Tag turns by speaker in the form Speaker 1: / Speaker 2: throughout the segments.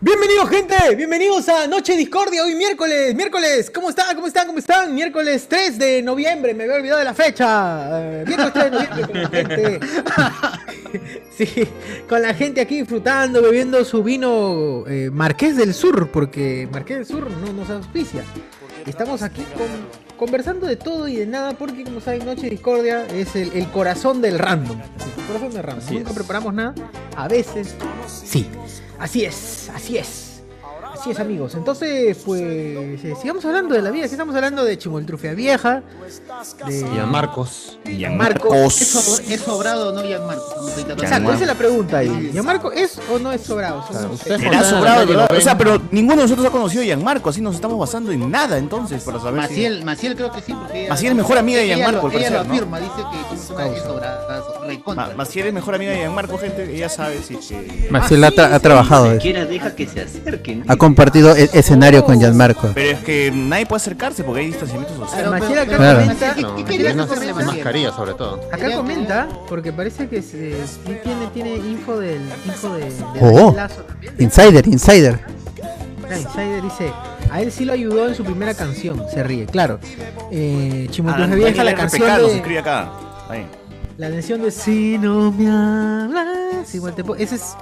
Speaker 1: Bienvenidos gente, bienvenidos a Noche Discordia, hoy miércoles, miércoles, ¿cómo están? ¿Cómo están? ¿Cómo están? Miércoles 3 de noviembre, me había olvidado de la fecha. Eh, miércoles 3 de noviembre con la gente. Sí, con la gente aquí disfrutando, bebiendo su vino eh, Marqués del Sur, porque Marqués del Sur no nos auspicia. Estamos aquí con- conversando de todo y de nada, porque como saben, Noche Discordia es el, el corazón del random. El corazón del random. Nunca preparamos nada, a veces sí. Así es, así es. Así es, amigos. Entonces, pues, eh, sigamos hablando de la vida. Aquí estamos hablando de Chimoltrufia Vieja, de
Speaker 2: Y a Marcos.
Speaker 3: Y
Speaker 1: Marcos.
Speaker 3: ¿Es sobrado o no Gianmarco?
Speaker 1: Exacto, esa es la pregunta ahí. ¿Gianmarco es o no es sobrado?
Speaker 4: Será sobrado, ¿verdad? O sea, pero ninguno de nosotros ha conocido a Gianmarco, así nos estamos basando en nada entonces para saber.
Speaker 3: Maciel, Maciel creo que sí, porque ella-
Speaker 4: Maciel es mejor amiga de
Speaker 3: ella
Speaker 4: Gianmarco,
Speaker 3: lo- Ella,
Speaker 4: al parecer,
Speaker 3: lo
Speaker 4: ¿no?
Speaker 3: afirma, dice que como se llama, es sobrado,
Speaker 4: si...
Speaker 3: recontra.
Speaker 4: Maciel es mejor amiga de Gianmarco, gente, ella sabe si. si-
Speaker 5: Maciel ha, tra- ha trabajado, eh.
Speaker 3: Quiera deja que se acerquen.
Speaker 5: ha compartido e- escenario con Gianmarco.
Speaker 4: Pero es que nadie puede acercarse porque hay distanciamiento social.
Speaker 1: Maciel acá
Speaker 5: Claro.
Speaker 1: comenta.
Speaker 3: No,
Speaker 1: Maciel
Speaker 3: ¿qué querías
Speaker 1: acá
Speaker 3: hacer
Speaker 1: comenta-
Speaker 3: con la
Speaker 2: mascarilla, sobre todo.
Speaker 1: Acá comenta, porque parece que se- sí tiene, tiene info del info de, de
Speaker 5: Oh.
Speaker 1: Daniel Lazo también.
Speaker 5: Insider, insider.
Speaker 1: Ah, Insider dice, a él sí lo ayudó en su primera canción, se ríe, claro. Eh, Chimoltrufia Vieja, la canción
Speaker 4: Pecado, se
Speaker 1: de...
Speaker 4: escribe acá. Ahí.
Speaker 1: La canción de Si no me hablas, igual te po- Esa es.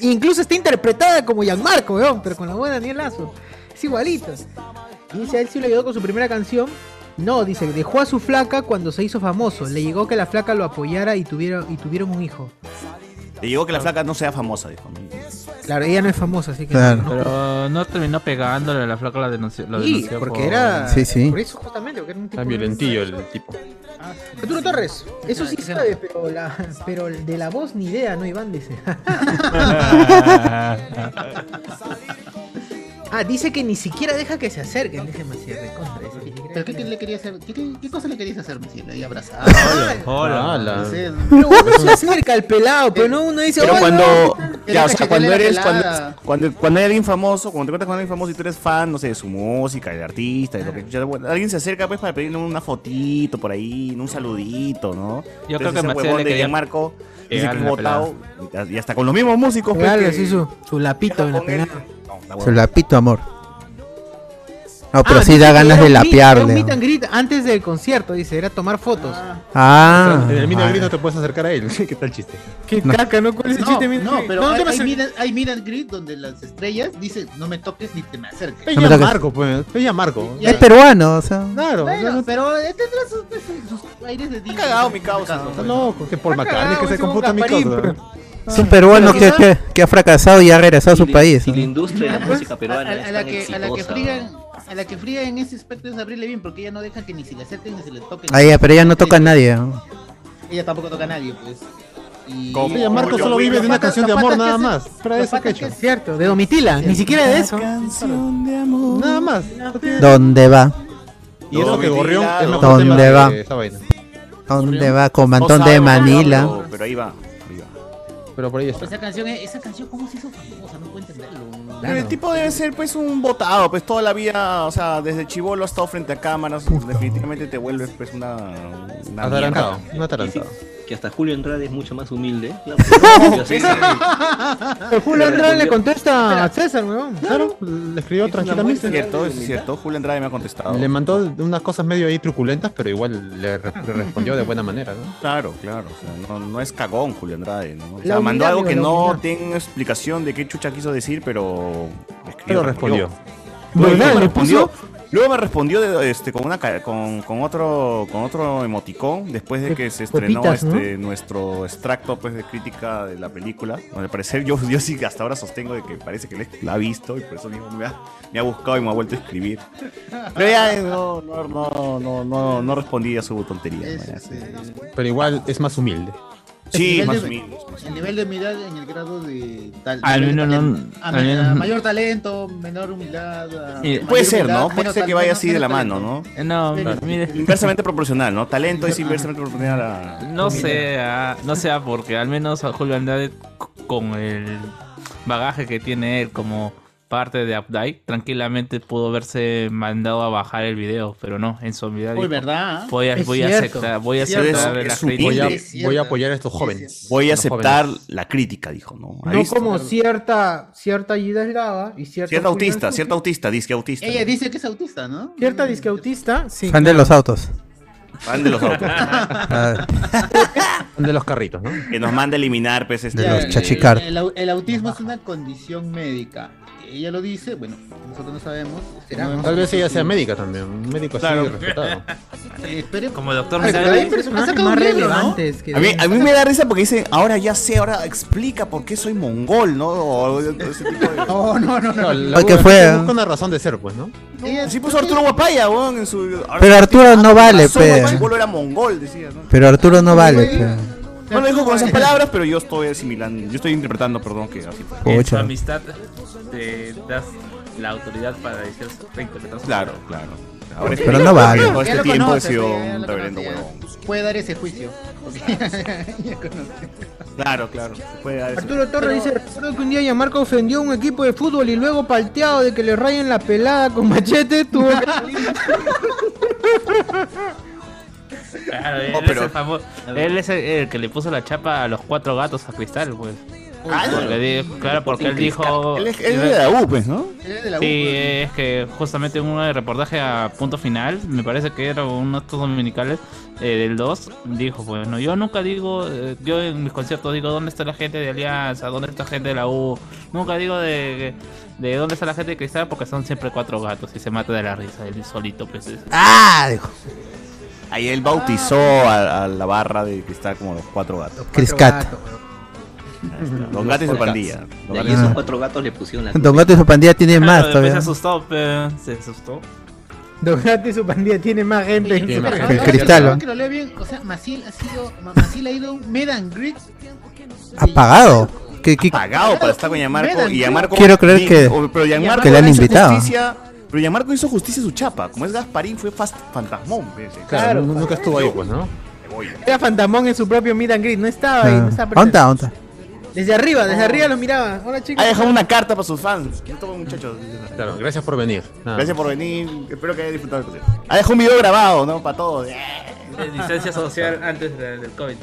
Speaker 1: Incluso está interpretada como Gianmarco, weón, pero con la buena Daniel Lazo. Es igualito. Y dice, a él sí le ayudó con su primera canción. No, dice, dejó a su flaca cuando se hizo famoso. Le llegó que la flaca lo apoyara y tuvieron, y tuvieron un hijo.
Speaker 4: Le llegó que la flaca no sea famosa, dijo.
Speaker 1: Claro, ella no es famosa, así que.
Speaker 5: Claro.
Speaker 1: no-
Speaker 6: Pero no terminó pegándole, la flaca la denunció. Lo
Speaker 1: Sí,
Speaker 6: denunció
Speaker 1: porque
Speaker 6: por-
Speaker 1: era.
Speaker 5: Sí, sí.
Speaker 1: Por eso, justamente, porque era un tipo.
Speaker 2: Está violentillo el tipo.
Speaker 1: Arturo Torres, eso sí
Speaker 3: Claro.
Speaker 1: sabe, pero, la, pero de la voz ni idea, no Iván, dice. Ah, dice que ni siquiera deja que se acerquen, dice Maciel, recontra. dice, ni siquiera
Speaker 3: ¿Pero qué,
Speaker 1: que-
Speaker 3: qué le querías hacer? ¿Qué, qué, qué cosa le querías hacer, Maciel? Ahí abrazada.
Speaker 6: Hola.
Speaker 2: Ala.
Speaker 3: Entonces,
Speaker 1: Pero uno se acerca al pelado, pero no uno dice,
Speaker 4: Pero
Speaker 1: "Hola".
Speaker 4: cuando. Ya, o sea,
Speaker 3: cachetearle
Speaker 4: cuando
Speaker 3: la
Speaker 4: eres. Cuando,
Speaker 3: pelada.
Speaker 4: cuando, cuando hay alguien famoso, cuando te cuentas con alguien famoso y tú eres fan, no sé, de su música, del artista, de lo que escuchas, bueno, alguien se acerca pues para pedirle una fotito por ahí, un saludito, ¿no?
Speaker 6: Yo creo que
Speaker 4: ese
Speaker 6: Maciel
Speaker 4: huevón
Speaker 6: le
Speaker 4: de
Speaker 6: quería
Speaker 4: Gianmarco dice que
Speaker 6: pegar
Speaker 4: es
Speaker 6: la
Speaker 4: botado y y hasta con los mismos músicos. pues,
Speaker 1: Claro,
Speaker 4: que-
Speaker 1: sí, su, su lapito en la
Speaker 4: con él.
Speaker 1: pelada.
Speaker 4: No, la
Speaker 5: Se
Speaker 4: huevón.
Speaker 5: lo apito, amor. No, pero
Speaker 1: Ah,
Speaker 5: sí
Speaker 1: dice
Speaker 5: da
Speaker 1: que
Speaker 5: ganas
Speaker 1: era
Speaker 5: de
Speaker 1: un meet- era un
Speaker 5: lapearle.
Speaker 1: meet and greet antes del concierto, dice, era tomar fotos.
Speaker 5: Ah,
Speaker 2: en el mini
Speaker 5: ah,
Speaker 2: grito te puedes acercar a él. ¿Qué tal chiste?
Speaker 1: Qué caca, ¿no? ¿Cuál es el
Speaker 3: No,
Speaker 1: chiste? meet and
Speaker 3: no,
Speaker 1: greet?
Speaker 3: pero
Speaker 1: No,
Speaker 3: hay,
Speaker 1: te me
Speaker 3: hay,
Speaker 1: acerques.
Speaker 3: meet and- hay meet and greet donde las estrellas dicen no me toques ni te me acerques.
Speaker 5: No me
Speaker 2: Peña
Speaker 5: toques.
Speaker 2: Marco, pues. Peña Marco.
Speaker 3: Ya,
Speaker 5: es peruano, o sea.
Speaker 2: Claro.
Speaker 3: Bueno,
Speaker 2: no-
Speaker 3: pero eh, tendrá sus, sus- sus aires de diva.
Speaker 4: cagado mi causa,
Speaker 3: Cagado.
Speaker 2: No, loco, que por
Speaker 1: Está
Speaker 2: McCartney que
Speaker 1: cagado,
Speaker 2: se
Speaker 1: ese huevón
Speaker 2: computa mi
Speaker 1: Gasparín,
Speaker 2: cosa.
Speaker 5: Es un peruano que, que, que ha fracasado y ha regresado a su país.
Speaker 7: Y la
Speaker 5: ¿no?
Speaker 7: industria
Speaker 1: Ah,
Speaker 7: de la
Speaker 1: pues,
Speaker 7: música
Speaker 3: Pues, A, a-
Speaker 7: peruana
Speaker 3: a
Speaker 7: es
Speaker 3: la
Speaker 7: tan
Speaker 3: que, a la que
Speaker 7: exitosa.
Speaker 3: frían, a la que fría en ese aspecto es abrirle bien, porque ella no deja que ni se le acerquen ni se le toquen.
Speaker 5: Ah, ya, pero ella no toca a nadie. ¿eh? ¿no?
Speaker 3: Ella tampoco toca a nadie, pues. Y...
Speaker 4: Como-
Speaker 2: Peña Marco
Speaker 4: Yo
Speaker 2: solo
Speaker 4: fui-
Speaker 2: vive de una
Speaker 3: Los
Speaker 2: canción de
Speaker 3: patas
Speaker 2: amor
Speaker 3: que
Speaker 2: nada
Speaker 3: hacen-
Speaker 2: más. Para
Speaker 3: los
Speaker 2: eso que
Speaker 3: patas
Speaker 2: he hecho.
Speaker 3: que-
Speaker 1: Cierto, de Domitila, ni siquiera de eso.
Speaker 2: Nada más.
Speaker 5: ¿Dónde va?
Speaker 2: Y eso que
Speaker 4: Domitila,
Speaker 2: Gorrión es mejor
Speaker 5: ¿Dónde
Speaker 2: tema que
Speaker 5: va?
Speaker 2: eh, esa vaina.
Speaker 5: ¿Dónde va?
Speaker 4: No
Speaker 5: Comandante
Speaker 4: sabe,
Speaker 5: de
Speaker 4: no sabe,
Speaker 5: Manila.
Speaker 4: pero- Pero ahí va. ahí va.
Speaker 2: Pero por ahí está.
Speaker 3: Esa canción, esa canción, ¿cómo se hizo famosa? No puedo entenderlo.
Speaker 4: Pero el tipo debe ser pues un botado, pues toda la vida, o sea, desde chivolo ha estado frente a cámaras, definitivamente te vuelves pues una... una
Speaker 2: Atarantado.
Speaker 4: mierda.
Speaker 2: Un atarantado.
Speaker 7: Que hasta Julio Andrade es mucho más humilde. pues, La puta, yo sé que-
Speaker 1: Pero Julio Andrade le contesta a César, weón.
Speaker 2: Claro, le escribió
Speaker 4: Es
Speaker 2: tranquilamente.
Speaker 4: cierto, es cierto, Julio Andrade me ha contestado.
Speaker 2: Le mandó unas cosas medio ahí truculentas, pero igual le, re- le respondió de buena manera, ¿no?
Speaker 4: Claro, claro, o sea, no, no es cagón Julio Andrade, ¿no? O sea,
Speaker 1: La humildad,
Speaker 4: mandó algo que
Speaker 1: amigo, la
Speaker 4: no
Speaker 1: humildad.
Speaker 4: tengo explicación de qué chucha quiso decir, pero... escribió,
Speaker 2: Pero respondió.
Speaker 4: Luego
Speaker 1: ¿Verdad?
Speaker 4: me
Speaker 1: ¿Le
Speaker 4: respondió,
Speaker 1: puso?
Speaker 4: luego me respondió de- este, con, una, ca- con, con otro, con otro emoticón después de que se estrenó
Speaker 1: Pepitas, ¿no?
Speaker 4: este, nuestro extracto pues, de crítica de la película. Bueno, al parecer yo, yo sí que hasta ahora sostengo de que parece que le- la ha visto y por eso mismo me ha, me ha buscado y me ha vuelto a escribir. Pero ya eh, no, no, no, no, no, no respondí a su tontería.
Speaker 3: Es,
Speaker 4: ¿no? Ya
Speaker 3: este,
Speaker 4: sé.
Speaker 2: Pero igual es más humilde.
Speaker 4: Sí,
Speaker 3: el
Speaker 4: más
Speaker 3: nivel de-
Speaker 4: humilde. más
Speaker 3: El nivel de humildad en el grado de tal.
Speaker 6: Al
Speaker 3: nivel de
Speaker 6: menos no-
Speaker 3: talento. A
Speaker 5: Ah,
Speaker 6: al
Speaker 3: men-
Speaker 6: menos
Speaker 3: a
Speaker 6: no-
Speaker 3: mayor talento, menor humildad. a-
Speaker 6: Sí.
Speaker 3: mayor
Speaker 4: Puede ser,
Speaker 3: humildad,
Speaker 4: ¿no? Puede
Speaker 3: menos
Speaker 4: ser que
Speaker 3: tal-
Speaker 4: vaya
Speaker 3: menos-
Speaker 4: así de la
Speaker 3: menos
Speaker 4: mano, ¿no?
Speaker 6: Eh, No,
Speaker 3: Pero-
Speaker 6: mire,
Speaker 4: Inversamente proporcional, ¿no? Talento es inversamente proporcional a...
Speaker 6: no sea, no sea porque al menos a Julio Andrade c- con el bagaje que tiene él como parte de Updike, tranquilamente pudo verse mandado a bajar el video, pero no, en su vida
Speaker 3: Uy,
Speaker 6: dijo,
Speaker 3: ¿verdad?
Speaker 6: voy a,
Speaker 1: Es
Speaker 6: voy a
Speaker 1: cierto.
Speaker 6: aceptar, voy a
Speaker 4: Cierto.
Speaker 6: aceptar
Speaker 4: Es-
Speaker 6: la
Speaker 4: es un
Speaker 2: Voy a,
Speaker 6: crítica.
Speaker 3: Es cierto.
Speaker 2: voy a apoyar a estos
Speaker 3: Sí,
Speaker 2: jóvenes.
Speaker 4: Voy a
Speaker 2: Los jóvenes.
Speaker 4: aceptar la crítica, dijo, ¿no?
Speaker 1: No
Speaker 4: Ahí está.
Speaker 1: como cierta, cierta Aida Eslava y cierta.
Speaker 4: Cierto autista, cierto autista, disque autista.
Speaker 3: Ella dice que es autista, ¿no?
Speaker 1: Cierta disqueautista, sí.
Speaker 5: Fan de los autos.
Speaker 4: Fan de los autos.
Speaker 5: Ah,
Speaker 2: De los carritos, ¿no?
Speaker 4: Que nos manda a eliminar, pues, este.
Speaker 5: De los
Speaker 3: el-
Speaker 5: chachicar.
Speaker 3: El, au- el autismo es una condición médica. Ella lo dice, bueno, nosotros no sabemos. será, ¿no?
Speaker 2: Tal vez ella sea médica también. Un médico así
Speaker 4: Claro.
Speaker 2: respetado.
Speaker 3: Eh, espere-
Speaker 6: Como doctor
Speaker 1: Ay, pero
Speaker 6: Misael,
Speaker 1: hay personajes más relevantes que
Speaker 4: A mí, a mí me da risa porque dice, ahora ya sé, ahora explica por qué soy mongol, ¿no? O algo de ese tipo de-
Speaker 3: No, no, no. no.
Speaker 2: Claro, la-
Speaker 5: Ay, ¿qué fue?
Speaker 2: la- Busca una razón de ser, pues, ¿no?
Speaker 3: Ella-
Speaker 4: Así puso Arturo Guapaya, weón, en su...
Speaker 5: Pero Arturo no vale, pe.
Speaker 4: El chibolo era mongol, decía, ¿no?
Speaker 5: Pero Arturo no vale. pe.
Speaker 4: No lo dijo con esas palabras, pero yo estoy asimilando, yo estoy interpretando, perdón, que así fue.
Speaker 6: en su
Speaker 5: Pucha.
Speaker 6: amistad te das la autoridad para decir reinterpretar su-
Speaker 4: Claro, claro. Ahora es
Speaker 5: Pero no vale.
Speaker 4: Todo
Speaker 3: Ya
Speaker 4: este
Speaker 3: lo
Speaker 4: tiempo he
Speaker 3: conoce,
Speaker 4: sido
Speaker 3: sí, ya
Speaker 4: un
Speaker 3: lo
Speaker 4: reverendo
Speaker 3: conoce, ya.
Speaker 4: huevón.
Speaker 3: Puede dar ese juicio. Ya conoce.
Speaker 4: Claro, claro. se puede dar eso.
Speaker 1: Arturo Torres dice, recuerdo que un día Yamarca ofendió a un equipo de fútbol y luego palteado de que le rayen la pelada con machete, tuvo que salir".
Speaker 6: Claro, él,
Speaker 4: No, pero-
Speaker 6: es el famo- él es el, el que le puso la chapa a los cuatro gatos a cristal, pues.
Speaker 4: Ah, no.
Speaker 6: Porque di- claro, porque él dijo.
Speaker 4: Él es, él es de la U, pues, ¿no?
Speaker 3: Él es de la U,
Speaker 6: Sí,
Speaker 3: pues.
Speaker 6: es que justamente en uno de reportaje a punto final, me parece que era uno de estos dominicales eh, del 2, dijo, bueno, yo nunca digo, eh, yo en mis conciertos digo, ¿dónde está la gente de Alianza? ¿Dónde está la gente de la U? Nunca digo de, de dónde está la gente de Cristal porque son siempre cuatro gatos y se mata de la risa, él solito, pues. es-
Speaker 5: Ah, dijo.
Speaker 4: Ahí él bautizó a, a la barra de cristal como los cuatro gatos.
Speaker 5: Criscat.
Speaker 4: Los gatos y su
Speaker 7: Los
Speaker 4: pandilla. Los
Speaker 7: De ahí
Speaker 4: gatos y
Speaker 7: esos
Speaker 4: su-
Speaker 7: cuatro gatos le pusieron la
Speaker 5: Don Gato y su pandilla tienen
Speaker 6: Claro,
Speaker 5: más
Speaker 6: después
Speaker 5: todavía.
Speaker 6: se asustó, pe, se asustó.
Speaker 1: Don Gato y su pandilla tiene más gente. en
Speaker 2: Tiene
Speaker 1: su
Speaker 2: más
Speaker 1: casa.
Speaker 5: gente. El
Speaker 3: Ahora,
Speaker 5: cristal,
Speaker 3: ahora
Speaker 5: ¿no?
Speaker 3: que lo leo bien, o sea, Maciel ha sido, Ma- Maciel ha ido a un meet and greet.
Speaker 5: Apagado. ¿Qué, qué-
Speaker 4: pagado para estar con Yamarco. Y Yamarco.
Speaker 5: Quiero creer
Speaker 4: y-
Speaker 5: que-
Speaker 4: o- pero Yamarco
Speaker 5: que le han
Speaker 4: hizo
Speaker 5: invitado.
Speaker 4: justicia- pero Yamarco hizo justicia a su chapa. Como es Gasparín, fue fast- fantasmón. pues, eh.
Speaker 2: Claro, nu- nunca estuvo ahí, pues, ¿no?
Speaker 4: Me voy.
Speaker 1: Era Fantamón en su propio meet and greet, no estaba ahí, no
Speaker 5: Ah,
Speaker 1: estaba presente.
Speaker 5: Onda, onda.
Speaker 1: Desde arriba, desde arriba lo miraba. Hola chicos.
Speaker 4: Ha dejado una carta para sus fans. Yo tomo, muchachos.
Speaker 2: Claro, gracias por venir. Nada.
Speaker 4: Gracias por venir. Espero que hayan disfrutado el concierto. Ha dejado un video grabado, ¿no? Para todos.
Speaker 6: Eh, Distancia social antes del, COVID,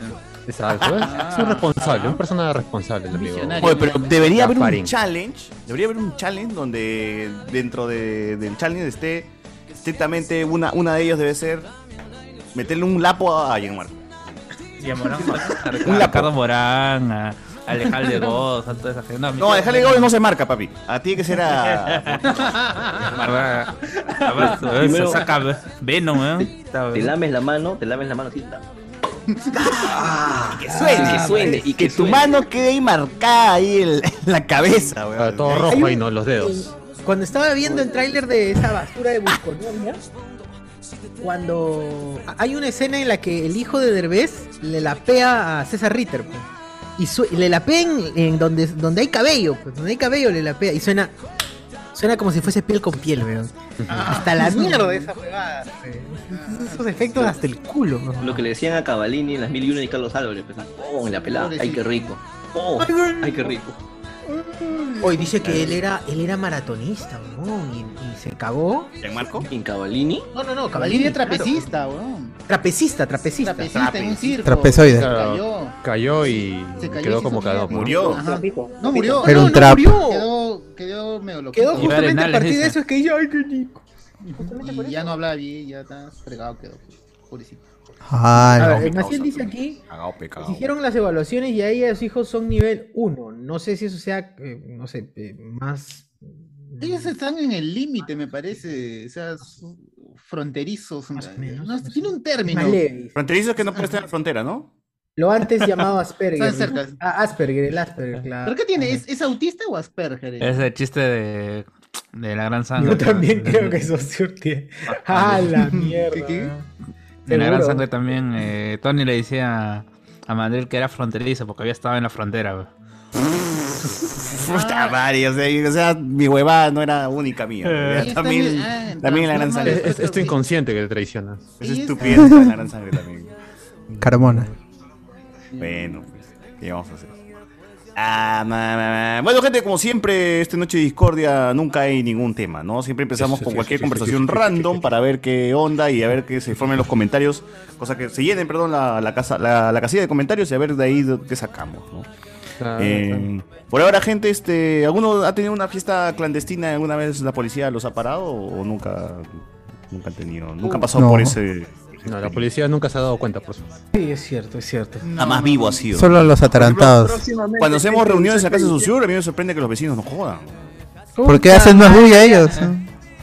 Speaker 2: Exacto. Es, es un responsable, un persona responsable, el amigo.
Speaker 3: Visionario.
Speaker 4: Oye, pero debería haber un
Speaker 2: Gasparín.
Speaker 4: challenge. Debería haber un challenge donde dentro de- del challenge esté estrictamente una, una de ellos debe ser meterle un lapo a Gianmarco.
Speaker 6: Y a Morán, a
Speaker 4: Un lapo.
Speaker 6: Ricardo Morán, a Alejandro Goz, a toda esa gente.
Speaker 4: No, a dejarle goles no se marca, papi. A ti que será.
Speaker 6: Además, además,
Speaker 7: Primero-
Speaker 6: se saca Venom, ¿eh? Está
Speaker 7: Te
Speaker 6: bien.
Speaker 7: lames la mano, te lames la mano así. ta.
Speaker 4: que suene,
Speaker 3: Ah,
Speaker 7: que suene, y
Speaker 4: que
Speaker 7: que
Speaker 4: tu
Speaker 7: suene.
Speaker 4: mano quede ahí marcada ahí en la- en la cabeza,
Speaker 2: Ah,
Speaker 4: weón.
Speaker 2: todo
Speaker 1: Hay
Speaker 2: rojo
Speaker 1: un-
Speaker 2: ahí, ¿no? Los dedos.
Speaker 1: Cuando estaba viendo el tráiler de esa basura de Busconia, cuando hay una escena en la que el hijo de Derbez le lapea a César Ritter, pues. y, su- y le lapea en, en donde, donde hay cabello, pues, donde hay cabello le lapea, y suena suena como si fuese piel con piel, weón. Hasta la mierda de esa huevada. weón. Esos efectos hasta el culo, weón.
Speaker 7: Lo que le decían a Cavalini en las mil y una de Carlos Álvarez. pues, oh, la pelada. Ay, qué rico. Oh, ay, qué rico.
Speaker 1: Hoy Mm. dice que él era, él era maratonista, weón, y, y se cagó.
Speaker 4: ¿Gianmarco?
Speaker 7: En Cavalini,
Speaker 1: No, no, no,
Speaker 3: Cabalini
Speaker 1: Cavallini
Speaker 3: es trapecista, weón.
Speaker 1: Trapecista, trapecista.
Speaker 3: Trapecista en un circo.
Speaker 5: Trapezoide.
Speaker 3: Se
Speaker 2: Claro.
Speaker 3: cayó.
Speaker 2: Cayó y
Speaker 3: Se cayó y
Speaker 2: quedó
Speaker 3: se
Speaker 2: como
Speaker 3: hizo
Speaker 2: quedó.
Speaker 3: mierda.
Speaker 2: ¿no?
Speaker 4: Murió.
Speaker 3: Ajá. No murió.
Speaker 5: Era
Speaker 1: no,
Speaker 5: un
Speaker 1: no
Speaker 5: trap.
Speaker 1: murió.
Speaker 3: Quedó, quedó medio loco.
Speaker 1: Quedó
Speaker 6: Iba a
Speaker 1: justamente a
Speaker 6: arenales,
Speaker 1: partir de
Speaker 6: dice.
Speaker 1: eso es que yo, ay, qué rico.
Speaker 3: Y ya no hablaba bien, ya está fregado, quedó. Pobrecito.
Speaker 1: A
Speaker 5: Ah,
Speaker 1: ver,
Speaker 4: me
Speaker 1: Maciel
Speaker 4: causa,
Speaker 1: dice
Speaker 4: pues.
Speaker 1: aquí,
Speaker 4: Cagao, pecado.
Speaker 1: hicieron las evaluaciones y ahí los hijos son nivel 1. No sé si eso sea, eh, no sé, eh, más...
Speaker 3: Ellos están en el límite, me parece. O sea, su- fronterizos.
Speaker 1: Más o
Speaker 3: ¿no?
Speaker 1: menos,
Speaker 3: No,
Speaker 1: más o
Speaker 3: tiene un término.
Speaker 1: más leves.
Speaker 4: Fronterizos que no puede estar en la frontera, ¿no?
Speaker 1: Lo antes llamado Asperger.
Speaker 3: Están cerca.
Speaker 1: Ah, Asperger, el Asperger, claro.
Speaker 3: ¿Pero qué tiene? ¿Es, es autista o Asperger?
Speaker 6: Es el chiste de, de la gran sangre.
Speaker 1: Yo también creo que eso surte. ¡Ah, la mierda!
Speaker 3: qué?
Speaker 6: En la gran
Speaker 1: Seguro.
Speaker 6: sangre también, eh, Tony le decía a Mandel que era fronterizo porque había estado en la frontera. güey.
Speaker 4: Puta madre, o sea, o sea, Ah, mi huevada no era única mía.
Speaker 6: Eh.
Speaker 4: Ya También,
Speaker 3: Ah,
Speaker 4: también la gran
Speaker 3: entonces,
Speaker 4: sangre.
Speaker 2: Es,
Speaker 3: normal,
Speaker 2: es- es tu inconsciente que te traiciona.
Speaker 4: Es
Speaker 3: Ahí está.
Speaker 4: estupidez está en la gran sangre también.
Speaker 5: Carmona.
Speaker 4: Bueno, pues, ¿qué vamos a hacer? Ah, ma, ma, ma. Bueno, gente, como siempre, esta noche de discordia nunca hay ningún tema, ¿no? Siempre empezamos
Speaker 2: Eso,
Speaker 4: con
Speaker 2: sí,
Speaker 4: cualquier
Speaker 2: sí, sí,
Speaker 4: conversación
Speaker 2: sí, sí, sí,
Speaker 4: random
Speaker 2: sí.
Speaker 4: para ver qué onda y a ver que se formen los comentarios, cosa que se llenen, perdón, la, la casa, la, la casilla de comentarios y a ver de ahí de- qué sacamos, ¿no? Eh, Por ahora, gente, este, ¿alguno ha tenido una fiesta clandestina alguna vez la policía los ha parado o, o nunca, nunca han tenido, nunca han pasado
Speaker 5: No.
Speaker 4: por ese...
Speaker 2: No, la policía nunca se ha dado cuenta, por supuesto.
Speaker 1: Sí, es cierto, es cierto.
Speaker 4: Nada Ah, más vivo ha sido.
Speaker 5: Solo los atarantados.
Speaker 4: Cuando hacemos reuniones en la casa de Susur, a mí me sorprende que los vecinos no jodan.
Speaker 5: ¿Por qué hacen más bulla ellos?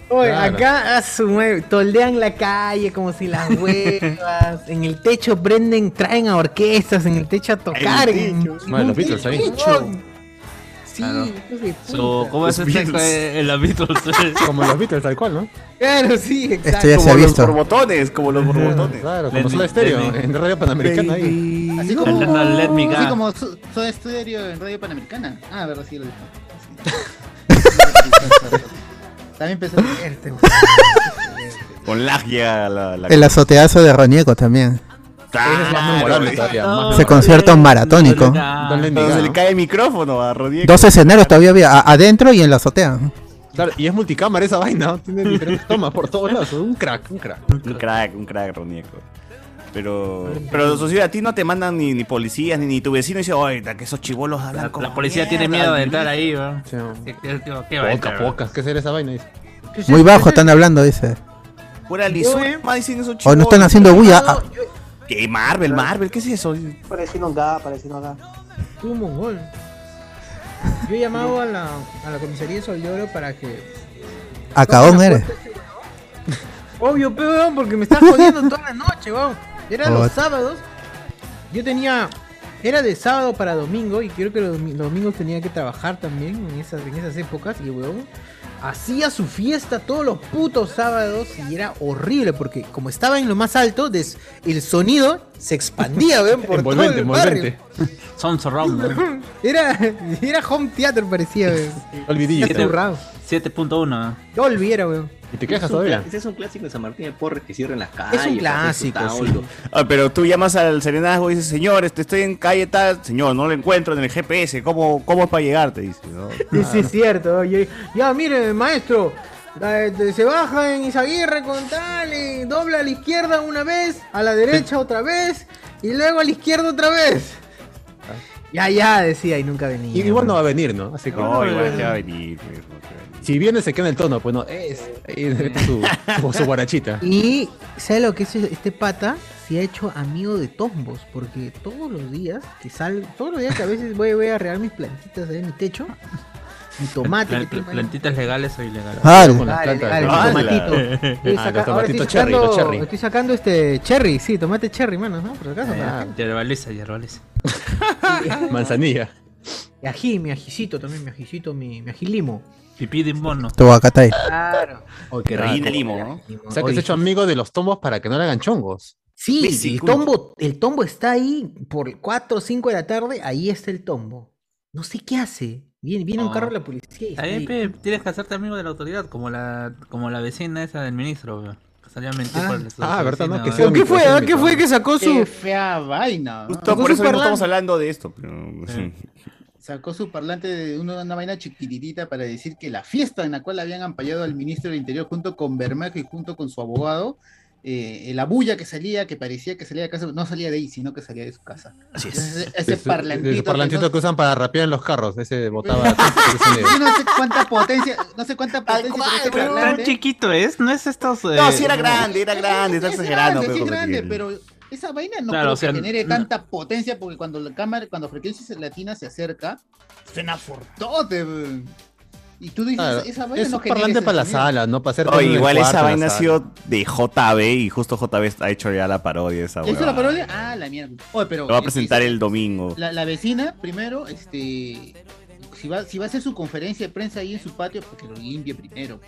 Speaker 1: Oye,
Speaker 2: Claro.
Speaker 1: acá a su mue- toldean la calle como si las huevas. en el techo prenden, traen a orquestas en el techo a tocar. en- en
Speaker 2: Bueno,
Speaker 1: un
Speaker 2: los Beatles ahí.
Speaker 1: techo. Sí,
Speaker 6: Claro.
Speaker 1: hijos de
Speaker 6: So,
Speaker 1: puta.
Speaker 6: ¿Cómo es este
Speaker 4: Beatles.
Speaker 6: eh, el ámbito?
Speaker 2: Como los Beatles, tal cual, ¿no?
Speaker 1: Claro, sí, exacto.
Speaker 5: Esto ya se ha
Speaker 4: Como los
Speaker 5: visto.
Speaker 4: borbotones, como los borbotones.
Speaker 2: Claro,
Speaker 6: Lenny,
Speaker 2: como Soda Stereo,
Speaker 6: Lenny.
Speaker 2: en Radio Panamericana ahí.
Speaker 3: Así
Speaker 6: No,
Speaker 3: como,
Speaker 6: no, let me
Speaker 3: así
Speaker 6: go.
Speaker 3: como so- Soda Estéreo en Radio Panamericana. Ah, verdad, sí lo dije. Sí. También empezó a leerte, güey.
Speaker 4: Con lag llega la, la
Speaker 5: El azoteazo de Ronieco también.
Speaker 4: Claro,
Speaker 2: Ese es más memorable todavía. más
Speaker 5: Se concierta un maratónico.
Speaker 2: Don Lenny.
Speaker 4: Cuando se le
Speaker 2: ¿no?
Speaker 4: cae el micrófono a Rodríguez.
Speaker 5: Dos escenarios todavía había, a- adentro y en la azotea.
Speaker 2: Claro, y es multicámara esa vaina, ¿no? tiene diferentes tomas por todos lados, un crack, un crack.
Speaker 4: Un crack, un crack, Rodieco. Pero, pero Socio, a ti no te mandan ni, ni policías, ni, ni tu vecino dice, oye, que esos chivolos hablan
Speaker 6: La,
Speaker 4: como
Speaker 6: la policía tiene
Speaker 4: mierda".
Speaker 6: miedo de entrar ahí, weón.
Speaker 2: Sí, no.
Speaker 6: ¿Qué, qué, qué, qué va a
Speaker 2: Poca,
Speaker 6: entrar,
Speaker 2: pocas, ¿qué será esa vaina? Dice.
Speaker 5: Muy bajo están hablando, dice.
Speaker 4: Pura lisura, más dicen esos
Speaker 5: O
Speaker 4: chivolos.
Speaker 5: no están haciendo bulla. Ah,
Speaker 4: ¿Qué? Marvel, Marvel, ¿qué es eso?
Speaker 8: Parecido acá, parecido acá.
Speaker 1: Tú, mongol. Yo he llamado a la, a la comisaría de Sol de Oro para que.
Speaker 5: Acaón eres.
Speaker 4: pues-
Speaker 1: Obvio, pe, weón, porque me estás jodiendo toda la noche, weón. Era
Speaker 5: Oh.
Speaker 1: los sábados. Yo tenía. Era de sábado para domingo y creo que los, domi- los domingos tenía que trabajar también en esas, en esas épocas. Y weón, hacía su fiesta todos los putos sábados y era horrible porque como estaba en lo más alto, des- el sonido se expandía, weón, por todo
Speaker 2: Envolvente,
Speaker 1: el barrio.
Speaker 2: envolvente.
Speaker 6: weón? Son surround, weón.
Speaker 1: Era, era home theater parecía, weón.
Speaker 2: Olvidillo.
Speaker 6: Siete-
Speaker 1: Zurrado.
Speaker 6: 7.1.
Speaker 1: Dolby era, weón.
Speaker 2: Y te
Speaker 7: Ese
Speaker 2: quejas
Speaker 7: es un
Speaker 2: todavía.
Speaker 7: cla- Ese es un clásico de San Martín de Porres que cierran las calles.
Speaker 1: Es un clásico,
Speaker 7: hacen su
Speaker 1: sí.
Speaker 7: taulo.
Speaker 4: Ah, pero tú llamas al serenazgo y dices, señor, este, estoy en calle tal, señor, no lo encuentro en el GPS, ¿cómo, cómo es para llegar? Te dice, ¿no?
Speaker 1: Sí, sí, es cierto. Yo- ya, mire, maestro. eh, te- Se baja en Izaguirre con tal y dobla a la izquierda una vez, a la derecha otra vez y luego a la izquierda otra vez.
Speaker 2: Ah.
Speaker 1: Ya, ya, decía y nunca venía.
Speaker 2: Y igual no va a venir, ¿no? Así como.
Speaker 4: No, igual que va a venir. pues, no que va a venir.
Speaker 2: Si viene se queda en el tono, pues no, es, es su, su, su guarachita.
Speaker 1: Y ¿sabes lo que es este pata? Se ha hecho amigo de tombos, porque todos los días que sal, todos los días que a veces voy, voy a regar mis plantitas ahí en mi techo, mi tomate, que
Speaker 6: Pla- pla-
Speaker 1: tengo ahí.
Speaker 6: plantitas legales o ilegales.
Speaker 5: Ah,
Speaker 2: Con las
Speaker 1: Dale,
Speaker 2: plantas,
Speaker 1: dale,
Speaker 2: ¿no?
Speaker 1: mi
Speaker 4: ¡Hala!
Speaker 1: tomatito. Estoy
Speaker 2: Ah,
Speaker 1: saca-
Speaker 2: los
Speaker 1: ahora estoy
Speaker 2: tomatitos cherry, los
Speaker 1: sacando,
Speaker 2: cherry. Ah.
Speaker 1: estoy sacando este cherry, sí, tomate cherry, mano, ¿no? Por si acaso, para la
Speaker 6: Eh,
Speaker 1: gente.
Speaker 6: Yerbaliza, yerbaliza.
Speaker 2: Manzanilla.
Speaker 1: Y ají, mi ajicito también, mi ajicito, mi, mi ají limo.
Speaker 6: Pipí de mono.
Speaker 5: Tu acatay.
Speaker 1: Claro. Oh, qué
Speaker 4: Rellena
Speaker 1: rico.
Speaker 4: limo, ¿no?
Speaker 1: Limo.
Speaker 2: O sea que
Speaker 1: Oye,
Speaker 2: se ha hecho amigo de los tombos para que no le hagan chongos.
Speaker 1: Sí, el
Speaker 4: Bicicucho.
Speaker 1: tombo, el tombo está ahí por 4 o 5 de la tarde, ahí está el tombo. No sé qué hace. Viene, viene un
Speaker 6: Oh.
Speaker 1: carro de la policía y está
Speaker 6: Ahí,
Speaker 1: ahí.
Speaker 6: pe, tienes que hacerte amigo de la autoridad, como la, como la vecina esa del ministro, weón. Que Salía a mentir
Speaker 1: Ah,
Speaker 6: por el- su-
Speaker 2: ah,
Speaker 6: su
Speaker 2: verdad,
Speaker 6: vecino,
Speaker 2: ¿no? Que
Speaker 6: weón.
Speaker 1: ¿Pero
Speaker 2: sea
Speaker 1: ¿Qué fue? ah? ¿Qué fue que sacó
Speaker 3: Qué
Speaker 1: su...?
Speaker 4: Eh,
Speaker 3: fea vaina. ¿no?
Speaker 4: Justo
Speaker 1: Con
Speaker 4: por
Speaker 1: su
Speaker 4: eso mismo
Speaker 1: parlante.
Speaker 4: estamos hablando de esto. pero-
Speaker 6: Sí.
Speaker 3: Sacó su parlante de una, una vaina chiquititita para decir que la fiesta en la cual habían ampallado al ministro del Interior junto con Bermejo y junto con su abogado, eh, la bulla que salía, que parecía que salía de casa, no salía de ahí, sino que salía de su casa.
Speaker 4: Así es.
Speaker 3: Ese, ese
Speaker 2: Ese-
Speaker 3: parlantito.
Speaker 2: ese
Speaker 3: que
Speaker 2: parlantito
Speaker 3: no-
Speaker 2: que, usan para rapear en los carros. Ese botaba. ese sonido.
Speaker 3: Yo no sé cuánta potencia, no sé cuánta potencia tiene ese
Speaker 6: Pero tan
Speaker 3: parlante.
Speaker 6: chiquito es, no es estos.
Speaker 4: No,
Speaker 6: eh,
Speaker 4: sí era grande, era grande,
Speaker 3: Es
Speaker 4: está
Speaker 3: grande,
Speaker 4: exagerando.
Speaker 3: sí es
Speaker 4: pero-
Speaker 3: grande, pero esa vaina no
Speaker 6: Claro,
Speaker 3: creo
Speaker 6: o sea,
Speaker 3: que genere
Speaker 6: no-
Speaker 3: tanta potencia porque cuando la cámara, cuando frecuencias latinas se acerca, suena fortote. weón. Y tú dices,
Speaker 2: Claro,
Speaker 3: esa vaina
Speaker 2: es
Speaker 3: no
Speaker 2: un
Speaker 3: genera
Speaker 2: parlante
Speaker 3: ese
Speaker 2: para la
Speaker 3: sonido.
Speaker 2: sala, no para hacer.
Speaker 4: Oye, Oh, igual esa vaina ha sido de JB y justo JB ha hecho ya la parodia de esa
Speaker 3: ¿Ya hizo la
Speaker 4: huevada.
Speaker 3: parodia? Ah, la mierda. Oye, pero
Speaker 4: Lo va a
Speaker 3: este,
Speaker 4: presentar el domingo.
Speaker 3: La, la vecina, primero, este. Si va, si va a hacer su conferencia de prensa ahí en su patio, porque lo limpie primero.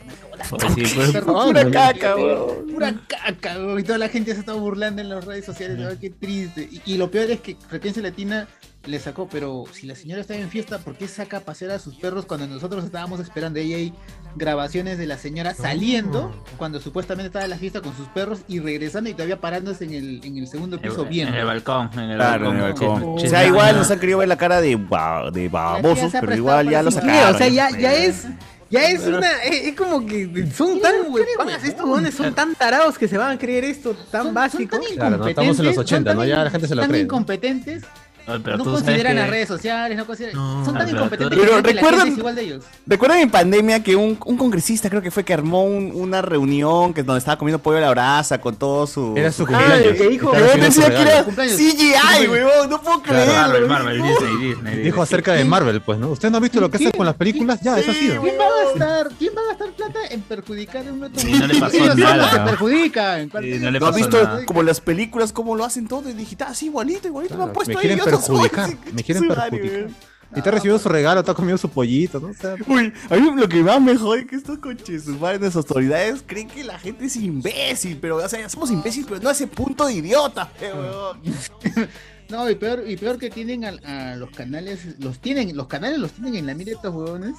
Speaker 6: Pues sí, pues,
Speaker 4: Pura caca, weón.
Speaker 3: Pura caca, weón, y toda la gente se está burlando en las redes sociales, weón, qué triste. Y, y lo peor es que Frecuencia Latina le sacó, pero si la señora está en fiesta, ¿por qué saca a pasear a sus perros cuando nosotros estábamos esperando? Ahí hay grabaciones de la señora saliendo cuando supuestamente estaba en la fiesta con sus perros y regresando y todavía parándose en el, en el segundo piso bien.
Speaker 6: En el balcón, en el
Speaker 4: Claro, en el
Speaker 6: balcón.
Speaker 4: balcón.
Speaker 6: Chisme-
Speaker 4: o sea, igual
Speaker 6: chisme-
Speaker 4: nos han querido ver la cara de, ba- de
Speaker 3: tía
Speaker 4: babosos,
Speaker 3: se ha
Speaker 4: pero
Speaker 3: prestado
Speaker 4: igual ya
Speaker 3: para
Speaker 4: lo
Speaker 3: eso.
Speaker 1: Sí,
Speaker 4: sacaron.
Speaker 1: o sea, ya, ya es. Ya es una. eh, Es, es como que son tan huevones. Estos huevones son tan tarados que se van a creer esto tan
Speaker 3: Son- son
Speaker 1: básico.
Speaker 3: tan
Speaker 2: Claro, no, estamos en los
Speaker 3: incompetentes, son
Speaker 2: 80, ¿no?
Speaker 3: tan
Speaker 2: Ya
Speaker 3: in-
Speaker 2: la gente se lo
Speaker 3: tan
Speaker 2: cree.
Speaker 3: incompetentes,
Speaker 6: Ay, pero
Speaker 3: no
Speaker 6: tú sabes
Speaker 3: consideran
Speaker 6: que-
Speaker 3: las redes sociales, no consideran. son
Speaker 6: Ah,
Speaker 3: tan
Speaker 6: pero
Speaker 3: incompetentes
Speaker 6: tú-
Speaker 3: que
Speaker 4: Pero
Speaker 3: creen que la
Speaker 4: recuerdan-
Speaker 3: gente es igual de ellos.
Speaker 4: ¿Recuerdan en pandemia que un, un congresista creo que fue que armó un- una reunión que donde estaba comiendo pollo a la brasa con todo su...
Speaker 2: Era su
Speaker 3: Ah,
Speaker 4: gente?
Speaker 2: cumpleaños.
Speaker 1: el que dijo-
Speaker 2: Estaba
Speaker 4: Pero yo
Speaker 2: haciendo su
Speaker 4: pensé que era
Speaker 2: regalo.
Speaker 3: Cumpleaños.
Speaker 4: CGI, weón, no
Speaker 2: Claro.
Speaker 4: puedo creerlo.
Speaker 6: Marvel, Marvel, Disney, Disney.
Speaker 2: Dijo acerca de Marvel, pues, ¿no? ¿Usted no ha visto lo que hacen con las películas? Ya, eso ha sido.
Speaker 3: ¿Quién va a gastar, quién va a gastar plata en perjudicar a un otro?
Speaker 6: Y no le pasó
Speaker 3: Ellos
Speaker 6: nada,
Speaker 3: solos se
Speaker 6: ¿no?
Speaker 3: perjudican.
Speaker 6: Sí, no le
Speaker 4: ¿No has
Speaker 6: pasó
Speaker 4: visto
Speaker 6: nada.
Speaker 4: como las películas, cómo lo hacen todo en digital? Así igualito, igualito.
Speaker 2: Claro,
Speaker 4: me han puesto
Speaker 2: me
Speaker 4: ahí,
Speaker 2: quieren
Speaker 4: yo no soy-
Speaker 2: perjudicar, me quieren
Speaker 4: soy
Speaker 2: perjudicar.
Speaker 4: Mario,
Speaker 2: Y te ha recibido su regalo, te ha comido su pollito, ¿no? O sea,
Speaker 4: Uy, a mí lo que más me jode es que estos coches, sus padres, las autoridades creen que la gente es imbécil, pero, o sea, somos imbéciles, pero no a ese punto de idiota, pe, weón.
Speaker 3: No, y peor, y peor que tienen a, a los canales, los tienen, los canales los tienen en la mira estos huevones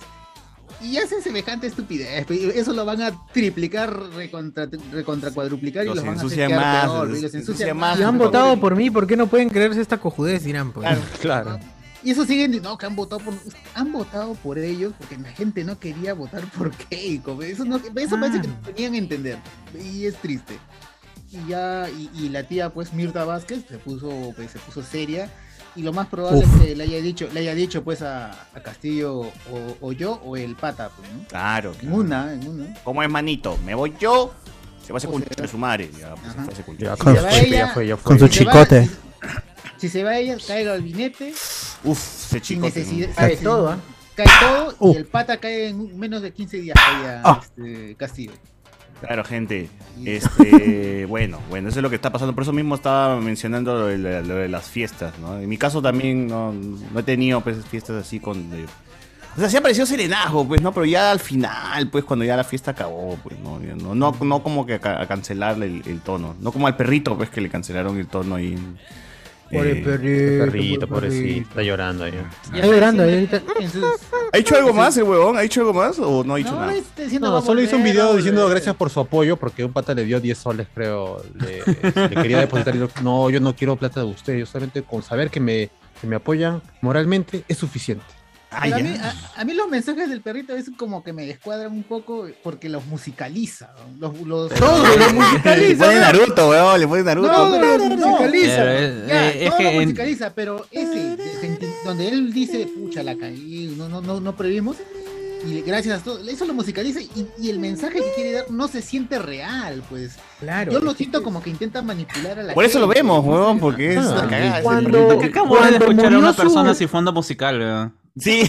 Speaker 3: y hacen semejante estupidez. pe, y Eso lo van a triplicar, recontra, recontra cuadruplicar y
Speaker 4: Los
Speaker 3: los, van a hacer
Speaker 4: ensucian
Speaker 3: quedar
Speaker 4: más,
Speaker 3: peor,
Speaker 4: los
Speaker 3: y los
Speaker 4: ensucian
Speaker 3: ensucian
Speaker 4: más.
Speaker 3: más.
Speaker 1: Si han votado por mí, ¿por qué no pueden creerse esta cojudez? Dirán, pues.
Speaker 2: claro.
Speaker 3: Y eso siguen, di- no, que han votado por, han votado por ellos porque la gente no quería votar por Keiko. pe, Eso, no, eso parece que no tenían a entender. Y es triste. Y ya, y, y la tía, pues, Mirta Vázquez, se puso, pues, se puso seria. Y lo más probable es que le haya dicho, le haya dicho pues a, a Castillo o, o yo o el pata, pues, ¿no?
Speaker 4: Claro.
Speaker 3: En una, en una.
Speaker 4: ¿Cómo es, manito? ¿Me voy yo? Se va a hacer
Speaker 3: O
Speaker 4: con
Speaker 3: sea,
Speaker 4: su madre. Ya, pues, se
Speaker 3: ajá.
Speaker 4: va a hacer con-
Speaker 2: Ya,
Speaker 3: Si se va
Speaker 2: fue,
Speaker 3: ella-
Speaker 2: ya fue, ya fue.
Speaker 5: Con su
Speaker 3: Si se va-
Speaker 5: chicote.
Speaker 3: Si se va ella, cae el gabinete,
Speaker 4: Uf, ese
Speaker 3: sin
Speaker 4: chico.
Speaker 3: necesidad.
Speaker 1: Cae
Speaker 3: sin-
Speaker 5: ¿eh?
Speaker 1: todo, ¿ah?
Speaker 3: Cae todo y
Speaker 5: Uh.
Speaker 3: el pata cae en menos de 15 días cae a,
Speaker 5: Ah.
Speaker 3: este, Castillo.
Speaker 4: Claro, gente.
Speaker 3: Y-
Speaker 4: Este, bueno, bueno, eso es lo que está pasando. Por eso mismo estaba mencionando lo de, la- lo de las fiestas, ¿no? En mi caso también no, no he tenido pues, fiestas así con. de- o sea, sí apareció serenazgo, pues, ¿no? Pero ya al final, pues, cuando ya la fiesta acabó, pues, ¿no? Ya No, no, no como que a, ca- a cancelarle el, el tono. No como al perrito, pues, que le cancelaron el tono ahí. en- eh,
Speaker 2: Perrito, pobrecito, está llorando ya.
Speaker 1: Está llorando ahí ahorita.
Speaker 3: En sus-
Speaker 4: ¿Ha hecho algo más el huevón? ¿Ha hecho algo más o no ha hecho
Speaker 3: No,
Speaker 4: nada?
Speaker 3: este, diciendo, va
Speaker 2: No,
Speaker 3: a
Speaker 2: solo hizo un
Speaker 3: volver, va
Speaker 2: video
Speaker 3: a
Speaker 2: diciendo
Speaker 3: volver.
Speaker 2: gracias por su apoyo porque un pata le dio 10 soles, creo. Le, le quería depositar y dijo, no, yo no quiero plata de usted. Yo solamente con saber que me, que me apoyan moralmente es suficiente.
Speaker 4: Ah,
Speaker 3: Pero a,
Speaker 4: ya.
Speaker 3: mí, a- a mí los mensajes del perrito es como que me descuadran un poco porque los musicaliza. ¿no? Los, los, todos los
Speaker 4: Le
Speaker 3: musicaliza.
Speaker 4: pone Naruto, weón, le pone Naruto.
Speaker 3: No, no, no,
Speaker 6: Pero
Speaker 3: musicaliza.
Speaker 6: es-
Speaker 3: Ya,
Speaker 6: eh, es
Speaker 3: todo
Speaker 6: que
Speaker 3: lo
Speaker 6: en-
Speaker 3: musicaliza, pero ese, de- de- donde él dice, pucha, la caí, no, no, no, no previmos. Y gracias a todo, eso lo musicaliza y, y el mensaje que quiere dar no se siente real, pues.
Speaker 1: Claro.
Speaker 3: Yo lo siento como que intenta manipular a la
Speaker 4: Por eso lo
Speaker 3: gente,
Speaker 4: vemos,
Speaker 3: no
Speaker 4: weón,
Speaker 3: sé.
Speaker 4: porque es
Speaker 2: Ah,
Speaker 4: la cagada. ese
Speaker 1: cuando-
Speaker 4: perrito.
Speaker 6: Que acabo de
Speaker 1: Cuando
Speaker 6: escuchar a
Speaker 1: murió
Speaker 6: una
Speaker 1: su-
Speaker 6: persona sin fondo musical, weón.
Speaker 4: Sí.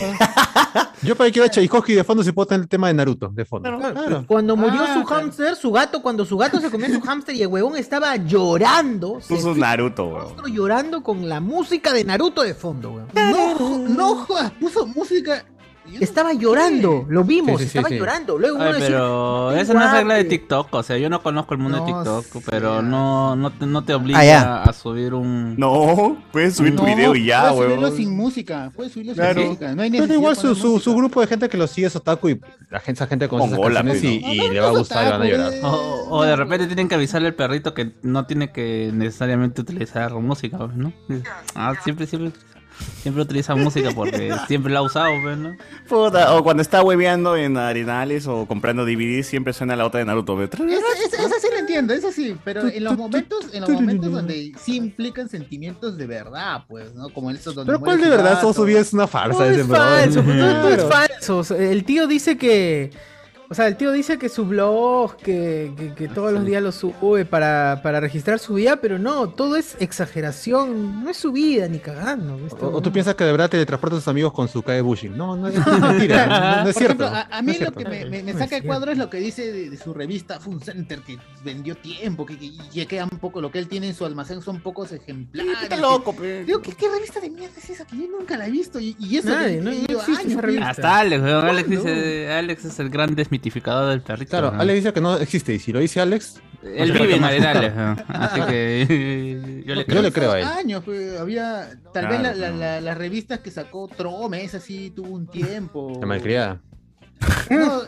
Speaker 2: Yo para que quiero a Tchaikovsky de fondo si puedo tener el tema de Naruto de fondo. Claro.
Speaker 1: pues, Cuando murió
Speaker 3: Ah,
Speaker 1: su
Speaker 3: claro.
Speaker 1: hámster, su gato, cuando su gato se comió su hámster y el huevón estaba llorando, se
Speaker 4: Puso
Speaker 1: fue
Speaker 4: Naruto,
Speaker 1: al
Speaker 4: weón.
Speaker 1: rostro llorando con la música de Naruto de fondo, huevón.
Speaker 3: No, jo- no jodas, puso música. Yo no-
Speaker 1: Estaba llorando, lo vimos,
Speaker 2: Sí, sí, sí,
Speaker 1: estaba
Speaker 2: sí.
Speaker 1: llorando. Luego uno
Speaker 6: Ay,
Speaker 1: decía,
Speaker 6: pero
Speaker 1: "Ay,
Speaker 6: esa no es regla de
Speaker 1: guau".
Speaker 6: TikTok, o sea, yo no conozco el mundo
Speaker 3: No,
Speaker 6: de TikTok,
Speaker 3: sí,
Speaker 6: pero
Speaker 3: ya.
Speaker 6: no, no, te, no te obliga
Speaker 5: Ah, ya.
Speaker 6: a subir un...
Speaker 4: No, puedes subir tu
Speaker 3: No,
Speaker 4: video y ya,
Speaker 3: puedes subirlo sin
Speaker 4: weón.
Speaker 3: música, puedes subirlo
Speaker 4: Claro.
Speaker 3: sin música, no hay necesidad.
Speaker 2: Pero igual su,
Speaker 3: de poner
Speaker 2: su, su
Speaker 3: música.
Speaker 2: grupo de gente que lo sigue es otaku y la gente, esa gente conoce esas
Speaker 4: Mongola,
Speaker 2: canciones
Speaker 4: pues,
Speaker 2: y,
Speaker 3: ¿no?
Speaker 2: y
Speaker 3: No, no
Speaker 2: le va a
Speaker 3: es
Speaker 2: gustar y van a
Speaker 3: otaku,
Speaker 2: llorar.
Speaker 3: es-
Speaker 6: O, o de repente tienen que avisarle al perrito que no tiene que necesariamente utilizar música, pues, ¿no? Ah, siempre, siempre, siempre utiliza música porque siempre la ha usado, pues, ¿no?
Speaker 4: Puta, O cuando está hueveando en arenales o comprando DVDs, siempre suena la otra de Naruto. weón.
Speaker 3: Esa, esa- esa sí la entiendo, esa sí, pero en los momentos, en los momentos donde sí implican sentimientos de verdad, pues, ¿no? Como en estos donde
Speaker 2: Pero cuál
Speaker 3: muere
Speaker 2: de
Speaker 3: su
Speaker 2: verdad,
Speaker 3: gato.
Speaker 2: todo su vida es una farsa.
Speaker 1: Todo
Speaker 2: ese
Speaker 1: es
Speaker 2: bro.
Speaker 1: falso, pues, todo, todo es
Speaker 2: Claro.
Speaker 1: falso. O sea, El tío dice que. O sea, el tío dice que su blog, que, que- que todos los días lo sube para, para registrar su vida, pero no, todo es exageración, no es su vida, ni cagando. ¿ves?
Speaker 2: O, o tú piensas que de verdad teletransporta a tus amigos con su cae bushing. No, no es, es mentira. no, no es
Speaker 3: Por
Speaker 2: cierto.
Speaker 3: ejemplo, a,
Speaker 2: no
Speaker 3: a mí
Speaker 2: es
Speaker 3: lo
Speaker 2: cierto.
Speaker 3: que me, me- me
Speaker 1: No es
Speaker 3: saca de
Speaker 1: cierto.
Speaker 3: cuadro es lo que dice de, de su revista Fun Center, que vendió tiempo, que, que ya queda un poco, lo que él tiene en su almacén son pocos ejemplares.
Speaker 4: Está loco, pe.
Speaker 3: Digo, ¿qué, qué revista de mierda es esa? Que yo nunca la he visto. Y, y eso
Speaker 1: Nadie,
Speaker 3: que-
Speaker 1: no-
Speaker 3: que
Speaker 1: no
Speaker 3: lleva
Speaker 1: existe esa
Speaker 3: años,
Speaker 1: revista.
Speaker 6: Hasta Alex, weón. Alex
Speaker 3: ¿Cuándo?
Speaker 6: dice, Alex es el gran desmitificador del perrito.
Speaker 2: Claro,
Speaker 6: ¿no?
Speaker 2: Alex dice que no existe. Y si lo dice Alex,
Speaker 6: Él vive en Arenales, ¿no? así que yo le
Speaker 2: yo
Speaker 6: creo.
Speaker 2: le creo a él.
Speaker 3: años, pues, había
Speaker 4: Claro,
Speaker 3: tal vez la- la-
Speaker 4: no.
Speaker 3: la- las revistas que sacó Tromes así tuvo un tiempo.
Speaker 2: La malcriada.
Speaker 3: No,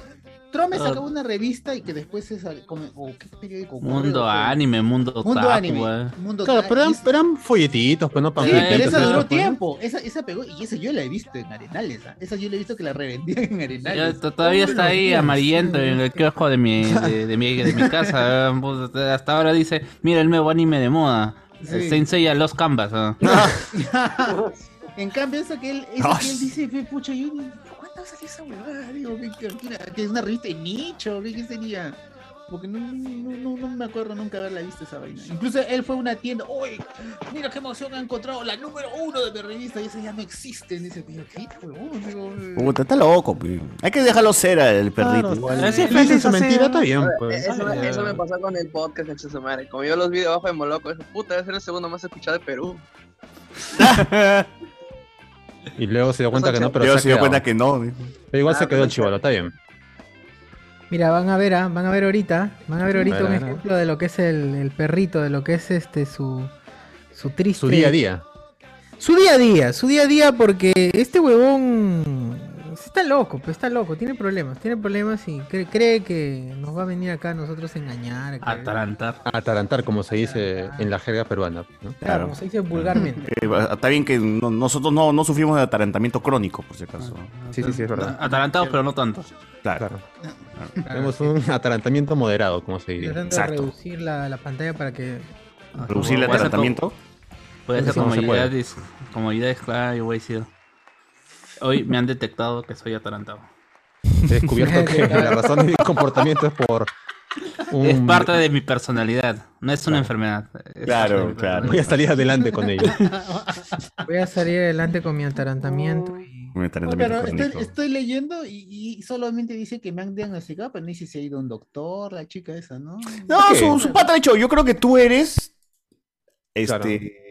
Speaker 3: Trome sacaba una revista y que después se sal- como- o qué periódico ocurre, o
Speaker 6: Mundo
Speaker 3: qué-
Speaker 6: anime, mundo,
Speaker 3: Mundo
Speaker 6: otaku, eh.
Speaker 3: anime.
Speaker 6: weón.
Speaker 3: Mundo
Speaker 2: Claro, pero eran,
Speaker 3: Sí,
Speaker 2: eran folletitos, pues no
Speaker 6: Sí,
Speaker 3: pero
Speaker 2: panfletos,
Speaker 3: esa
Speaker 6: pero-
Speaker 2: ¿no?
Speaker 3: duró tiempo. Esa, esa pegó y esa yo la he visto en Arenales. ¿ah? Esa yo la he visto que la revendían en
Speaker 6: Ya
Speaker 3: Arenales.
Speaker 6: to- todavía está ahí amarillento eh. en el kiosco de mi, de, de mi, de mi casa. weón. Puta, Hasta ahora dice, mira el nuevo anime de moda.
Speaker 3: Sí.
Speaker 6: Se enseña los canvas. weón.
Speaker 3: En cambio, eso que él, eso que él dice, fue pucha, yo ni- ¿cuándo salió esa huevada? Digo, que, que- que era- que es una revista de nicho, ¿qué, qué sería? Porque no, no, no, no me acuerdo nunca haberla visto esa vaina. Incluso él fue a una tienda, ¡Uy! Mira qué emoción ha encontrado la número uno de mi revista y esa ya no existe. Dice, pero qué huevón, digo.
Speaker 4: Puta, está loco, pi. Hay que dejarlo ser al perrito. igual.
Speaker 2: Si es feliz su mentira, está bien, pues.
Speaker 9: Eso, me- eso me pasó con el podcast, hecho su madre. Como yo los vi debajo de Moloco, dije, puta, debe ser el segundo más escuchado de Perú.
Speaker 2: Y luego se dio cuenta que no, pero,
Speaker 4: Yo
Speaker 2: se ha
Speaker 4: se dio
Speaker 2: quedado.
Speaker 4: cuenta que no. dijo.
Speaker 2: Pero igual
Speaker 9: Ah,
Speaker 2: se quedó el
Speaker 9: pero-
Speaker 2: chivalo, está bien.
Speaker 1: Mira, van a ver, ah, van a ver ahorita, van a ver ahorita un
Speaker 2: Van a ver.
Speaker 1: ejemplo de lo que es el, el perrito, de lo que es este su su triste
Speaker 2: Su día a día.
Speaker 1: Su día a día, su día a día porque este huevón está loco, pues está loco, tiene problemas, tiene problemas y cre- cree, que nos va a venir acá a nosotros a engañar. a creer-
Speaker 6: Atalantar.
Speaker 2: Atarantar, como se dice en la jerga peruana. ¿no?
Speaker 1: Claro, como se dice vulgarmente.
Speaker 4: Eh, Está bien que no- nosotros no, no sufrimos de atarantamiento crónico, por si acaso.
Speaker 2: Sí, sí, sí, es verdad.
Speaker 6: Atalantados, pero no tanto.
Speaker 4: Claro.
Speaker 2: Claro. Tenemos un atarantamiento moderado, como se dice.
Speaker 1: Tratando de
Speaker 4: exacto.
Speaker 1: reducir la, la pantalla para que
Speaker 4: Reducir el
Speaker 6: Puede ser
Speaker 4: atarantamiento.
Speaker 6: como- Puede ser
Speaker 2: Sí, no
Speaker 6: como
Speaker 2: se puede.
Speaker 6: idea, dis- como idea clara y güey, sí. Hoy me han detectado que soy atarantado.
Speaker 2: He descubierto que la razón de mi comportamiento es por un...
Speaker 6: Es parte de mi personalidad, no es una enfermedad. Es
Speaker 4: Claro,
Speaker 6: parte de mi
Speaker 2: Voy a
Speaker 4: claro.
Speaker 6: personalidad.
Speaker 2: salir adelante con ello.
Speaker 1: ah, voy a salir adelante con mi atarantamiento. y-
Speaker 4: Un
Speaker 3: Bueno,
Speaker 4: atarantamiento
Speaker 3: pero estoy,
Speaker 4: crónico.
Speaker 3: estoy leyendo y, y solamente dice que me han diagnosticado, pero no dice si ha ido a un doctor, la chica esa, ¿no?
Speaker 4: No,
Speaker 2: ¿Por qué?
Speaker 4: su, su pata de hecho, yo creo que tú eres. Este.
Speaker 2: Claro.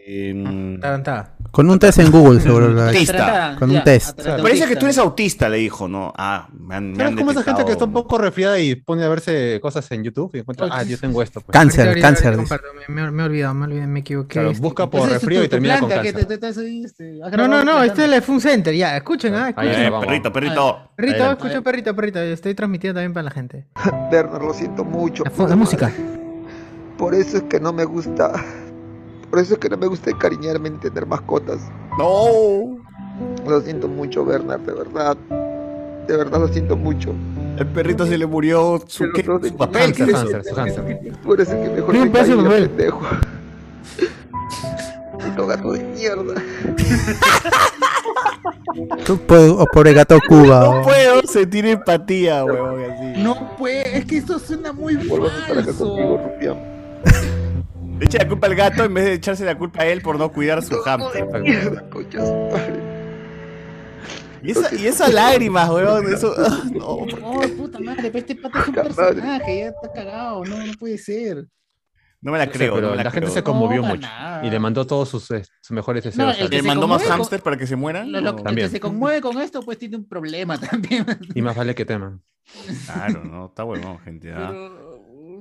Speaker 4: em,
Speaker 1: Atarantada.
Speaker 5: Con un test en Google, seguro. la-
Speaker 4: Autista.
Speaker 3: Tratada,
Speaker 5: Con un
Speaker 3: ya,
Speaker 5: test.
Speaker 3: atratada,
Speaker 4: Parece que
Speaker 3: autista.
Speaker 4: tú eres autista, le dijo, ¿no? Ah, me han. me
Speaker 2: ¿Sabes
Speaker 4: han
Speaker 2: cómo esa gente que está un
Speaker 4: detectado.
Speaker 2: poco resfriada y pone a verse cosas en YouTube y encuentra, ah, yo tengo esto? pues"?
Speaker 5: Cáncer,
Speaker 1: Ahorita, ahorita,
Speaker 5: cáncer,
Speaker 1: ahorita
Speaker 5: dice.
Speaker 1: comparto, me, me- me he olvidado, me olvidé, me equivoqué.
Speaker 2: Claro,
Speaker 1: este.
Speaker 2: busca por
Speaker 3: Ese es tu-
Speaker 2: resfrío y
Speaker 3: tu
Speaker 2: termina con
Speaker 3: planta que
Speaker 2: cáncer.
Speaker 3: te- te- te- este, has
Speaker 1: No,
Speaker 3: grabado
Speaker 1: no,
Speaker 3: tu
Speaker 1: no,
Speaker 3: planta.
Speaker 1: este es el Fun Center, ya, escuchen, ah,
Speaker 2: Ahí,
Speaker 1: escuchen.
Speaker 2: ahí,
Speaker 4: Eh,
Speaker 2: vamos.
Speaker 4: perrito, perrito.
Speaker 1: Perrito,
Speaker 2: adelante.
Speaker 1: escuchen perrito, perrito, estoy transmitiendo también para la gente.
Speaker 10: Bernard, lo siento mucho.
Speaker 1: La, fu- la música.
Speaker 10: Por eso es que no me gusta. Por eso es que no me gusta encariñarme en tener mascotas.
Speaker 4: No.
Speaker 10: Lo siento mucho, Bernard, de verdad. De verdad lo siento mucho.
Speaker 4: El perrito se le murió su,
Speaker 10: Pero
Speaker 4: ¿qué?
Speaker 10: no te-
Speaker 4: su papel.
Speaker 2: Cáncer,
Speaker 4: ¿qué?
Speaker 2: cáncer, su cáncer.
Speaker 10: Por eso es que mejor
Speaker 1: Sí,
Speaker 10: me
Speaker 1: pésimo,
Speaker 10: callo,
Speaker 1: Bel.
Speaker 10: pendejo. Puto gato de mierda.
Speaker 5: Tú, po- o pobre gato Cuba.
Speaker 4: No
Speaker 5: o-
Speaker 4: puedo sentir empatía, weón, así.
Speaker 3: No, pues, es que esto suena muy
Speaker 10: Vuelvo a estar acá contigo,
Speaker 3: falso.
Speaker 10: rupián.
Speaker 4: Le echa la culpa al gato en vez de echarse la culpa a él por no cuidar su hamster.
Speaker 10: De mierda, concha de su madre.
Speaker 4: Y esa, y esas lágrimas, weón, eso. ah, No, por-
Speaker 3: Oh, puta madre, pero este pata es un
Speaker 10: Puta madre.
Speaker 3: personaje, ya está cagado, no, no puede ser.
Speaker 4: no me la creo,
Speaker 2: pero
Speaker 4: no me
Speaker 2: la,
Speaker 4: la,
Speaker 2: gente
Speaker 4: creo.
Speaker 2: se conmovió
Speaker 3: No,
Speaker 2: mucho
Speaker 3: para nada.
Speaker 2: y le mandó todos sus, eh, sus mejores deseos.
Speaker 3: el
Speaker 2: a
Speaker 3: que
Speaker 4: ¿Le
Speaker 2: él.
Speaker 3: se
Speaker 4: mandó más
Speaker 3: conmueve con-
Speaker 4: hamster para que se mueran?
Speaker 3: Lo, lo-
Speaker 4: No.
Speaker 3: el que
Speaker 2: También.
Speaker 3: se conmueve con esto, pues tiene un problema también.
Speaker 2: Y más vale que teman.
Speaker 4: Claro, no, está huevón, gente. ah.
Speaker 3: Pero-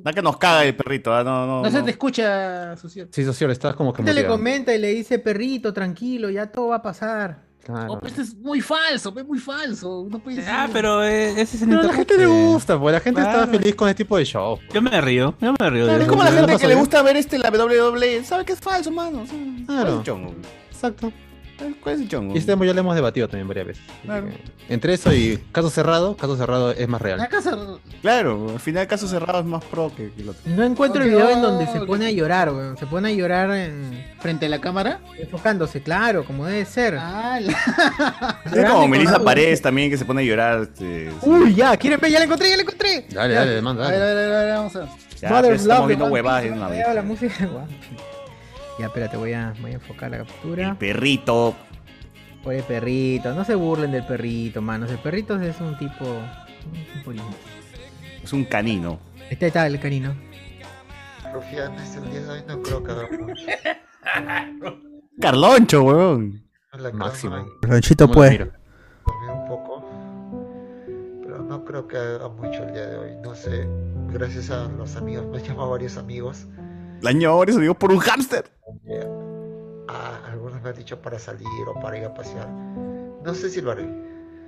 Speaker 4: Da que nos caga el perrito, ah, no, no.
Speaker 3: No se
Speaker 4: no.
Speaker 3: te escucha, socio.
Speaker 2: Sí, socio, estás como que
Speaker 1: Te Este le
Speaker 2: muteado.
Speaker 1: comenta y le dice, perrito, tranquilo, ya todo va a pasar.
Speaker 2: Claro.
Speaker 3: Oh,
Speaker 4: Este
Speaker 3: pero esto es muy falso, es muy falso. No puede ser.
Speaker 6: Ah, pero eh, ese es el
Speaker 2: Pero a la gente le
Speaker 6: interrumpe.
Speaker 2: gusta, pues la gente está
Speaker 6: Claro.
Speaker 2: feliz con este tipo de show.
Speaker 6: Yo me río, yo me río. de
Speaker 4: Es
Speaker 6: eso.
Speaker 4: como la
Speaker 2: ¿No
Speaker 4: gente
Speaker 2: pasó
Speaker 4: que le
Speaker 2: bien?
Speaker 4: gusta ver este, la WWE. ¿Sabe que es falso, mano? O sea,
Speaker 2: Claro.
Speaker 4: ¿Cuál es el chongo?
Speaker 2: Exacto.
Speaker 4: ¿Cuál es el chongo?
Speaker 2: Y este tema ya lo hemos debatido también varias veces. Así
Speaker 4: Claro.
Speaker 2: que, Entre eso y caso cerrado, caso cerrado es más real.
Speaker 3: ¿Acaso?
Speaker 4: Claro, al final caso cerrado es más pro que, que el otro.
Speaker 1: No encuentro el
Speaker 3: Ok,
Speaker 1: video en donde se
Speaker 3: ok.
Speaker 1: pone a llorar, weón. Se pone a llorar eh,
Speaker 3: ¿Frente a la cámara?
Speaker 1: enfocándose, claro, como debe ser.
Speaker 3: Ah, la-
Speaker 4: Es como Melissa Paredes también que se pone a llorar. Este,
Speaker 1: Uy, ya, quieren ver, ya la encontré, ya la encontré.
Speaker 2: Dale, dale, demanda.
Speaker 3: A ver,
Speaker 2: dale.
Speaker 3: a ver, a ver, vamos a ver.
Speaker 4: Ya,
Speaker 1: Mother
Speaker 4: pues, estamos
Speaker 1: Love de
Speaker 4: viendo
Speaker 1: One
Speaker 4: huevadas
Speaker 1: Piece,
Speaker 4: en una
Speaker 1: ¿no?
Speaker 4: vez.
Speaker 1: Ya, la música de One Piece. Ya, espérate, voy a, voy a enfocar la captura.
Speaker 4: El perrito.
Speaker 1: Pobre perrito, no se burlen del perrito, manos. El perrito es un tipo. un tipo lindo.
Speaker 4: Es un canino.
Speaker 1: Este está el canino.
Speaker 10: Rufián, es el día de hoy, no creo que haga mucho.
Speaker 4: Carloncho, weón.
Speaker 10: La cama
Speaker 2: Máximo.
Speaker 10: y-
Speaker 5: Lonchito,
Speaker 2: ¿Cómo lo
Speaker 5: pues.
Speaker 2: miro?
Speaker 10: dormí un poco, pero no
Speaker 11: no creo que haga mucho el día de hoy. No sé, gracias a los amigos, me han llamado varios amigos.
Speaker 4: La han llamado varios amigos por un hámster.
Speaker 11: Eh, ah, algunos me han dicho para salir o para ir a pasear. No sé si lo haré.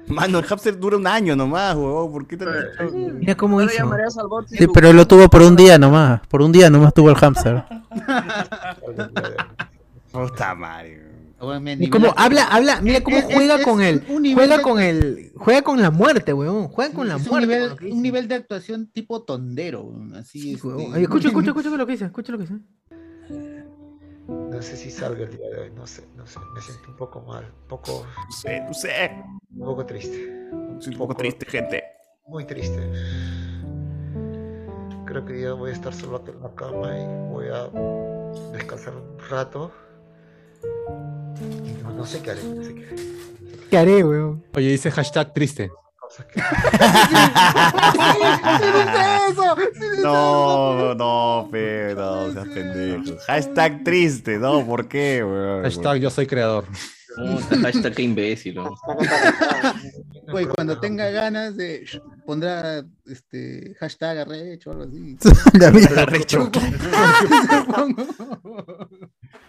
Speaker 4: Mano, el hámster dura un año nomás, huevón. ¿Por qué te
Speaker 5: Mira cómo
Speaker 9: Ahora
Speaker 5: hizo.
Speaker 9: llamarías al bot y
Speaker 5: Sí,
Speaker 9: tú-
Speaker 5: pero él lo tuvo por un día nomás. Por un día nomás tuvo el hamster.
Speaker 4: Puta madre.
Speaker 3: Ahora me
Speaker 1: Y
Speaker 3: animé
Speaker 1: como
Speaker 3: a-
Speaker 1: habla, habla, mira cómo
Speaker 3: Es- es-
Speaker 1: juega
Speaker 3: es
Speaker 1: con él.
Speaker 3: un nivel
Speaker 1: Juega
Speaker 3: de-
Speaker 1: con el. Juega con la muerte, weón. Juega con la
Speaker 3: es un
Speaker 1: muerte.
Speaker 3: nivel, un nivel de actuación tipo tondero. weón, Así este, es.
Speaker 1: Ay, Escucha, escucha, escucha lo que dice, escucha lo que dice.
Speaker 11: No sé si salga el día de hoy, no sé, no sé. Me siento un poco mal, un poco.
Speaker 4: No sé, no sé.
Speaker 11: Un poco triste.
Speaker 4: Soy un poco triste, gente.
Speaker 11: Muy triste. Creo que ya voy a estar solo acá en la cama y voy a descansar un rato. Y no, no sé qué haré, no sé qué haré.
Speaker 1: ¿Qué haré, weón?
Speaker 2: Oye, dice hashtag triste.
Speaker 4: No, no, pero, no seas pendejo. Hashtag triste, no, ¿por qué, weón?
Speaker 2: Hashtag yo soy creador.
Speaker 7: Puta, hashtag qué imbécil. ¿no?
Speaker 3: Güey, cuando tenga ganas de pondrá este hashtag arrecho o algo así.
Speaker 5: La mierda,
Speaker 4: arrecho.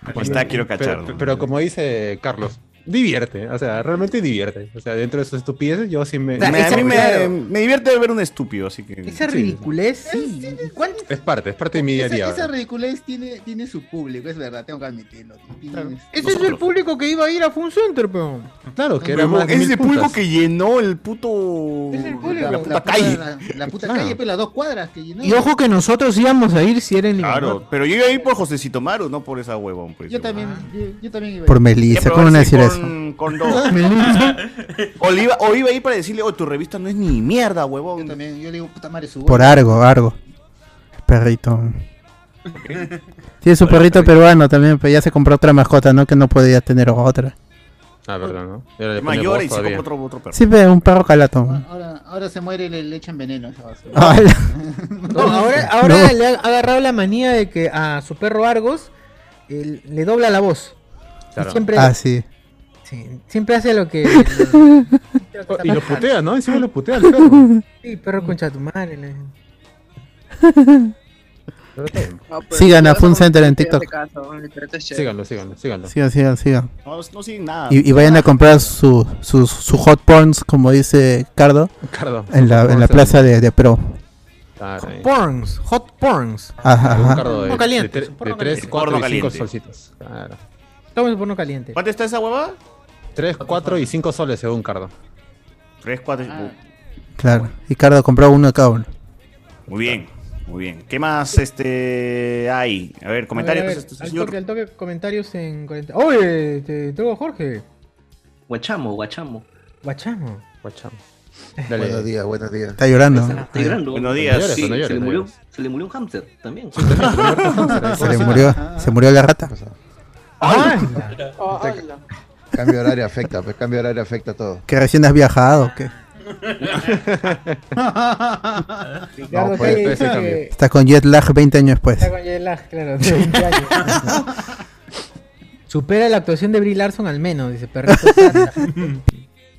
Speaker 4: Hashtag Pues quiero cachar.
Speaker 2: Pero, pero- pero como dice Carlos, divierte. O sea, realmente divierte. O sea, dentro de sus estupideces, yo sí me.
Speaker 4: Me- a mí me,
Speaker 2: Claro.
Speaker 4: me divierte ver un estúpido, así que.
Speaker 1: Esa
Speaker 4: sí.
Speaker 1: ridiculez, sí. ¿Y cuánto-
Speaker 2: Es parte, es parte de mi día a
Speaker 3: Esa,
Speaker 2: día.
Speaker 3: esa
Speaker 2: weón.
Speaker 3: ridiculez tiene, tiene su público, es verdad, tengo que admitirlo. Tiene- este
Speaker 1: Ese es el público que iba a ir a Fun Center, weón.
Speaker 2: Claro, que era
Speaker 4: Huevón,
Speaker 2: más de
Speaker 4: ese
Speaker 2: mil
Speaker 4: pulpo
Speaker 2: putas.
Speaker 4: que llenó el puto.
Speaker 1: Es el público.
Speaker 4: La
Speaker 1: La
Speaker 4: puta
Speaker 1: puta-
Speaker 4: calle.
Speaker 3: La, la puta
Speaker 2: Claro.
Speaker 3: calle, pero las dos cuadras que llenó.
Speaker 1: Y ojo que nosotros íbamos a ir si era en Lima.
Speaker 4: Claro, pero yo iba a ir por Josecito Maru, no por esa huevón. Pues,
Speaker 3: Yo también, yo, yo también iba a
Speaker 5: Por
Speaker 3: ir.
Speaker 5: Melissa, ¿cómo van a decir eso?
Speaker 4: con, Con dos. o, le iba, o iba a ir para decirle, oh, tu revista no es ni mierda, huevón.
Speaker 3: Yo también, yo le digo, puta madre, su
Speaker 5: Por
Speaker 3: voz.
Speaker 5: algo, algo. Perrito. Sí, es un perrito peruano también, pero ya se compró otra mascota, ¿no? Que no podía tener otra.
Speaker 2: Ah, verdad, ¿no? Y ahora le
Speaker 4: Es
Speaker 2: pone
Speaker 4: mayor
Speaker 2: voz
Speaker 4: y se
Speaker 2: todavía.
Speaker 4: compra otro, otro perro.
Speaker 5: Sí, ve, un perro calato.
Speaker 3: Ahora, ahora se muere y le, le echan veneno. esa basura.
Speaker 5: Ay,
Speaker 1: No, ahora ahora le ha agarrado la manía de que a su perro Argos eh, le dobla la voz. Y
Speaker 2: Claro.
Speaker 1: Siempre,
Speaker 5: Ah, sí.
Speaker 1: sí, siempre hace lo que.
Speaker 2: Oh, Y lo putea, ¿no? Encima lo putea al perro.
Speaker 1: Sí, perro concha tu madre. le-
Speaker 2: Pero está bien.
Speaker 9: No, pues,
Speaker 5: Sigan a
Speaker 9: ahora
Speaker 5: Fun
Speaker 9: somos
Speaker 5: Center en
Speaker 9: gente de
Speaker 5: TikTok.
Speaker 9: casa, ¿no? Diferentes chefs.
Speaker 2: Síganlo, síganlo, síganlo.
Speaker 5: Sigan, sigan, sigan.
Speaker 4: No, no siguen nada.
Speaker 5: Y, y vayan a comprar su, su, su hot porns, como dice Cardo,
Speaker 2: Ricardo.
Speaker 5: en la, en la plaza de, de Pro.
Speaker 2: Claro, ahí.
Speaker 1: Porns, hot porns.
Speaker 5: Ajá,
Speaker 2: Ah, Un
Speaker 5: ajá.
Speaker 2: cardo de,
Speaker 1: Porno caliente,
Speaker 2: de, tre-
Speaker 1: porno
Speaker 2: de tres,
Speaker 1: caliente.
Speaker 2: cuatro
Speaker 4: Porno
Speaker 2: y cinco
Speaker 4: caliente.
Speaker 2: solcitos. Claro.
Speaker 1: Estamos en porno caliente.
Speaker 4: ¿Cuánto está esa huevada?
Speaker 2: Tres, cuatro y cinco soles según Cardo.
Speaker 4: Tres, cuatro.
Speaker 3: Ah.
Speaker 5: Claro. Y Cardo compró uno de cada uno.
Speaker 4: Muy bien, muy bien. ¿Qué más este hay? A ver, comentarios.
Speaker 1: A ver, a ver,
Speaker 4: este
Speaker 1: al,
Speaker 4: señor.
Speaker 1: toque, al toque, comentarios en 40. ¡Oye! Este, Te tengo a Jorge.
Speaker 7: Guachamo, guachamo.
Speaker 1: Guachamo.
Speaker 2: Guacham.
Speaker 11: Buenos
Speaker 2: Dale.
Speaker 11: días, buenos días.
Speaker 5: Está llorando.
Speaker 7: Está llorando.
Speaker 4: Buenos días.
Speaker 7: Sí,
Speaker 2: Buenos días,
Speaker 7: se, le
Speaker 2: buenos
Speaker 7: murió,
Speaker 2: días.
Speaker 7: se le murió un hámster también.
Speaker 5: Se le murió, se murió la rata.
Speaker 8: Ah, ala.
Speaker 11: Cambio de horario afecta, pues cambio de horario afecta a todo.
Speaker 5: Que recién has viajado, o ¿qué?
Speaker 1: Ricardo
Speaker 11: pues,
Speaker 1: Calle
Speaker 2: ese
Speaker 1: dice
Speaker 2: cambio.
Speaker 4: Eh,
Speaker 1: que
Speaker 5: Estás con jet lag 20 años pues.
Speaker 1: Ah,
Speaker 5: después.
Speaker 1: eh, está con Yelag, claro. de 20 años. Supera la actuación de Brie Larson al menos, dice Perrito Santa.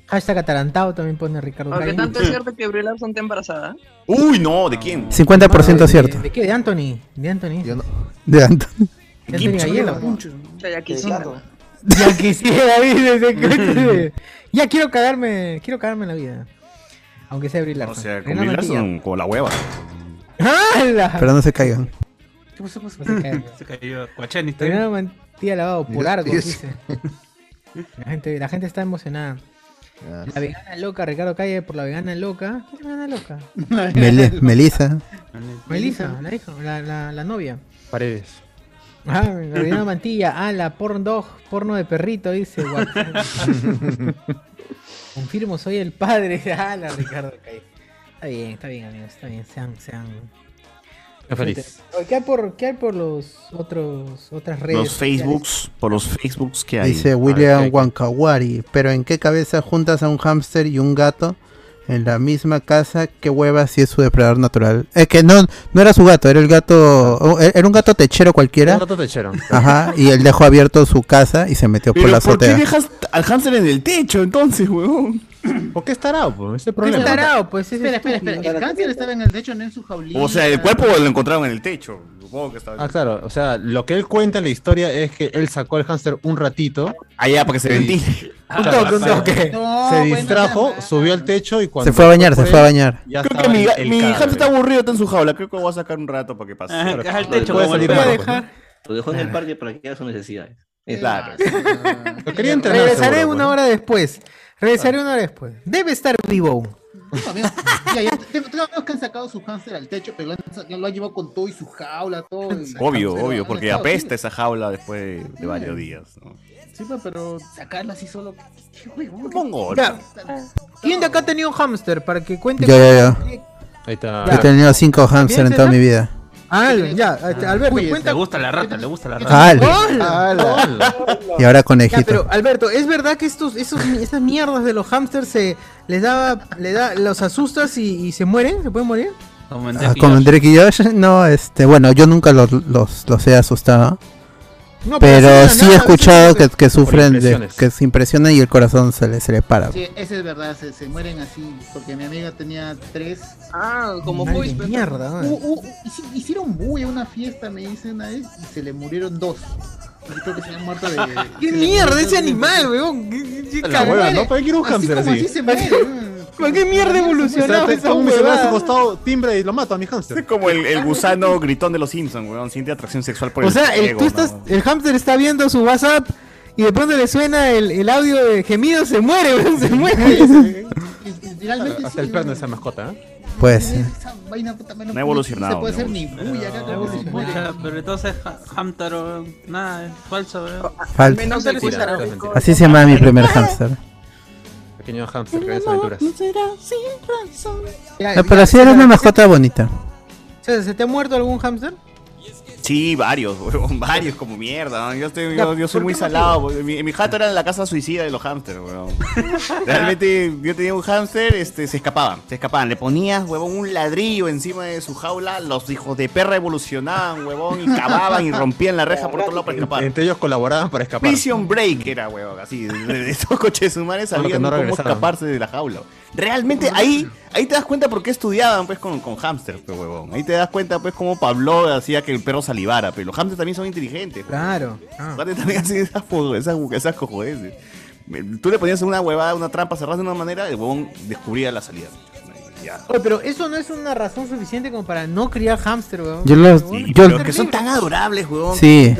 Speaker 1: Hashtag atarantado también pone Ricardo
Speaker 9: Aunque
Speaker 1: Calle.
Speaker 9: tanto es cierto que Brie Larson está embarazada.
Speaker 4: Uy, no, ¿de quién?
Speaker 5: 50%
Speaker 1: ¿De-
Speaker 5: cierto.
Speaker 1: ¿De qué? ¿De Anthony? ¿De Anthony?
Speaker 10: Yo no-
Speaker 5: De Anthony.
Speaker 1: ¿De Anthony Gallego?
Speaker 9: O sea, ya quisiera.
Speaker 8: Claro.
Speaker 1: Ya quisiera, dice, se cuenta de- Ya quiero cagarme, quiero cagarme en la vida. Aunque sea Brie
Speaker 4: O
Speaker 1: Larson.
Speaker 4: sea, con
Speaker 1: Renata
Speaker 4: Bill
Speaker 1: Mantilla.
Speaker 4: Larson, con la hueva.
Speaker 1: ¡Hala!
Speaker 5: Pero no se caigan.
Speaker 3: ¿Qué pasó, pasó?
Speaker 1: No se cae,
Speaker 6: Se cayó. Guachani está
Speaker 1: Terminado mantilla lavado por
Speaker 10: Dios,
Speaker 1: Argos,
Speaker 10: Dios.
Speaker 1: dice. La gente, la gente está emocionada.
Speaker 10: Ah,
Speaker 1: La vegana loca, Ricardo Calle por la vegana loca. ¿Qué es la vegana loca?
Speaker 5: Meli- Melissa.
Speaker 1: Melissa, la hija, la, la, la novia.
Speaker 2: Paredes.
Speaker 1: Ah, la vegana mantilla. Ah, la porn dog, porno de perrito, dice. Guac- Confirmo, soy el padre. Ah, la Ricardo Calle. Está bien, está bien, amigos, está bien. Sean, sean.
Speaker 2: Estoy feliz.
Speaker 1: Oye, ¿Qué hay por, qué hay por los otros, otras redes?
Speaker 4: Los
Speaker 1: sociales?
Speaker 4: Facebooks, por los Facebooks que hay.
Speaker 5: Dice
Speaker 2: Ah,
Speaker 5: William
Speaker 2: ok.
Speaker 5: Wankawari. Pero ¿en qué cabeza juntas a un hámster y un gato en la misma casa? ¿Qué hueva si es su depredador natural? Es que no, no era su gato, era el gato. o- Era un gato techero
Speaker 2: Un
Speaker 5: cualquiera.
Speaker 2: rato te echaron.
Speaker 5: Ajá. Y él dejó abierto su casa y se metió por la
Speaker 4: Pero ¿por qué
Speaker 5: azotea.
Speaker 4: dejas al hámster en el techo entonces, huevón?
Speaker 2: ¿Por qué es tarado? po? Ese
Speaker 3: ¿Qué
Speaker 2: problema.
Speaker 3: tarado? Pues espera, espera,
Speaker 1: estúpido.
Speaker 3: espera. El cáncer estaba en el techo, no en su jaulita.
Speaker 4: O sea, el cuerpo lo encontraron en el techo. Supongo que estaba.
Speaker 2: Ah, claro. O sea, lo que él cuenta en la historia es que él sacó al hámster un ratito.
Speaker 4: Allá, para que Ah, se ventile.
Speaker 2: Un toque, un toque.
Speaker 3: No,
Speaker 2: se
Speaker 3: bueno,
Speaker 2: distrajo, subió al techo y cuando.
Speaker 5: Se fue a bañar, se fue a bañar.
Speaker 2: Ya
Speaker 4: Creo
Speaker 2: estaba
Speaker 4: que mi,
Speaker 2: el- el
Speaker 4: mi
Speaker 2: cadáver.
Speaker 4: hamster está aburrido, está en su jaula. Creo que lo voy a sacar un rato para que
Speaker 2: Ah,
Speaker 4: pase.
Speaker 1: Ah,
Speaker 6: Ajá,
Speaker 4: Claro.
Speaker 6: es al techo
Speaker 2: puede
Speaker 6: como el
Speaker 2: salir
Speaker 6: perro.
Speaker 2: mal.
Speaker 7: Lo dejó en el parque para que haga sus necesidades.
Speaker 4: Claro.
Speaker 2: Lo quería entrenar.
Speaker 1: Regresaré
Speaker 2: seguro,
Speaker 1: una
Speaker 2: pues.
Speaker 1: hora después. Regresaré una hora después. Debe estar vivo aún.
Speaker 3: Tengo amigos, ya, ya, tengo, tengo amigos que han sacado su hámster al techo, pero lo han, sa- lo han llevado con todo y su jaula, todo. y-
Speaker 4: Obvio,
Speaker 3: hamster,
Speaker 4: obvio,
Speaker 3: han
Speaker 4: porque
Speaker 3: estado
Speaker 4: apesta esa jaula después de- de varios días. ¿no?
Speaker 3: así. Sí, pues, pero sacarlo así solo. qué huevón,
Speaker 4: Mongol.
Speaker 1: Ya. ¿Quién de acá ha tenido un hámster? Para que cuente.
Speaker 5: Yo, yo,
Speaker 2: Ahí está.
Speaker 5: Yo he tenido cinco hamster en toda
Speaker 1: ¿Piensa?
Speaker 5: mi vida.
Speaker 1: Ah, ya, este, Alberto,
Speaker 3: Uy,
Speaker 6: Le
Speaker 1: cuenta.
Speaker 6: gusta la rata, le gusta la rata.
Speaker 5: ¡Al!
Speaker 1: ¡Hola!
Speaker 5: Y ahora
Speaker 1: Ya, pero
Speaker 5: conejito.
Speaker 1: Alberto, ¿es verdad que estos, esos, esas mierdas de los hamsters se les da, le da, los asustas y, y se mueren? ¿Se pueden morir?
Speaker 6: Como en
Speaker 5: Ah,
Speaker 6: Drake y
Speaker 5: Con
Speaker 6: Josh.
Speaker 5: Drake y Josh, no, este, bueno, yo nunca los, los, los he asustado.
Speaker 1: No, eso
Speaker 5: Pero
Speaker 1: no es
Speaker 5: sí
Speaker 1: nada,
Speaker 5: he
Speaker 1: a veces
Speaker 5: escuchado
Speaker 1: no se-
Speaker 5: que, que sufren, de,
Speaker 2: impresiones.
Speaker 5: que se impresionan y el corazón se le, se le para.
Speaker 3: Sí, ese es verdad, se, se mueren así, porque mi amiga tenía tres.
Speaker 9: Ah, como
Speaker 1: Madre
Speaker 9: Fuis, pero-
Speaker 1: mierda.
Speaker 3: Uh,
Speaker 1: man.
Speaker 3: uh, hici- hicieron bulla una fiesta, me dicen una vez, y se le murieron dos. Yo creo que se habían muerto de.
Speaker 1: ¿Qué
Speaker 3: se
Speaker 1: mierda
Speaker 3: le murieron
Speaker 1: ese
Speaker 3: de-
Speaker 1: animal, weón? ¿Qué- qué- qué
Speaker 2: La
Speaker 1: cagada?
Speaker 2: hueva, ¿no? ¿Para qué quiero un
Speaker 3: Así
Speaker 2: hamster
Speaker 3: como
Speaker 2: así?
Speaker 3: así se muere.
Speaker 1: ¿Con qué mierda
Speaker 2: O sea,
Speaker 1: evolucionó
Speaker 2: te-
Speaker 1: esa
Speaker 2: pongo mi celular a su
Speaker 1: huevada?
Speaker 2: costado, timbre y lo mato a mi
Speaker 4: Es
Speaker 2: hamster.
Speaker 4: como el, el gusano gritón de los Simpsons, weón. Siente atracción sexual por
Speaker 1: O
Speaker 4: el
Speaker 1: sea, el,
Speaker 4: fuego,
Speaker 1: tú estás,
Speaker 4: ¿no?
Speaker 1: el hamster está viendo su WhatsApp y de pronto le suena el, el audio de gemido, se muere, weón, se muere.
Speaker 3: Literalmente
Speaker 2: Hasta el perno de esa mascota, ¿eh?
Speaker 5: Pues,
Speaker 4: No ha evolucionado,
Speaker 3: Se puede
Speaker 4: no ha
Speaker 3: hacer ni bulla acá.
Speaker 6: Pero,
Speaker 3: como se muere.
Speaker 6: pucha, pero entonces Ha- Hamtaro, nada, es falso, weón.
Speaker 5: falta.
Speaker 9: Menos
Speaker 6: No
Speaker 9: el
Speaker 6: sé,
Speaker 9: Fuis
Speaker 2: tira,
Speaker 9: era
Speaker 2: tira,
Speaker 9: rico.
Speaker 2: tira.
Speaker 5: Así se llama mi primer hamster.
Speaker 2: Pequeño hamster, grandes aventuras.
Speaker 1: Ya,
Speaker 5: No,
Speaker 1: ya,
Speaker 5: pero sí era
Speaker 1: ya,
Speaker 5: una
Speaker 1: ya.
Speaker 5: mascota bonita.
Speaker 1: ¿Se, se te ha muerto algún hamster?
Speaker 4: Sí, varios, weón. Varios, como mierda. ¿no? Yo, estoy, yo, yo soy
Speaker 1: ¿por
Speaker 4: muy
Speaker 1: qué
Speaker 4: salado. weón. Mi, mi jato era la casa suicida de los hamsters, weón. Realmente, yo tenía un hamster, este, se escapaban. Se escapaban. Le ponías, huevón, un ladrillo encima de su jaula. Los hijos de perra evolucionaban, huevón, y cavaban y rompían la reja por otro lado para escapar.
Speaker 2: Entre ellos colaboraban para escapar.
Speaker 4: Prison Break era, huevón, así. De, de esos coches humanos
Speaker 2: Por lo que
Speaker 4: sabían
Speaker 2: no
Speaker 4: cómo
Speaker 2: regresaron.
Speaker 4: escaparse de la jaula. Realmente ahí, ahí te das cuenta por qué estudiaban pues con, con hamsters, pues, huevón. Ahí te das cuenta pues cómo Pablo hacía que el perro salivara, pero los hamsters también son inteligentes. pues.
Speaker 1: Claro. Ah.
Speaker 4: Los hamsters también hacen esas, fogo- esas, esas cojodeces. Me- Tú le ponías una huevada, una trampa cerrada de una manera, el huevón descubría la salida. Ya.
Speaker 1: Oye, pero eso no es una razón suficiente como para no criar hámster, weón.
Speaker 5: Yo los-
Speaker 1: Weón,
Speaker 4: Sí,
Speaker 5: yo-
Speaker 4: pero que son tan adorables, huevón.
Speaker 5: Sí.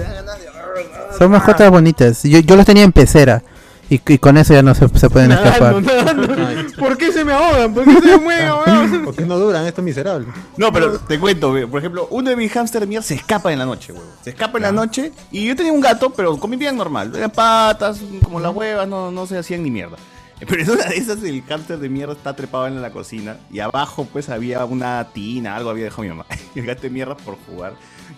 Speaker 5: Son mascotas bonitas. Yo, yo los tenía en pecera. Y, y con eso ya no se, se pueden
Speaker 1: nadando,
Speaker 5: escapar.
Speaker 1: nadando. ¿Por qué se me ahogan? ¿Por qué se me mueven, weón?
Speaker 2: ¿Por qué no duran estos miserables?
Speaker 4: No, pero te cuento, ve, por ejemplo, uno de mis hamsters míos se escapa en la noche, huevón. Se escapa en la noche y yo tenía un gato, pero comí bien normal. Eran patas, como las huevas, no, no se hacían ni mierda. Pero en una de esas el hámster de mierda está trepado en la cocina y abajo pues había una tina, algo había dejado mi mamá. Y el gato de mierda por jugar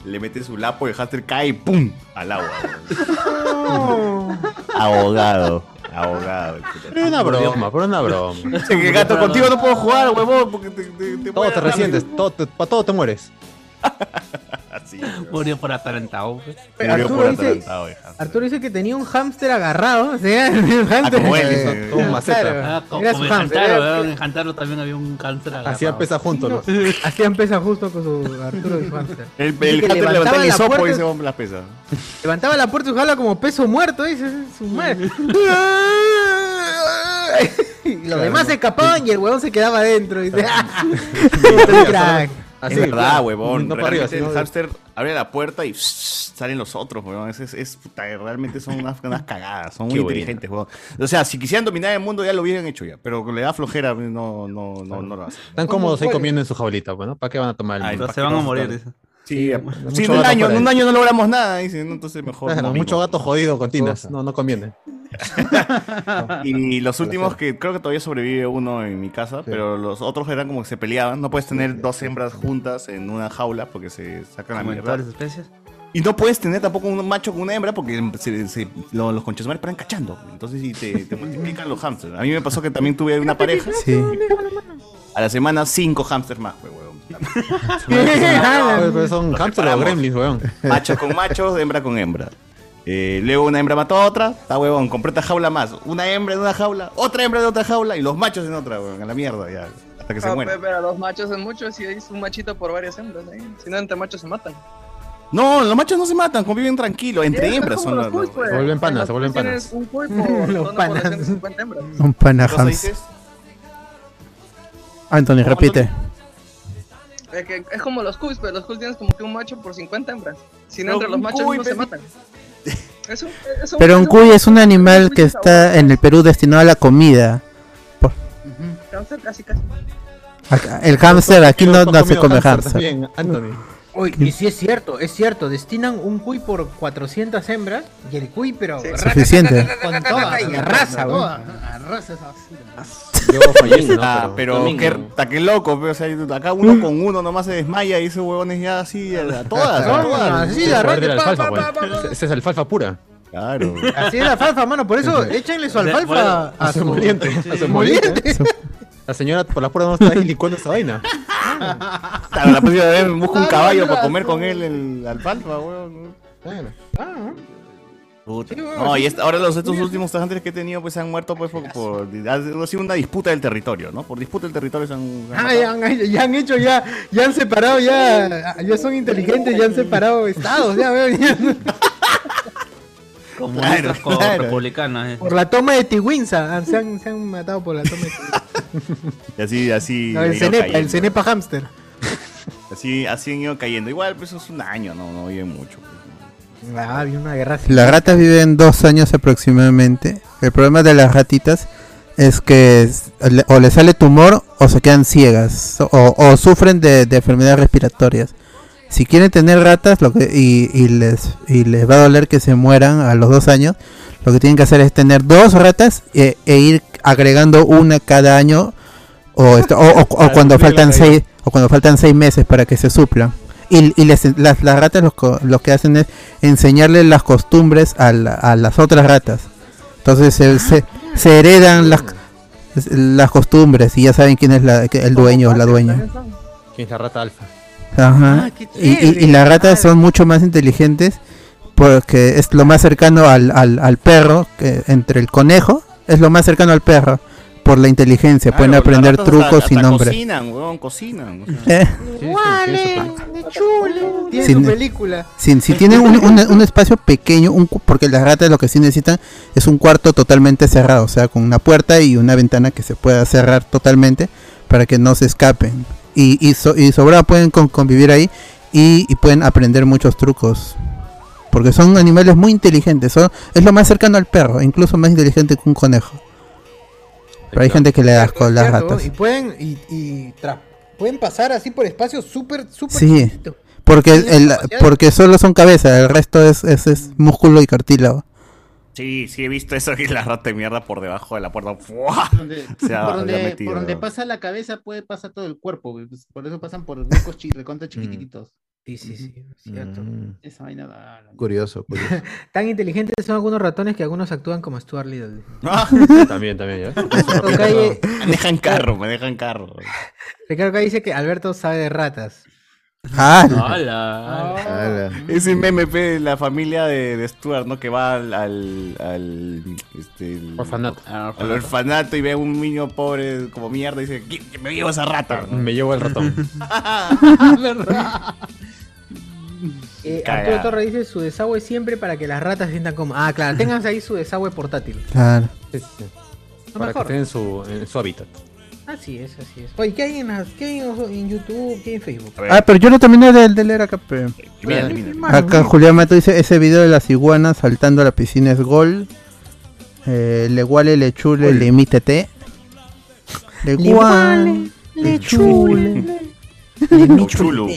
Speaker 4: le mete su lapo y el hámster cae y ¡pum! al agua. huevón. ahogado, ahogado. el puto.
Speaker 2: Pero una broma, pero una broma.
Speaker 4: Dice que, gato, contigo no puedo jugar, huevón, porque te, te, te
Speaker 2: Todo
Speaker 4: mueres
Speaker 2: te
Speaker 4: rápido".
Speaker 2: resientes, todo te- para todo te mueres.
Speaker 4: Así, Ah, huevón.
Speaker 6: Murió por atarantado. weón.
Speaker 1: Pero
Speaker 4: Murió
Speaker 1: Arturo
Speaker 4: por
Speaker 1: dice-
Speaker 4: atarantado, el hámster.
Speaker 1: Arturo dice que tenía un hámster agarrado, o sea, un hámster.
Speaker 4: como él, dice.
Speaker 2: Todo un maceta.
Speaker 6: Ah, co-
Speaker 1: Era
Speaker 6: como
Speaker 1: su
Speaker 6: en
Speaker 1: hámster,
Speaker 6: Hamtaro,
Speaker 1: era-
Speaker 6: weón, en Hamtaro también había un cáncer agarrado.
Speaker 2: Hacía pesa juntos, ¿no?
Speaker 1: Así empieza justo con su Arturo y su hámster.
Speaker 4: El,
Speaker 1: Dice
Speaker 4: el
Speaker 1: que
Speaker 4: gato
Speaker 1: levantaba
Speaker 4: levantaba el
Speaker 1: la
Speaker 4: hisopo
Speaker 1: puerta-
Speaker 4: y se bomba las pesas.
Speaker 1: Levantaba la puerta y su jala como peso muerto, dice su madre. Y los demás se escapaban y el huevón se quedaba adentro. Dice, ¡ah! Un crack.
Speaker 4: es verdad, huevón.
Speaker 2: No para arriba,
Speaker 4: realmente
Speaker 2: sino
Speaker 4: el hámster abre la puerta y salen los otros, huevón. Es, es, es- puta, realmente son unas, unas cagadas. Son muy
Speaker 2: Qué buena.
Speaker 4: inteligentes, huevón. O sea, si quisieran dominar el mundo ya lo hubieran hecho ya. Pero le da flojera, no, no, no, no lo hacen.
Speaker 2: Están cómodos ahí comiendo en su jaulita, bueno, ¿para qué van a tomar
Speaker 4: Ay,
Speaker 6: Pero
Speaker 2: el mundo?
Speaker 6: Ah, se van a morir, dice.
Speaker 4: Sí, sí en
Speaker 2: gato
Speaker 4: un año,
Speaker 2: para
Speaker 4: en un
Speaker 2: él.
Speaker 4: año no logramos nada. Dicen, ¿no? entonces mejor.
Speaker 2: Claro,
Speaker 4: morimos.
Speaker 2: mucho gato jodido con tinas, no, no conviene.
Speaker 4: Y los últimos que creo que todavía sobrevive uno en mi casa, pero los otros eran como que se peleaban. No puedes tener dos hembras juntas en una jaula porque se sacan la
Speaker 6: Como en
Speaker 4: mierda.
Speaker 6: todas las especies.
Speaker 4: Y no puedes tener tampoco un macho con una hembra porque se- se- lo- los conchos paran cachando. Entonces, y te, te multiplican los hamsters. A mí me pasó que también tuve una pareja.
Speaker 5: Sí.
Speaker 4: A la semana, cinco hamsters más, pues, huevón.
Speaker 2: Oye, pero son hamsters o
Speaker 1: pues.
Speaker 4: separamos.
Speaker 2: gremlins, weón.
Speaker 4: Macho con macho, hembra con hembra. Eh, luego una hembra mató a otra, está huevón, compré otra jaula más. Una hembra en una jaula, otra hembra en otra jaula y los machos en otra, huevón, a la mierda, ya, hasta que se
Speaker 9: Ah,
Speaker 4: mueren.
Speaker 9: pe- Pero los machos son muchos y es un machito por varias hembras. ahí. Si no, entre machos se matan.
Speaker 4: No, los machos no se matan, conviven tranquilos, entre
Speaker 9: Sí,
Speaker 4: hembras
Speaker 9: es
Speaker 4: son
Speaker 9: como los
Speaker 4: los. los-
Speaker 9: cuy, pues.
Speaker 4: Se vuelven panas, se vuelven
Speaker 9: Tienes
Speaker 4: panas.
Speaker 9: un cuerpo,
Speaker 4: Los
Speaker 9: son
Speaker 4: panas.
Speaker 9: poblaciones de 50 hembras.
Speaker 5: Un pana
Speaker 4: ¿Cosa
Speaker 5: Hams.
Speaker 4: dices?
Speaker 5: Anthony, repite.
Speaker 9: Es, que es como los cuys, pero los cuys tienes como que un macho por 50 hembras. Si no,
Speaker 4: Pero
Speaker 9: entre los
Speaker 4: un
Speaker 9: machos
Speaker 4: cuy,
Speaker 9: no se
Speaker 4: pe-
Speaker 9: matan. Es un- es
Speaker 5: Pero un cuy es un animal que está en el Perú destinado a la comida. Por-
Speaker 9: Cáncer casi casi.
Speaker 5: acá- el hámster aquí no, no se come hámster.
Speaker 2: También, Anthony.
Speaker 1: Uy, y sí es cierto, es cierto, destinan un cuy por 400 hembras y el cuy pero
Speaker 5: Suficiente.
Speaker 1: con toda y arrasa, güey.
Speaker 3: Arrasa esa basura.
Speaker 4: Yo fallezco,
Speaker 7: ¿no?
Speaker 4: ah, pero
Speaker 7: Domingo.
Speaker 4: qué, está que loco, pero, o sea, acá uno con uno nomás se desmaya y esos huevones ya así, a, a todas. a
Speaker 1: No,
Speaker 4: todas.
Speaker 1: así de
Speaker 2: Ese
Speaker 1: arranque,
Speaker 2: es
Speaker 1: pa,
Speaker 2: alfalfa,
Speaker 1: pa, pa,
Speaker 2: pues.
Speaker 1: pa, pa.
Speaker 2: Esa es alfalfa pura.
Speaker 4: Claro.
Speaker 1: Así es la alfalfa, mano, por eso échenle su alfalfa
Speaker 2: Bueno,
Speaker 1: a
Speaker 2: a su
Speaker 1: su
Speaker 2: moliente, a su moliente. La señora por la pura no está ahí licuando esa vaina.
Speaker 4: Claro, Ah, la próxima vez busco un
Speaker 1: Ah,
Speaker 4: caballo
Speaker 1: mira,
Speaker 4: para comer con
Speaker 1: no.
Speaker 4: él el alfalfa, huevón.
Speaker 2: Claro.
Speaker 12: ¿eh?
Speaker 1: Ah,
Speaker 4: Puta.
Speaker 1: Sí, huevón,
Speaker 4: No, y
Speaker 1: sí.
Speaker 4: esta- ahora los estos
Speaker 1: Mira.
Speaker 4: últimos tajantes que he tenido pues se han muerto pues por, por- ha sido una disputa del territorio, ¿no? Por disputa del territorio se han, se han
Speaker 1: Ah,
Speaker 4: matado.
Speaker 1: ya, han, ya han hecho, ya, ya han separado, ya, ya son inteligentes, ya han separado estados, ya veo, ya.
Speaker 6: Comunistas
Speaker 4: Claro,
Speaker 6: con
Speaker 4: claro.
Speaker 6: republicanos. eh.
Speaker 1: por la toma de Tiwinza, han- se han, se han matado por la toma de Tiwinza.
Speaker 4: Y así, así.
Speaker 1: No,
Speaker 4: han
Speaker 1: el
Speaker 4: ido
Speaker 1: Cenepa, el
Speaker 4: cayendo.
Speaker 1: Cenepa hamster.
Speaker 4: Así, así han ido cayendo. Igual, pues eso es un año, no, no vive mucho. pues.
Speaker 1: Ah, había una guerra civil.
Speaker 5: Las ratas viven dos años aproximadamente. El problema de las ratitas es que es- le- o le sale tumor o se quedan ciegas o, o sufren de, de enfermedades respiratorias. Si quieren tener ratas lo que, y, y les, y les va a doler que se mueran a los dos años, lo que tienen que hacer es tener dos ratas e, e ir agregando una cada año o, esto- o- o- o
Speaker 2: Para
Speaker 5: cuando
Speaker 2: suplir la
Speaker 5: faltan
Speaker 2: caída.
Speaker 5: seis o cuando faltan seis meses para que se suplan. Y, y les- las, las ratas lo, co- lo que hacen es enseñarle las costumbres a, la- a las otras ratas. Entonces
Speaker 1: Ah,
Speaker 5: se, se- se heredan las, las costumbres y ya saben quién es la- el dueño o la dueña.
Speaker 2: ¿Quién es la rata alfa?
Speaker 5: Ajá.
Speaker 1: Ah, qué
Speaker 5: y, y- y
Speaker 1: chévere,
Speaker 5: las ratas
Speaker 1: claro.
Speaker 5: son mucho más inteligentes porque es lo más cercano al, al, al perro, que entre el conejo es lo más cercano al perro por la inteligencia. Pueden
Speaker 4: Claro,
Speaker 5: aprender
Speaker 4: las ratas
Speaker 5: trucos
Speaker 4: Ah, hasta-
Speaker 5: sin
Speaker 4: hasta
Speaker 5: nombre.
Speaker 4: Cocinan, huevón, cocinan. o sea.
Speaker 5: Eh,
Speaker 1: Tiene
Speaker 5: Sin-
Speaker 1: su película.
Speaker 5: Si, si tienen un, un- un espacio pequeño, un cu- porque las ratas lo que sí necesitan es un cuarto totalmente cerrado, o sea, con una puerta y una ventana que se pueda cerrar totalmente para que no se escapen. Y, y, so- y sobrado pueden con- convivir ahí y, y pueden aprender muchos trucos. Porque son animales muy inteligentes, son, es lo más cercano al perro, incluso más inteligente que un conejo. Pero hay gente que le da asco a las
Speaker 1: Cierto,
Speaker 5: ratas.
Speaker 1: Y pueden, y, y tra- pueden pasar así por espacios súper, súper
Speaker 5: Sí.
Speaker 1: chiquitos.
Speaker 5: Porque, el- el-
Speaker 1: demasiado.
Speaker 5: porque solo son cabeza, el resto es, es, es músculo y cartílago.
Speaker 4: Sí, sí, he visto eso que la rata de mierda por debajo de la puerta. ¡Fua!
Speaker 3: Donde-
Speaker 4: Se ha-
Speaker 3: por,
Speaker 4: había
Speaker 3: donde,
Speaker 4: metido,
Speaker 3: por donde
Speaker 4: ¿no?
Speaker 3: pasa la cabeza puede pasar todo el cuerpo, güey, pues, por eso pasan por huecos chi- recontra
Speaker 4: Mm.
Speaker 3: chiquititos.
Speaker 1: Sí, sí, sí, cierto.
Speaker 2: Mm,
Speaker 3: Esa vaina da- da- da-
Speaker 2: Curioso, curioso.
Speaker 1: Tan inteligentes son algunos ratones que algunos actúan como Stuart Little.
Speaker 4: Ah,
Speaker 2: también, también,
Speaker 1: Ricardo Calle,
Speaker 4: me dejan carro, me dejan carro.
Speaker 1: Ricardo Calle dice que Alberto sabe de ratas.
Speaker 5: Ah,
Speaker 6: Hola.
Speaker 4: Es el Ah. meme pe, de la familia de, de Stuart, ¿no? Que va al. al, al, este, el-
Speaker 2: Orfanato.
Speaker 4: Al orfanato y ve a un niño pobre como mierda y dice: "Qui- que Me llevo esa rata. ¿no?
Speaker 2: Me llevo el ratón.
Speaker 1: Ah, Eh,
Speaker 4: Cagada.
Speaker 1: Arturo Torre dice su desagüe siempre para que las ratas se sientan como. Ah, claro, tengan ahí su desagüe portátil.
Speaker 5: claro.
Speaker 2: Sí, sí, sí.
Speaker 1: Lo
Speaker 2: Para que
Speaker 1: mejor.
Speaker 2: estén en su, en su hábitat.
Speaker 1: Así es, así es. Oye, ¿qué hay en, las- qué hay en, en YouTube? ¿Qué hay en Facebook?
Speaker 4: A ver,
Speaker 5: Ah, pero yo no terminé de, de leer acá. pe.
Speaker 4: Eh, mira, mira.
Speaker 1: Hermano,
Speaker 5: Acá Julián Mato dice, ese video de las iguanas saltando a la piscina es gol. Eh, le guale, le chule, le imítete. Le
Speaker 1: Le
Speaker 5: guale, le chule.
Speaker 4: Uchulu.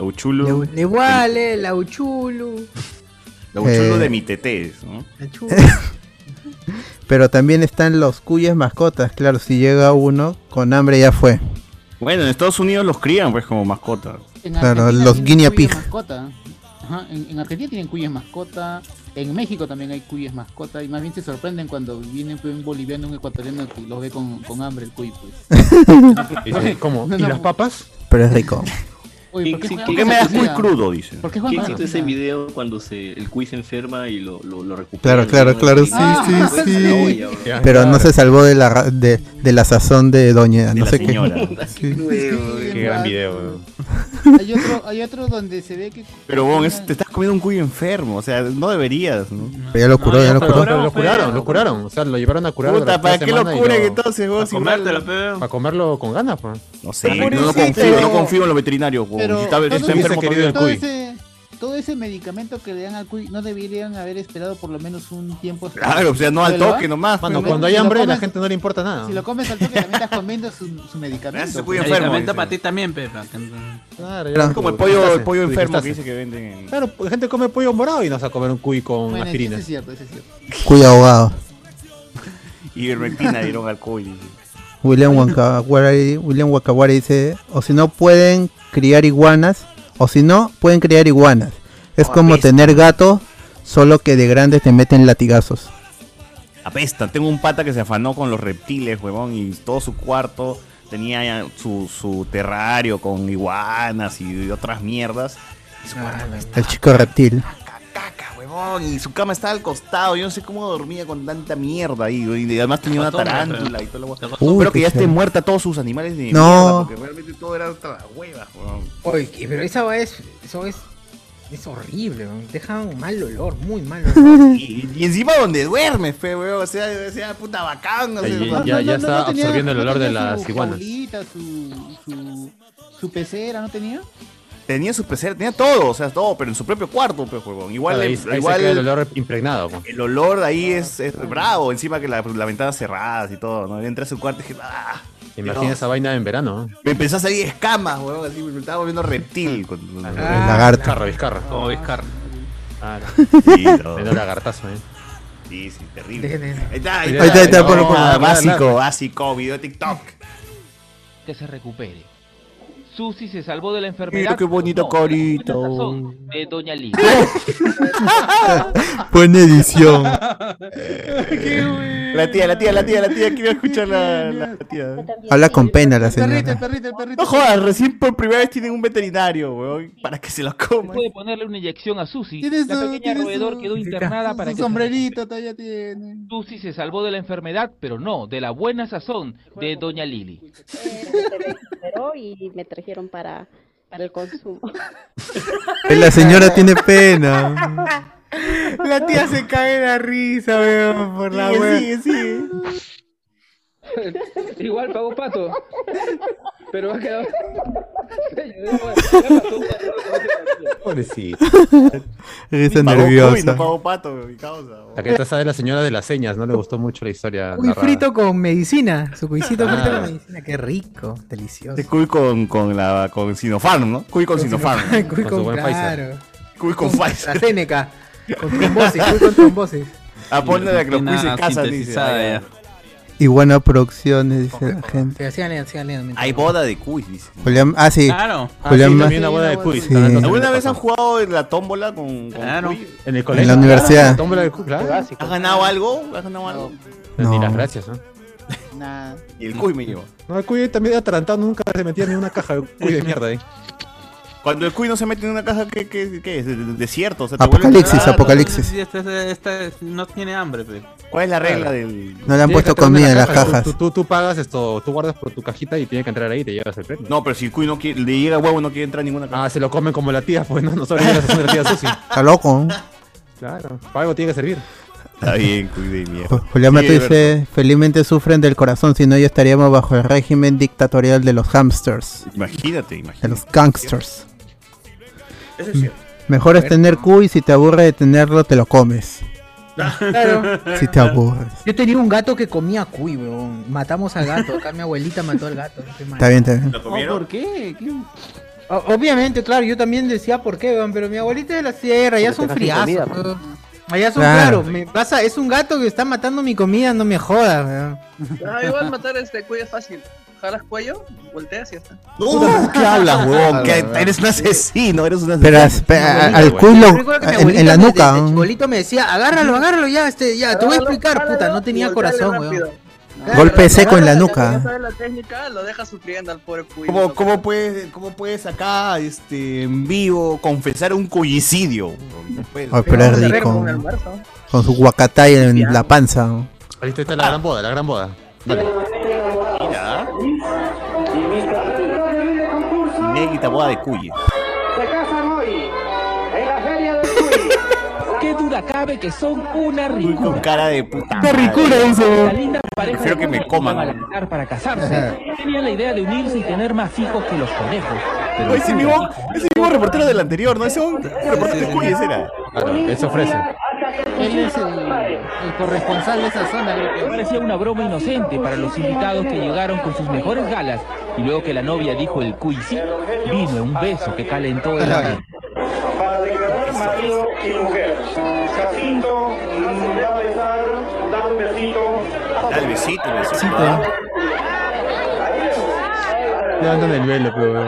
Speaker 4: Uchulu.
Speaker 1: Le vale, la uchulu.
Speaker 4: La Uchulu
Speaker 5: Eh.
Speaker 4: de mi tetés, ¿no?
Speaker 1: La chulu.
Speaker 5: Pero también están los cuyes mascotas, claro, si llega uno con hambre ya fue.
Speaker 4: Bueno, en Estados Unidos los crían, pues, como mascota.
Speaker 3: En
Speaker 5: Claro,
Speaker 3: Argentina
Speaker 5: los
Speaker 3: tienen
Speaker 5: guinea
Speaker 3: cuyes
Speaker 5: pig.
Speaker 3: mascota. Ajá, en, en Argentina tienen cuyes mascota. En México también hay cuyes mascota. Y más bien se sorprenden cuando viene pues, un boliviano, un ecuatoriano que los ve con, con hambre el cuy. Pues.
Speaker 2: Y dice, ¿cómo? ¿Y las papas?
Speaker 5: Pero es rico.
Speaker 3: Oye, ¿por qué
Speaker 7: ¿Quién-
Speaker 3: juegan
Speaker 7: quién-
Speaker 3: con
Speaker 7: me das
Speaker 3: Pachuca?
Speaker 7: muy crudo?
Speaker 3: Dice. ¿Por qué
Speaker 7: ¿Quién
Speaker 3: juegan con
Speaker 7: quitó ese
Speaker 3: Pachuca?
Speaker 7: video cuando se, el quiz se enferma y lo, lo, lo recupera?
Speaker 5: Claro, claro, claro, sí,
Speaker 7: Ah,
Speaker 5: sí,
Speaker 7: la olla,
Speaker 5: sí.
Speaker 7: bro.
Speaker 5: Pero no se salvó de la, ra- de, de la sazón de Doña, no
Speaker 4: la
Speaker 5: sé qué.
Speaker 4: señora.
Speaker 5: Sí.
Speaker 4: Qué gran video, weón.
Speaker 3: Hay otro, hay otro donde se ve que.
Speaker 4: Pero, weón, es- te estás comiendo un cuyo enfermo. O sea, no deberías, ¿no?
Speaker 5: Pero ya lo curó, ya lo
Speaker 2: Pero,
Speaker 5: curó.
Speaker 2: pero lo curaron, lo curaron. O sea, lo llevaron a curar.
Speaker 4: Puta,
Speaker 2: durante
Speaker 4: ¿para
Speaker 2: una
Speaker 4: qué lo
Speaker 2: semana y
Speaker 4: curan entonces, weón? Si igual-
Speaker 2: Para comerlo con ganas, pues.
Speaker 4: No sé,
Speaker 2: Ah,
Speaker 4: no, no
Speaker 2: pobrecito.
Speaker 4: confío, no confío en los veterinarios, weón.
Speaker 3: Pero
Speaker 4: Si está,
Speaker 3: todo
Speaker 4: está
Speaker 3: ese-
Speaker 4: enfermo,
Speaker 2: querido
Speaker 4: todavía.
Speaker 3: todo ese, todo ese medicamento que le dan al cuy no deberían haber esperado por lo menos un tiempo.
Speaker 4: Claro, o sea, no al
Speaker 3: ¿Verdad?
Speaker 4: toque nomás.
Speaker 2: Mano,
Speaker 3: Pero
Speaker 2: cuando
Speaker 3: si
Speaker 2: hay
Speaker 3: lo
Speaker 2: hambre,
Speaker 3: comes-
Speaker 2: la gente no le importa nada.
Speaker 3: Si lo comes al toque, también estás comiendo su, su medicamento.
Speaker 4: Ese
Speaker 3: pues.
Speaker 4: cuyo enfermo.
Speaker 6: Medicamento
Speaker 4: dice.
Speaker 6: para ti también, Pepa.
Speaker 2: Claro,
Speaker 4: Es como el pollo, el pollo
Speaker 2: Tú
Speaker 4: enfermo que
Speaker 2: dijiste.
Speaker 4: dice que venden en.
Speaker 2: Claro, la gente come pollo morado y no se va a comer un cuy con
Speaker 3: Bueno,
Speaker 2: aspirina.
Speaker 3: ese es cierto, ese es cierto.
Speaker 5: Cuya ahogado.
Speaker 4: Ivermectina dieron al cuy.
Speaker 5: William Wakawari, William Wakawari dice, o si no pueden criar iguanas, o si no, pueden criar iguanas. Es como tener gato, solo que de grandes te meten latigazos.
Speaker 4: Apestan. Tengo un pata que se afanó con los reptiles, huevón, y todo su cuarto tenía eh, su, su terrario con iguanas y otras mierdas. Y su cuarto apestaba
Speaker 5: El chico reptil.
Speaker 4: caca, huevón, y su cama estaba al costado. Yo no sé cómo dormía con tanta mierda ahí, güey, y además tenía una
Speaker 6: Toma,
Speaker 4: tarántula
Speaker 6: pero-
Speaker 4: y todo lo
Speaker 5: Uy,
Speaker 4: Espero que
Speaker 5: qué
Speaker 4: ya esté
Speaker 5: chévere.
Speaker 4: muerta todos sus animales de
Speaker 5: No.
Speaker 4: mierda, porque realmente todo era hasta las huevas, huevón.
Speaker 1: Oye, que- pero esa va es. Eso es. Es horrible, weón. deja un mal olor, muy mal olor.
Speaker 4: Y, y encima donde duermes, fe, huevón, o sea, o sea, puta bacán, no sé,
Speaker 2: Ahí-
Speaker 4: o sea,
Speaker 2: Ya- ya está
Speaker 3: tenía-
Speaker 2: absorbiendo el
Speaker 3: no
Speaker 2: olor de
Speaker 3: tenía
Speaker 2: las
Speaker 3: su
Speaker 2: iguanas.
Speaker 3: jaulita, su, su, su pecera, ¿no tenía?
Speaker 4: tenía su pecera, tenía todo, o sea, todo, pero en su propio cuarto, pues, huevón. Igual,
Speaker 2: Claro, ahí, ahí
Speaker 4: igual
Speaker 2: se queda el olor impregnado. po.
Speaker 4: El olor ahí es, es bravo, encima que la, la ventana cerrada y todo, ¿no? Entré a su cuarto y dije, ¡ah!
Speaker 2: Imagina esa vaina en verano. ¿no?
Speaker 4: Me empezó a salir escamas, weón, así me estaba volviendo reptil. Con, con-
Speaker 5: Lagarto.
Speaker 2: Vizcarra, Vizcarra.
Speaker 6: Como Vizcarra.
Speaker 2: Claro.
Speaker 4: Sí, no.
Speaker 2: Menos lagartazo, eh.
Speaker 4: sí, sí, terrible.
Speaker 1: Dejen eso.
Speaker 4: Ahí está,
Speaker 2: Ahí está, ahí está,
Speaker 4: No,
Speaker 2: ponlo, ponlo.
Speaker 4: nada, Básico, básico, video de TikTok.
Speaker 13: que se recupere. Susi se salvó de la enfermedad.
Speaker 4: Mira qué bonito corito.
Speaker 13: sazón de Doña Liz.
Speaker 5: Buena edición.
Speaker 4: Eh, La tía, la tía, la tía, la tía, quiero escuchar la, la tía.
Speaker 5: Habla con pena la
Speaker 3: Perrito, el
Speaker 5: señora.
Speaker 3: perrito, el perrito.
Speaker 4: No jodas, recién por primera vez tienen un veterinario, weón, para que se lo coman.
Speaker 13: Puede ponerle una inyección a Susi. La
Speaker 3: Tiene su-
Speaker 13: pequeña
Speaker 3: tiene
Speaker 13: roedor
Speaker 3: su-
Speaker 13: quedó internada
Speaker 3: Su-
Speaker 13: para
Speaker 3: su
Speaker 13: que
Speaker 3: sombrerito todavía tiene.
Speaker 13: Susi se salvó de la enfermedad, pero no, de la buena sazón de Doña Lili.
Speaker 12: y me trajeron para, para el consumo.
Speaker 5: La señora tiene pena.
Speaker 1: La tía se cae de la risa, weón, por la
Speaker 4: Sigue,
Speaker 1: weón.
Speaker 4: sigue, sigue.
Speaker 14: Igual pagó pato. Pero va a quedar.
Speaker 2: Pobrecito.
Speaker 5: Risa
Speaker 4: Pagó Cuy,
Speaker 5: nerviosa.
Speaker 4: no pagó pato, mi causa.
Speaker 2: La que está sabe la señora de las señas, no le gustó mucho la historia.
Speaker 1: Cuy
Speaker 2: narrada.
Speaker 1: frito con medicina. Su cuisito frito
Speaker 2: Ah.
Speaker 1: con medicina. Qué rico, delicioso.
Speaker 4: Este Cuy con, con, la, con Sinopharm, ¿no? Cuy con, Sinopharm.
Speaker 1: Cuy
Speaker 2: Con su
Speaker 1: con,
Speaker 2: buen
Speaker 1: claro.
Speaker 4: Cuy con Pfizer.
Speaker 1: La Seneca. Con trombosis, cuy con trombosis.
Speaker 4: Ah, ponle la que los Cuy se
Speaker 6: Ivermectina
Speaker 4: casan, dice. Ah,
Speaker 6: sintetizada
Speaker 4: Ahí,
Speaker 6: ya.
Speaker 5: Iguana Producciones, dice la gente.
Speaker 1: Sí, hacían leyendo, hacían leyendo.
Speaker 4: Hay boda de Cuy, dice.
Speaker 5: Julián, ah, sí.
Speaker 6: Claro.
Speaker 2: Ah, sí,
Speaker 5: Julián Ma-
Speaker 2: también la boda de Cuy.
Speaker 5: Sí.
Speaker 2: también nos
Speaker 4: ¿Alguna
Speaker 2: pasó.
Speaker 4: vez han jugado en la tómbola con, con
Speaker 6: Claro.
Speaker 4: Cuy?
Speaker 2: En el colegio.
Speaker 5: En la universidad.
Speaker 2: La tómbola de Cuy, claro.
Speaker 4: ¿Has ganado algo? ¿Has ganado algo?
Speaker 2: Ni las
Speaker 5: No.
Speaker 2: gracias, ¿no?
Speaker 3: Nada.
Speaker 4: Y el Cuy me llevó.
Speaker 2: No, el Cuy también atarantado nunca se metía ni una caja de Cuy de mierda eh. ahí.
Speaker 4: Cuando el Cuy no se mete en una caja, ¿qué, qué, qué es? ¿El Desierto. O sea, te vuelve-
Speaker 5: Apocalipsis,
Speaker 6: Claro,
Speaker 5: apocalipsis.
Speaker 6: entonces, este- este- este no tiene hambre, pe.
Speaker 4: ¿Cuál es la regla del...?
Speaker 5: No le han
Speaker 2: Tiene
Speaker 5: puesto
Speaker 2: que entrar
Speaker 5: comida en las
Speaker 2: caja.
Speaker 5: cajas.
Speaker 2: Tú, tú, tú pagas esto, tú guardas por tu cajita y tiene que entrar ahí y te llevas el premio.
Speaker 4: No, pero si el Cuy no quiere, le llega huevo, no quiere entrar en ninguna caja.
Speaker 2: Ah, se lo comen como la tía, pues no, nosotros llegamos a ser la tía Susi.
Speaker 5: Está loco. ¿no?
Speaker 2: Claro, para algo tiene que servir.
Speaker 4: Está bien, Cuy de mierda.
Speaker 5: Ju- Pues Julián
Speaker 4: Sí,
Speaker 5: Mato
Speaker 4: Alberto.
Speaker 5: dice, felizmente sufren del corazón, si no ya estaríamos bajo el régimen dictatorial de los hamsters,
Speaker 4: Imagínate,
Speaker 5: de
Speaker 4: imagínate.
Speaker 5: los gangsters.
Speaker 4: Eso es cierto.
Speaker 5: Mejor es tener Q y si te aburre de tenerlo, te lo comes.
Speaker 1: Claro.
Speaker 5: Si te aburres.
Speaker 1: Yo tenía un gato que comía cuy, weón. Matamos al gato. Acá mi abuelita mató al gato. Qué mal. Oh,
Speaker 5: Está bien, está bien.
Speaker 4: ¿Lo comieron?
Speaker 1: ¿Por qué? ¿Qué? O- Obviamente, claro, yo también decía por qué, weón, pero mi abuelita es de la sierra, ya son friazos.
Speaker 8: comida,
Speaker 1: weón. Allá son
Speaker 5: Claro.
Speaker 1: claro, me pasa, es un gato que está matando mi comida, no me jodas, weón.
Speaker 9: Ah, igual matar a este cuello es fácil. Jalas cuello, volteas y ya está.
Speaker 4: No, ¿qué hablas, huevón? Que Eres un asesino, eres un
Speaker 5: Pero
Speaker 4: asesino.
Speaker 5: aspe- a-
Speaker 1: abuelita,
Speaker 5: al
Speaker 1: güey.
Speaker 5: culo,
Speaker 1: Yo recuerdo que mi
Speaker 5: en,
Speaker 1: abuelita
Speaker 5: en la
Speaker 1: desde-
Speaker 5: nuca.
Speaker 1: desde
Speaker 5: ¿no?
Speaker 1: chibolito me decía, agárralo, agárralo ya, este, ya, te voy a
Speaker 9: Jálalo,
Speaker 1: explicar,
Speaker 9: jálalo
Speaker 1: puta, no
Speaker 9: y
Speaker 1: tenía
Speaker 9: volteale
Speaker 1: corazón, weón.
Speaker 9: rápido.
Speaker 5: Golpe seco en la
Speaker 9: Ya
Speaker 5: nuca.
Speaker 9: sabes la técnica, lo deja sufriendo al pobre cuyo.
Speaker 4: ¿Cómo, cómo puedes, ¿Cómo puedes acá este, en vivo confesar un Pues, cuyicidio?
Speaker 5: Ay, pero es rico. Con su guacatay en la panza. ¿no?
Speaker 2: Ahí está, está la gran boda, la gran boda. Dale.
Speaker 4: Mira. Neguita boda de cuye.
Speaker 15: Se casan hoy en la feria del Cuy. Qué duda cabe que son una
Speaker 4: Con cara de puta.
Speaker 15: Una ricura,
Speaker 4: madre.
Speaker 15: dice. La linda pareja
Speaker 4: Prefiero que me coman.
Speaker 13: Para, para casarse. Tenía la idea de unirse y tener más hijos que los conejos. Pero
Speaker 4: Oye, ese mismo, ese mismo reportero del anterior, ¿no? Ese un reportero de cuyes era.
Speaker 2: Claro, él se ofrece.
Speaker 3: Él es el, el corresponsal de esa zona, creo que.
Speaker 13: Parecía una broma inocente para los invitados que llegaron con sus mejores galas y luego que la novia dijo el cuy sí, vino un beso que calentó el aire.
Speaker 15: para declarar marido y mujer. Jacinto mm, va a besar, dar un besito.
Speaker 4: Dale besito, besito.
Speaker 2: Le andan el velo, pero.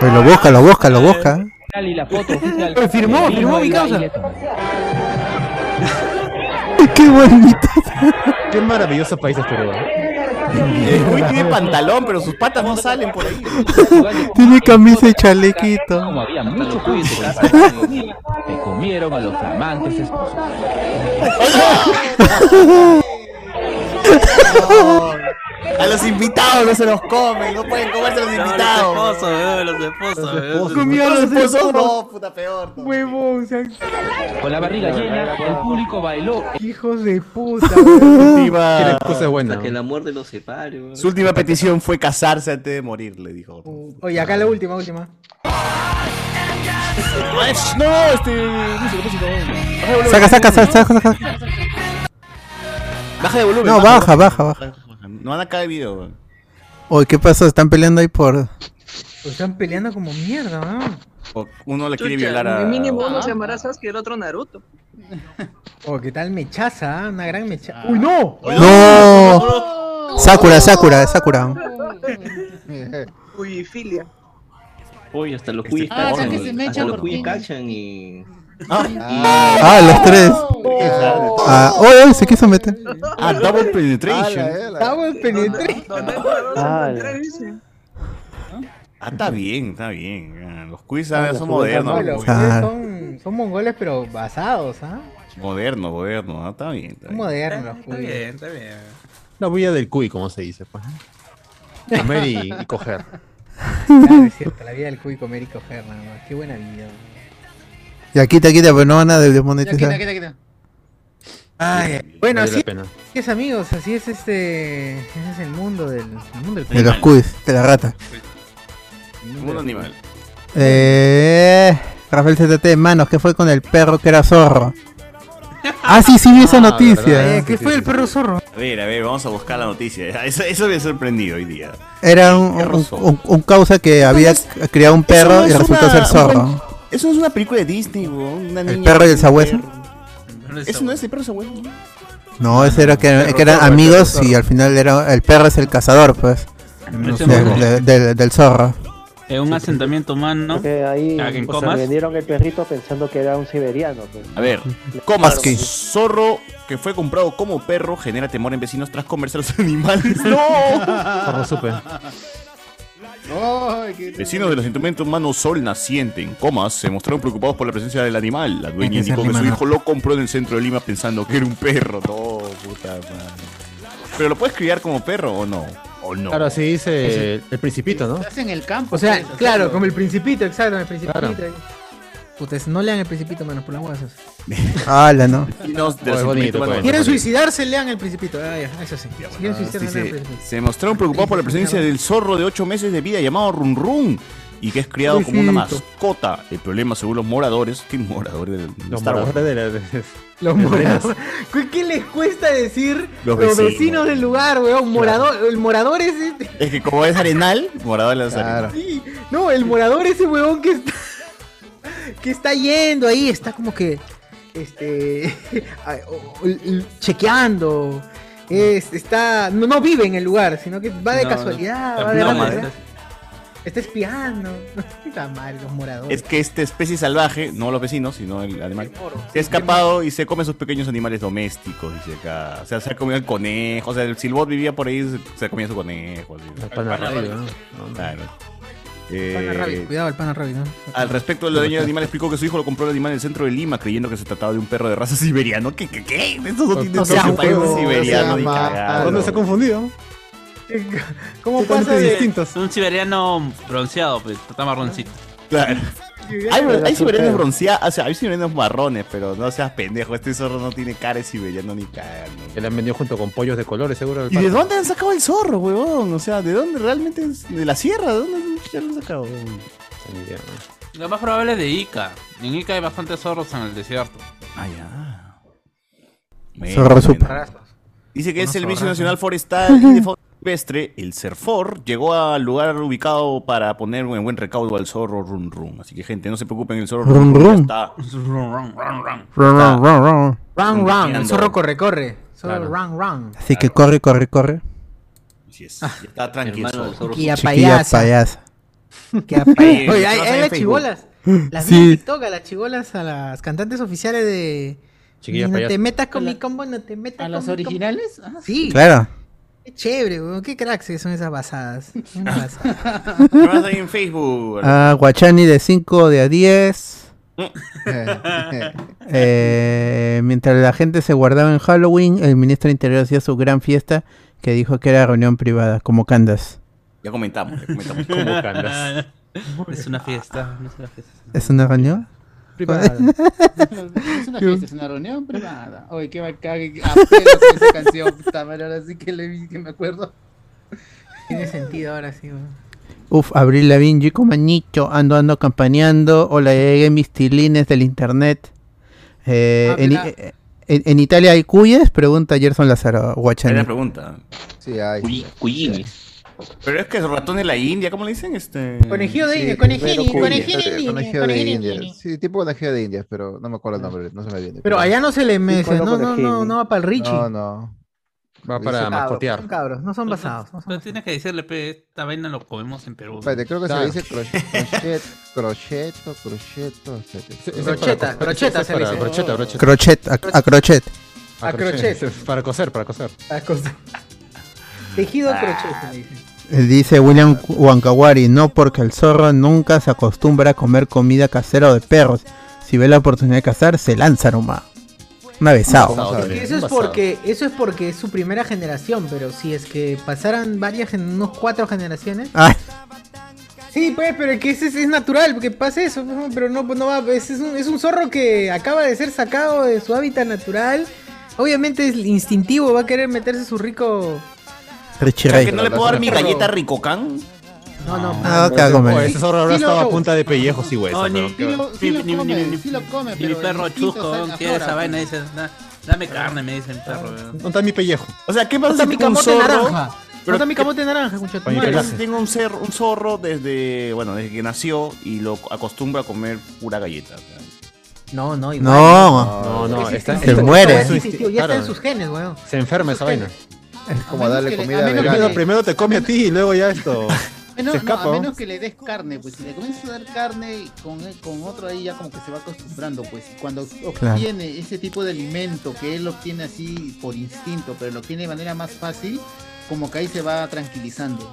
Speaker 5: Pues lo busca, lo busca, lo busca.
Speaker 13: Y la foto oficial.
Speaker 1: Firmó,
Speaker 13: Vino
Speaker 1: firmó
Speaker 13: el
Speaker 1: mi causa.
Speaker 13: baile.
Speaker 5: Qué bonito.
Speaker 2: Qué maravilloso país es Perú. ¿eh?
Speaker 4: El cuy tiene pantalón, pero sus patas no salen por ahí.
Speaker 5: Tiene camisa y chalequito.
Speaker 13: Como había mucho cuy en su casa, se comía- se comieron a los flamantes esposos.
Speaker 4: A los invitados no se los comen, no pueden comerse a los invitados.
Speaker 15: los esposos,
Speaker 4: los esposos,
Speaker 15: Comió a los esposos.
Speaker 4: No, puta peor.
Speaker 1: Huevón,
Speaker 13: Con la barriga llena, el público bailó.
Speaker 1: Hijos de puta.
Speaker 4: Tienen
Speaker 2: cosas buenas.
Speaker 7: Hasta que la muerte los separe. weón.
Speaker 4: Su última petición fue casarse antes de morir, le dijo.
Speaker 1: Oye, acá la última, última.
Speaker 4: No, este. música, música, música.
Speaker 5: Saca, saca, saca, saca, saca.
Speaker 4: Baja de volumen.
Speaker 5: No, baja, baja, baja.
Speaker 4: No van a caer el video. weón.
Speaker 5: Oye, ¿qué pasó? Están peleando ahí por.
Speaker 1: Están peleando como mierda, ¿no?
Speaker 4: O Uno le quiere
Speaker 1: Chucha,
Speaker 4: violar a.
Speaker 1: mi mínimo
Speaker 9: Uno se embaraza más que el otro Naruto.
Speaker 1: Oh, ¿qué tal mechaza? ah? Una gran mechaza. ¡Uy,
Speaker 4: Oh,
Speaker 1: no!
Speaker 5: ¡No! Sakura, Sakura, Sakura.
Speaker 9: Uy, filia.
Speaker 7: Oye, hasta
Speaker 1: Este
Speaker 7: los cuyes
Speaker 9: Ah,
Speaker 7: cachan.
Speaker 9: ya que se me
Speaker 7: hasta
Speaker 9: echan
Speaker 7: los
Speaker 9: por
Speaker 7: cuyes
Speaker 9: ti.
Speaker 7: cachan y.
Speaker 5: Ah, los tres. Ah, oh, oh, se quiso meter.
Speaker 4: Ah, double penetration.
Speaker 1: Double penetration.
Speaker 4: Ah, está bien, está bien. Ah, Los quiz ah,
Speaker 1: Los
Speaker 4: son
Speaker 1: cubos
Speaker 4: modernos.
Speaker 1: son- los
Speaker 4: pues.
Speaker 1: cubos
Speaker 5: Ah.
Speaker 1: son, son mongoles, pero basados, ¿ah?
Speaker 4: Moderno, moderno. ah, está bien. Está
Speaker 1: Son
Speaker 4: bien.
Speaker 1: modernos. los cubos.
Speaker 4: está bien.
Speaker 2: La bulla del cuy, como se dice, pues. Comer y, y coger.
Speaker 1: Claro, es cierto, la vida del cuy comer y coger nada más. Qué buena vida.
Speaker 5: Ya quita, quita, pero no van a
Speaker 1: quita,
Speaker 5: desmonetizar.
Speaker 1: quita, quita. Ay, bueno,
Speaker 2: Vale la
Speaker 1: así
Speaker 2: pena.
Speaker 1: es, amigos, así es este. Ese es el mundo del. El mundo del
Speaker 5: De los cuis, de la rata.
Speaker 4: Un animal.
Speaker 5: Eh. Rafael ZT, manos, ¿qué fue con el perro que era zorro? Ah, sí, sí, vi esa
Speaker 4: Ah,
Speaker 5: noticia.
Speaker 4: verdad.
Speaker 5: ¿eh?
Speaker 4: ¿Qué fue el
Speaker 1: perro zorro?
Speaker 4: A ver, a ver, vamos a buscar la noticia. Eso, eso me ha sorprendido hoy día.
Speaker 5: Era un, un, un- un causa que había criado un
Speaker 4: Eso
Speaker 5: perro
Speaker 4: no
Speaker 5: y
Speaker 4: es
Speaker 5: resultó
Speaker 4: una-
Speaker 5: ser
Speaker 4: un-
Speaker 5: zorro.
Speaker 4: Eso no es una película de Disney, weón. Una
Speaker 5: El
Speaker 4: niña
Speaker 5: perro
Speaker 4: con
Speaker 5: y el
Speaker 4: un
Speaker 5: sabueso.
Speaker 4: perro. Eso no es el perro sabueso.
Speaker 5: No, ese era que, que eran
Speaker 4: zorro, el
Speaker 5: amigos
Speaker 4: perro
Speaker 5: y al final era el perro es el cazador, pues.
Speaker 6: Ese
Speaker 5: de-
Speaker 6: mono.
Speaker 5: de- del- del zorro.
Speaker 6: Es un asentamiento humano.
Speaker 8: ahí
Speaker 6: a que
Speaker 8: o sea,
Speaker 6: comas.
Speaker 8: vendieron el perrito pensando que era un siberiano. pues.
Speaker 4: A ver, comas.
Speaker 8: Husky.
Speaker 4: Zorro que fue comprado como perro genera temor en vecinos tras comerse a los animales. ¡No!
Speaker 2: Zorro supe.
Speaker 3: Ay, qué-
Speaker 4: Vecinos del asentamiento humano Sol Naciente en Comas se mostraron preocupados por la presencia del animal. La dueña
Speaker 5: Es que es
Speaker 4: indicó que su
Speaker 5: alemana.
Speaker 4: hijo lo compró en el centro de Lima pensando que era un perro. No, puta madre. Pero lo puedes criar como perro o no? O no.
Speaker 2: Claro, así dice el, el principito, ¿no?
Speaker 3: Estás en el campo.
Speaker 1: O sea,
Speaker 3: puedes
Speaker 1: claro,
Speaker 3: hacerlo.
Speaker 1: como el principito, exacto, el principito.
Speaker 2: Claro.
Speaker 1: ahí. Putas, no lean el principito, menos por las guasas.
Speaker 5: Ala, ¿no?
Speaker 4: Vecinos del
Speaker 2: Oh, es bonito,
Speaker 4: asentamiento humano.
Speaker 2: pues.
Speaker 1: Quieren suicidarse, lean el principito. Ah, ya, eso sí. Si quieren
Speaker 4: Sí,
Speaker 1: suicidarse, lean el
Speaker 4: se,
Speaker 1: principito.
Speaker 4: se mostraron preocupados por la presencia del zorro de 8 meses de vida llamado Run Run y que es criado como una
Speaker 1: Pobrecito.
Speaker 4: mascota. El problema, según los moradores, ¿qué moradores del de
Speaker 2: Los
Speaker 4: Star Wars?
Speaker 2: moradores de la. de-
Speaker 1: Los
Speaker 2: de Arenas.
Speaker 1: moradores. ¿Qué- ¿Qué les cuesta decir los
Speaker 4: Los
Speaker 1: vecinos,
Speaker 4: vecinos.
Speaker 1: del lugar, weón? Morador, el morador es este.
Speaker 4: Es que como es arenal, moradores de las arenas.
Speaker 1: Sí, no, el morador ese huevón que está que está yendo ahí, está como que este a- o- o- l- chequeando. Es, está no, no vive en el lugar, sino que va de
Speaker 6: No,
Speaker 1: casualidad,
Speaker 6: no.
Speaker 1: va de
Speaker 6: No,
Speaker 1: rata,
Speaker 6: más.
Speaker 1: ¿verdad? Está espiando. Está mal, los moradores.
Speaker 4: Es que esta especie salvaje, no los vecinos, sino el animal, se ha escapado y se come sus pequeños animales domésticos, dice acá. O sea, se ha comido el conejo, o sea, el silbot vivía por ahí, se- se ha comido su conejo. así.
Speaker 2: panarrabias, ¿no?
Speaker 4: Claro.
Speaker 1: Pana Rabbit,
Speaker 4: Eh,
Speaker 1: Cuidado el pana Rabbit, ¿no?
Speaker 4: al respecto, el dueño del animal explicó que su hijo lo compró el animal en el centro de Lima, creyendo que se trataba de un perro de raza siberiano. ¿Qué? ¿Qué? qué? Estos no tienen
Speaker 1: No seas
Speaker 4: nombre para un
Speaker 1: huevón,
Speaker 4: siberiano
Speaker 1: no
Speaker 4: ni
Speaker 1: seas
Speaker 4: cagado.
Speaker 2: ¿Dónde se ha confundido?
Speaker 1: ¿Cómo
Speaker 2: pasa de-
Speaker 6: Un siberiano bronceado, pues, está marroncito.
Speaker 4: Claro. Hay, hay siberianos bronceados, o sea, hay siberianos marrones, pero no seas pendejo, este zorro no tiene cara de siberiano ni cagando.
Speaker 2: Que le han vendido junto con pollos de colores, seguro. el
Speaker 4: ¿Y de
Speaker 2: pata.
Speaker 4: dónde han sacado el zorro, huevón? O sea, ¿de dónde realmente? es? ¿De la sierra? ¿De dónde ya lo han sacado?
Speaker 6: Lo más probable es de Ica. En Ica hay bastantes zorros en el desierto.
Speaker 4: Ah, ya.
Speaker 5: Zorro super.
Speaker 4: Dice que el
Speaker 6: Unos
Speaker 4: Servicio
Speaker 6: zorrazos.
Speaker 4: Nacional Forestal y de Fauna Silvestre, el CERFOR, llegó al lugar ubicado para poner en buen recaudo al zorro Run Run. Así que, gente, no se preocupen, el zorro
Speaker 5: Run
Speaker 4: ya
Speaker 5: Run.
Speaker 4: está.
Speaker 5: Ron, ron, ron, ron.
Speaker 1: Run, run. El
Speaker 4: Ando.
Speaker 1: zorro corre, corre. Zorro,
Speaker 4: Claro.
Speaker 1: run, run.
Speaker 5: Así que corre, corre, corre.
Speaker 4: Así es, ya
Speaker 6: Ah,
Speaker 4: está tranquilo.
Speaker 7: hermano del zorro.
Speaker 1: Chiquilla
Speaker 5: Chiquilla
Speaker 1: payasa.
Speaker 5: payasa.
Speaker 1: Que aparece.
Speaker 4: Sí,
Speaker 1: Oye,
Speaker 4: que
Speaker 1: hay, hay
Speaker 4: no sale en
Speaker 1: las
Speaker 4: Facebook.
Speaker 1: chibolas. Las
Speaker 5: Sí.
Speaker 1: vi en TikTok, a las chibolas, a las cantantes oficiales de.
Speaker 2: Chiquilla
Speaker 1: no
Speaker 2: payasa.
Speaker 1: te metas con mi combo, no te metas
Speaker 3: ¿A
Speaker 1: con
Speaker 3: las
Speaker 1: mi combo".
Speaker 3: originales? Ah,
Speaker 1: Sí.
Speaker 5: Claro.
Speaker 1: Qué chévere, weón. Qué cracks que son esas basadas. Unas basadas.
Speaker 4: ¿Qué más hay en Facebook?
Speaker 5: Ah, Guachani de 5 de a 10. Eh, mientras la gente se guardaba en Halloween, el ministro del Interior hacía su gran fiesta que dijo que era reunión privada, como Candas.
Speaker 4: Ya comentamos, ya comentamos.
Speaker 6: Es una fiesta, no es una fiesta.
Speaker 5: ¿Es una reunión?
Speaker 1: Privada.
Speaker 3: Es una fiesta, es una reunión privada. Oye, qué bacán, qué apelo con esa canción, puta madre, ahora sí que le vi que me acuerdo.
Speaker 1: Tiene sentido ahora sí, weón.
Speaker 5: Uf, Abril Lavín, Gico Manicho, ando, ando campaneando. Hola, llegué mis tilines del internet. Eh,
Speaker 3: Ah,
Speaker 5: en,
Speaker 3: mira.
Speaker 5: eh, en- en Italia hay cuyes, pregunta Gerson Lazaro.
Speaker 4: Hay
Speaker 5: Guachani.
Speaker 4: una pregunta.
Speaker 10: Sí, hay.
Speaker 4: Pero es que es ratón de la India, ¿cómo le dicen? Este...
Speaker 1: Conejillo
Speaker 10: Mm,
Speaker 1: de
Speaker 10: Sí,
Speaker 1: India,
Speaker 10: pero
Speaker 1: conejillo,
Speaker 10: cuyo,
Speaker 1: conejillo
Speaker 10: sí,
Speaker 1: de India,
Speaker 10: conejillo de
Speaker 1: conejillo de
Speaker 10: India.
Speaker 1: India.
Speaker 10: Sí, tipo conejillo de Indias, pero no me acuerdo el nombre, no se me viene.
Speaker 1: Pero allá no se le mece,
Speaker 10: con
Speaker 1: no,
Speaker 10: loco
Speaker 1: no,
Speaker 10: de
Speaker 1: no,
Speaker 10: Heidi.
Speaker 1: no va para el Richie.
Speaker 10: No, no.
Speaker 2: Va para
Speaker 1: Cabros,
Speaker 2: mascotear.
Speaker 1: Son cabros, no son basados. no son
Speaker 6: Pero tienes que decirle, pe, esta vaina lo comemos en Perú.
Speaker 10: Espérate, creo que se
Speaker 2: Claro.
Speaker 10: le dice crochet, crochet, crocheto, crocheto, espérate.
Speaker 2: Ese- ese es
Speaker 1: Brocheta,
Speaker 2: para coser.
Speaker 1: brocheta
Speaker 2: Ese
Speaker 1: se le
Speaker 2: es para-
Speaker 1: dice.
Speaker 2: Brocheta, brocheta.
Speaker 5: Crochet, a, a crochet.
Speaker 2: Ah,
Speaker 1: A crochet.
Speaker 2: Ese es Para coser, para coser.
Speaker 1: basados. Tejido crochet, se le dice.
Speaker 5: Eh, Dice William Wankawari, no porque el zorro nunca se acostumbra a comer comida casera o de perros. Si ve la oportunidad de cazar, se lanza nomás. Una besado.
Speaker 1: Es que eso es porque eso es porque es su primera generación, pero si es que pasaran varias gen- unos cuatro generaciones.
Speaker 5: Ay,
Speaker 1: Sí, pues, pero es que ese es, es natural que pase eso, pues, pero no pues, no va, es, es un, es un zorro que acaba de ser sacado de su hábitat natural. Obviamente es instintivo, va a querer meterse su rico
Speaker 4: O
Speaker 5: Richie
Speaker 4: sea,
Speaker 5: Ray.
Speaker 4: que no le puedo dar mi galleta ricocán.
Speaker 1: No, no.
Speaker 5: Ah, te va a
Speaker 2: Oh,
Speaker 5: comer.
Speaker 2: ese zorro ahora
Speaker 3: Sí,
Speaker 2: estaba
Speaker 3: no.
Speaker 2: a punta de pellejos y huesos.
Speaker 6: No, ni-
Speaker 2: pero qué
Speaker 3: Sí
Speaker 2: bueno.
Speaker 3: lo, sí lo
Speaker 6: Ni- ni-
Speaker 3: come,
Speaker 6: ni- ni-
Speaker 3: sí lo come,
Speaker 6: Y
Speaker 3: pero
Speaker 6: mi perro
Speaker 3: distinto
Speaker 6: chusco,
Speaker 3: sal-
Speaker 6: tiene esa
Speaker 3: aflora,
Speaker 6: vaina,
Speaker 3: pues.
Speaker 6: dice, "Da- dame carne, me dice el perro. weón.
Speaker 2: ¿Dónde está mi pellejo?
Speaker 4: O sea, ¿qué
Speaker 1: No
Speaker 4: pasa
Speaker 1: está
Speaker 4: si
Speaker 1: mi
Speaker 4: tengo un
Speaker 1: camote
Speaker 4: zorro?
Speaker 1: naranja. No
Speaker 4: Pero
Speaker 1: está mi
Speaker 4: ¿qué-
Speaker 1: camote naranja, concha tu
Speaker 2: Oye,
Speaker 1: madre.
Speaker 2: ¿qué
Speaker 4: ¿qué pasa
Speaker 2: hace?
Speaker 4: si tengo un, cer- un zorro desde, bueno, desde que nació y lo acostumbra a comer pura galleta? O sea,
Speaker 1: No, no, igual.
Speaker 5: No,
Speaker 2: No, no,
Speaker 1: Ese
Speaker 2: está,
Speaker 1: instinto,
Speaker 5: se
Speaker 1: ese
Speaker 2: está-
Speaker 5: muere.
Speaker 1: huevón es
Speaker 2: su
Speaker 1: instintivo, Ya está en sus
Speaker 2: instinto,
Speaker 1: genes, weón.
Speaker 2: claro. Se enferma esa vaina.
Speaker 10: Es como
Speaker 3: A menos
Speaker 10: darle
Speaker 3: que le-
Speaker 10: comida
Speaker 3: a menos
Speaker 10: vegana.
Speaker 2: Primero, primero te come a ti y luego ya esto.
Speaker 3: Menos-
Speaker 2: se
Speaker 3: no,
Speaker 2: escapa.
Speaker 3: a menos que le des carne, pues si le comienzas a dar carne y con, con otro ahí ya como que se va acostumbrando, pues y cuando obtiene ese tipo de alimento que él obtiene así por instinto, pero lo obtiene de manera más fácil, como que ahí se va tranquilizando.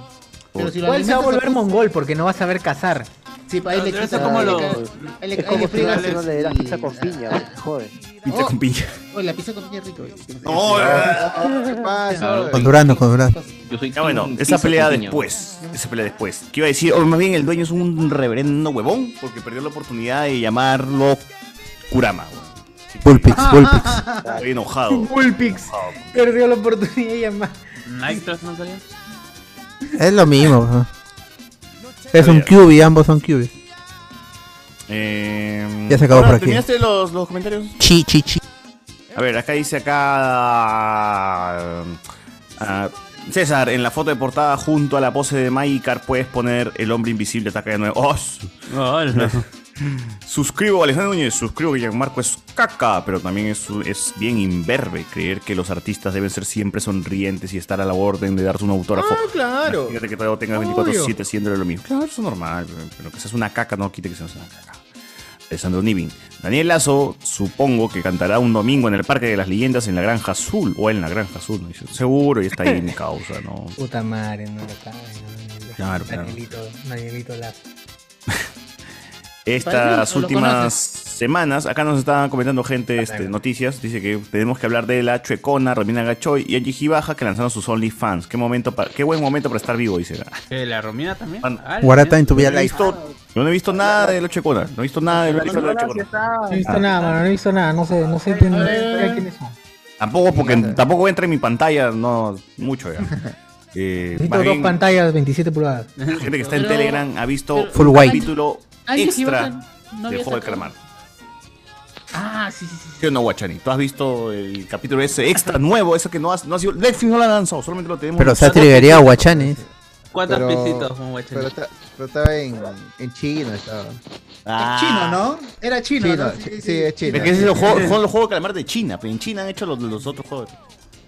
Speaker 3: Pero si lo
Speaker 1: Igual se va a
Speaker 3: alimentas
Speaker 1: volver
Speaker 3: a pu-
Speaker 1: mongol porque no va a saber cazar.
Speaker 3: Sí, ahí le
Speaker 6: Pero eso
Speaker 3: quitas-
Speaker 6: como
Speaker 3: ahí le
Speaker 6: lo-
Speaker 3: ca- ahí le-
Speaker 8: Es
Speaker 3: ahí le
Speaker 8: como si
Speaker 3: friegas
Speaker 8: no le dieras
Speaker 3: el-
Speaker 8: pizza con piña,
Speaker 3: Ah,
Speaker 8: joder.
Speaker 4: Pizza con piña.
Speaker 3: oh, la pizza con piña es rico. eh.
Speaker 4: ¡Oh!
Speaker 10: ¿Qué pasa?
Speaker 5: Con Durano, con Durano.
Speaker 7: Yo soy
Speaker 4: Ya bueno,
Speaker 7: team
Speaker 4: esa
Speaker 7: pizza
Speaker 4: pelea
Speaker 7: con piña.
Speaker 4: después. Esa pelea después. ¿Qué iba a decir? O más bien, el dueño es un reverendo huevón porque perdió la oportunidad de llamarlo Kurama. pues. weón. Así que
Speaker 5: Pulpix, Pulpix.
Speaker 4: ah, Estoy enojado.
Speaker 1: Pulpix
Speaker 4: enojado.
Speaker 1: Ah. perdió la oportunidad de llamar.
Speaker 6: Nitros, ¿no sabía?
Speaker 5: Es lo mismo. ¿no? Es un QB, ambos son QB.
Speaker 4: Eh,
Speaker 5: Ya se acabó
Speaker 4: ahora,
Speaker 5: por aquí.
Speaker 4: ¿Terminaste los, los comentarios?
Speaker 5: Chi, chi, chi.
Speaker 4: A ver, acá dice acá. ah, César, en la foto de portada junto a la pose de Magikarp puedes poner el hombre invisible ataca de nuevo. ¡Oh! su-
Speaker 6: No, no.
Speaker 4: Suscribo a Alejandro Núñez, suscribo que Gianmarco es caca, pero también es, es bien imberbe creer que los artistas deben ser siempre sonrientes y estar a la orden de darse un autógrafo.
Speaker 1: Ah, claro.
Speaker 4: Fíjate que todavía tengas
Speaker 1: Obvio.
Speaker 4: 24-7 siendo lo mismo. Claro, eso es normal, pero que seas una caca no quita que seas una caca. Alessandro Nivin. Daniel Lazo, supongo que cantará un domingo en el Parque de las Leyendas en la Granja Azul, o en la Granja Azul, ¿no? Dice, seguro, y está ahí mi causa, ¿no?
Speaker 1: Puta madre, no lo cabe. no, no, no.
Speaker 2: Ah,
Speaker 4: Claro, claro.
Speaker 1: Danielito, Danielito Lazo.
Speaker 4: Estas
Speaker 1: Parece que lo
Speaker 4: últimas
Speaker 1: conoces. Ah,
Speaker 4: semanas, acá nos están comentando gente este,
Speaker 1: Claro.
Speaker 4: noticias. Dice que tenemos que hablar de la Chuecona, Romina Gachoy y Angie Baja que lanzaron sus OnlyFans. Qué momento pa- qué buen momento para estar vivo, dice.
Speaker 6: Eh, la Romina también. Ah,
Speaker 5: What a time to be
Speaker 4: Yo no he
Speaker 5: alive.
Speaker 4: visto- Yo no he visto nada de la Chuecona. No he visto nada de la
Speaker 9: No, no,
Speaker 4: Chuecona. Ah,
Speaker 9: no, sí está.
Speaker 1: No he
Speaker 2: Ah,
Speaker 1: visto nada, mano, no he visto nada. No sé, no sé quién, no sé quiénes son.
Speaker 4: Tampoco, porque tampoco entra en mi pantalla, no mucho ya. Eh, más
Speaker 1: Necesito dos
Speaker 4: bien,
Speaker 1: pantallas 27 pulgadas.
Speaker 4: la gente que está en
Speaker 1: Pero-
Speaker 4: Telegram ha visto
Speaker 1: Full
Speaker 4: un
Speaker 1: white.
Speaker 4: capítulo
Speaker 1: Angie
Speaker 4: extra
Speaker 1: Gibaja no
Speaker 4: de
Speaker 1: había sacado.
Speaker 4: Juego de Calamar.
Speaker 13: Ah, sí, sí, sí.
Speaker 4: ¿Sí o no, Guachani? ¿Tú has visto el capítulo ese extra nuevo, ese que no, has, no ha sido... Netflix no lo ha lanzado, solamente lo tenemos...
Speaker 5: Pero se ha triggería a Guachanes.
Speaker 6: ¿Cuántos
Speaker 4: Pero-
Speaker 6: pisitos, un guachani?
Speaker 16: Pero, está- pero estaba en, en chino, estaba.
Speaker 4: Ah.
Speaker 3: Chino, ¿no? Era chino.
Speaker 16: Chino,
Speaker 3: ¿no?
Speaker 16: chi- sí, es chino.
Speaker 4: Es que ese es el
Speaker 16: Sí.
Speaker 4: juego, son los juegos de calamar de China, pero en China han hecho los, los otros juegos.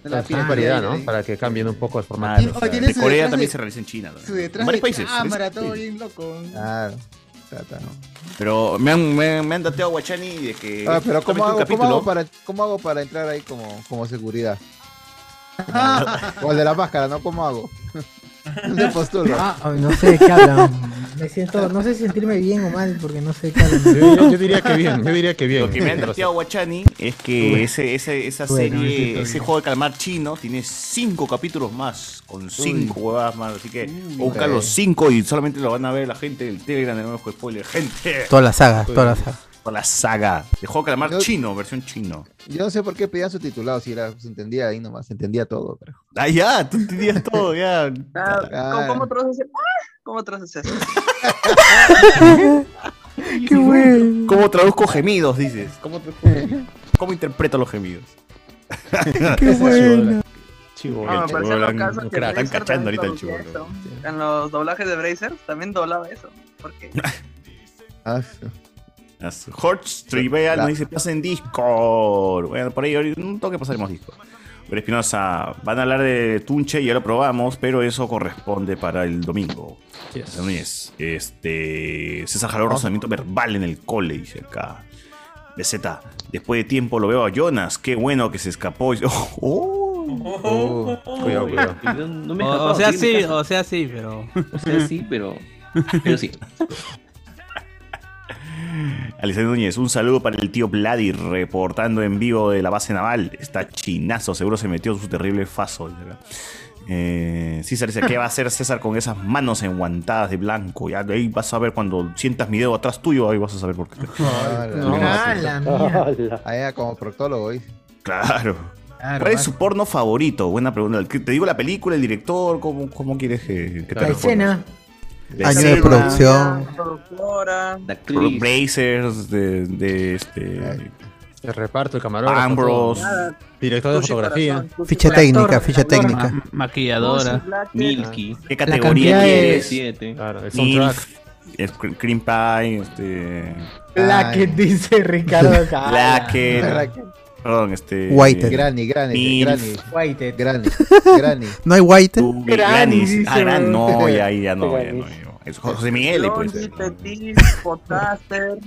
Speaker 2: Para que variedad, ¿no? Para que cambien un poco el formato.
Speaker 4: Claro, o sea, de Corea también se realiza en China. ¿no?
Speaker 3: Su detrás
Speaker 4: En
Speaker 3: de
Speaker 4: varios países.
Speaker 3: cámara,
Speaker 4: ¿ves?
Speaker 3: todo
Speaker 4: Sí.
Speaker 3: bien loco.
Speaker 16: Claro. Está, está, ¿no?
Speaker 4: Pero me han, me, me han dateado Guachani de que...
Speaker 16: Ah,
Speaker 4: solamente
Speaker 16: pero ¿cómo
Speaker 4: Eh, un
Speaker 16: hago, cómo
Speaker 4: capítulo-
Speaker 16: hago para, ¿cómo hago para entrar ahí como, como seguridad?
Speaker 1: Ah.
Speaker 16: o el de la máscara, ¿no? ¿Cómo hago? ¿Dónde postulo?
Speaker 1: Ah, ay, no sé de qué hablan. Me siento, no sé si sentirme bien o mal porque no sé de qué hablan.
Speaker 2: Yo, yo- yo diría que bien, yo diría que bien.
Speaker 4: Lo que me han
Speaker 2: Pero sí.
Speaker 4: dateado Guachani es
Speaker 2: Bueno.
Speaker 4: que ese, ese- esa
Speaker 2: Bueno,
Speaker 4: serie,
Speaker 2: ese-
Speaker 4: ese juego de calamar chino tiene cinco capítulos más, con cinco huevadas más, así que o buscar
Speaker 5: ok.
Speaker 4: los cinco y solamente lo van a ver la gente del Telegram de nuevo Juego spoiler, gente.
Speaker 5: Toda la saga, toda la saga.
Speaker 4: Toda la saga. El juego de calamar
Speaker 16: Yo-
Speaker 4: chino, versión chino.
Speaker 16: Yo no sé por qué pedían su titulado, si era, se entendía ahí nomás, se entendía todo. Pero...
Speaker 4: Ah, ya, tú entendías todo, ya.
Speaker 9: Ah, ¿cómo- ¿Cómo otros hacen? Ah, ¿Cómo otros hacen?
Speaker 4: Qué bueno. ¿Cómo traduzco gemidos, dices? ¿Cómo, traduzco gemidos? ¿Cómo interpreto los gemidos?
Speaker 15: Qué bueno.
Speaker 4: Chivo,
Speaker 9: No, Ah, me parece lo caso que
Speaker 4: Están
Speaker 9: Brazzer
Speaker 4: cachando
Speaker 9: también
Speaker 4: ahorita el chivo.
Speaker 9: traducía eso. En los doblajes de Brazers también doblaba eso. Porque
Speaker 4: Hortz Trivial nos dice, pasen Discord. Bueno, por ahí ahorita- un toque pasaremos Discord. Pero Espinosa, van a hablar de Tunche, ya lo probamos, pero eso corresponde para el domingo.
Speaker 2: Yes.
Speaker 4: Lunes. Este, César Jaló, razonamiento verbal en el cole, dice acá. BZ, después de tiempo lo veo a Jonas, qué bueno que se escapó. Oh, oh. Cuidado, cuidado.
Speaker 7: No, no me he
Speaker 6: O,
Speaker 7: escapado,
Speaker 6: o sea,
Speaker 7: estoy en mi
Speaker 6: sí,
Speaker 7: casa.
Speaker 6: o sea, sí, pero.
Speaker 7: O sea, sí, pero. Pero sí.
Speaker 4: Alessandro Núñez, un saludo para el tío Vladi, reportando en vivo de la base naval. Está chinazo, seguro se metió su terrible faso. Eh, César dice, ¿qué va a hacer César con esas manos enguantadas de blanco? Ya ahí vas a ver cuando sientas mi dedo atrás tuyo, ahí vas a saber por qué.
Speaker 16: No,
Speaker 1: Ah, la mía.
Speaker 16: Allá Ah, como proctólogo, ¿eh?
Speaker 4: Claro. ¿Cuál es su porno favorito? Buena pregunta. ¿Te digo la película, el director? ¿Cómo, cómo quieres eh, que, que te
Speaker 1: La escena.
Speaker 4: responda?
Speaker 5: Año de
Speaker 4: escena,
Speaker 5: producción.
Speaker 9: productora.
Speaker 4: Pro- Brazers, de, de este.
Speaker 2: El reparto, el camarógrafo.
Speaker 4: Ambrose.
Speaker 2: todo. Director de
Speaker 4: Sushi
Speaker 2: fotografía.
Speaker 4: corazón,
Speaker 5: Ficha técnica, ficha técnica.
Speaker 6: Maquilladora.
Speaker 7: Milky.
Speaker 4: ¿Qué
Speaker 5: La
Speaker 4: categoría
Speaker 5: cantidad
Speaker 4: quieres?
Speaker 5: es-
Speaker 2: Claro, el soundtrack.
Speaker 4: Milf, es cr- Cream Pie, este.
Speaker 1: La que dice Ricardo acá.
Speaker 4: La que.
Speaker 1: La
Speaker 4: Perdón, este.
Speaker 5: Whiter.
Speaker 16: Granny, Granny,
Speaker 4: Milf.
Speaker 16: Granny,
Speaker 1: White.
Speaker 16: Granny, Granny.
Speaker 5: ¿No hay White?
Speaker 4: Granny,
Speaker 5: Granny,
Speaker 4: sí. Ah,
Speaker 5: dice,
Speaker 4: Gran-
Speaker 5: weón.
Speaker 4: no, ya, ya no, ya no. ya no. Es José Miguel, pues.
Speaker 9: Blondie, Petit, Podcaster.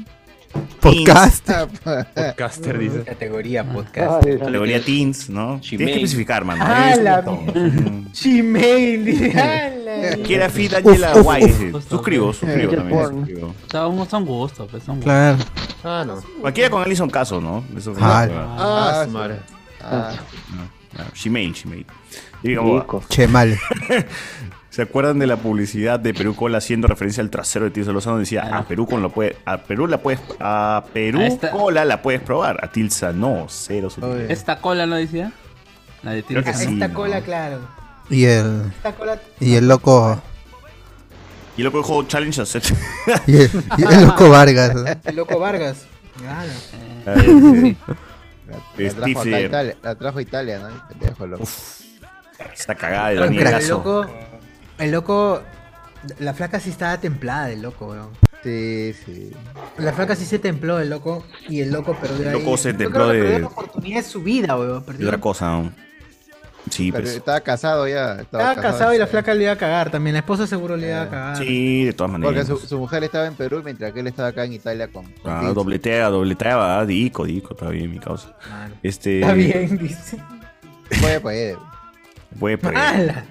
Speaker 5: Podcaster.
Speaker 2: Podcaster, dice.
Speaker 1: Categoría podcast.
Speaker 4: Categoría Teens, ¿no? Tienes que especificar, mano.
Speaker 1: Ah,
Speaker 4: Eres
Speaker 1: la
Speaker 4: puto.
Speaker 1: Gmail. dice. Ah, la-
Speaker 4: Quiera Fit Daniela
Speaker 6: Uf, uf,
Speaker 4: White.
Speaker 6: uf.
Speaker 4: dice. Suscribo, suscribo
Speaker 6: Eh,
Speaker 4: también.
Speaker 6: porn.
Speaker 4: suscribo.
Speaker 6: Son, son gustos, pues, son gustos.
Speaker 5: Claro.
Speaker 2: Ah, no.
Speaker 4: Cualquiera con Alison Caso, ¿no? Eso es
Speaker 5: Ah,
Speaker 2: Ah,
Speaker 4: sí.
Speaker 2: su madre.
Speaker 16: Ah.
Speaker 4: No, no, Shimei, Shimei. Y digamos,
Speaker 5: Che, mal.
Speaker 4: ¿Se acuerdan de la publicidad de Perú Cola haciendo referencia al trasero de Tilsa Lozano? Decía, a Perú con lo puede, a Perú la puedes, a Perú
Speaker 6: A esta-
Speaker 4: Cola la puedes probar, a Tilsa no, cero. sutileza.
Speaker 6: Esta cola, ¿no decía? La de
Speaker 4: Creo que
Speaker 6: Tilsa.
Speaker 4: sí,
Speaker 1: Esta
Speaker 4: ¿no?
Speaker 1: cola, claro.
Speaker 5: Y el.
Speaker 1: Esta cola.
Speaker 5: Y el loco.
Speaker 4: Y luego el juego Challenge Accept.
Speaker 5: Y el, y el loco Vargas. ¿no?
Speaker 1: El loco Vargas. Claro.
Speaker 4: Ay,
Speaker 16: La trajo acá a
Speaker 4: Stifler.
Speaker 16: Italia, la trajo a Italia, ¿no? El pendejo, loco.
Speaker 4: Esta cagada de
Speaker 1: Pero
Speaker 4: Daniel
Speaker 1: el
Speaker 4: Gaso.
Speaker 1: loco. El loco. La flaca sí estaba templada del loco, weón.
Speaker 16: Sí, sí.
Speaker 1: La flaca sí se templó, el loco. Y el loco perdió
Speaker 4: El
Speaker 1: ahí.
Speaker 4: loco se
Speaker 1: Yo creo
Speaker 4: templó
Speaker 1: que
Speaker 4: de-
Speaker 1: perdió la oportunidad de su vida, weón.
Speaker 4: Y otra cosa. ¿no? Sí,
Speaker 16: Pero
Speaker 4: pues.
Speaker 16: estaba casado ya.
Speaker 1: Estaba casado y la flaca le iba a cagar también. La esposa seguro le iba a cagar.
Speaker 4: Sí, de todas
Speaker 16: Ah. Porque
Speaker 4: maneras.
Speaker 16: su, su mujer estaba en Perú mientras que él estaba acá en Italia con. con
Speaker 4: Ah,
Speaker 16: Vince.
Speaker 4: dobletea, dobleteaba, ah, dico, dico, está bien mi causa. Este.
Speaker 16: Está bien,
Speaker 1: dice.
Speaker 16: Puede, puede.
Speaker 4: Puede perder.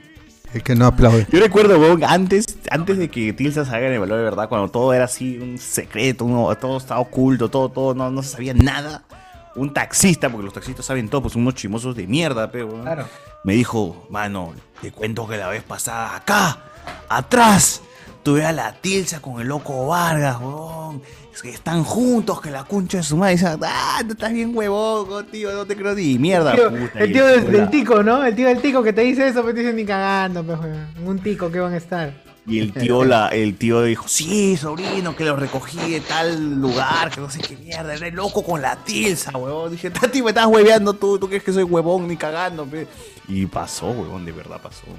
Speaker 5: El que no aplaude.
Speaker 4: Yo recuerdo, weón, antes, antes de que Tilsa salga en el valor de verdad, cuando todo era así, un secreto, uno- todo estaba oculto, todo, todo, no, no se sabía nada. Un taxista, porque los taxistas saben todo, pues unos chimosos de mierda, pero
Speaker 1: Claro.
Speaker 4: me dijo, mano, te cuento que la vez pasada acá, atrás, tuve a la Tilsa con el loco Vargas, weón. Es que están juntos, que la concha de su madre. Y dice, ah, tú estás bien huevón, tío, no te creo ni mierda,
Speaker 1: El tío,
Speaker 4: puta,
Speaker 1: el
Speaker 4: y-
Speaker 1: tío del,
Speaker 4: puta.
Speaker 1: del tico, ¿no? El tío del tico que te dice eso, me te dice ni cagando, pues, weón. Un tico que van a estar.
Speaker 4: Y el tío, la, el tío dijo, sí, sobrino, que lo recogí de tal lugar, que no sé qué mierda, eres loco con la tilsa, huevón. Dije, Tati, me estás hueveando tú, tú crees que soy huevón ni cagando, pe". Y pasó, huevón, de verdad pasó. De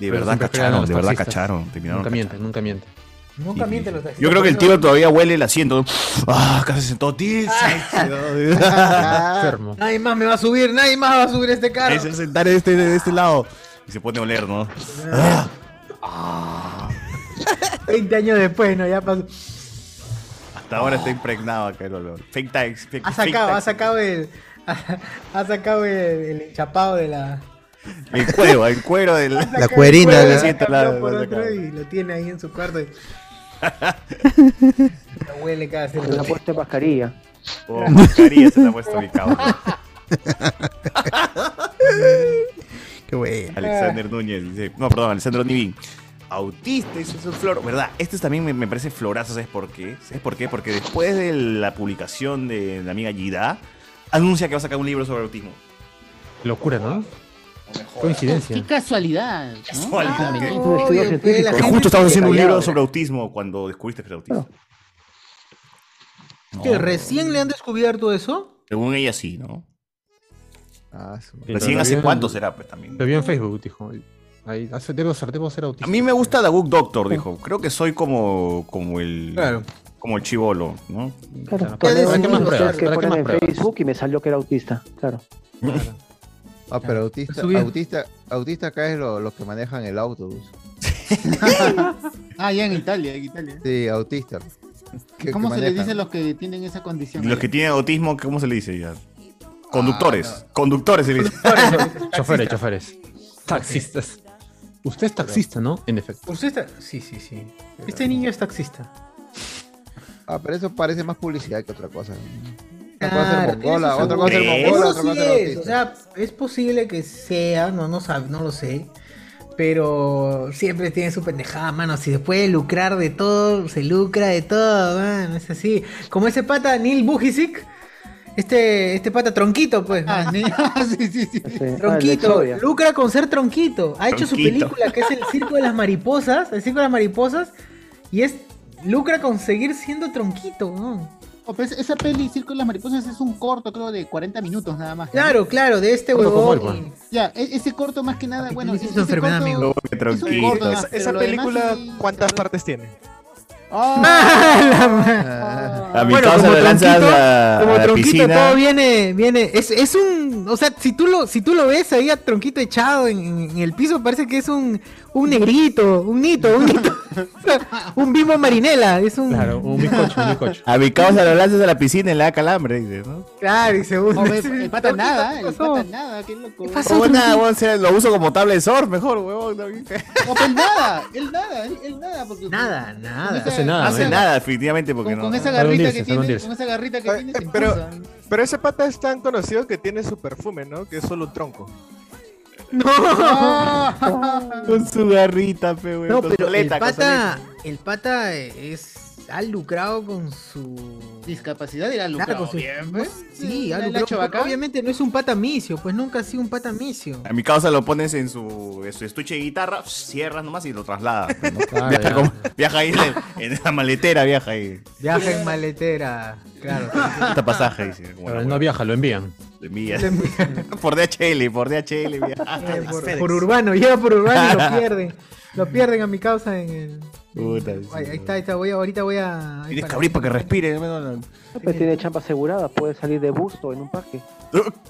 Speaker 2: Pero
Speaker 4: verdad
Speaker 2: siempre fregan a
Speaker 4: cacharon,
Speaker 2: los
Speaker 4: de verdad
Speaker 2: taxistas.
Speaker 4: cacharon, terminaron
Speaker 2: Nunca mienten, nunca mienten.
Speaker 1: Nunca miente los
Speaker 4: Yo creo que el tío todavía huele el asiento. Ah, casi sentó tilsa.
Speaker 2: Enfermo.
Speaker 1: Nadie más me va a subir, nadie más va a subir este carro.
Speaker 4: Ahí se va a sentar de este, de este lado. Y se pone a oler, ¿no? Ah. Ah.
Speaker 1: 20 años después, ¿no? Ya pasó.
Speaker 4: Hasta ahora está impregnado acá el olor. Fake tax. Fake,
Speaker 1: Ha
Speaker 4: fake
Speaker 1: sacado, ha
Speaker 4: tax.
Speaker 1: sacado el. Ha, ha sacado el, el enchapado de la.
Speaker 4: El cuero, el cuero del.
Speaker 1: ha sacado el cuero del campeón por otro y lo tiene ahí en su cuarto. y- Lo huele cada
Speaker 8: Se le ha
Speaker 1: cierto
Speaker 8: puesto mascarilla.
Speaker 4: Oh, mascarilla se la ha puesto mi cabrón.
Speaker 5: Qué bueno.
Speaker 4: Alexander Núñez dice. No, perdón, Alexander Nivín. Autista, eso es un flor. ¿Verdad? Este también me, me parece florazo, ¿sabes por qué? ¿Sabes por qué? Porque después de la publicación de la amiga Gida, anuncia que va a sacar un libro sobre autismo.
Speaker 2: Locura, ¿no? Coincidencia.
Speaker 17: Qué casualidad. ¿no?
Speaker 4: Casualidad,
Speaker 17: Ah,
Speaker 4: que-
Speaker 17: no.
Speaker 4: Obvio,
Speaker 17: Estudio
Speaker 4: que
Speaker 17: científico.
Speaker 4: Que justo estabas haciendo un libro sobre autismo cuando descubriste que era autista. No.
Speaker 1: ¿Qué, ¿Recién le han descubierto eso?
Speaker 4: Según ella sí, ¿no?
Speaker 2: Pero
Speaker 4: Recién
Speaker 2: lo
Speaker 4: hace
Speaker 2: vio en-
Speaker 4: cuánto será, pues también.
Speaker 2: Lo vi en Facebook, dijo. Ahí, hace- debo ser, debo ser autista.
Speaker 4: A mí me gusta The Good Doctor, dijo. Creo que soy como, como el.
Speaker 2: Claro.
Speaker 4: Como el chivolo, ¿no?
Speaker 8: Claro,
Speaker 2: ¿para qué-
Speaker 8: ponen
Speaker 2: para qué más
Speaker 8: unos
Speaker 2: pruebas?
Speaker 8: test que
Speaker 2: ¿Para qué
Speaker 8: ponen
Speaker 2: más
Speaker 8: en
Speaker 2: pruebas?
Speaker 8: Facebook y me salió que era autista. Claro.
Speaker 16: Ah, pero autista,
Speaker 8: Subí.
Speaker 16: autista, autista acá es lo- los que manejan el autobús.
Speaker 3: Ah, ya en Italia, en Italia.
Speaker 16: Sí, autista. Que-
Speaker 3: ¿Cómo
Speaker 16: que
Speaker 3: se les
Speaker 16: manejan.
Speaker 3: dice a los que tienen esa condición?
Speaker 4: Los que tienen autismo, ¿cómo se le dice
Speaker 2: Ah,
Speaker 4: ya? Conductores. Conductores se le dice.
Speaker 2: Choferes, choferes. Taxistas. Usted es taxista, ¿no? En efecto.
Speaker 1: ¿Usted está- Sí, sí, sí. Este niño es taxista.
Speaker 16: Ah, pero eso parece más publicidad que otra cosa. Una cosa
Speaker 1: Claro,
Speaker 16: es ser mongola,
Speaker 1: tiene su
Speaker 16: otra cosa es ser
Speaker 1: seguro.
Speaker 16: mongola,
Speaker 1: Eso
Speaker 16: otra
Speaker 1: sí
Speaker 16: cosa es ser
Speaker 1: es,
Speaker 16: autista.
Speaker 1: O sea, es posible que sea, no, no sabe, no lo sé. Pero siempre tiene su pendejada, mano. Si después de lucrar de todo, se lucra de todo, mano. Es así. Como ese pata Neil Bujicic. Este, este pata tronquito, pues. Ah,
Speaker 3: sí, sí, sí.
Speaker 16: Ah,
Speaker 1: Tronquito. lucra con ser tronquito. Ha hecho su
Speaker 3: Tronquito.
Speaker 1: película que es El Circo de las Mariposas. El Circo de las Mariposas. Y es. Lucra con seguir siendo tronquito, ¿no?
Speaker 3: Oh, pues, esa peli, Circo de las Mariposas, es un corto, creo, de 40 minutos nada más. ¿no?
Speaker 1: Claro, claro, de este
Speaker 2: Corto como
Speaker 1: huevón.
Speaker 2: el,
Speaker 3: Ya, e- ese corto más que nada, bueno, ese,
Speaker 1: es tu
Speaker 3: ese
Speaker 1: enfermedad,
Speaker 3: corto-
Speaker 1: amigo.
Speaker 4: Qué tronquito.
Speaker 3: corto,
Speaker 4: Esa-
Speaker 3: pero
Speaker 18: Esa
Speaker 3: lo demás
Speaker 18: película,
Speaker 3: sí-
Speaker 18: ¿cuántas partes tiene?
Speaker 2: Ah.
Speaker 4: A mi
Speaker 1: Bueno,
Speaker 4: causa
Speaker 1: como
Speaker 4: lo lanzas
Speaker 1: tronquito,
Speaker 4: a,
Speaker 1: como
Speaker 4: a la
Speaker 1: tronquito
Speaker 4: piscina.
Speaker 1: todo viene, viene, es, es un, o sea, si tú lo, si tú lo ves ahí a tronquito echado en, en- en el piso, parece que es un, un negrito, un nito, un nito, un bimbo marinela, es un, claro,
Speaker 2: Un bizcocho, un bizcocho.
Speaker 4: A mi causa lo lanzas a la piscina y le da calambre, dice, ¿no?
Speaker 1: y segundo.
Speaker 3: Oh, el- el pata nada, el
Speaker 1: pasó?
Speaker 3: pata nada, qué loco. Oh,
Speaker 4: Oh, nada, weón, se- lo uso como tablet de surf, mejor, huevón. no, bien fe-
Speaker 3: No, pues nada, él nada, él, él nada. Porque pues,
Speaker 1: nada, nada.
Speaker 3: Con esa,
Speaker 2: hace nada,
Speaker 4: No hace
Speaker 2: ¿no?
Speaker 4: nada, definitivamente, porque
Speaker 3: con,
Speaker 4: no.
Speaker 3: con esa
Speaker 2: no.
Speaker 3: garrita
Speaker 2: Algún
Speaker 3: que
Speaker 2: día, algún
Speaker 3: tiene,
Speaker 2: día.
Speaker 3: con esa garrita que tiene, se
Speaker 18: Pero,
Speaker 3: impulsa.
Speaker 18: pero ese pata es tan conocido que tiene su perfume, ¿no? Que es solo un tronco.
Speaker 4: Con su garrita, pe, weón.
Speaker 1: No,
Speaker 4: con
Speaker 1: pero
Speaker 4: su
Speaker 1: el
Speaker 4: aleta, con su
Speaker 1: pata,
Speaker 4: aleta.
Speaker 1: el pata es, ha lucrado con su...
Speaker 3: Discapacidad era lucro.
Speaker 1: Claro, con su-
Speaker 3: pues.
Speaker 1: Sí,
Speaker 3: ¿La-
Speaker 1: ha
Speaker 3: la
Speaker 1: lucrado,
Speaker 3: Chovacá?
Speaker 1: porque obviamente no es un pata micio, pues nunca ha sido un pata micio.
Speaker 4: A mi causa lo pones en su, en su estuche de guitarra, cierras nomás y lo trasladas. pe, ¿no?
Speaker 2: Ah,
Speaker 4: viaja,
Speaker 2: ya.
Speaker 4: como- viaja ahí en, en la maletera, viaja ahí.
Speaker 1: Viaja en maletera, claro.
Speaker 4: Hasta pasaje, dice. como
Speaker 2: Pero
Speaker 4: la
Speaker 2: no viaja, lo envían.
Speaker 4: De millas. por DHL, por DHL, viaja.
Speaker 1: por, por urbano, llega por urbano y lo pierden. Lo pierden a mi causa en el.
Speaker 4: Puta,
Speaker 1: Ay, ahí está, ahí está. Voy a- ahorita voy a. ahí
Speaker 4: Tienes
Speaker 1: para-
Speaker 4: que abrir para que respire. menos la-
Speaker 8: Pero tiene chamba asegurada, puede salir de busto en un parque.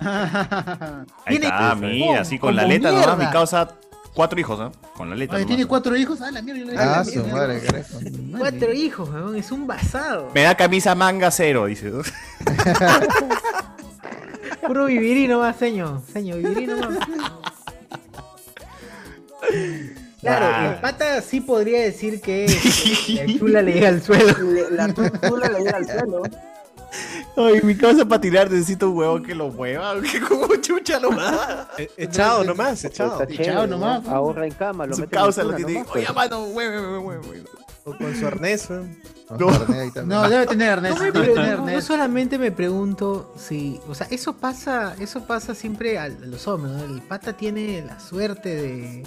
Speaker 8: Ah,
Speaker 4: Ahí
Speaker 1: Tiene-
Speaker 4: está,
Speaker 1: Como-
Speaker 4: mira, así con la
Speaker 1: como
Speaker 4: aleta nomás,
Speaker 1: mierda.
Speaker 4: mi causa cuatro hijos, ¿no? Con la aleta
Speaker 3: Oye,
Speaker 4: nomás.
Speaker 3: tiene cuatro hijos. Ah, la mierda. yo no-
Speaker 4: Ah,
Speaker 3: la mierda.
Speaker 4: su madre, carajo.
Speaker 1: Cuatro hijos, weón. Es un basado.
Speaker 4: Me da camisa manga cero, dice.
Speaker 1: Puro vivirí nomás, señor. Señor, vivirí nomás. Claro,
Speaker 4: Ah.
Speaker 1: el pata sí podría decir que la chula le llega al suelo.
Speaker 9: La chula le llega al suelo.
Speaker 4: Ay, mi causa para tirar necesito un huevo que lo mueva. Que como chucha lo va.
Speaker 18: Eh, Echado nomás, echado.
Speaker 8: Está chévere, ¿no? Ahorra en cama, lo
Speaker 4: Su
Speaker 8: mete en
Speaker 4: causa
Speaker 8: la
Speaker 4: lo
Speaker 8: cuna
Speaker 4: tiene.
Speaker 8: nomás,
Speaker 4: Oye,
Speaker 8: pues.
Speaker 4: mano, hueve, hueve, hueve.
Speaker 18: O con su arnés, weón.
Speaker 4: No.
Speaker 3: No, debe tener Ernest.
Speaker 1: No, me
Speaker 3: Debe
Speaker 1: pregunto-
Speaker 3: tener
Speaker 1: yo
Speaker 3: Ernest.
Speaker 1: solamente me pregunto si, o sea, eso pasa, eso pasa siempre al- a los hombres, ¿no? El pata tiene la suerte de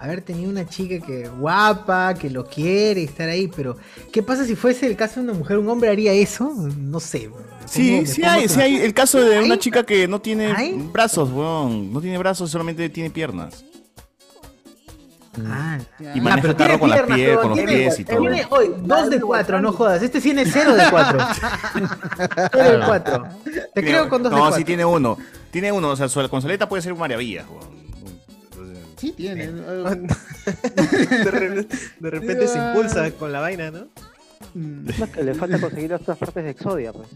Speaker 1: haber tenido una chica que guapa, que lo quiere, estar ahí, pero ¿qué pasa si fuese el caso de una mujer, un hombre haría eso? No sé. me pongo-
Speaker 4: Sí,
Speaker 1: me
Speaker 4: sí
Speaker 1: pongo
Speaker 4: hay,
Speaker 1: su-
Speaker 4: sí hay. El caso de una
Speaker 1: ¿Hay?
Speaker 4: chica que no tiene
Speaker 1: ¿Hay?
Speaker 4: brazos, weón. No tiene brazos, solamente tiene piernas.
Speaker 1: Ah,
Speaker 4: Y maneja
Speaker 1: pero
Speaker 4: carro
Speaker 1: tiene
Speaker 4: con, la
Speaker 1: piernas,
Speaker 4: pie,
Speaker 1: huevón,
Speaker 4: con los
Speaker 1: tiene-
Speaker 4: pies y todo.
Speaker 1: tiene hoy dos de cuatro, no jodas. Este tiene cero de cuatro. cero de cuatro. Te creo con dos de
Speaker 4: no,
Speaker 1: cuatro.
Speaker 4: sí tiene uno. Tiene uno, o sea, su consoleta puede ser un maravilla, weón.
Speaker 3: Sí, tiene.
Speaker 18: De, re- de repente se impulsa con la vaina, ¿no?
Speaker 8: Más que le falta conseguir las otras partes de Exodia, pues.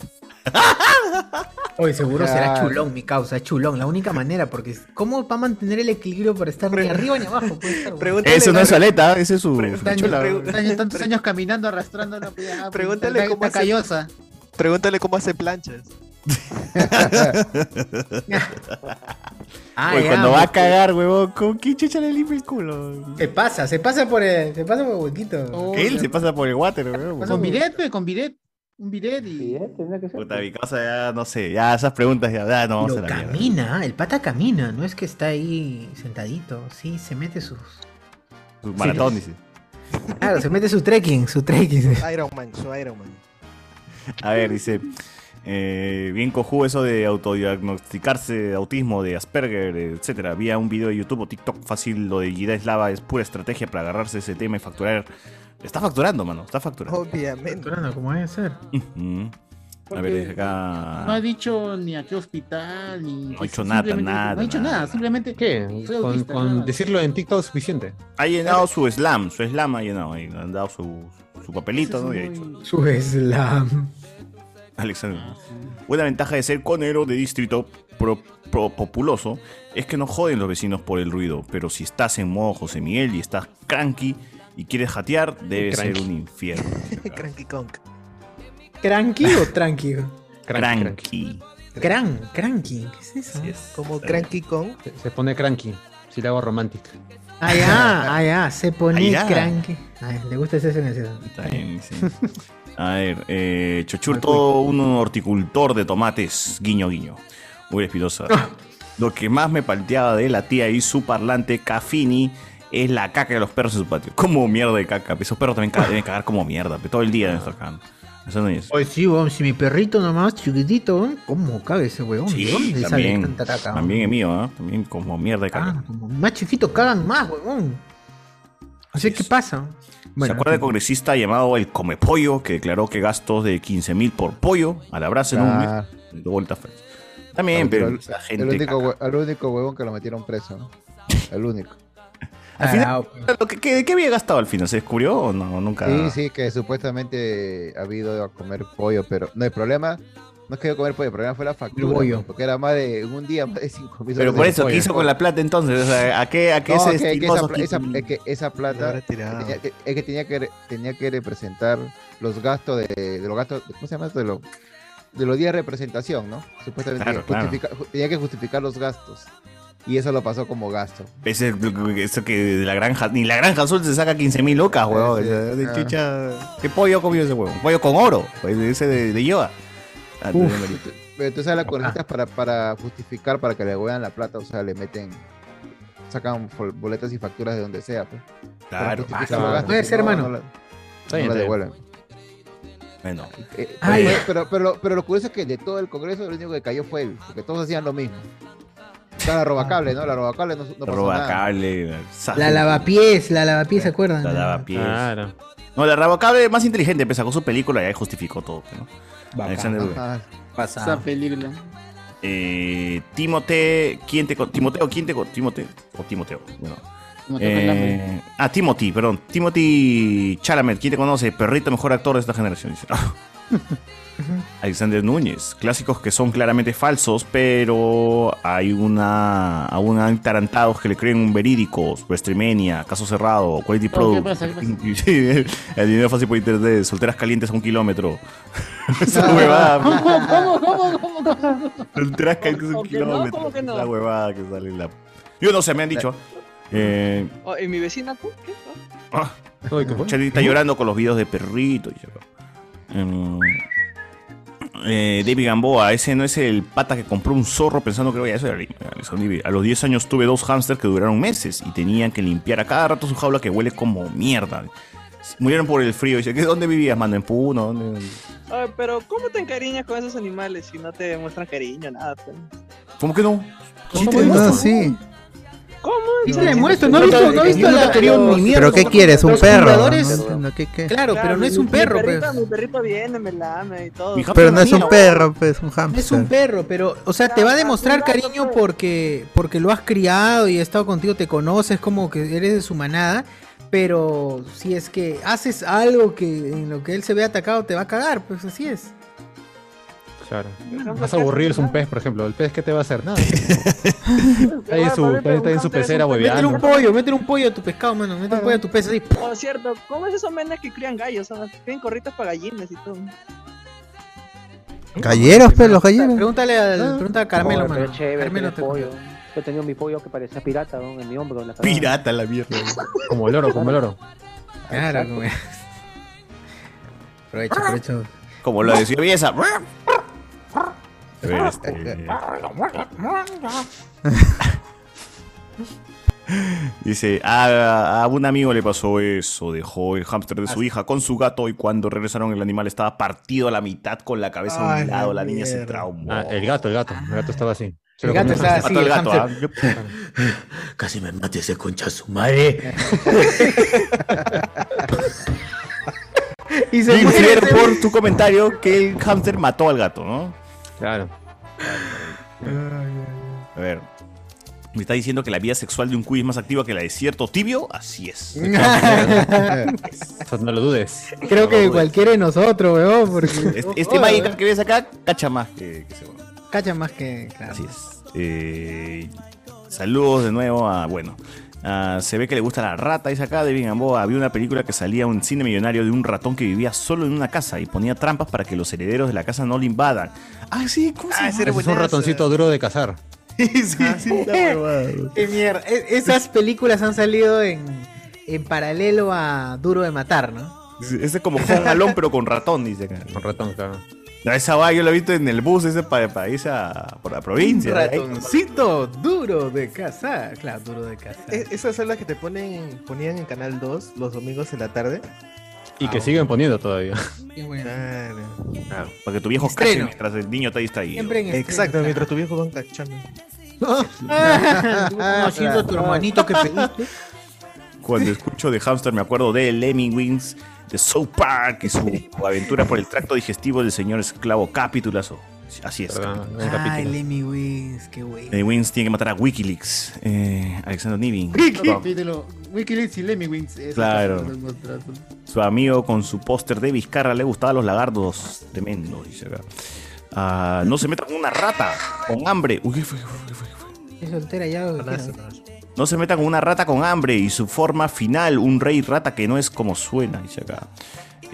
Speaker 1: Hoy seguro será
Speaker 8: Claro.
Speaker 1: chulón mi causa, chulón, la única manera, porque ¿cómo va a mantener el equilibrio para estar ni arriba ni abajo? Puede estar, güey.
Speaker 4: Eso no es su aleta, ese es su, su
Speaker 3: Tantos
Speaker 4: chula.
Speaker 3: años- tantos años caminando, arrastrando la piedra.
Speaker 18: Pregúntale cómo hace-
Speaker 3: callosa.
Speaker 18: Pregúntale cómo hace planchas.
Speaker 1: Ah,
Speaker 4: Oye,
Speaker 1: ya,
Speaker 4: cuando va a
Speaker 1: pues,
Speaker 4: cagar, huevón, ¿con qué chucha le limpia el culo?
Speaker 1: Se pasa, se pasa por el, se pasa por el huequito.
Speaker 4: Él se pasa por el water, huevón.
Speaker 3: Con bidet, pe, con bidet. Un bidet y.
Speaker 4: Puta, mi cosa ya, no sé, ya esas preguntas ya, ya no vamos a
Speaker 1: Pero
Speaker 4: la mierda.
Speaker 1: camina, el pata camina, no es que está ahí sentadito, sí, se mete sus...
Speaker 4: Su maratón, dice.
Speaker 1: Claro, se mete su trekking, su trekking.
Speaker 18: Iron Man, su Iron Man.
Speaker 4: A ver, dice. eh, bien cojú eso de autodiagnosticarse de autismo, de Asperger, etcétera. Había un video de YouTube o TikTok fácil, lo de Gida Eslava es pura estrategia para agarrarse ese tema y facturar. Está facturando, mano, está facturando.
Speaker 18: Obviamente.
Speaker 1: ¿Cómo debe ser?
Speaker 4: Mm. A ver, dice acá.
Speaker 3: No ha dicho ni a qué hospital, ni.
Speaker 4: No ha dicho nada,
Speaker 3: simplemente-
Speaker 4: nada,
Speaker 3: No ha dicho
Speaker 4: nada.
Speaker 3: nada, simplemente.
Speaker 2: ¿Qué?
Speaker 3: Soy
Speaker 2: Con,
Speaker 3: autista,
Speaker 2: con
Speaker 3: nada.
Speaker 2: decirlo en TikTok es suficiente.
Speaker 4: Ha llenado su slam, su slam ha llenado, ahí, le han dado su, su papelito, ¿no? Y ha dicho,
Speaker 1: Su slam.
Speaker 4: Alexander. Una ventaja de ser conero de distrito pro- pro- populoso es que no joden los vecinos por el ruido, pero si estás en modo José Miguel y estás cranky y quieres jatear, debe ser
Speaker 2: Cranky.
Speaker 4: un infierno.
Speaker 18: Cranky Kong.
Speaker 1: ¿Cranky o tranqui?
Speaker 4: cranky.
Speaker 1: Cran, cranky, ¿qué es eso?
Speaker 18: Como Cranky Kong.
Speaker 2: Se, se pone cranky, si le hago romántica.
Speaker 1: Ah, ya, ah, ya, se
Speaker 2: Ay,
Speaker 1: pone
Speaker 2: ya.
Speaker 1: cranky. Ay, le gusta ese sonido.
Speaker 4: Está bien, sí. A ver, eh, Chochurto, un horticultor de tomates, guiño, guiño. Muy espirosa. Lo que más me palteaba de la tía y su parlante Cafini es la caca de los perros en su patio. Como mierda de caca. Esos perros también ca- deben cagar como mierda. pe, Todo el día deben estar cagando. Eso no es.
Speaker 1: Oye, sí, weón, si mi perrito nomás chiquitito, weón, ¿cómo cabe ese weón? ¿De dónde sale
Speaker 4: También,
Speaker 1: tanta caca? weón?
Speaker 4: también es mío, ¿ah? También como mierda de caca.
Speaker 16: Ah,
Speaker 1: Como Más chiquitos cagan más, weón. O sea, ¿qué pasa?
Speaker 4: ¿Se acuerda del congresista llamado el Come Pollo que declaró que gastos de 15 mil por pollo al abrazo en un mes?
Speaker 16: Ah.
Speaker 4: De vuelta a Francia. Ah, También, pero
Speaker 16: al,
Speaker 4: esa
Speaker 16: el
Speaker 4: gente.
Speaker 16: único, hue- al único huevón que lo metieron preso, ¿no? El único.
Speaker 4: Al final, lo que- ¿qué, qué había gastado al final? ¿Se descubrió o no? Nunca.
Speaker 16: Ah, Sí, sí, que supuestamente ha habido a comer pollo, pero no, el problema no es que iba a comer pollo, el problema fue la factura,
Speaker 1: bollo.
Speaker 16: pues, porque era más de en un día, más de 5 mil
Speaker 4: Pero por eso, ¿qué hizo con la plata entonces? O sea, ¿A qué, a qué
Speaker 16: No,
Speaker 4: se
Speaker 16: que- que
Speaker 4: destinó
Speaker 16: esa,
Speaker 4: esos
Speaker 16: pla- eh.
Speaker 4: 15
Speaker 16: esa-
Speaker 4: mil?
Speaker 16: es que esa
Speaker 18: Lo
Speaker 16: plata
Speaker 18: habrá tirado.
Speaker 16: tenía que- es que tenía que re- tenía que representar los gastos de, de los gastos ¿cómo se llama esto? de los de los días de representación, ¿no? Supuestamente
Speaker 4: Claro, claro.
Speaker 16: justifica- ju- tenía que justificar los gastos y eso lo pasó como gasto.
Speaker 4: Ese- eso que de la granja, ni la granja azul se saca 15 mil locas, huevón.
Speaker 16: sí,
Speaker 4: O sea, de
Speaker 16: ah.
Speaker 4: chucha, ¿Qué pollo comió ese huevón? Pollo con oro, pues, ese de, de Yoda. Ah,
Speaker 16: Uf.
Speaker 4: de Marito.
Speaker 16: Pero tú sabes las congresistas para para justificar para que le devuelvan la plata, o sea, le meten sacan fol- boletas y facturas de donde sea, pues. para
Speaker 4: Claro, pasa,
Speaker 16: justificar los
Speaker 4: claro.
Speaker 16: gastos,
Speaker 1: Puede
Speaker 16: si
Speaker 1: ser,
Speaker 16: no,
Speaker 1: mano.
Speaker 16: no la-
Speaker 4: Está bien, está
Speaker 16: no la
Speaker 4: bien. Ah,
Speaker 16: devuelven.
Speaker 4: Bueno.
Speaker 16: Eh,
Speaker 4: Ay.
Speaker 16: pero, pero, pero, pero lo curioso es que de todo el Congreso, lo único que cayó fue él, porque todos hacían lo mismo. Claro, la robacable, ¿no? La robacable no, no pasa nada.
Speaker 4: Robacable.
Speaker 1: La lavapiés, la lavapiés, ¿se acuerdan? Ah,
Speaker 4: La lavapiés. No, la Robacable más inteligente, empezó con su película y ahí justificó todo, ¿no? Alexander Dugan.
Speaker 9: Esa película.
Speaker 4: Eh, Timote, ¿quién te con- Timoteo, ¿quién te con- Timote o Timoteo? Bueno.
Speaker 9: Timoteo
Speaker 4: Eh,
Speaker 9: Fernández.
Speaker 4: ah, Timothy, perdón. Timothy Chalamet, ¿quién te conoce? Perrito mejor actor de esta generación. dice. Alexander Núñez, clásicos que son claramente falsos, pero hay una aún hay tarantados que le creen verídicos, Westrimenia, Caso Cerrado, Quality
Speaker 17: Oh, ¿qué
Speaker 4: Product,
Speaker 17: pasa? ¿Qué pasa?
Speaker 4: Inclusive, el dinero fácil por internet, solteras calientes a un kilómetro.
Speaker 17: Ah.
Speaker 4: Esa huevada.
Speaker 15: ¿Cómo,
Speaker 1: cómo, cómo, cómo, cómo?
Speaker 4: Solteras calientes a
Speaker 9: ¿Cómo
Speaker 4: un
Speaker 9: que no?
Speaker 4: kilómetro.
Speaker 9: ¿Cómo que no?
Speaker 4: La huevada que sale en la. Yo no sé, me han dicho. Eh,
Speaker 9: Oh, ¿Y mi vecina? ¿Qué? ¿Qué?
Speaker 4: ah,
Speaker 2: ¿qué fue?
Speaker 4: Charly está llorando con los videos de perrito. y yo- Em, eh, David Gamboa, ese no es el pata que compró un zorro pensando que vaya a ser. A los 10 años tuve dos hámsters que duraron meses y tenían que limpiar a cada rato su jaula que huele como mierda. Murieron por el frío. Dice, "¿Qué- ¿Dónde vivías, mano? ¿En Puno? ¿Dónde-
Speaker 9: Ay, pero ¿cómo te encariñas con esos animales si no te demuestran cariño, nada? pues?
Speaker 4: ¿Cómo que no?
Speaker 9: ¿Cómo
Speaker 5: Sí, no, sí.
Speaker 9: ¿Cómo?
Speaker 1: Sí,
Speaker 9: No,
Speaker 1: te
Speaker 9: no,
Speaker 1: muestro,
Speaker 9: sí,
Speaker 1: no he
Speaker 9: sí,
Speaker 1: visto,
Speaker 9: sí,
Speaker 1: no he
Speaker 9: sí,
Speaker 1: visto
Speaker 9: sí,
Speaker 1: la-
Speaker 9: sí, sí, sí,
Speaker 1: los-
Speaker 9: sí,
Speaker 5: ¿Pero qué quieres? ¿Un
Speaker 1: los
Speaker 5: perro?
Speaker 1: fundadores-
Speaker 5: No entiendo, ¿qué- qué?
Speaker 1: Claro, pero no es un perro,
Speaker 9: Mi
Speaker 1: pues.
Speaker 9: perrito, mi perrito viene, me lame y todo.
Speaker 5: Pero no es un perro, pues, un hamster.
Speaker 1: Es un perro, pero, o sea, te va a demostrar cariño porque, porque lo has criado y ha estado contigo, te conoces, como que eres de su manada. Pero si es que haces algo que en lo que él se ve atacado, te va a cagar, pues así es.
Speaker 2: Claro.
Speaker 1: pues,
Speaker 2: Más aburrido es un pez, por ejemplo. ¿El pez qué te va a hacer? Nada. Está ahí en su, está ahí- está ahí en su
Speaker 1: Métele
Speaker 2: pecera
Speaker 1: un
Speaker 2: hueveando. Ah.
Speaker 1: pollo, métele un pollo a tu pescado, mano. Métele un pollo a tu pez así.
Speaker 9: Por Oh, cierto, ¿cómo es esos menes que crían gallos? Son- Tienen corritos para gallinas y todo.
Speaker 5: Galleros, pues, los galleros.
Speaker 1: Pregúntale al, pregunta a Carmelo,
Speaker 8: Joder, pero
Speaker 1: mano.
Speaker 8: chévere,
Speaker 1: Carmelo
Speaker 8: tiene pollo. Yo tenía mi pollo que parecía pirata, weón, en mi hombro. en La cagada.
Speaker 4: Pirata la mierda.
Speaker 2: Como el oro, como el oro.
Speaker 1: Claro, güey. Aprovecha, aprovecha.
Speaker 4: Como lo decía Bielsa. Pero Dice, a, a un amigo le pasó eso, dejó el hámster de su hija con su gato y cuando regresaron el animal estaba partido a la mitad con la cabeza a
Speaker 2: Ay,
Speaker 4: un
Speaker 2: la
Speaker 4: lado, la niña se
Speaker 2: mierda.
Speaker 4: traumó.
Speaker 2: Ah, el gato, el gato. El gato estaba así. Se
Speaker 4: El
Speaker 2: lo
Speaker 4: gato
Speaker 2: comió.
Speaker 4: estaba así,
Speaker 2: Mató al
Speaker 4: el
Speaker 2: gato,
Speaker 4: hámster.
Speaker 2: ¿ah?
Speaker 17: Casi me mate ese concha su madre.
Speaker 1: Y
Speaker 4: Big Flair, por tu comentario que el hámster mató al gato, ¿no? Claro. A ver. Me está diciendo que la vida sexual de un cuy es más activa que la de cierto tibio. Así es.
Speaker 2: no lo dudes.
Speaker 1: Creo que cualquiera de nosotros, weón. Porque...
Speaker 4: Este, este Magikarp que ves acá, cacha más que, que se va.
Speaker 1: Cacha más que. claro.
Speaker 4: Así es. Eh, saludos de nuevo a. Bueno. Ah, se ve que le gusta la rata, dice acá David Gamboa. Había una película que salía un cine millonario de un ratón que vivía solo en una casa y ponía trampas para que los herederos de la casa no le invadan. Ah, sí, ¿cómo se
Speaker 2: Ese es un ratoncito duro de cazar.
Speaker 1: Ah. Qué mierda. E- esas películas han salido en, en paralelo a Duro de Matar, ¿no?
Speaker 4: Dice, Ese es como Home Alone, pero con ratón, dice acá. Con ratón, claro. Esa va, yo la he visto en el bus, ese para, para irse a- por la provincia.
Speaker 1: Un
Speaker 4: ahí.
Speaker 1: ratoncito duro de casa. Claro, duro de casa.
Speaker 18: Es- E-, esas son las que te ponen, ponían en Canal 2 los domingos en la tarde.
Speaker 2: Y que siguen poniendo todavía.
Speaker 18: Claro.
Speaker 4: Claro, para que tu viejo
Speaker 18: Estreno.
Speaker 4: cache mientras el niño está distraído.
Speaker 18: Exacto, mientras tu viejo van cachando.
Speaker 1: Conociendo a tu hermanito que pediste.
Speaker 4: Cuando escucho de Hamster me acuerdo de Lemmings, de South Park y su aventura por el tracto digestivo del señor esclavo Capitulazo. Así es. Capitulazo.
Speaker 1: Ay, Lemmy Wins, qué wey.
Speaker 4: Eh, Wins tiene que matar a Wikileaks. Eh, Alexander Nivin.
Speaker 3: Capítulo, Wikileaks y Lemmywings. esos
Speaker 4: Claro.
Speaker 3: son los contratos.
Speaker 4: Su amigo con su póster de Vizcarra le gustaban los lagardos. Tremendo, dice acá. Ah, no se meta con una rata, con hambre. Uy, ¿qué fue?
Speaker 1: Es soltera ya. güey, quiero.
Speaker 4: No se meta con una rata con hambre y su forma final, un rey rata que no es como suena, dice acá.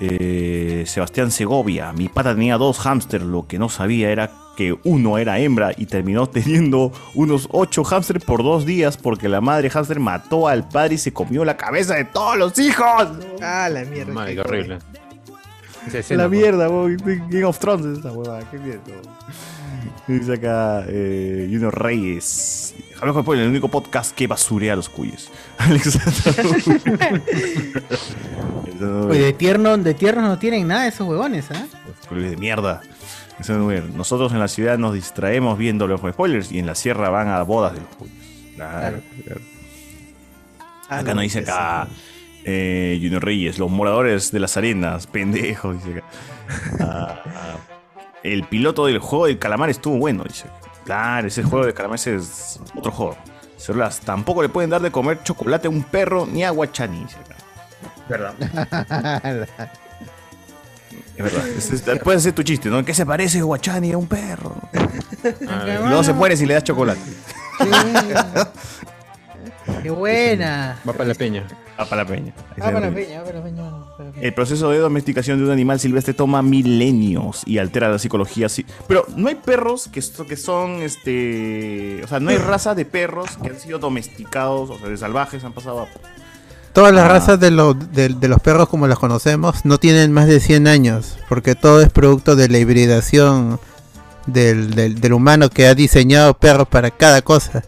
Speaker 4: Eh, Sebastián Segovia, mi pata tenía dos hámsters, lo que no sabía era que uno era hembra y terminó teniendo unos ocho hámsters por dos días porque la madre hámster mató al padre y se comió la cabeza de todos los hijos.
Speaker 18: Ah, la mierda.
Speaker 2: Madre, qué horrible. Esa escena,
Speaker 4: La
Speaker 2: pues.
Speaker 4: mierda, boy. Game of Thrones esa huevada, qué mierda. Dice acá eh, Juno Reyes. Hablamos con Spoiler, el único podcast que basurea a los cuyes. Alexander.
Speaker 1: Oye, de tierno, de tiernos no tienen nada esos huevones, ¿ah?
Speaker 4: Clubes de mierda. Ese lugar. Nosotros en la ciudad nos distraemos viendo los spoilers y en la sierra van a bodas del puño. Claro, claro. acá no, dice acá. eh, Junior Reyes, los moradores de las arenas, pendejo, dice acá. Ah, ah. el piloto del juego del calamar estuvo bueno, dice. Claro, ese juego de calamar ese es otro juego. Cerolas, tampoco le pueden dar de comer chocolate a un perro ni agua chani, dice acá.
Speaker 11: ¿Verdad?
Speaker 4: Es verdad. Es- es- puedes hacer tu chiste, ¿no? ¿En qué se parece Guachani a un perro? Ah, y luego se muere si le das chocolate.
Speaker 1: Qué buena.
Speaker 4: Va para la peña. Va para la peña. Ahí se
Speaker 1: Ah, para
Speaker 4: ríe.
Speaker 1: Peña, para Peña. para Peña.
Speaker 4: El proceso de domesticación de un animal silvestre toma milenios y altera la psicología. sí. Pero no hay perros que, so- que son, este... O sea, no hay raza de perros que han sido domesticados, o sea, de salvajes, han pasado a...
Speaker 5: Todas
Speaker 4: Ah.
Speaker 5: las razas de los, de, de los perros como las conocemos no tienen más de 100 años, porque todo es producto de la hibridación del, del- del humano que ha diseñado perros para cada cosa,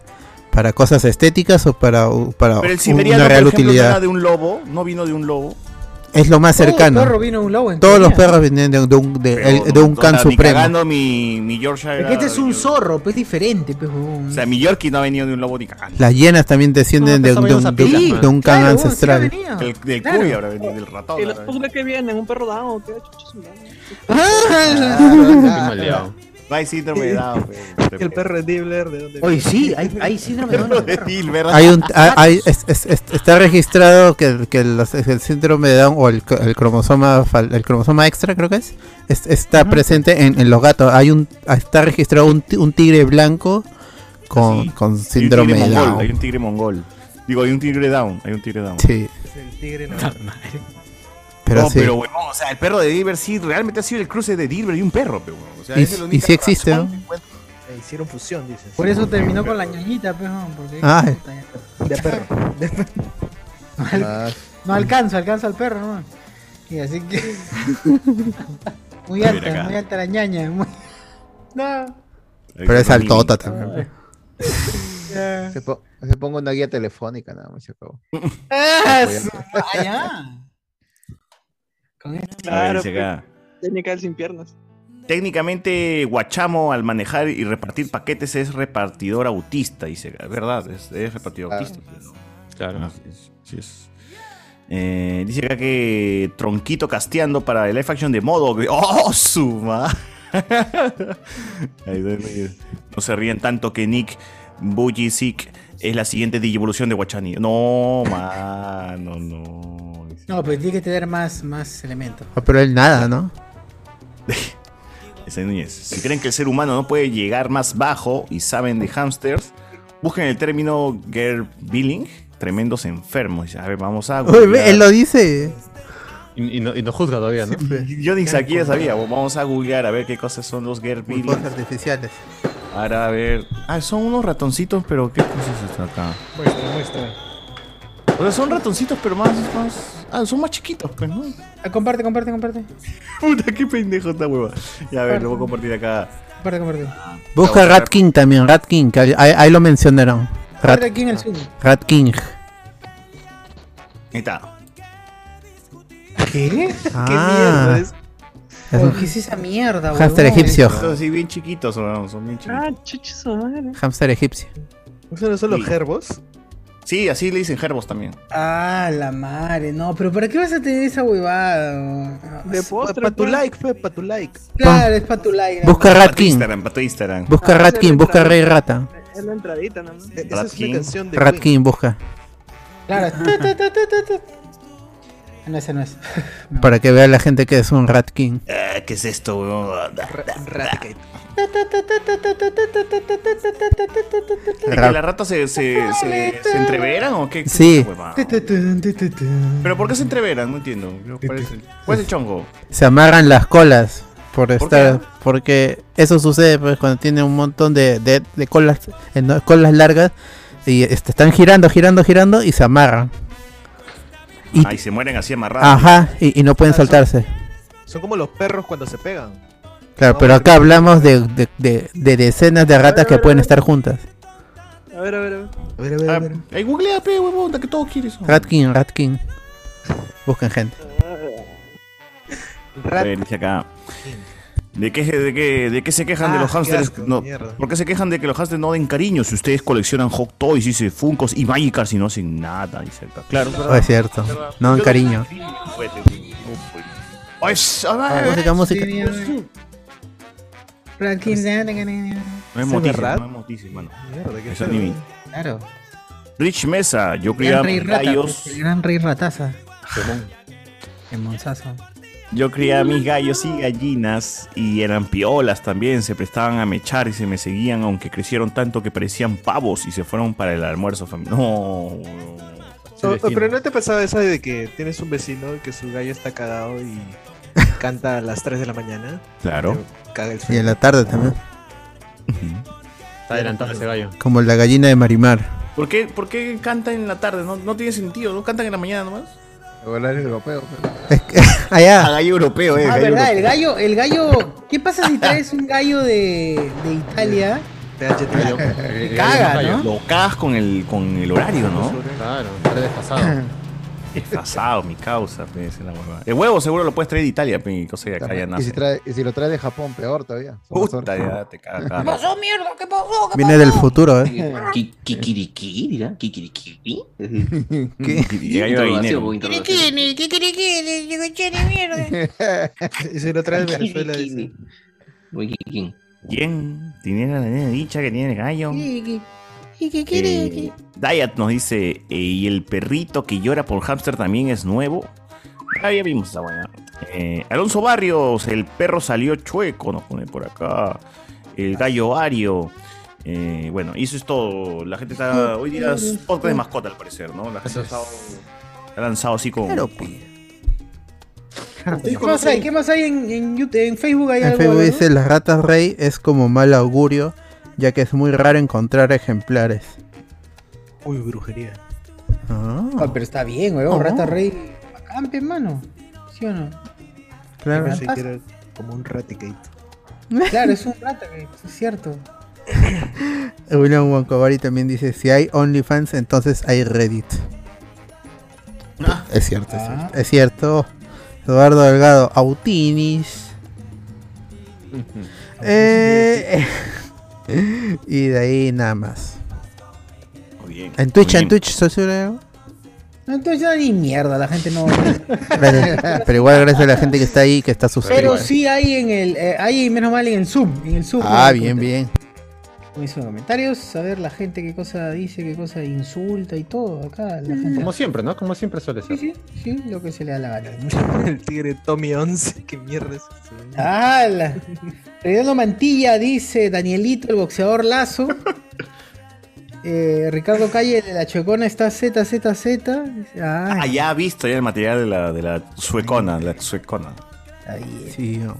Speaker 5: para cosas estéticas o para, u- para
Speaker 4: Pero el
Speaker 5: una
Speaker 4: siberiano, por
Speaker 5: real
Speaker 4: ejemplo, no era
Speaker 5: utilidad.
Speaker 4: de un lobo, no vino de un lobo.
Speaker 5: Es lo más
Speaker 4: Todo
Speaker 5: cercano.
Speaker 4: perro vino de un lobo, en
Speaker 5: Todos los
Speaker 4: teoría.
Speaker 5: perros vienen de, un- de un, de-
Speaker 4: Pero
Speaker 5: el- de un
Speaker 4: no,
Speaker 5: can
Speaker 4: ni
Speaker 5: supremo.
Speaker 4: cagando mi, mi Yorkshire
Speaker 1: Es que este
Speaker 4: era
Speaker 1: es
Speaker 4: de
Speaker 1: un
Speaker 4: un-
Speaker 1: zorro, pues diferente, pues. huevón.
Speaker 4: O sea, mi Yorkie no ha venido de un lobo ni cagando.
Speaker 5: Las hienas también descienden de, un- de un, de un-
Speaker 1: zapillas,
Speaker 5: de un can
Speaker 1: claro, sí
Speaker 4: "Ah,
Speaker 5: ancestral.
Speaker 1: venía.
Speaker 4: Del, del
Speaker 1: Claro.
Speaker 4: cuy habrá venido, del ratón. ¿eh?
Speaker 18: ¿Y los
Speaker 4: habrá venido.
Speaker 18: puzzles que vienen? ¿Un perro down o qué?
Speaker 5: Ah,
Speaker 2: Ah,
Speaker 4: No hay síndrome de Down. pe.
Speaker 18: El perro de Dibbler. ¿de dónde
Speaker 14: Oye,
Speaker 18: viene?
Speaker 14: sí, hay, hay síndrome de
Speaker 4: Perro
Speaker 14: Down.
Speaker 4: de Dilbert.
Speaker 5: Hay un, ah, hay- hay- es- es- es- está registrado que, el- que los- el síndrome de Down o el, el cromosoma fal- el cromosoma extra creo que es, es- está presente en, en los gatos. Hay un ah, está registrado un, ti- un tigre blanco
Speaker 1: Ah,
Speaker 5: con, con
Speaker 4: Hay un
Speaker 5: síndrome
Speaker 4: tigre
Speaker 5: de
Speaker 4: mongol, Hay
Speaker 5: Down.
Speaker 4: un tigre mongol. Digo, hay un tigre down. Hay un tigre down.
Speaker 5: Sí.
Speaker 18: El tigre no.
Speaker 5: Pero
Speaker 4: no,
Speaker 5: sí.
Speaker 4: pero huevón, o sea, el perro de Dilbert sí realmente ha sido el cruce de Dilbert y un perro, pero huevón. O sea,
Speaker 5: Y-
Speaker 4: esa es la
Speaker 5: y
Speaker 4: única
Speaker 5: sí existe,
Speaker 4: razón
Speaker 5: ¿no?
Speaker 4: que encuentro.
Speaker 18: Le Eh, hicieron fusión, dices.
Speaker 1: Por eso terminó con la ñoñita, pues. huevón, porque-
Speaker 5: Ay.
Speaker 18: De perro. De perro.
Speaker 4: Ah.
Speaker 1: No alcanzo, alcanzo al perro, ¿no? Y así que. muy
Speaker 5: Mira
Speaker 1: alta,
Speaker 5: acá.
Speaker 1: muy alta la ñaña. muy- No.
Speaker 5: Pero es altota también.
Speaker 1: Ya.
Speaker 16: Se, po- se pongo una guía telefónica, nada más se acabó.
Speaker 1: ¡Ah,
Speaker 16: Apoyando.
Speaker 1: su- vaya! Con esto. Claro,
Speaker 4: Claro,
Speaker 1: pues.
Speaker 4: dice acá.
Speaker 18: Técnica del sin piernas.
Speaker 4: Técnicamente, Guachamo al manejar y repartir paquetes es repartidor autista, dice. acá. Es verdad, es, es repartidor autista. Claro. sí es. Eh, dice acá que Tronquito casteando para el live action de modo. ¡Oh, suma! no se ríen tanto que Nick Bujicic es la siguiente digievolución de Guachani. No, mano, no.
Speaker 1: No, pero tiene que tener más, más elementos.
Speaker 5: Ah, Pero él nada, ¿no?
Speaker 4: Esa Núñez. Si creen que el ser humano no puede llegar más bajo y saben de hamsters, busquen el término Gerbilling. Tremendos enfermos. Dice, A ver, vamos a.
Speaker 5: Uy, ve,
Speaker 4: googlear.
Speaker 5: él lo dice.
Speaker 2: Y, y no, y no juzga todavía, ¿no?
Speaker 4: Yo ni siquiera sabía. Vamos a googlear a ver qué cosas son los
Speaker 5: Fuegos
Speaker 4: Gerbilling.
Speaker 5: artificiales.
Speaker 4: Ahora a ver. Ah, son unos ratoncitos, pero ¿qué cosas están acá?
Speaker 18: Muestra, muestra.
Speaker 4: O sea, son ratoncitos, pero más. más... Ah, son más chiquitos, pues, ¿no?
Speaker 1: Ah, comparte, comparte, comparte.
Speaker 4: Puta, qué pendejo esta hueva. Ya, a ver, lo voy a compartir acá.
Speaker 1: Comparte, comparte.
Speaker 5: Busca Rat King también, Rat King, que ahí, ahí lo mencionaron. Rat,
Speaker 1: Comparte aquí en el Zoom.
Speaker 5: Rat King.
Speaker 4: Ahí está.
Speaker 1: ¿Qué?
Speaker 5: Ah. Es
Speaker 1: Oye,
Speaker 5: un
Speaker 1: ¿Qué es esa mierda, güey?
Speaker 5: Hámster egipcio.
Speaker 4: Estos sí, bien chiquitos, son, son bien chiquitos.
Speaker 18: Ah, chichis, madre.
Speaker 5: Hamster Ah. egipcio.
Speaker 18: ¿Eso no son los
Speaker 4: Sí.
Speaker 18: herbos?
Speaker 4: Sí, así le dicen herbos también.
Speaker 1: Ah, la madre. No, pero ¿para qué vas a tener esa huevada? güey?
Speaker 18: De postre. pues. Para tu like,
Speaker 1: pues,
Speaker 18: fe, para tu like.
Speaker 1: Claro, es para tu like. ¿no?
Speaker 5: Busca
Speaker 4: Para
Speaker 5: Rat
Speaker 4: tu
Speaker 5: King.
Speaker 4: Instagram, para tu Instagram.
Speaker 18: Ah,
Speaker 5: Busca Rat King, busca Rey Rata.
Speaker 18: Es la entradita, nomás.
Speaker 4: Esa es una King.
Speaker 18: canción
Speaker 5: Rat King, busca.
Speaker 1: Claro. tu, tu, tu, tu, tu, tu. No, ese no es.
Speaker 5: Para que vea la gente que es un Rat King.
Speaker 4: Ah, ¿Qué es esto, weón? ¿Es que
Speaker 5: Rap.
Speaker 4: las ratas se, se, se, se entreveran o qué? qué
Speaker 5: Sí.
Speaker 4: es esa huevada? ¿Pero por qué se entreveran? No entiendo. Yo, ¿Cuál es el, cuál es el chongo?
Speaker 5: Se amarran las colas por estar. Porque eso sucede pues, cuando tiene un montón de, de- de colas, en- colas largas. Y este, están girando, girando, girando y se amarran. Y-
Speaker 4: Ay, se mueren así amarrados.
Speaker 5: Ajá, y, y no pueden
Speaker 18: Ah, son-
Speaker 5: saltarse.
Speaker 18: Son como los perros cuando se pegan.
Speaker 5: Claro, pero acá hablamos de, de- de- de decenas de ratas que pueden estar juntas.
Speaker 18: A ver, a ver, a ver.
Speaker 4: A ver, a ver, a ver. Ay, googlea, pe, huevón, da que todo quieres. hombre.
Speaker 5: Rat King, Rat King. Busquen gente.
Speaker 4: A ver, dice acá. ¿De qué, de, qué, ¿De qué se quejan de
Speaker 18: Ah,
Speaker 4: los
Speaker 18: qué
Speaker 4: hamsters?
Speaker 18: asco,
Speaker 4: no,
Speaker 18: mierda.
Speaker 4: ¿Por qué se quejan de que los hamsters no den cariño si ustedes coleccionan Hot Toys, dice Funkos y Magikarp y no hacen nada? Dice acá. Claro,
Speaker 5: Oh, es cierto. No dan cariño.
Speaker 4: Ay,
Speaker 1: Pues,
Speaker 4: sh- ah,
Speaker 5: Ah, música,
Speaker 1: eh,
Speaker 5: música.
Speaker 1: Pues,
Speaker 4: No es
Speaker 18: ¿Es
Speaker 4: motivo,
Speaker 18: verdad?
Speaker 4: no es motivo, mano.
Speaker 18: Mierda, qué
Speaker 4: Eso
Speaker 18: feo.
Speaker 4: ni mi-
Speaker 1: Claro.
Speaker 4: Rich Mesa, yo
Speaker 1: Gran
Speaker 4: criaba
Speaker 1: rey rata.
Speaker 4: gallos.
Speaker 1: pues, El gran rey rataza. El monzazo.
Speaker 4: Yo criaba a
Speaker 18: Uh.
Speaker 4: mis gallos y gallinas y eran piolas también, se prestaban a mechar y se me seguían, aunque crecieron tanto que parecían pavos y se fueron para el almuerzo familiar. No.
Speaker 18: O- o- Oh, pero no te pasaba esa de que tienes un vecino que su gallo está cagado y canta a las 3 de la mañana.
Speaker 4: Claro.
Speaker 18: Caga el
Speaker 5: Y en la tarde también.
Speaker 2: Está adelantado ese gallo.
Speaker 5: Como la gallina de Marimar.
Speaker 4: ¿Por qué, ¿Por qué cantan en la tarde? No, no tiene sentido, ¿no? Cantan en la mañana nomás.
Speaker 16: Horario europeo. pues.
Speaker 5: Allá.
Speaker 4: gallo europeo,
Speaker 1: Ah, verdad, el gallo, el gallo. ¿Qué pasa si traes un gallo de, de Italia?
Speaker 4: Te
Speaker 1: caga, ¿no?
Speaker 4: eh, Lo cagas con el, con el horario, ¿no?
Speaker 2: Claro, está desfasado.
Speaker 4: Desfasado, mi causa, pe, esa es la huevada. El huevo seguro lo puedes traer de Italia, pe, cosa que acá ya
Speaker 16: Y si,
Speaker 4: nace.
Speaker 16: trae- y si lo trae de Japón, peor todavía.
Speaker 4: Puta, ya te cagas.
Speaker 15: mierda? ¿Qué pasó?
Speaker 5: Viene del futuro, eh.
Speaker 7: Ki- Kikiriki, dirá. Kikiriki.
Speaker 4: Y gallo de
Speaker 7: Interrogación,
Speaker 4: gallinero.
Speaker 7: interrogación.
Speaker 18: Y si lo traes de Venezuela, dice.
Speaker 4: ¿Quién? Tiene la nena dicha que tiene el gallo. Eh, Diet nos dice, eh, ¿y el perrito que llora por hámster también es nuevo? Ah, ya vimos esa vaina. Eh, Alonso Barrios, el perro salió chueco, nos pone por acá. El gallo Ario. Eh, bueno, y eso es todo. La gente está. Ah, Hoy día es podcast de mascota, al parecer, ¿no? La gente ha estado- ha lanzado así con.
Speaker 5: Claro,
Speaker 4: pues,
Speaker 1: ¿Qué más hay? ¿Qué más hay en, en YouTube? En Facebook hay
Speaker 5: En
Speaker 1: algo.
Speaker 5: Facebook
Speaker 1: ¿no?
Speaker 5: dice las ratas rey es como mal augurio, ya que es muy raro encontrar ejemplares.
Speaker 18: Uy, brujería.
Speaker 5: Ah,
Speaker 1: Ah, pero está bien, weón.
Speaker 5: Oh.
Speaker 1: Rata Rey. Bacán, pe, mano. ¿Sí o no?
Speaker 5: claro.
Speaker 18: Yo pensé que era como un raticate.
Speaker 1: Claro, es un rata, pe, es cierto.
Speaker 5: William Wankobari también dice si hay OnlyFans entonces hay Reddit. Es cierto, es cierto. Es cierto. Eduardo Delgado, Autinis. Eh, y de ahí nada más.
Speaker 4: Muy bien,
Speaker 5: En Twitch,
Speaker 4: muy
Speaker 5: en
Speaker 4: bien.
Speaker 5: Twitch, ¿se sube algo?
Speaker 1: No, entonces ya ni mierda, la gente no.
Speaker 5: Gracias. Pero igual gracias a la gente que está ahí, que está suscrita.
Speaker 1: Pero sí hay en el. eh, hay menos mal en el Zoom. En el Zoom.
Speaker 5: Ah,
Speaker 1: ¿no?
Speaker 5: bien, bien.
Speaker 1: Con esos comentarios, a ver la gente qué cosa dice, qué cosa insulta y todo. Acá la gente.
Speaker 2: Como siempre, ¿no? Como siempre suele ser.
Speaker 1: Sí, sí, lo que se le da la gana.
Speaker 18: El tigre Tommy 11, qué mierda es eso.
Speaker 1: ¡Hala! Reynaldo Mantilla dice Danielito, el boxeador Lazo. Eh, Ricardo Calle de la Chocona está ZZZ. Dice, Ah,
Speaker 4: Ah, ya ha visto ya el material de la, de la suecona, la suecona.
Speaker 1: ahí. eh.
Speaker 5: Sí, no.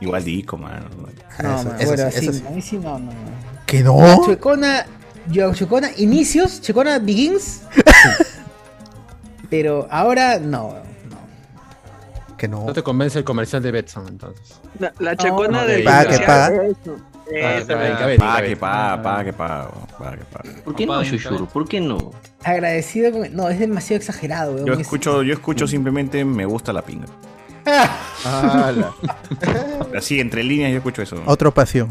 Speaker 4: Igual dico, mano.
Speaker 1: No,
Speaker 5: eso-
Speaker 1: man,
Speaker 5: eso
Speaker 1: bueno,
Speaker 5: sí,
Speaker 1: así,
Speaker 5: eso sí.
Speaker 1: no, ahí sí no, no, no.
Speaker 5: ¿Que no?
Speaker 1: La Chocona, yo- Chocona Inicios, Chocona Begins. Pero ahora no.
Speaker 5: Que no.
Speaker 2: No te convence el comercial de Betson, entonces.
Speaker 9: La, la chacona
Speaker 2: no,
Speaker 9: del.
Speaker 2: que paga, que paga.
Speaker 9: Eso, eso,
Speaker 2: Ah,
Speaker 9: ¿verdad?
Speaker 2: que
Speaker 4: Pa, que pa, pa, que pa, pa, que pa.
Speaker 7: ¿Por qué no, Yushuru? ¿Por qué no?
Speaker 1: Agradecido con. No, es demasiado exagerado, weón.
Speaker 4: Yo
Speaker 1: Es-
Speaker 4: escucho, yo escucho simplemente me gusta la pinga.
Speaker 1: Ah,
Speaker 4: Así, entre líneas yo escucho eso.
Speaker 5: Otro pasión.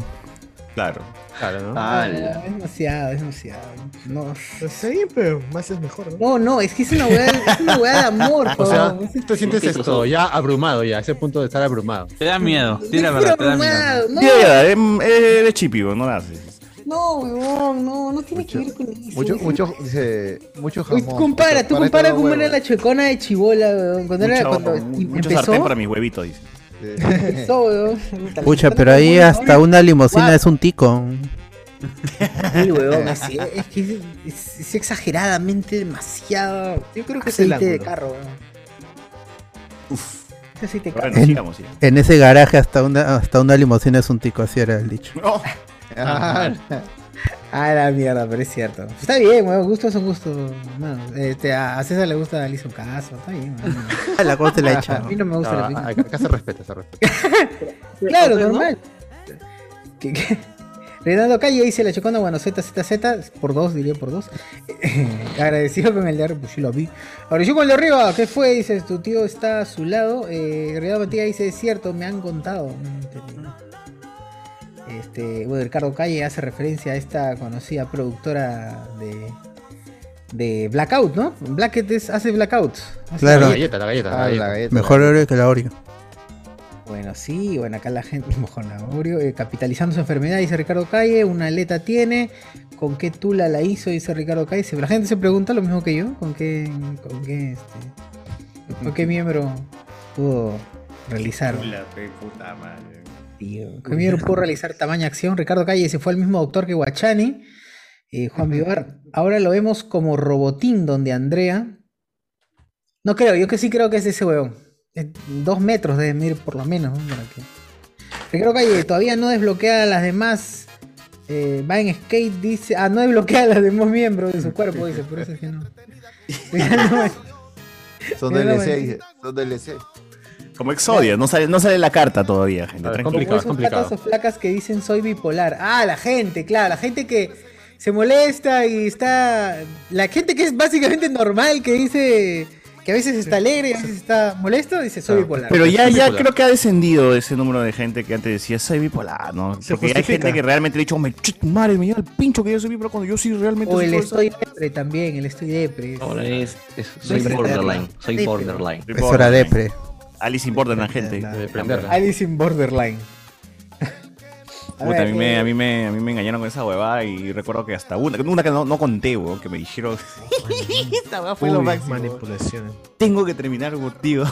Speaker 4: Claro.
Speaker 2: Claro, ¿no?
Speaker 1: Ah, no, es demasiado, es demasiado. No.
Speaker 18: Está bien, pero más es mejor,
Speaker 1: No,
Speaker 18: ¿no?
Speaker 1: no, es que es una weá, es una weá de amor,
Speaker 2: O sea,
Speaker 1: weón.
Speaker 2: te sientes esto, ya abrumado, ya, a ese punto de estar abrumado.
Speaker 6: Te da miedo,
Speaker 2: sí,
Speaker 6: la
Speaker 1: verdad, te da miedo. No.
Speaker 4: Ya, ya, em, eres chipi, vos, no la haces.
Speaker 1: No, weón, no, no tiene que ver con eso.
Speaker 16: Mucho, mucho, dice, mucho
Speaker 1: Uy,
Speaker 16: jamón.
Speaker 1: tú compara, tú
Speaker 16: Para
Speaker 1: compara
Speaker 16: todo
Speaker 1: cómo
Speaker 16: huevo.
Speaker 1: era la chocona de Chibola, weón. Cuando era
Speaker 4: Mucho,
Speaker 1: cuando em-
Speaker 4: mu- mucho
Speaker 1: empezó,
Speaker 4: sartén para mis huevitos, dice.
Speaker 1: empezó, weón.
Speaker 5: Pucha, pero ahí hasta una limosina es un tico.
Speaker 1: Sí, weón, así es, es que es, es- es exageradamente demasiado. Yo creo
Speaker 18: que es el
Speaker 1: aceite de
Speaker 18: ángulo.
Speaker 1: carro, weón.
Speaker 4: Uf.
Speaker 1: Es aceite de carro.
Speaker 4: Bueno,
Speaker 5: En,
Speaker 4: sigamos, sigamos.
Speaker 5: en ese garaje hasta una hasta una limosina es un tico, así era el dicho.
Speaker 4: No.
Speaker 1: Ah, la mierda, pero es cierto. Está bien, weón, gustos son gustos. No, este, a a César le gusta Alison Caso, está bien. weón.
Speaker 5: Ah, La cosa se la echa.
Speaker 1: A mí no me gusta la
Speaker 2: No,
Speaker 1: pinga.
Speaker 2: acá se respeta, se respeta.
Speaker 1: Claro,
Speaker 9: ¿Ustedes no?
Speaker 1: normal. ¿Qué- qué? Reinaldo Calle dice la chocona, bueno, ZZZ, por dos, diría por dos. Agradecido con el de arriba, pues yo lo vi. Ahora yo con el de arriba, ¿qué fue? Dices, tu tío está a su lado. Eh, Reinaldo Matías dice, es cierto, me han contado. No entendí. Este, bueno, Ricardo Calle hace referencia a esta conocida productora de, de Blackout, ¿no? Blackett es- hace Blackout. Hace
Speaker 5: Claro.
Speaker 1: Ah,
Speaker 5: Mejor Oreo que la Oreo.
Speaker 1: Bueno, sí, bueno, acá la gente, mejor la Oreo, eh, capitalizando su enfermedad, dice Ricardo Calle, una aleta tiene, con qué tula la hizo, dice Ricardo Calle. Se- La gente se pregunta lo mismo que yo, con qué, con qué, este, con qué miembro pudo realizar.
Speaker 4: La pe- puta madre.
Speaker 1: ¿Qué miembro pudo realizar tamaña acción? Ricardo Calle se fue al mismo doctor que Guachani. eh, Juan Vivar, ahora lo vemos como robotín donde Andrea. No creo, yo que sí creo que es ese huevón. Es dos metros debe medir por lo menos. ¿no? Para que- Ricardo Calle, todavía no desbloquea a las demás. eh, va en skate, dice. Ah, no desbloquea a los demás miembros de su cuerpo, dice. Por eso es que no.
Speaker 16: Son
Speaker 1: Mira,
Speaker 16: DLC,
Speaker 1: bueno.
Speaker 16: dice, son DLC.
Speaker 4: Como Exodia, no sale, no sale la carta todavía, gente.
Speaker 16: Claro, es
Speaker 4: tranquilo.
Speaker 1: Como esos flacas o flacas que dicen soy bipolar. Ah, la gente, claro, la gente que se molesta y está. La gente que es básicamente normal, que dice que a veces está alegre y a veces está molesto, dice soy bipolar.
Speaker 4: Pero ya, ya
Speaker 1: Bipolar.
Speaker 4: creo que ha descendido ese número de gente que antes decía soy bipolar, ¿no?
Speaker 1: Se
Speaker 4: Porque hay
Speaker 1: justifica.
Speaker 4: gente que realmente le ha dicho, me ch- tu madre, me lleva el pincho que yo soy bipolar cuando yo sí realmente
Speaker 1: O
Speaker 4: soy
Speaker 1: el
Speaker 4: cosa".
Speaker 1: estoy depre también, el estoy depre.
Speaker 7: Ahora es, es- soy
Speaker 1: Depre.
Speaker 7: borderline. Soy
Speaker 1: Depre.
Speaker 7: borderline.
Speaker 4: Soy
Speaker 5: Es hora
Speaker 4: borderline.
Speaker 5: depre.
Speaker 4: Alice in Borderland, gente.
Speaker 1: Alice in Borderline. A
Speaker 4: Puta, a,
Speaker 1: ver,
Speaker 4: mí
Speaker 1: eh,
Speaker 4: me, a, mí me, a mí me engañaron con esa huevada y recuerdo que hasta una, una que no, no conté, weón, que me dijeron, Esta weá Ah, fue lo máximo.
Speaker 18: Manipulación.
Speaker 4: tengo que terminar contigo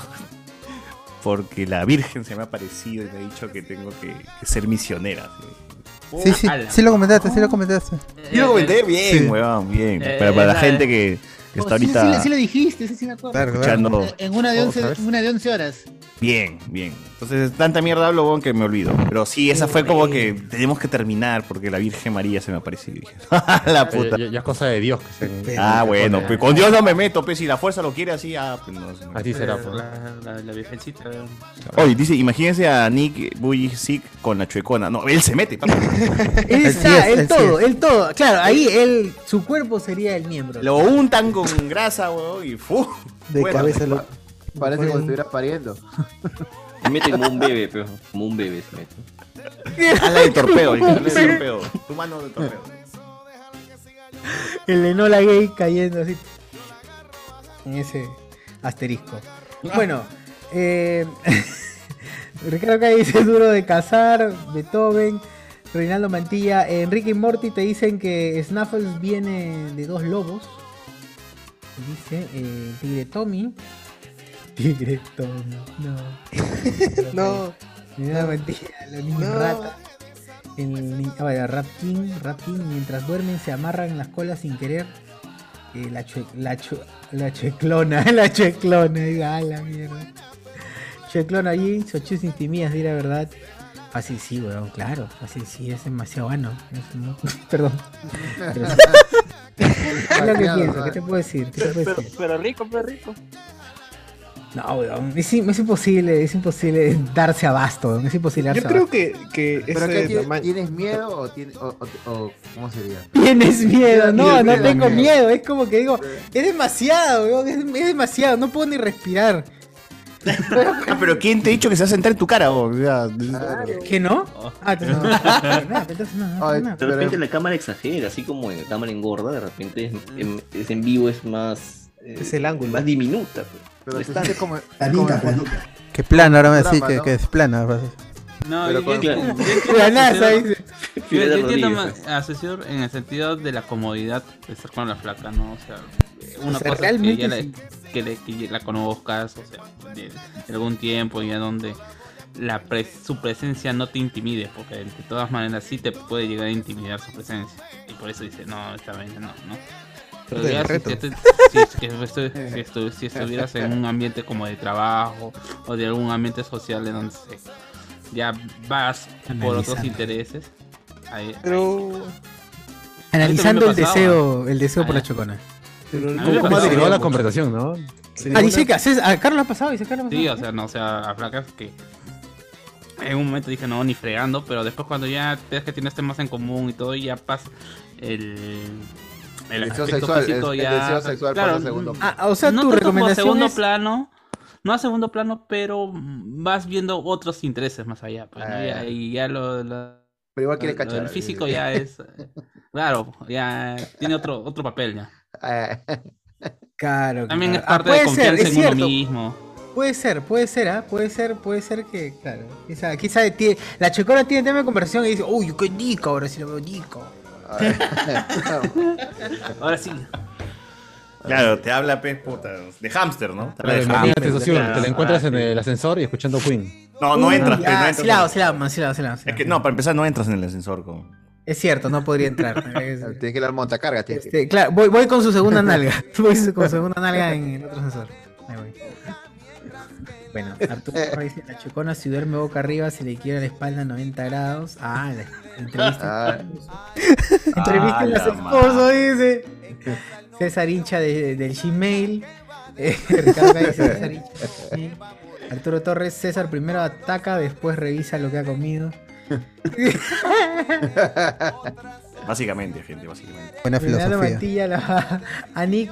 Speaker 4: porque la Virgen se me ha aparecido y me ha dicho que tengo que, que ser misionera.
Speaker 5: Sí, sí, sí lo comentaste, sí lo comentaste.
Speaker 4: Yo lo comenté bien,
Speaker 5: Sí.
Speaker 4: huevón, bien.
Speaker 5: Eh,
Speaker 4: Pero para la
Speaker 5: esa
Speaker 4: gente que, que está
Speaker 3: Oh, sí, sí,
Speaker 4: ahorita...
Speaker 3: Sí, sí lo dijiste, sí, sí me acuerdo.
Speaker 4: Claro, claro. Escuchando-
Speaker 3: En una de
Speaker 4: Oh,
Speaker 3: 11,
Speaker 4: ¿sabes?
Speaker 3: una de 11 horas.
Speaker 4: Bien, bien. Entonces, tanta mierda hablo, weón, que me olvido. Pero sí, esa fue como que tenemos que terminar porque la Virgen María se me apareció. Y dije, "Ah, la puta.
Speaker 2: Ya, ya es cosa de Dios que se.
Speaker 4: Ah, bueno, pues con Dios no me meto, pues si la fuerza lo quiere así, ah, pues no. Oh,
Speaker 2: Así será, pues.
Speaker 6: La, la, la virgencita.
Speaker 4: Oye, dice, imagínense a Nick Bujicic con la chuecona. No, él se mete, papi.
Speaker 1: Él
Speaker 4: sí
Speaker 1: está,
Speaker 4: es,
Speaker 1: él
Speaker 4: él sí
Speaker 1: todo,
Speaker 4: es.
Speaker 1: él todo. Claro, ahí él, su cuerpo sería el miembro.
Speaker 4: Lo untan con grasa, weón, y fu.
Speaker 16: De cabeza lo- Parece como si
Speaker 1: Bueno.
Speaker 16: estuviera pariendo.
Speaker 7: Me mete como un bebé, pero como un bebé se mete.
Speaker 4: Ala de torpedo, ala de torpedo. Tu mano de torpedo.
Speaker 1: El Enola Gay cayendo así. En ese asterisco. Bueno, eh, Ricardo Calle dice duro de cazar, Beethoven, Reinaldo Mantilla, eh, Enrique y Morty te dicen que Snaffles viene de dos lobos. Dice eh, Tigre Tommy. Tigre Tommy, no.
Speaker 14: No.
Speaker 1: Reinaldo Mantilla, los niños
Speaker 14: No.
Speaker 1: rata. El ni- ah, vaya, Rap King, Rap King, mientras duermen se amarran las colas sin querer. Eh, la, chue- la, chu- la chueclona, la chueclona, digo, ah, la mierda. Chueclona allí, Sochus intimías, di la verdad. Fácil sí, weón, claro, fácil sí, es demasiado bueno. es mu- Perdón. Pero sí. es lo que pienso, ¿qué te puedo decir? ¿Qué te puedo
Speaker 9: Pero,
Speaker 1: decir?
Speaker 9: pero rico, pero rico.
Speaker 1: No, weón, es, im- es imposible, es imposible darse abasto, weón, es imposible darse
Speaker 18: Yo creo
Speaker 1: abasto.
Speaker 18: que, que
Speaker 16: ¿Pero
Speaker 18: ese
Speaker 16: qué tiene-
Speaker 18: tamaño-
Speaker 16: tienes miedo o, tiene- o- o- o cómo sería?
Speaker 1: Tienes miedo, no,
Speaker 16: Yo
Speaker 1: no
Speaker 16: creo
Speaker 1: tengo
Speaker 16: que-
Speaker 1: miedo, es como que digo, es demasiado, weón, es, es demasiado, no puedo ni respirar.
Speaker 4: Ah, pero ¿quién te ha dicho que se va a sentar en tu cara, weón? O sea,
Speaker 1: ¿Que no? Ah, entonces no. Ah, entonces no, no, no, no.
Speaker 7: De repente la cámara exagera, así como la cámara engorda, de repente es en, es en vivo es más. es el ángulo. Más diminuta. pues.
Speaker 16: Pero
Speaker 7: No
Speaker 16: te
Speaker 7: está-
Speaker 16: sientes como...
Speaker 5: Que plano, ahora me
Speaker 16: Drama,
Speaker 5: decís que,
Speaker 16: ¿no?
Speaker 5: que es plano. ahora vas a decir.
Speaker 6: No,
Speaker 16: Pero
Speaker 6: yo,
Speaker 16: con-
Speaker 6: yo- yo
Speaker 16: Claro.
Speaker 6: entiendo
Speaker 16: La
Speaker 6: a
Speaker 16: NASA,
Speaker 6: Cesio-
Speaker 16: dice.
Speaker 6: Yo, yo
Speaker 16: Fidel
Speaker 6: entiendo
Speaker 16: Rodríguez.
Speaker 6: más a Cesio en el sentido de la comodidad de estar con la flaca, ¿no? O sea, una
Speaker 1: O sea,
Speaker 6: cosa es que,
Speaker 1: realmente
Speaker 6: ya la,
Speaker 1: sí.
Speaker 6: que, le- que ya la conozcas, o sea, de, de algún tiempo ya donde la pres- su presencia no te intimide, porque de todas maneras sí te puede llegar a intimidar su presencia. Y por eso dice, no, esta vaina no, no. Pero
Speaker 18: Del
Speaker 6: ya si,
Speaker 18: reto.
Speaker 6: ya te- si es que estu- si estu- si
Speaker 16: Este
Speaker 6: estuvieras en un ambiente como de trabajo o de algún ambiente social en donde se- ya vas por otros
Speaker 1: Analizando.
Speaker 6: intereses. Ahí,
Speaker 18: Pero.
Speaker 1: Analizando el
Speaker 6: este
Speaker 1: deseo, el deseo por
Speaker 4: Ah.
Speaker 1: la chocona.
Speaker 18: Pero
Speaker 6: mí
Speaker 2: ¿Cómo
Speaker 6: me
Speaker 2: ha derivado
Speaker 6: pasaba
Speaker 2: la
Speaker 6: mucho.
Speaker 2: conversación, no?
Speaker 1: Ah, dice que haces, a Carlos ha pasado, dice Carlos ha
Speaker 6: Sí,
Speaker 1: pasado.
Speaker 6: o sea, no, o sea, a flacas que en un momento dije, no, ni fregando, pero después cuando ya ves que tienes temas en común y todo, y ya pasa el... El
Speaker 16: deseo
Speaker 6: aspecto
Speaker 16: sexual,
Speaker 6: físico
Speaker 16: el- el
Speaker 6: ya... mm,
Speaker 16: deseo sexual pasa a segundo plano.
Speaker 1: Ah, o sea,
Speaker 6: no
Speaker 1: tu
Speaker 6: tanto como a
Speaker 1: recomendación
Speaker 6: segundo
Speaker 1: es-
Speaker 6: plano, no a segundo plano, pero vas viendo otros intereses más allá, pues, ¿no?
Speaker 16: Ah,
Speaker 6: Y
Speaker 16: ya.
Speaker 6: ya- y ya lo... lo-
Speaker 16: Pero igual quiere
Speaker 6: lo- lo del
Speaker 16: cachar.
Speaker 6: físico ya es... Claro, ya tiene otro, otro papel ya.
Speaker 16: Ah.
Speaker 1: Claro.
Speaker 6: También
Speaker 1: claro.
Speaker 6: es parte
Speaker 1: Ah,
Speaker 6: de
Speaker 1: puede ser,
Speaker 6: confianza
Speaker 1: es
Speaker 6: en uno
Speaker 1: cierto.
Speaker 6: mismo.
Speaker 1: Puede ser, puede ser, ¿ah? Puede ser, puede ser que, claro. Quizá, quizá tiene- la chocona tiene tema de conversación y dice, uy, qué rico, ahora sí lo veo rico.
Speaker 6: Ahora sí.
Speaker 4: Claro, te habla pez puta, de hámster, ¿no? Te habla
Speaker 2: Claro,
Speaker 4: de
Speaker 2: imagínate
Speaker 4: hámster,
Speaker 2: esa situación,
Speaker 4: claro.
Speaker 2: te
Speaker 6: Ah,
Speaker 2: la encuentras en el ascensor y escuchando Queen.
Speaker 4: No, no
Speaker 1: Uy,
Speaker 4: entras, pues,
Speaker 1: ya,
Speaker 4: no entras.
Speaker 1: sí la hago, sí la hago, sí la hago, sí la hago, sí
Speaker 4: Es
Speaker 1: la
Speaker 4: que
Speaker 1: hago.
Speaker 4: no, para empezar no entras en el ascensor con.
Speaker 1: Es cierto, no podría entrar. tienes
Speaker 16: que dar montacarga, tienes que-
Speaker 1: Este, claro, voy, voy con su segunda nalga. Voy su- con su segunda nalga en el otro sensor. Ahí voy. Bueno, Arturo
Speaker 16: Eh.
Speaker 1: Correa dice, la chocona si duerme boca arriba se le quiebra la espalda a 90 grados. Ah, la entrevista.
Speaker 16: Ah.
Speaker 1: entrevista
Speaker 16: Ah,
Speaker 1: en
Speaker 16: la
Speaker 1: las esposo, dice. César hincha de- del Gmail. Eh, Ricardo Calle, César hincha del Gmail. Arturo Torres, César primero ataca, después revisa lo que ha comido.
Speaker 4: Básicamente, gente, básicamente.
Speaker 5: Buena
Speaker 1: Leonardo Mantilla la- a Nick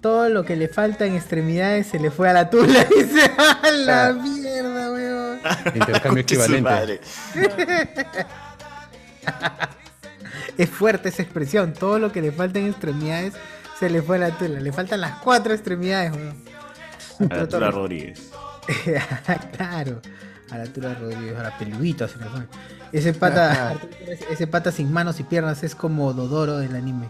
Speaker 1: todo lo que le falta en extremidades se le fue a la tula dice a la mierda weón
Speaker 2: Intercambio
Speaker 4: Conche su
Speaker 2: equivalente.
Speaker 4: madre.
Speaker 1: es fuerte esa expresión todo lo que le falta en extremidades se le fue a la tula le faltan las cuatro extremidades weón
Speaker 4: A la Tula Rodríguez.
Speaker 1: claro a la tula Rodríguez a la peluita se le fue ese pata ese pata sin manos y piernas es como Dodoro del anime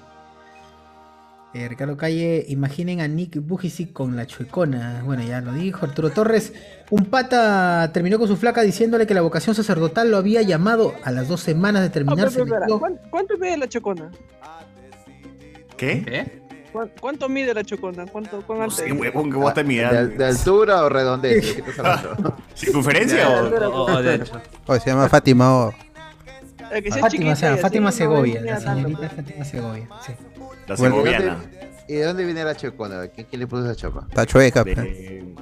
Speaker 1: Eh, Ricardo Calle, imaginen a Nick Bujicic con la chuecona. Bueno, ya lo dijo. Arturo Torres, un pata terminó con su flaca diciéndole que la vocación sacerdotal lo había llamado a las dos semanas de
Speaker 14: Ah,
Speaker 1: terminar.
Speaker 14: pero,
Speaker 1: se
Speaker 14: pero, espera,
Speaker 1: metió-
Speaker 14: ¿cuán- ¿Cuánto mide la chocona?
Speaker 4: ¿Qué?
Speaker 14: ¿Cuán- ¿Cuánto mide la chocona? ¿Cuánto, cuán alta
Speaker 4: Sí,
Speaker 14: es?
Speaker 4: huevón, que vos te mirás.
Speaker 16: ¿De, de altura o redondez? ¿De qué estás hablando?
Speaker 4: ¿Circunferencia o-
Speaker 16: Oh,
Speaker 4: o- o de ancho?
Speaker 5: O Oh, se llama Fátima o
Speaker 14: Eh, que sea
Speaker 1: Fátima,
Speaker 14: chiquita
Speaker 1: o sea,
Speaker 14: y
Speaker 1: Fátima
Speaker 14: así, no me
Speaker 1: Segovia,
Speaker 14: mide
Speaker 1: la
Speaker 14: tanto.
Speaker 1: señorita Fátima Segovia. sí.
Speaker 4: La
Speaker 5: Bueno,
Speaker 4: segoviana.
Speaker 16: ¿Y de dónde viene la chocona? ¿Quién, quién le puso esa chapa?
Speaker 5: está chueca. pe.
Speaker 4: De,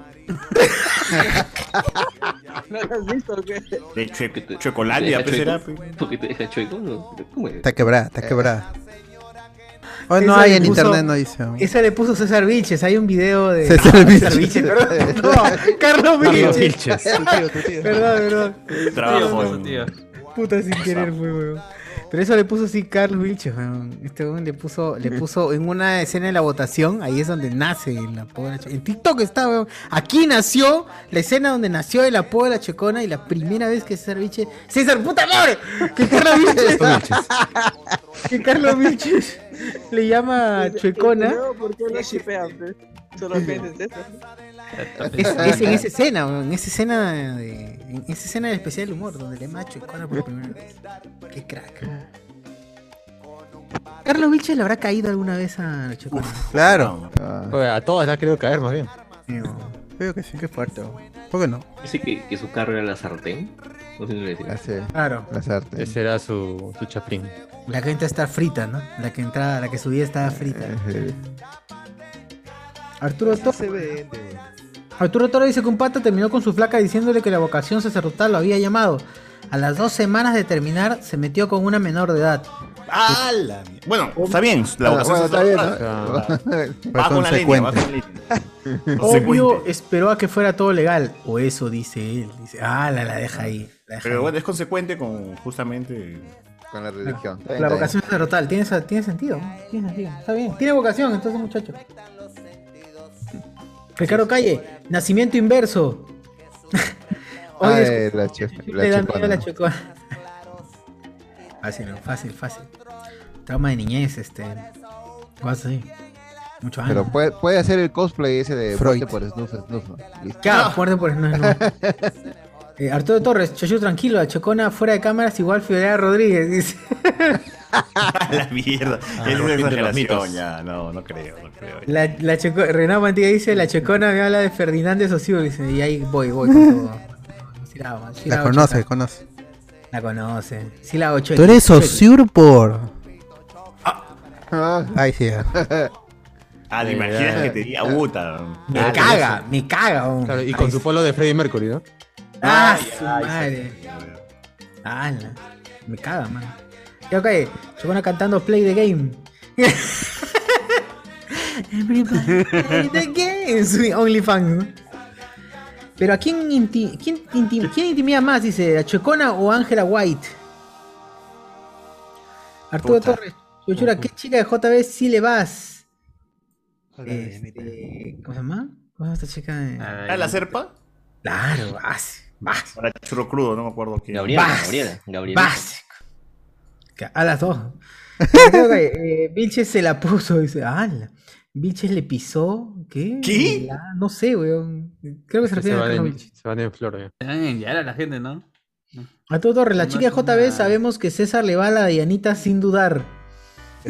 Speaker 14: ¿No lo has visto o qué?
Speaker 4: de chue- Chuecolandia, pues era. pues.
Speaker 7: Porque te deja chueco, ¿no? ¿Cómo es?
Speaker 5: Está quebrada, está quebrada.
Speaker 1: Eh.
Speaker 5: Hoy
Speaker 1: Eso
Speaker 5: no
Speaker 1: le
Speaker 5: hay en
Speaker 1: puso-
Speaker 5: internet, no dice. aún.
Speaker 1: Eso le puso César Vilches. Hay un video de.
Speaker 5: César Vilches.
Speaker 1: perdón. No, Carlos
Speaker 5: Carlos
Speaker 1: Vilches.
Speaker 5: Vilches. Tu tío, tu tío.
Speaker 1: Perdón, perdón.
Speaker 4: Trabajo
Speaker 1: Tío,
Speaker 4: en-
Speaker 1: Puta sin querer fue, weón. Pero eso le puso así Carlos Vilches, weón. Este weón le puso, le puso en una escena de la votación, ahí es donde nace la pobre la checona. En TikTok está, weón. Aquí nació la escena donde nació el apodo de la checona y la primera vez que César Vilches. ¡César, puta madre! Que Carlos Vilches. que Carlos Vilches le llama
Speaker 14: Y
Speaker 1: chuecona.
Speaker 14: luego, ¿Por qué lo shipean? pues? Solo pienses eso.
Speaker 1: Es, es en esa escena, weón, en esa escena de, en esa escena del especial humor donde le macho y por primera vez. Qué crack. Carlos Vilches le habrá caído alguna vez a la chocona.
Speaker 5: Claro.
Speaker 2: Oye, A todas las creo caer más bien.
Speaker 5: Ah. Creo que sí. Qué fuerte. ¿Por qué no?
Speaker 7: Dice que, que su carro era la sartén. No sé si lo decía.
Speaker 1: Claro.
Speaker 2: Ese era su, su chaprín.
Speaker 1: La que entra está frita, ¿no? La que entraba, la que subía estaba frita. Arturo Torres. Arturo Torres dice que un pata terminó con su flaca diciéndole que la vocación sacerdotal lo había llamado. A las dos semanas de terminar, se metió con una menor de edad.
Speaker 4: ¡Hala! Bueno, está bien. La
Speaker 1: Ah,
Speaker 4: vocación
Speaker 1: bueno,
Speaker 4: es
Speaker 1: está bien,
Speaker 4: otra.
Speaker 1: ¿no?
Speaker 4: Va con la Ah. línea, va con la
Speaker 1: Consecuente.
Speaker 4: línea.
Speaker 1: Obvio, esperó a que fuera todo legal. O eso dice él. Dice, ah, la, la deja ahí. la deja
Speaker 4: Pero
Speaker 1: ahí". Ah,
Speaker 4: bueno, es consecuente con justamente
Speaker 16: con la religión.
Speaker 1: la vocación sacerdotal tiene, sa- tiene sentido. Tiene sentido. Está bien. Tiene vocación, entonces, muchacho. Ricardo Calle, nacimiento inverso. Hoy
Speaker 16: Ah,
Speaker 1: descubrí
Speaker 16: eh, la, cho- la
Speaker 1: le da miedo
Speaker 16: chocona.
Speaker 1: la chocona. Fácil, ¿no? fácil, fácil. Trauma de niñez, este. Cosas así. Mucho años.
Speaker 16: Pero puede, puede hacer el cosplay ese de
Speaker 1: Freud.
Speaker 16: Muerte por Snuff, Snuff. ¿no? Listo.
Speaker 1: Claro, fuerte por pues, no, no. Eh, Arturo Torres, Chocho tranquilo, la chocona fuera de cámaras igual Fiorella Rodríguez, dice.
Speaker 4: a Ah, la mierda.
Speaker 1: Ah,
Speaker 4: es una
Speaker 1: rompiendo los
Speaker 4: exageración
Speaker 1: mitos.
Speaker 4: ya. No, no creo, no creo.
Speaker 1: La, la choco- Renato Mantilla dice, la chocona me habla de Fernández Osiu, dice, y ahí voy, voy con todo. Sí la, hago, sí
Speaker 5: La
Speaker 1: hago
Speaker 5: conoce,
Speaker 1: chueca.
Speaker 5: conoce.
Speaker 1: La conoce. Sí la hago chueca,
Speaker 5: Tú eres
Speaker 1: chueca.
Speaker 5: Osiurbor. Ahí sí. ya.
Speaker 4: Ah, te
Speaker 2: Eh,
Speaker 4: imaginas
Speaker 2: ya.
Speaker 4: que te diga puta. Ah,
Speaker 1: Me caga, me caga.
Speaker 2: Claro, y con su polo de Freddie Mercury, ¿no?
Speaker 19: Ah,
Speaker 1: ya,
Speaker 19: su
Speaker 1: ya,
Speaker 19: madre. Ala, me caga, mano.
Speaker 1: Ya, ok. Se van a cantando Play the Game. Everybody play the game. Sí, OnlyFans. ¿no? Pero ¿a quién, inti- quién inti- quién intimida más? Dice, ¿a Chocona o Ángela White? Arturo
Speaker 19: Puta.
Speaker 1: Torres. Chuchura, ¿qué chica de JB si le vas? Este, ¿Cómo se llama? ¿Cómo se llama esta chica? de-
Speaker 4: ¿Ah, la serpa?
Speaker 1: Claro, vas. vas.
Speaker 4: Para churro crudo, no me acuerdo quién.
Speaker 1: Gabriela, Vas. Gabriela, Gabriela. Vas. Que A las dos. Creo que, eh, Vilches se la puso, dice, ala. Vilches le pisó, ¿qué?
Speaker 6: ¿Qué?
Speaker 1: La- no sé, weón. Creo que se
Speaker 2: Este
Speaker 1: refiere
Speaker 2: Se
Speaker 1: a
Speaker 2: van,
Speaker 1: Carlos
Speaker 2: en,
Speaker 1: Vilches.
Speaker 2: se van en flor, eh. ya.
Speaker 6: Van a enviar a la gente, ¿no?
Speaker 1: A todo Torres, la chica de JB sabemos que César le va a la Dianita sin dudar.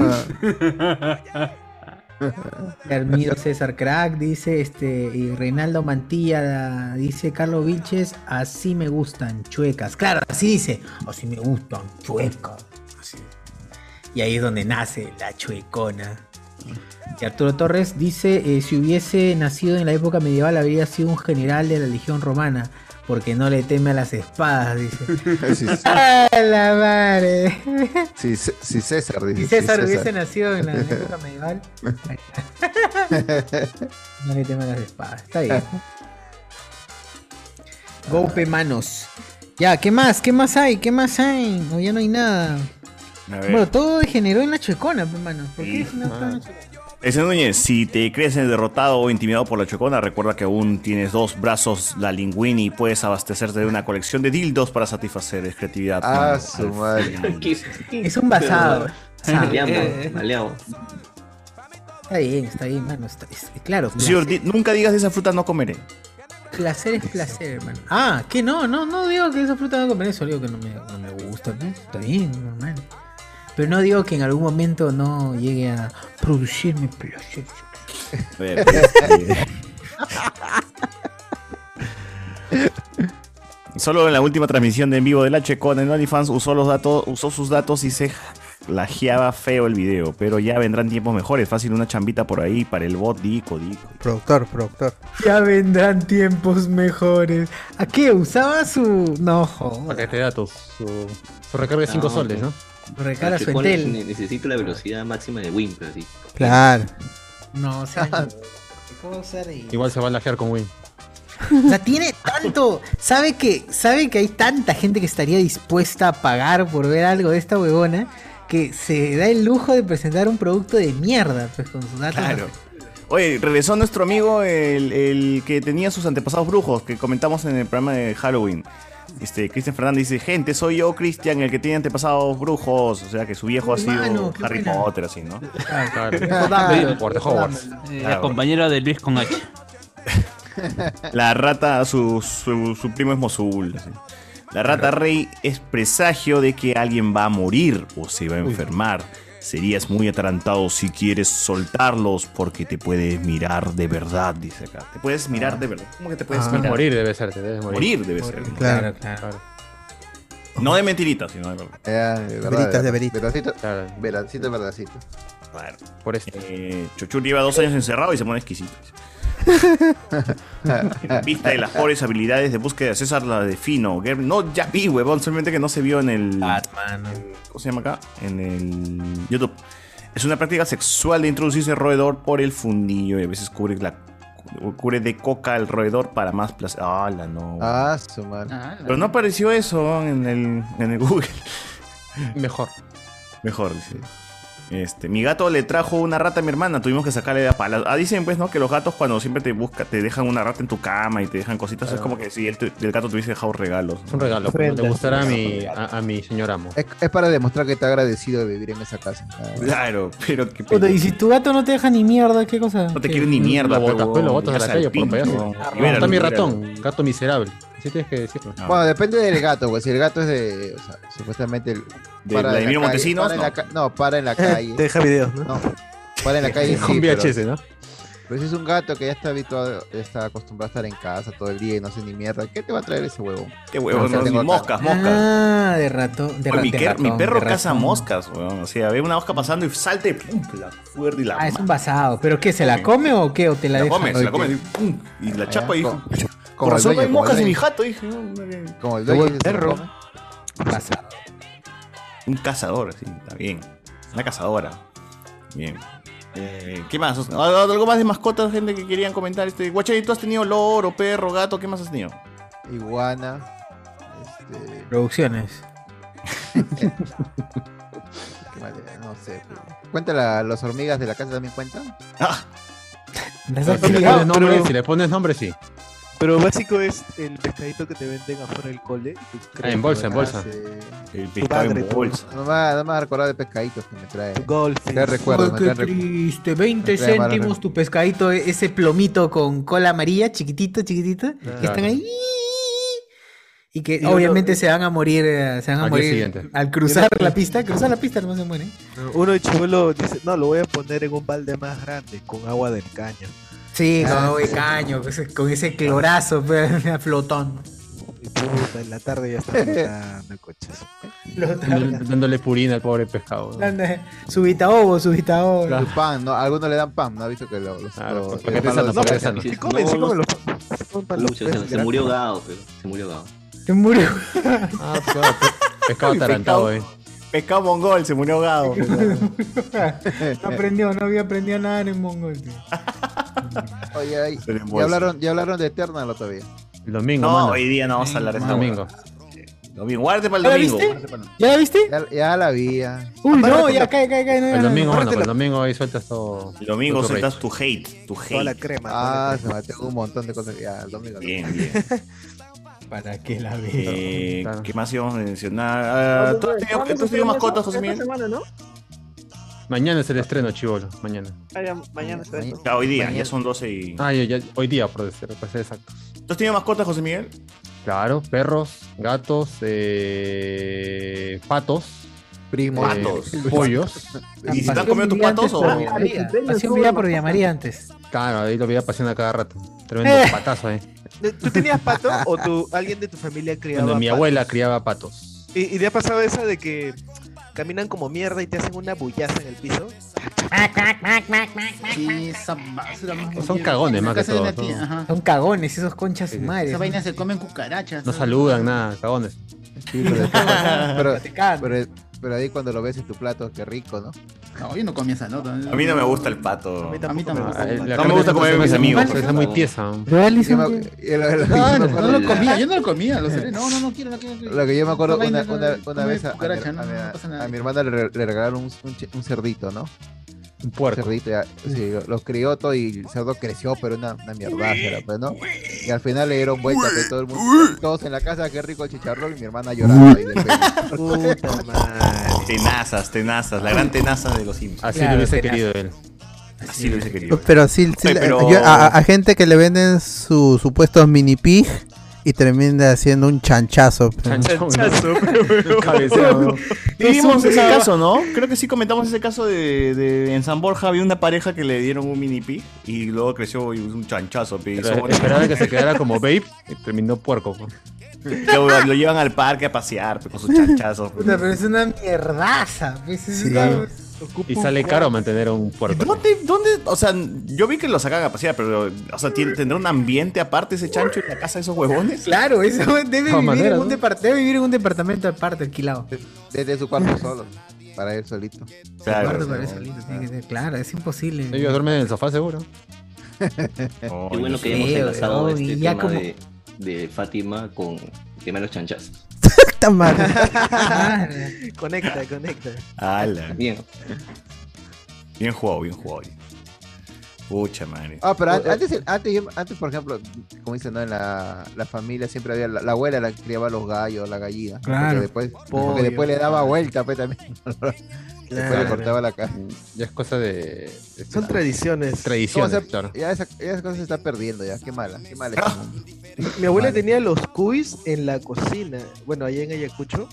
Speaker 6: Ah.
Speaker 1: Ah. Carmiro César Crack dice, este, y Reinaldo Mantilla dice, Carlos Vilches, así me gustan, chuecas. Claro, así dice, así me gustan, chuecas. Así. Y ahí es donde nace la chuecona. Y Arturo Torres dice, eh, si hubiese nacido en la época medieval habría sido un general de la Legión Romana, porque no le teme a las espadas, dice.
Speaker 16: Sí, sí.
Speaker 1: ¡A la madre!
Speaker 16: Si, C- si César, dice.
Speaker 1: Si
Speaker 16: si
Speaker 1: César hubiese nacido en la en la época medieval, no le teman las espadas. Está bien. Golpe manos. Ya, ¿qué más? ¿Qué más hay? ¿Qué más hay? No, ya no hay nada.
Speaker 4: A ver.
Speaker 1: Bueno, todo degeneró en la chocona, hermano. ¿Por qué
Speaker 4: Sí.
Speaker 1: degeneró todo en la chocona?
Speaker 4: El señor Núñez, si te crees derrotado o intimidado por la chocona, recuerda que aún tienes dos brazos, la linguini, y puedes abastecerte de una colección de dildos para satisfacer la creatividad.
Speaker 16: Ah,
Speaker 4: Al
Speaker 16: su
Speaker 4: fin.
Speaker 16: madre.
Speaker 1: Es un basado.
Speaker 7: Maleamos, maleamos.
Speaker 1: Eh, Está bien, está bien, mano. Está, es- claro,
Speaker 4: Señor, di- nunca digas esa fruta no comeré.
Speaker 1: placer es placer, hermano. Ah, que no, no, no digo que esa fruta no comeré, solo digo que no me, no me gusta. ¿no? Está bien, normal. Pero no digo que en algún momento no llegue a producirme placer.
Speaker 4: A ver, este- Solo en la última transmisión de en vivo de la Checona en OnlyFans usó, los datos, usó sus datos y se lajeaba feo el video. Pero ya vendrán tiempos mejores. Fácil una chambita por ahí para el bot Dico, Dico.
Speaker 5: Productor, productor.
Speaker 1: Ya vendrán tiempos mejores. ¿A qué? ¿Usaba su.? No, joder.
Speaker 2: Paquete de datos. Su, su recarga es 5
Speaker 7: No,
Speaker 2: soles,
Speaker 7: no.
Speaker 2: ¿no?
Speaker 1: Recarga
Speaker 7: Yo
Speaker 1: su
Speaker 7: con-
Speaker 1: Entel.
Speaker 7: ne- Necesito la velocidad máxima de Win, pero sí.
Speaker 5: Claro.
Speaker 1: No, o sea. ¿Cómo usar ahí?
Speaker 2: Igual se va a lajear con Win.
Speaker 1: O sea, tiene tanto. Sabe que, sabe que hay tanta gente que estaría dispuesta a pagar por ver algo de esta huevona que se da el lujo de presentar un producto de mierda, pues con sus datos.
Speaker 4: Claro. Oye, regresó nuestro amigo, el, el que tenía sus antepasados brujos, que comentamos en el programa de Halloween. Este, Cristian Fernández dice, gente, soy yo, Cristian, el que tiene antepasados brujos. O sea, que su viejo ha sido
Speaker 1: Hermano, qué
Speaker 4: Harry
Speaker 1: buena.
Speaker 4: Potter, así, ¿no?
Speaker 2: Claro.
Speaker 4: Claro. Por de Hogwarts.
Speaker 6: Eh, La
Speaker 4: Claro.
Speaker 6: compañera de Luis con H.
Speaker 4: La rata, su, su, su primo es Mosul. así. La rata rey es presagio de que alguien va a morir o se va a enfermar. Serías muy atarantado si quieres soltarlos porque te puedes mirar de verdad, dice acá. Te puedes mirar de verdad. ¿Cómo que te puedes
Speaker 2: Ah.
Speaker 4: mirar?
Speaker 2: Morir debe ser, te debes morir.
Speaker 4: Morir debe ser.
Speaker 5: Claro,
Speaker 1: claro.
Speaker 4: No de mentiritas, sino de verdad.
Speaker 16: Eh, de verdad,
Speaker 5: Veritas, de
Speaker 16: verdad.
Speaker 5: veritas.
Speaker 16: Veracito, veracito, verdacito.
Speaker 4: Claro.
Speaker 2: Por esto.
Speaker 4: Eh, Chochur lleva dos años encerrado y se pone exquisito. En vista de las pobres habilidades de búsqueda de César, la defino. Gerb- No, ya vi, huevón, solamente que no se vio en el. en- ¿Cómo se llama acá? En el. YouTube. Es una práctica sexual de introducirse el roedor por el fundillo y a veces cubre, la, cubre de coca el roedor para más placer. ¡Hala, no!
Speaker 16: Ah, su madre.
Speaker 4: Pero no apareció eso ¿no? en el, en el Google.
Speaker 2: Mejor.
Speaker 4: Mejor, dice. Este, mi gato le trajo una rata a mi hermana, tuvimos que sacarle de a palas. Ah, dicen pues, ¿no? Que los gatos cuando siempre te buscan, te dejan una rata en tu cama y te dejan cositas. Es como que si el, tu- el gato te hubiese dejado regalos.
Speaker 2: Es un regalo. pero Le gustará a mi, a, a mi señor amo.
Speaker 16: Es, es para demostrar que está agradecido de vivir en esa casa.
Speaker 4: Claro, pero que
Speaker 1: Puta, y si tu gato no te deja ni mierda, ¿qué cosa?
Speaker 4: no te quieren ni mierda.
Speaker 2: Lo botas,
Speaker 4: pero,
Speaker 2: pues, lo botas
Speaker 4: ya
Speaker 2: a la
Speaker 4: sabes,
Speaker 2: calle por
Speaker 4: pincho.
Speaker 2: payaso.
Speaker 4: Y
Speaker 2: Ahí
Speaker 4: míralo,
Speaker 2: está mi
Speaker 4: míralo.
Speaker 2: ratón, gato miserable. Así tienes que decirlo.
Speaker 16: Bueno, depende del gato, güey. Si el gato es de. O sea, supuestamente. El,
Speaker 2: ¿De
Speaker 16: en la
Speaker 2: Vladimir
Speaker 16: calle-
Speaker 2: Montesinos?
Speaker 16: Para en la
Speaker 2: No.
Speaker 16: ca- no, para en la calle.
Speaker 18: Te deja videos, ¿no?
Speaker 16: No, para en la calle.
Speaker 2: Con
Speaker 16: sí,
Speaker 2: VHS,
Speaker 16: pero-
Speaker 2: ¿no?
Speaker 16: Pero si es un gato que ya está habituado, ya está acostumbrado a estar en casa todo el día y no hace ni mierda, ¿qué te va a traer ese huevo?
Speaker 4: Qué huevo,
Speaker 16: Entonces,
Speaker 4: no,
Speaker 16: tengo acá.
Speaker 4: moscas, moscas.
Speaker 1: Ah, de ratón. De
Speaker 4: Oye,
Speaker 1: ra-
Speaker 4: mi,
Speaker 1: de
Speaker 4: quer- mi
Speaker 1: ratón,
Speaker 4: perro
Speaker 1: de ratón.
Speaker 4: caza moscas, weón. O sea, ve una mosca pasando y salta y pum, la fuerte y la.
Speaker 1: Ah, es un basado. ¿Pero qué? ¿Se la come o qué? ¿O te la,
Speaker 4: la
Speaker 1: deja?
Speaker 4: come, se la
Speaker 1: Oye,
Speaker 4: come y, pum, y la chapa y.
Speaker 16: Como
Speaker 4: Por
Speaker 16: el
Speaker 4: razón no
Speaker 16: dueño,
Speaker 4: hay
Speaker 16: como el
Speaker 4: moscas en mi
Speaker 16: dueño.
Speaker 4: jato, dije. ¿no? Una-
Speaker 16: Como el
Speaker 4: Tuvo
Speaker 16: dueño
Speaker 4: el
Speaker 16: de su
Speaker 4: perro.
Speaker 16: programa.
Speaker 4: Un cazador, sí, está bien. Una cazadora. Bien. Eh, ¿Qué más? ¿Al- ¿Algo más de mascotas, gente que querían comentar? Este, Guachay, ¿tú has tenido loro, perro, gato? ¿Qué más has tenido?
Speaker 16: Iguana.
Speaker 19: Producciones.
Speaker 16: Qué mal, no sé. pues. ¿Cuenta la- las hormigas de la casa también cuentan?
Speaker 2: Si le pones nombre, si le pones nombre, sí.
Speaker 18: Pero básico es el pescadito que te venden afuera del cole. y tú crees
Speaker 2: Ah, en bolsa,
Speaker 18: que
Speaker 2: en
Speaker 18: lo
Speaker 2: bolsa.
Speaker 18: hace
Speaker 4: El
Speaker 18: tu padre, tu-
Speaker 16: No me, ha- no me ha recordado de pescaditos que me trae.
Speaker 18: Goldfish.
Speaker 16: Te recuerdo, me
Speaker 19: Ay, qué
Speaker 16: trae recuerdos.
Speaker 19: triste. 20
Speaker 16: Me trae mal recuerdo.
Speaker 19: céntimos tu pescadito, e- ese plomito con cola amarilla, chiquitito, chiquitito. Que están ahí. Y que
Speaker 1: Y
Speaker 19: obviamente se van a morir, eh, se van a
Speaker 1: Al día
Speaker 19: morir
Speaker 1: siguiente.
Speaker 19: al cruzar
Speaker 18: Y uno-
Speaker 19: la pista. Cruzar la pista no se mueren.
Speaker 18: Uno de chivolo dice, no, lo voy a poner en un balde más grande, con agua del caño.
Speaker 19: Sí, con
Speaker 18: Ah,
Speaker 19: agua de
Speaker 18: sí.
Speaker 19: caño, con ese, con ese clorazo, pe, a flotón.
Speaker 18: Y puta, en la tarde ya está flotando, coches.
Speaker 2: Dándole, dándole purina al pobre pescado. ¿no?
Speaker 19: Subita eh. ovo, subita ovo.
Speaker 16: Y pan, ¿no? Algunos le dan pan, ¿no? Ha visto que lo- los... los-
Speaker 2: porque
Speaker 16: los-
Speaker 2: te sanan,
Speaker 16: los-
Speaker 2: porque te
Speaker 16: los-
Speaker 2: sanan.
Speaker 16: se comen,
Speaker 7: No,
Speaker 16: se comen
Speaker 7: no.
Speaker 16: los- se comen pan, los
Speaker 7: Lucho, se,
Speaker 16: peces
Speaker 7: se murió
Speaker 16: grandes.
Speaker 7: Gao, pero se murió Gao.
Speaker 19: Se murió.
Speaker 16: Ah,
Speaker 2: Pescado
Speaker 4: Ay,
Speaker 2: atarantado, eh.
Speaker 4: Pescado mongol, se murió ahogado.
Speaker 19: No aprendió, no había aprendido nada en mongol. tío.
Speaker 16: Oye, ahí-
Speaker 4: Se le
Speaker 16: ya
Speaker 4: embolsa.
Speaker 16: hablaron, ya hablaron de Eternal otro día.
Speaker 2: El domingo,
Speaker 4: No,
Speaker 2: mano.
Speaker 4: hoy día no vamos a hablar de esa
Speaker 2: Domingo.
Speaker 4: Domingo, guárdate para el
Speaker 19: ¿Ya la
Speaker 4: domingo.
Speaker 19: viste?
Speaker 4: guárdate para el-
Speaker 19: ¿Ya la viste?
Speaker 16: Ya, ya la vi. ya.
Speaker 19: Uy, no, ya cae, cae, cae. No, ya,
Speaker 2: El
Speaker 19: no.
Speaker 2: domingo, mano,
Speaker 19: Córratela.
Speaker 2: el domingo ahí sueltas todo.
Speaker 4: El domingo
Speaker 2: todo tu
Speaker 4: sueltas tu hate. Tu hate.
Speaker 18: Toda la crema. toda
Speaker 16: Ah,
Speaker 18: la
Speaker 16: se mató un montón de cosas. Ya, el domingo.
Speaker 4: Bien, bien.
Speaker 19: ¿Para qué la
Speaker 4: Eh, ¿Qué más íbamos a mencionar? Ah, ¿Tú has
Speaker 14: Vamos
Speaker 4: tenido, tú
Speaker 14: a
Speaker 4: has tenido
Speaker 14: hacer
Speaker 4: mascotas,
Speaker 14: eso
Speaker 4: José
Speaker 14: esta
Speaker 4: Miguel?
Speaker 14: semana, ¿no?
Speaker 2: rey. Mañana es el estreno, chivolo. Mañana.
Speaker 14: Ah, ya, mañana se ve.
Speaker 4: Ya, hoy día, ya son 12 y...
Speaker 2: Ah, ya, ya, hoy día, por decir, para ser exacto.
Speaker 4: ¿Tú has tenido mascotas, José Miguel?
Speaker 2: Claro, perros, gatos, eh, patos.
Speaker 16: Primos.
Speaker 2: eh,
Speaker 4: Patos.
Speaker 2: pollos.
Speaker 3: Ah,
Speaker 4: ¿Y si te has comido tus patos o...?
Speaker 19: Ah, María. Pasión Villa por Villa María antes.
Speaker 2: Claro, ahí lo veía pasando a cada rato. Tremendo
Speaker 18: Eh.
Speaker 2: patazo, eh.
Speaker 18: crema. ¿Tú tenías pato o tu, alguien de tu familia criaba
Speaker 2: Cuando mi
Speaker 18: pato?
Speaker 2: abuela criaba patos.
Speaker 18: ¿Y, y te ha pasado esa de que caminan como mierda y te hacen una bullaza en el piso?
Speaker 3: Sí, esa basura más
Speaker 2: Son cagones, más que
Speaker 3: Casa de
Speaker 2: todo,
Speaker 3: una tía,
Speaker 2: ¿no?
Speaker 3: ajá.
Speaker 19: Son cagones, esos conchas su madre.
Speaker 3: Esa vaina se comen cucarachas.
Speaker 2: No saludan, nada, cagones.
Speaker 16: Sí, pero, pero, pero- pero ahí cuando lo ves en tu plato, qué rico, ¿no?
Speaker 3: No, yo no comí esa nota.
Speaker 4: A mí no me gusta el pato.
Speaker 3: A mí
Speaker 2: No,
Speaker 3: tampoco.
Speaker 2: eh, la
Speaker 4: No
Speaker 2: carne
Speaker 4: me gusta
Speaker 2: de
Speaker 4: comer
Speaker 2: pato
Speaker 4: con mis
Speaker 2: es muy-
Speaker 4: amigos.
Speaker 2: Es muy tiesa.
Speaker 16: Yo me- yo lo- lo-
Speaker 3: No,
Speaker 16: yo
Speaker 3: no,
Speaker 16: me
Speaker 3: no
Speaker 16: acuerdo-
Speaker 3: lo comía, yo no lo comía, lo cerré. No, no, no quiero, no quiero. no quiero.
Speaker 16: Lo que yo me acuerdo
Speaker 3: Esa vaina
Speaker 16: una,
Speaker 3: no-
Speaker 16: una- una
Speaker 3: come
Speaker 16: vez a, a mi-
Speaker 3: cucaracha,
Speaker 16: a
Speaker 3: no,
Speaker 16: mi-
Speaker 3: no pasa nada.
Speaker 16: a mi hermana le, re- le regalaron un, un che- un cerdito, ¿no?
Speaker 2: Un puerco.
Speaker 16: Cerdito, ya, sí, lo, lo crió todo y el cerdo creció, pero una, una mierda, pues, ¿no? Y al final le dieron vueltas de todo el mundo, todos en la casa, qué rico el chicharrón, y mi hermana llorando ahí de pena.
Speaker 18: Puta madre.
Speaker 4: Ah, Tenazas, tenazas, la gran tenaza de los Sims.
Speaker 2: Así lo hubiese querido él.
Speaker 4: Así lo hubiese querido. él.
Speaker 5: Pero sí, sí,
Speaker 4: Oye, pero-
Speaker 5: yo- a, a- a gente que le venden sus supuestos mini pig y termina haciendo un chanchazo. pe.
Speaker 4: Chanchazo, pero-
Speaker 2: Cabeceo, ¿no?
Speaker 4: Vivimos ese caso, ¿no? Creo que sí comentamos ese caso de, de- en San Borja había una pareja que le dieron un mini pi y luego creció y un chanchazo. pe, y
Speaker 2: Pero
Speaker 4: son-
Speaker 2: Esperaba que se quedara como babe y terminó puerco. po.
Speaker 4: Lo, lo llevan al parque a pasear pe, con sus chanchazos. pe.
Speaker 19: Puta, pero es una mierdaza. pues, es una-
Speaker 2: Y sale caro mantener un puerco.
Speaker 4: ¿Dónde, dónde? O sea, yo vi que lo sacaban a pasear, pero, o sea, ¿tien- ¿tendrá un ambiente aparte ese chancho en la casa de esos huevones?
Speaker 19: Claro, eso debe
Speaker 2: todas
Speaker 19: vivir,
Speaker 2: maneras,
Speaker 19: en un
Speaker 2: ¿no?
Speaker 19: depart- debe vivir en un departamento aparte, alquilado.
Speaker 16: Desde su cuarto solo, para él solito.
Speaker 4: Claro.
Speaker 19: Aparte para eso, lindo, tiene que ser- Claro, es imposible.
Speaker 2: Ellos duermen en el sofá seguro.
Speaker 4: Oh,
Speaker 7: Qué bueno que
Speaker 19: Dios
Speaker 7: hemos
Speaker 19: mío,
Speaker 7: enlazado
Speaker 19: oh,
Speaker 7: este
Speaker 19: y ya
Speaker 7: tema
Speaker 19: como-
Speaker 7: de, de Fátima con el tema de los chanchazos.
Speaker 5: Puta madre.
Speaker 18: conecta, conecta.
Speaker 4: Ala.
Speaker 7: Bien.
Speaker 4: Bien jugado, bien jugado. Pucha madre.
Speaker 16: Ah, pero an- antes, antes, yo- antes, por ejemplo, como dicen, ¿no? En la, la familia siempre había la, la abuela la que criaba los gallos, la gallina.
Speaker 19: Claro.
Speaker 16: Porque después, porque
Speaker 18: Pollo.
Speaker 16: después le daba vuelta, pues también. Después le
Speaker 18: Claro.
Speaker 16: cortaba la cara.
Speaker 2: Ya es cosa de. de-
Speaker 18: Son tradiciones.
Speaker 2: tradiciones,
Speaker 16: ¿Cómo se-
Speaker 2: claro.
Speaker 16: Ya esa, esas cosas se está perdiendo ya, qué mala, qué mala.
Speaker 18: Mi abuela
Speaker 16: Vale.
Speaker 18: tenía los cuis en la cocina, bueno, allá en Ayacucho,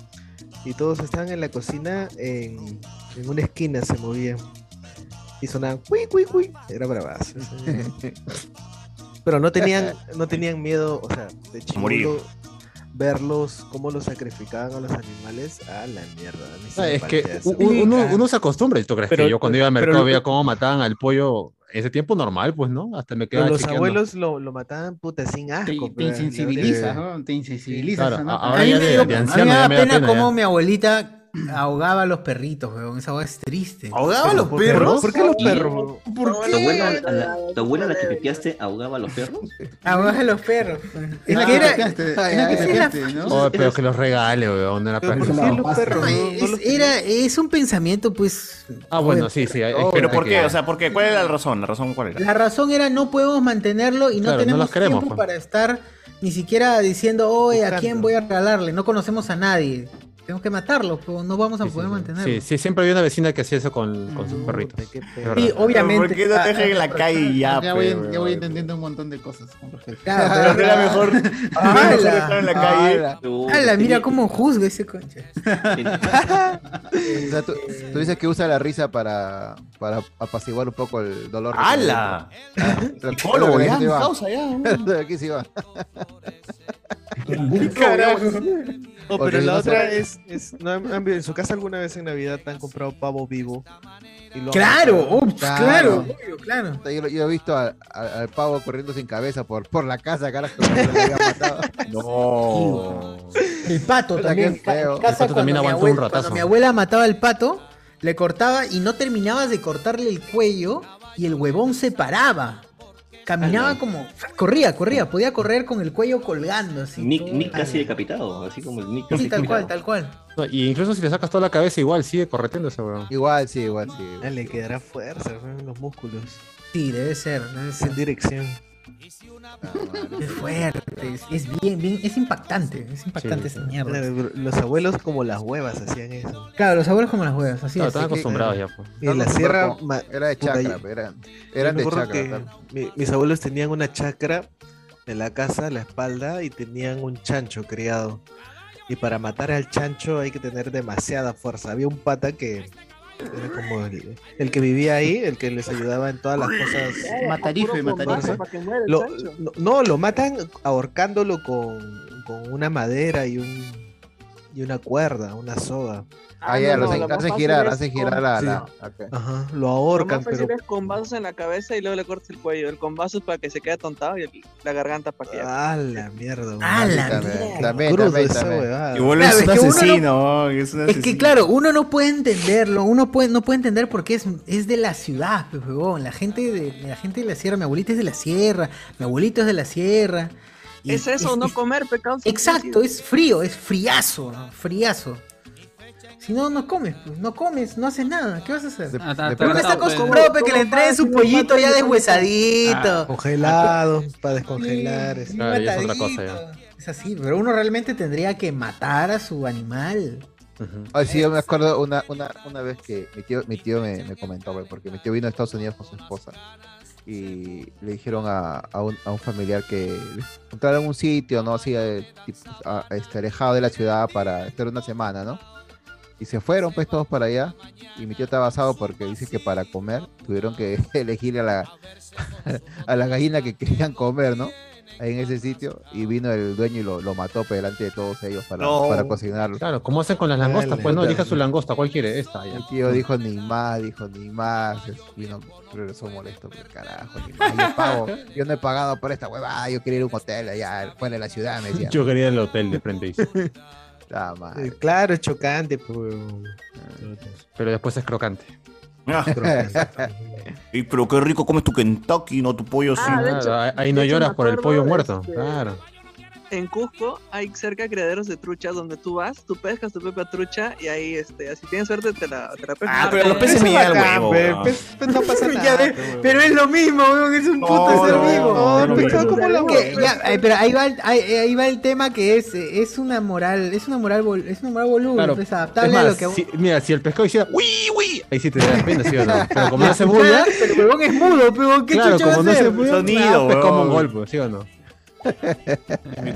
Speaker 18: y todos estaban en la cocina en, en una esquina, se movían. Y sonaban cuy, cuy, cuy. Era bravazo. Pero no tenían, no tenían miedo, o sea, de
Speaker 4: morir.
Speaker 18: chimuelo verlos cómo los sacrificaban a los animales a la mierda. A mí sí
Speaker 2: Ah,
Speaker 18: me
Speaker 2: es que
Speaker 18: paltea
Speaker 2: u-
Speaker 18: eso.
Speaker 2: u- uno, uno se acostumbra, ¿tú crees
Speaker 18: Pero-
Speaker 2: que yo cuando iba al
Speaker 18: pero
Speaker 2: mercado
Speaker 18: lo-
Speaker 2: veía cómo mataban al pollo? Ese tiempo normal, pues, ¿no? Hasta me
Speaker 18: Pero
Speaker 2: quedaba
Speaker 18: los
Speaker 2: chequeando.
Speaker 18: abuelos lo, lo mataban puta sin asco. pues,
Speaker 2: te
Speaker 18: pe,
Speaker 2: insensibilizas,
Speaker 18: le-
Speaker 3: ¿no? Te
Speaker 18: Sí,
Speaker 3: insensibilizas.
Speaker 2: claro,
Speaker 3: ¿no?
Speaker 2: a-
Speaker 1: a
Speaker 2: ahora
Speaker 1: mí
Speaker 2: ya
Speaker 1: me
Speaker 2: de-
Speaker 1: dio-
Speaker 2: de
Speaker 1: a mí
Speaker 2: anciano
Speaker 1: me
Speaker 2: ya
Speaker 1: da
Speaker 2: me da
Speaker 1: pena
Speaker 2: pena,
Speaker 1: cómo
Speaker 2: ya.
Speaker 1: mi abuelita ahogaba a los perritos, weón. Esa weá es triste.
Speaker 20: ¿Ahogaba a los
Speaker 1: ¿Por
Speaker 20: perros?
Speaker 1: ¿Por qué los
Speaker 20: Sí.
Speaker 1: perros?
Speaker 20: ¿Tu abuela, a la, tu abuela a la que pepeaste ahogaba a los perros?
Speaker 1: Ahogaba a los perros.
Speaker 20: Es la
Speaker 1: Ah,
Speaker 20: que
Speaker 1: era-
Speaker 20: sacaste,
Speaker 1: esa
Speaker 20: es la que
Speaker 1: es la-
Speaker 20: sacaste, ¿no?
Speaker 2: Oh, pero que los regale, weón. Era para
Speaker 1: No, es, era, es un pensamiento, pues.
Speaker 2: Ah, bueno, sí, sí.
Speaker 6: eh,
Speaker 2: hay- hay
Speaker 4: Pero
Speaker 2: gente
Speaker 4: ¿por
Speaker 2: que-
Speaker 4: qué? O sea, ¿por qué? ¿Cuál era la razón? ¿La razón cuál era?
Speaker 1: La razón era no podemos mantenerlo y no
Speaker 4: Claro, no
Speaker 1: tenemos
Speaker 4: los queremos,
Speaker 1: tiempo
Speaker 4: pues.
Speaker 1: para estar ni siquiera diciendo, oye, ¿a quién voy a regalarle? No conocemos a nadie. Tenemos que matarlo, pues, no vamos a poder mantenerlo.
Speaker 2: Sí, sí, siempre había una vecina que hacía eso con, con sus perritos. Es verdad.
Speaker 1: Sí, obviamente.
Speaker 4: ¿Por qué
Speaker 2: Ah,
Speaker 3: ah,
Speaker 4: no te dejan en la calle y ya? pues,
Speaker 2: pues,
Speaker 3: Ya voy,
Speaker 4: pe,
Speaker 3: ya voy
Speaker 4: weón?
Speaker 3: entendiendo un montón de cosas con respecto.
Speaker 1: Claro, pero-
Speaker 4: Era mejor-
Speaker 1: ¡Hala!
Speaker 4: mejor dejarlo en la calle.
Speaker 1: ¡Hala! ¡Hala! Mira cómo juzga ese concha.
Speaker 16: O sea, tú, tú dices que usa la risa para, para apaciguar un poco el dolor.
Speaker 4: ¡Hala!
Speaker 16: Psicólogo,
Speaker 4: ya, mi causa, ya,
Speaker 16: Aquí sí va.
Speaker 18: No,
Speaker 16: Porque
Speaker 18: pero la
Speaker 16: no
Speaker 18: otra
Speaker 16: sabe-
Speaker 18: es, es- ¿no han- han- en su casa alguna vez en Navidad te han comprado pavo vivo. Y lo han
Speaker 1: Claro,
Speaker 18: matado?
Speaker 1: oh, pues, claro, obvio, claro.
Speaker 16: Yo, lo- yo he visto al- al- al pavo corriendo sin cabeza por, por la casa, carajo. como si lo hubieran matado.
Speaker 4: No.
Speaker 1: El pato
Speaker 16: Puta,
Speaker 1: también.
Speaker 16: qué
Speaker 1: Ca-
Speaker 16: feo.
Speaker 1: en casa
Speaker 16: El pato
Speaker 1: cuando
Speaker 16: también
Speaker 1: mi
Speaker 16: aguantó un
Speaker 1: abuela- Cuando
Speaker 16: ratazo.
Speaker 1: mi abuela mataba al pato, le cortaba y no terminabas de cortarle el cuello y el huevón se paraba. Caminaba como. Corría, corría. Podía correr con el cuello colgando así.
Speaker 20: Nick,
Speaker 1: todo.
Speaker 20: Nick casi decapitado, así como el Nick casi
Speaker 1: Sí, tal cual,
Speaker 20: decapitado.
Speaker 1: tal cual.
Speaker 2: No, y incluso si le sacas toda la cabeza, igual sigue correteando ese weón.
Speaker 16: Igual, sí, igual, sí.
Speaker 18: Ah, Le quedará fuerza en los músculos.
Speaker 1: Sí, debe ser, debe ser.
Speaker 18: En dirección.
Speaker 16: Ah,
Speaker 1: Es fuerte. Es, es bien, bien. Es impactante. Es impactante esa mierda.
Speaker 18: Claro, Los abuelos como las huevas hacían eso.
Speaker 1: Claro, los abuelos como las huevas, así
Speaker 18: Claro,
Speaker 1: es. eh,
Speaker 18: estaban acostumbrados ya, pues. En la
Speaker 16: Estaba
Speaker 18: sierra.
Speaker 16: como-
Speaker 18: ma-
Speaker 16: Era de
Speaker 18: puta,
Speaker 16: chacra,
Speaker 18: yo-
Speaker 16: eran,
Speaker 18: yo
Speaker 16: eran
Speaker 18: me
Speaker 16: de
Speaker 18: acuerdo
Speaker 16: chacra.
Speaker 18: que
Speaker 16: tal.
Speaker 18: mi- mis abuelos tenían una chacra en la casa, a la espalda, y tenían un chancho criado. Y para matar al chancho hay que tener demasiada fuerza. Había un pata que era como el, el que vivía ahí, el que les ayudaba en todas las cosas.
Speaker 3: Matarife,
Speaker 18: Con
Speaker 3: matarife.
Speaker 18: fuerza. Lo- no, no, lo matan ahorcándolo con, con una madera y un y una cuerda, una soga.
Speaker 16: Ah, ya, lo hacen- hacen girar, hacen girar la- la- ok.
Speaker 18: Ajá, lo
Speaker 6: Lo
Speaker 18: ahorcan,
Speaker 6: más fácil
Speaker 18: pero
Speaker 6: es con vasos en la cabeza y luego le cortas el cuello. El con vasos para que se quede atontado y el- la garganta para que...
Speaker 18: A la mierda.
Speaker 1: A la
Speaker 16: También,
Speaker 1: mierda.
Speaker 16: también,
Speaker 18: Crudo
Speaker 16: también,
Speaker 18: esa
Speaker 16: también.
Speaker 18: huevada.
Speaker 4: Y vuelve
Speaker 1: Claro,
Speaker 4: es un
Speaker 1: es que uno
Speaker 4: asesino, es un
Speaker 1: Es que
Speaker 4: asesino.
Speaker 1: claro, uno no puede entenderlo, uno puede, no puede entender por qué es, es de la ciudad, pues, huevón. La gente de, la gente de la sierra, mi abuelita es de la sierra, mi abuelito es de la sierra. Y
Speaker 6: Es eso, no comer pecado.
Speaker 1: Exacto, es frío, es friazo, ¿no? friazo. Si no, no comes, pues, no comes, no haces nada, ¿qué vas a hacer? Pero uno está acostumbrado pues, que le entreguen su pollito ya deshuesadito.
Speaker 18: Congelado, para descongelar. eso.
Speaker 1: Claro, ya es otra cosa, Es así, pero uno realmente tendría que matar a su animal.
Speaker 16: Ay, sí, yo me acuerdo una, una, una vez que mi tío, mi tío me, me comentó, güey, porque mi tío vino a Estados Unidos con su esposa y le dijeron a, a un, a un familiar que le encontraron un sitio, ¿no? Así, eh, tipo, a- este, alejado de la ciudad para estar una semana, ¿no? Y se fueron pues todos para allá y mi tío estaba asado porque dice que para comer tuvieron que elegir a la, a la gallina que querían comer, ¿no? Ahí en ese sitio y vino el dueño y lo, lo mató pues, delante de todos ellos para,
Speaker 2: No.
Speaker 16: para cocinarlo.
Speaker 2: Claro, como hacen con las langostas, pues no, elija su langosta, ¿cuál quiere? Esta, ya.
Speaker 16: Mi tío dijo ni más, dijo ni más. es- Vino, regresó molesto, pero carajo, ni más. Yo, pago, yo no he pagado por esta huevada, yo quería ir a un hotel allá fuera de la ciudad, me decía.
Speaker 2: Yo quería el hotel de frente, dice.
Speaker 16: La madre.
Speaker 18: Eh, Claro, es chocante, pero.
Speaker 2: Pero después es crocante.
Speaker 4: Ah. Y pero qué rico comes tu Kentucky, no tu pollo
Speaker 6: Ah,
Speaker 4: sin-
Speaker 6: de hecho-
Speaker 2: Ahí- ahí no
Speaker 6: de hecho,
Speaker 2: lloras
Speaker 6: me
Speaker 2: por el
Speaker 6: acuerdo,
Speaker 2: pollo muerto,
Speaker 6: este,
Speaker 2: claro.
Speaker 6: En Cusco hay cerca criaderos de truchas donde tú vas, tú pescas tu propia trucha y ahí, este, si tienes suerte, te la, te la pescas.
Speaker 4: Ah, pero los peces me llegan al huevo. weón.
Speaker 18: no pasa
Speaker 1: Ya ve, pero es lo mismo, weón, es un puto ser
Speaker 4: no,
Speaker 1: vivo.
Speaker 4: no, es lo
Speaker 1: pero
Speaker 4: mismo.
Speaker 1: ¿cómo lo- que- ya, eh, pero ahí va, el, ahí, ahí va el tema que es, eh, es una moral, es una moral, vol- es una moral voluble,
Speaker 2: Claro.
Speaker 1: pues,
Speaker 2: Es
Speaker 1: adaptable a
Speaker 2: más,
Speaker 1: lo que
Speaker 2: si- mira, si el pescado hiciera ¡Uy, uy! Ahí sí te da pena, ¿sí o no? Pero como
Speaker 1: Ya,
Speaker 2: no se burla,
Speaker 1: claro, pero el huevón es mudo, pero ¿qué
Speaker 2: claro,
Speaker 1: chucha va
Speaker 2: como
Speaker 1: a
Speaker 2: no se
Speaker 1: hacer?
Speaker 2: burla,
Speaker 4: Sonido,
Speaker 2: pues, como un
Speaker 4: weón.
Speaker 2: golpe, ¿sí o no?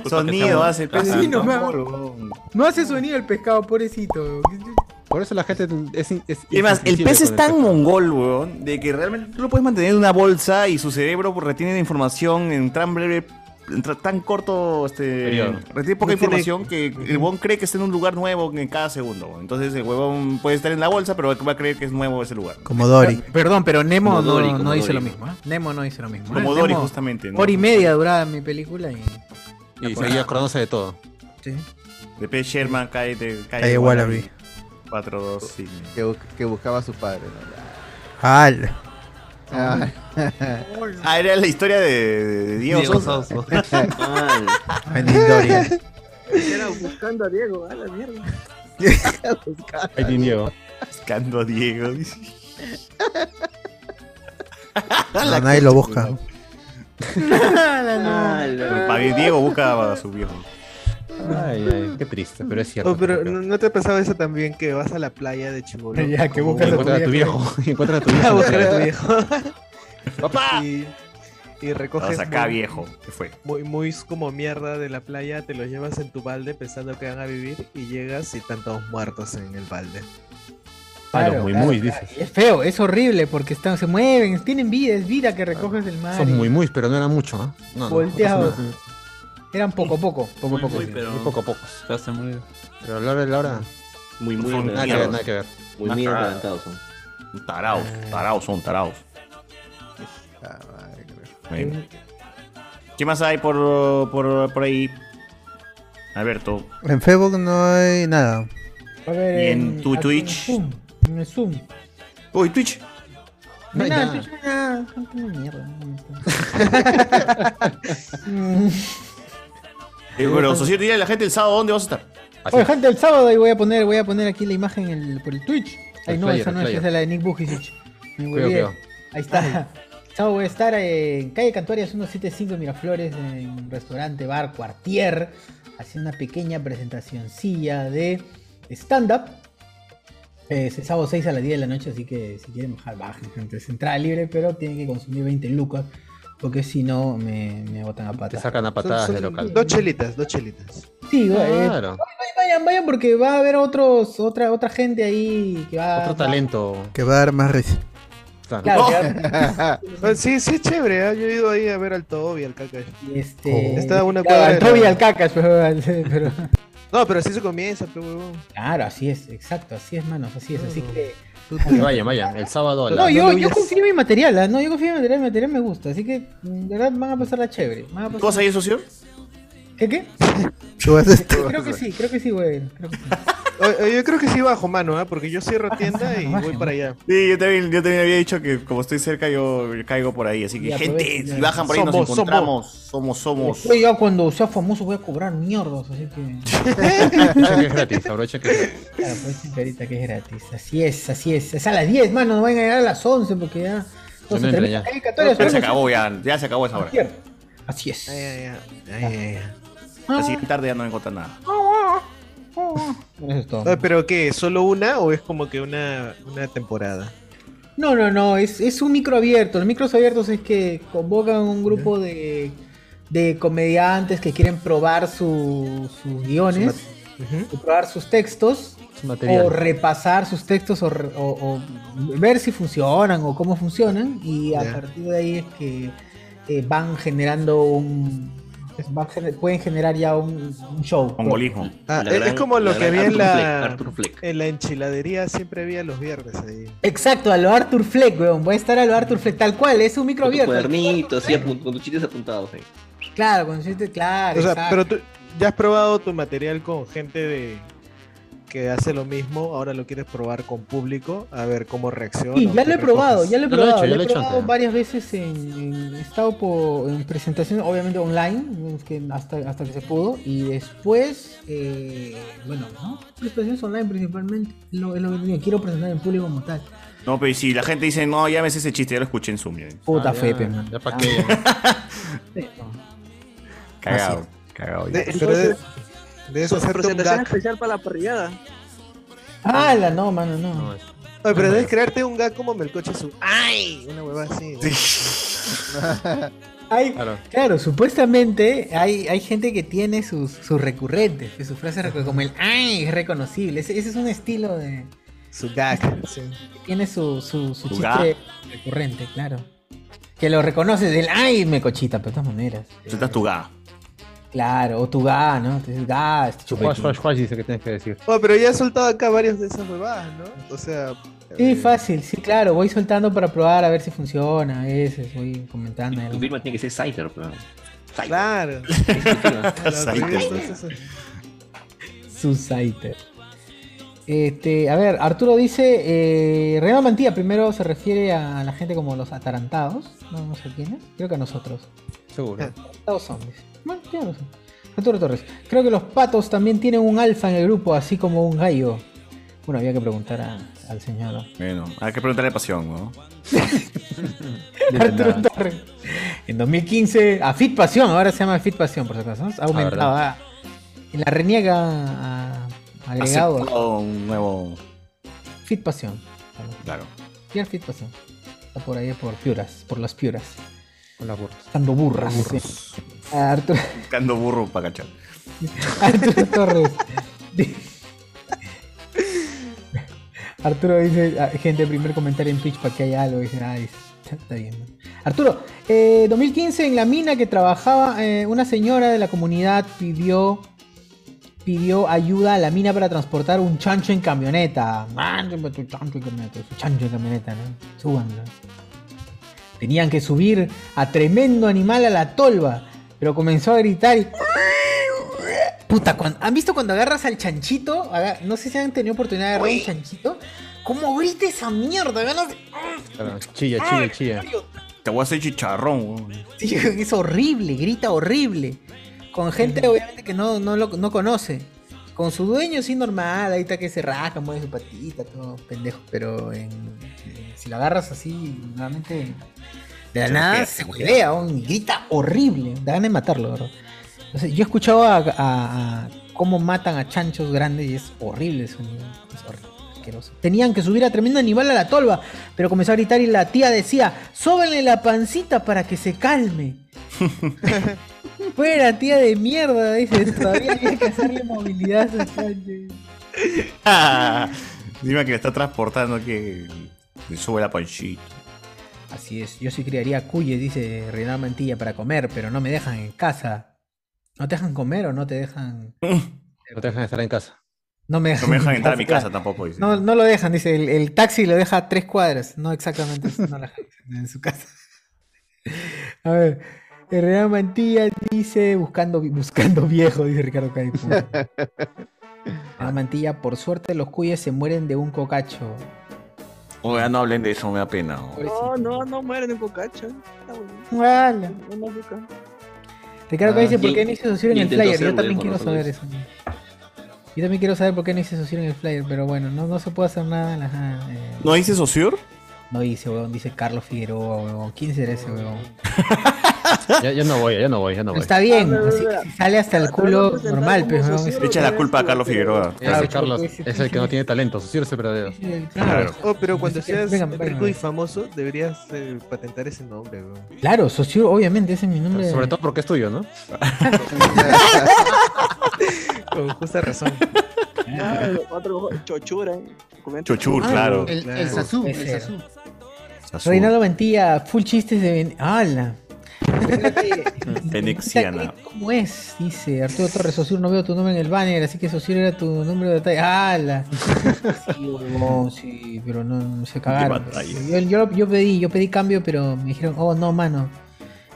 Speaker 4: Sonido hace el pez.
Speaker 1: Sí, no,
Speaker 4: ¿no?
Speaker 1: mames. No hace sonido el pescado, pobrecito. weón.
Speaker 2: Por eso la gente es. es
Speaker 4: Y además, el
Speaker 2: insensible
Speaker 4: pez es
Speaker 2: con
Speaker 4: tan
Speaker 2: pescado.
Speaker 4: mongol, weón, de que realmente tú lo puedes mantener en una bolsa y su cerebro pues, retiene la información en tan breve entre tan corto este,
Speaker 2: Periodo.
Speaker 4: retiene poca
Speaker 2: No tiene-
Speaker 4: información que el huevón cree que está en un lugar nuevo en cada segundo. Entonces el huevón puede estar en la bolsa, pero va a creer que es nuevo ese lugar.
Speaker 5: Como Dory.
Speaker 1: Perdón, pero Nemo
Speaker 4: Como
Speaker 1: no,
Speaker 4: Dory,
Speaker 1: no
Speaker 4: como
Speaker 1: dice
Speaker 4: Dory.
Speaker 1: lo mismo. ¿eh? Nemo no dice lo mismo.
Speaker 4: Como
Speaker 1: ¿eh?
Speaker 4: Dory,
Speaker 1: Nemo-
Speaker 4: justamente, ¿no?
Speaker 1: Hora y media duraba mi película y.
Speaker 2: Y seguía acordándose de todo.
Speaker 4: De P. Sherman cae de cae
Speaker 5: Calle Wallaby.
Speaker 4: 4, 2, 5.
Speaker 16: Que, bu- que buscaba a su padre. ¿no? Ya.
Speaker 5: Al.
Speaker 4: Ah, era la historia de, de Diego,
Speaker 16: Diego
Speaker 4: Sosa.
Speaker 16: Sosa.
Speaker 9: Era buscando a Diego, a la mierda.
Speaker 2: Ahí Diego.
Speaker 4: Buscando a Diego. dice. Ah,
Speaker 5: No, nadie lo busca.
Speaker 4: Para bien, Diego busca a su viejo.
Speaker 2: Ay, ay, qué triste, pero es cierto.
Speaker 18: Oh, pero ¿no, no te pasaba eso también que vas a la playa de Chimbolón?
Speaker 2: Ya, que buscas a tu Encuentras a tu viejo. viejo. Y encuentras a tu
Speaker 18: A
Speaker 2: viejo.
Speaker 18: buscar a tu viejo.
Speaker 4: ¡Papá!
Speaker 18: Y, y recoges.
Speaker 4: Estabas acá,
Speaker 18: muy-
Speaker 4: viejo. ¿Qué fue?
Speaker 18: Muy, muy como mierda de la playa, te los llevas en tu balde pensando que van a vivir y llegas y están todos muertos en el balde.
Speaker 4: Ah,
Speaker 1: Claro, muy, claro, muy, claro. Es feo, es horrible porque están, se mueven, tienen vida, es vida que recoges del mar.
Speaker 2: Son
Speaker 1: y
Speaker 2: muy, muy, pero no era mucho, ¿ah? No, no,
Speaker 1: Volteado.
Speaker 2: no, no.
Speaker 1: Eran poco a poco, poco a
Speaker 2: Muy,
Speaker 1: poco.
Speaker 2: muy,
Speaker 1: sí.
Speaker 2: pero-
Speaker 1: Muy
Speaker 2: poco a poco. Pero a la hora de la hora.
Speaker 7: Muy, muy
Speaker 2: Nada que ver,
Speaker 7: adelantados.
Speaker 2: nada que ver.
Speaker 7: Muy, muy adelantados son.
Speaker 4: Taraos, taraos son, taraos. Bueno. ¿Qué más hay por, por, por ahí? Alberto.
Speaker 5: En Facebook no hay nada.
Speaker 1: A ver,
Speaker 4: Y
Speaker 5: Eh,
Speaker 4: en tu
Speaker 1: aquí
Speaker 4: Twitch.
Speaker 1: Zoom, en el Zoom.
Speaker 4: Uy, Twitch.
Speaker 1: No hay nada,
Speaker 4: nada.
Speaker 1: Twitch no hay nada. son como mierda.
Speaker 4: Eh, bueno, socio, dile a la gente el sábado dónde vas a estar.
Speaker 1: Oye, gente, el sábado ahí voy a poner, voy a poner aquí la imagen el- por el Twitch.
Speaker 4: El
Speaker 1: Ay, no,
Speaker 4: flyer,
Speaker 1: esa no
Speaker 4: el
Speaker 1: es,
Speaker 4: flyer.
Speaker 1: esa es la de Nick Bujicic. Me
Speaker 2: Cuidado,
Speaker 1: huevié.
Speaker 2: cuidado.
Speaker 1: Ahí está. Chao, voy a estar en calle Cantuarias 175 en Miraflores, en un restaurante, bar, cuartier, haciendo una pequeña presentacioncilla de stand-up. Eh, Es el sábado 6 a las 10 de la noche, así que si quieren bajar, bajen, gente. Es entrada libre, pero tienen que consumir 20 lucas, porque si no, me, me botan a patadas.
Speaker 2: Te sacan a patadas de local.
Speaker 18: Dos chelitas, dos chelitas.
Speaker 1: Sí, güey. eh,
Speaker 2: Claro.
Speaker 1: Vayan, vayan, porque va a haber otros, otra, otra gente ahí que va
Speaker 2: Otro
Speaker 1: va-
Speaker 2: talento.
Speaker 5: Que va a dar más risa.
Speaker 1: Claro,
Speaker 18: No.
Speaker 1: que va-
Speaker 18: Ah, Sí, sí, es chévere. ¿ah? Yo he ido ahí a ver al Toby, al Caca. Oh.
Speaker 1: Este,
Speaker 18: Está a una
Speaker 1: claro,
Speaker 18: cuadra
Speaker 1: al
Speaker 18: de
Speaker 1: Toby y
Speaker 18: la-
Speaker 1: al Cacas, pero, pero-
Speaker 18: No, pero así se comienza, pe huevón.
Speaker 1: Claro, así es, exacto, así es, manos, así es, así que.
Speaker 2: Que vayan, vayan. El sábado a la.
Speaker 1: No, yo, yo confío en mi material, ¿ah? no, yo confío en mi material, mi material me gusta, así que mm, de verdad van a pasarla chévere. Van a pasar...
Speaker 4: ¿Tú vas a ir, socio?
Speaker 1: ¿Qué qué?
Speaker 5: Tú vas a estar-
Speaker 1: Creo que sí, creo que sí, güey. creo que sí.
Speaker 18: O- o Yo creo que sí bajo mano, ¿ah? porque yo cierro tienda y voy para allá.
Speaker 4: Sí, yo también, yo también había dicho que como estoy cerca, yo caigo por ahí. Así que,
Speaker 1: Ya,
Speaker 4: gente,
Speaker 1: aprovechen,
Speaker 4: si
Speaker 1: ya.
Speaker 4: bajan por ahí,
Speaker 1: Somos,
Speaker 4: nos
Speaker 1: somos.
Speaker 4: encontramos. Somos, somos.
Speaker 1: Después ya cuando sea famoso voy a cobrar mierdas, así que.
Speaker 2: Aprovecha que es gratis, aprovecha que es gratis.
Speaker 1: Claro, aprovechen que ahorita que es gratis. Así es, así es. Es a las 10, mano. No van a llegar a las 11 porque ya.
Speaker 4: Ya
Speaker 1: todo
Speaker 4: no
Speaker 1: se
Speaker 4: entra
Speaker 1: termina.
Speaker 4: ya.
Speaker 1: Hay 14,
Speaker 4: Ya se
Speaker 1: ¿no?
Speaker 4: acabó, ya, ya se acabó esa hora.
Speaker 1: Así es. Ah.
Speaker 4: La siguiente tarde ya no encuentran nada.
Speaker 1: Eso es todo.
Speaker 18: Ah, ¿Pero qué? ¿Solo una o es como que una, una temporada?
Speaker 1: No, no, no. Es, es un micro abierto. Los micros abiertos es que convocan un grupo de, de comediantes que quieren probar su- sus guiones, o probar sus textos.
Speaker 2: Su material.
Speaker 1: O repasar sus textos o, re- o- o ver si funcionan o cómo funcionan. Y a
Speaker 2: Ya.
Speaker 1: partir de ahí es que eh, van generando un. van gener- pueden generar ya un, un show.
Speaker 4: Mongolismo.
Speaker 18: Ah,
Speaker 1: La
Speaker 18: es,
Speaker 1: gran-
Speaker 18: es como lo
Speaker 1: la
Speaker 18: que
Speaker 1: gran
Speaker 18: había en
Speaker 1: Arthur
Speaker 18: la,
Speaker 1: Fleck, Arthur
Speaker 18: en la enchiladería, siempre había los viernes ahí.
Speaker 1: Exacto, a lo Arthur Fleck, weón. Voy a estar a lo Arthur Fleck, tal cual, es un micro
Speaker 7: Con tu
Speaker 1: abierto.
Speaker 7: cuadernito, así, apun- con tus chistes apuntados. ahí.
Speaker 1: Claro, con chiste- claro.
Speaker 18: O sea,
Speaker 1: exacto.
Speaker 18: pero tú ya has probado tu material con gente de que hace lo mismo, ahora lo quieres probar con público, a ver cómo reacciona.
Speaker 1: Sí,
Speaker 18: o
Speaker 1: ya
Speaker 18: qué
Speaker 1: lo he probado,
Speaker 18: recoges.
Speaker 1: ya lo he probado. lo he probado varias veces en, en- he estado por, en presentaciones, obviamente online, es que hasta, hasta que se pudo. Y después, eh, bueno, ¿no? Presentaciones online principalmente. Es lo, es lo que he tenido, Quiero presentar en público como tal.
Speaker 4: No, pero si la gente dice, no, ya me sé ese chiste, ya lo escuché en Zoom. ya.
Speaker 1: Puta
Speaker 4: Ah,
Speaker 1: fe,
Speaker 4: ya,
Speaker 1: pe, man.
Speaker 2: Ya
Speaker 1: Ah.
Speaker 2: para qué.
Speaker 4: Cagado, cagado.
Speaker 18: De,
Speaker 4: ya.
Speaker 18: pero de, de eso hacerte un
Speaker 9: Presentación
Speaker 18: gag.
Speaker 9: especial para la parrillada.
Speaker 1: ¡Hala! No, mano, no.
Speaker 18: Ay, Ah. pero debes crearte un gag como Melcocha su. ¡Ay! Una huevada así.
Speaker 1: Hay-
Speaker 2: claro.
Speaker 1: supuestamente hay, hay gente que tiene sus, sus recurrentes, que sus frases recurrentes, como el ay, es reconocible. Ese, ese es un estilo de.
Speaker 18: Su gag, sí.
Speaker 1: Tiene su, su, su
Speaker 18: Su
Speaker 1: chiste
Speaker 18: gag.
Speaker 1: recurrente, claro. Que lo reconoces del ay, me cochita, pero de todas maneras. eh,
Speaker 4: Sueltas tu ga.
Speaker 1: Claro, o tu ga, ¿no? Entonces, ga, este chupé
Speaker 2: Juan,
Speaker 1: tu-
Speaker 2: Juan, Juan dice que tienes que decir.
Speaker 18: Bueno, pero ya he soltado acá varias de esas huevadas, ¿no? O sea, eh,
Speaker 1: Sí, fácil, sí, claro, voy soltando para probar a ver si funciona, a veces voy comentando.
Speaker 21: Tu firma tiene que ser Cypher, pero.
Speaker 18: claro.
Speaker 1: Susaiter. Este, a ver, Arturo dice, eh, Real Mantilla primero se refiere a la gente como los atarantados, no, no sé quiénes, creo que a nosotros.
Speaker 2: Seguro.
Speaker 1: Atarantados zombies. Bueno, tiene razón. Arturo Torres, creo que los patos también tienen un alfa en el grupo, así como un gallo. Bueno, había que preguntar a- al señor.
Speaker 4: Bueno, hay que preguntarle pasión, ¿no?
Speaker 1: Arturo Torres. En 2015, a Fit Pasión, ahora se llama Fit Pasión, por si acaso. ¿no? Ha aumentado. ah.
Speaker 4: ¿verdad?
Speaker 1: en la reniega ah, agregado.
Speaker 4: Aceptó un nuevo.
Speaker 1: Fit Pasión.
Speaker 4: Claro.
Speaker 1: Fier Fit Pasión. Está por ahí por Piuras, por las Piuras.
Speaker 2: Con las burras.
Speaker 1: Buscando burras.
Speaker 4: Burros.
Speaker 1: sí. Ah, Arturo,
Speaker 4: Buscando burro para cachar.
Speaker 1: Arturo Torres. Arturo dice, ah, gente, primer comentario en Twitch para que haya algo. Dice, "Ay, está está bien. Arturo, eh, 2015 en la mina que trabajaba, eh, una señora de la comunidad pidió pidió ayuda a la mina para transportar un chancho en camioneta. Mándenme tu chancho en camioneta, su chancho en camioneta, ¿no? Súbanlo. Tenían que subir a tremendo animal a la tolva, pero comenzó a gritar y... Puta, cuan- ¿han visto cuando agarras al chanchito? Aga- No sé si han tenido oportunidad de agarrar un chanchito. ¿Cómo grita esa mierda? Ganas de-
Speaker 2: Claro, Chilla,
Speaker 1: Ah,
Speaker 2: chilla, chilla.
Speaker 4: Te voy a hacer chicharrón, weón.
Speaker 1: Sí, es horrible, grita horrible. Con gente obviamente que no, no lo no conoce. Con su dueño sí normal, ahí está que se pues. rasca, mueve su patita, todo pendejo. Pero en- en- si lo agarras así, realmente de la
Speaker 22: Se
Speaker 1: nada
Speaker 22: golpea,
Speaker 1: se
Speaker 22: se
Speaker 1: golpea, un- grita horrible. Da ganas de matarlo, ¿verdad? Entonces, yo he escuchado a, a- a cómo matan a chanchos grandes y es horrible el sonido. Es horrible, asqueroso. Tenían que subir a tremendo animal a la tolva, pero comenzó a gritar y la tía decía, sóbenle la pancita para que se calme. Fuera, tía de mierda, dice, todavía hay que hacerle movilidad a ese chancho.
Speaker 4: Dime que le está transportando que le sube la panchita.
Speaker 1: Así es, yo sí criaría cuyes, dice Renan Mantilla, para comer, pero no me dejan en casa. ¿No te dejan comer o no te dejan...?
Speaker 2: No te dejan estar en casa.
Speaker 1: No me
Speaker 4: No me dejan entrar a mi
Speaker 1: Claro.
Speaker 4: casa tampoco, dice.
Speaker 1: No, no lo dejan, dice. El, el taxi lo deja a tres cuadras. No exactamente, no la en su casa. A ver, Renan Mantilla dice buscando, vi- buscando viejo, dice Ricardo Caipo. Renan Mantilla, por suerte los cuyes se mueren de un cocacho.
Speaker 4: Oiga, no hablen de eso, me da pena. weón.
Speaker 23: No, no, no mueren en cocacha. Está bueno.
Speaker 1: Ala.
Speaker 23: Una boca.
Speaker 1: Ricardo Caipo dice,
Speaker 23: Ah,
Speaker 1: ¿por
Speaker 23: y-
Speaker 1: qué no Ah, hice socio en
Speaker 23: y
Speaker 1: el
Speaker 23: intentó
Speaker 1: flyer?
Speaker 23: hacer
Speaker 1: Yo también
Speaker 23: huevo,
Speaker 1: quiero
Speaker 23: ¿no?
Speaker 1: saber eso. Yo también quiero saber por qué no hice socio en el flyer, pero bueno, no, no se puede hacer nada. ajá, eh.
Speaker 4: ¿No dice Sociur?
Speaker 1: No dice, weón, dice Carlos Figueroa, weón. ¿Quién será ese, weón?
Speaker 2: Ya, ya no voy, ya no voy, ya Ah, no voy.
Speaker 1: Está bien,
Speaker 21: Ah,
Speaker 1: así que si sale hasta el culo normal, pues, pero weón, es-
Speaker 4: Le echa la culpa a Carlos Figueroa.
Speaker 2: Ese Carlos es el que no tiene talento, Sociur es el verdadero.
Speaker 1: Claro.
Speaker 18: Oh, pero cuando seas
Speaker 1: Venga, venga,
Speaker 18: rico
Speaker 1: venga.
Speaker 18: y famoso, deberías eh, patentar ese nombre, weón.
Speaker 1: Claro, socio, obviamente, ese es mi nombre.
Speaker 2: Sobre todo porque es tuyo, ¿no?
Speaker 18: Con justa razón.
Speaker 23: Ah, otro ojo, chochura. eh. Comenta.
Speaker 4: Chochur, claro.
Speaker 6: El, el Sasú, el Sasú.
Speaker 1: Reinaldo Mantilla, full chistes de. Ben- ¡Hala!
Speaker 4: Venexiana.
Speaker 1: ¿Cómo es? Dice Arturo Torres, Sosur, no veo tu nombre en el banner, así que Sosur era tu nombre de batalla. ¡Hala! Sí, huevón, sí, pero no, no se cagaron.
Speaker 4: De batalla.
Speaker 1: Yo, yo, yo pedí, yo pedí cambio, pero me dijeron, oh no, mano.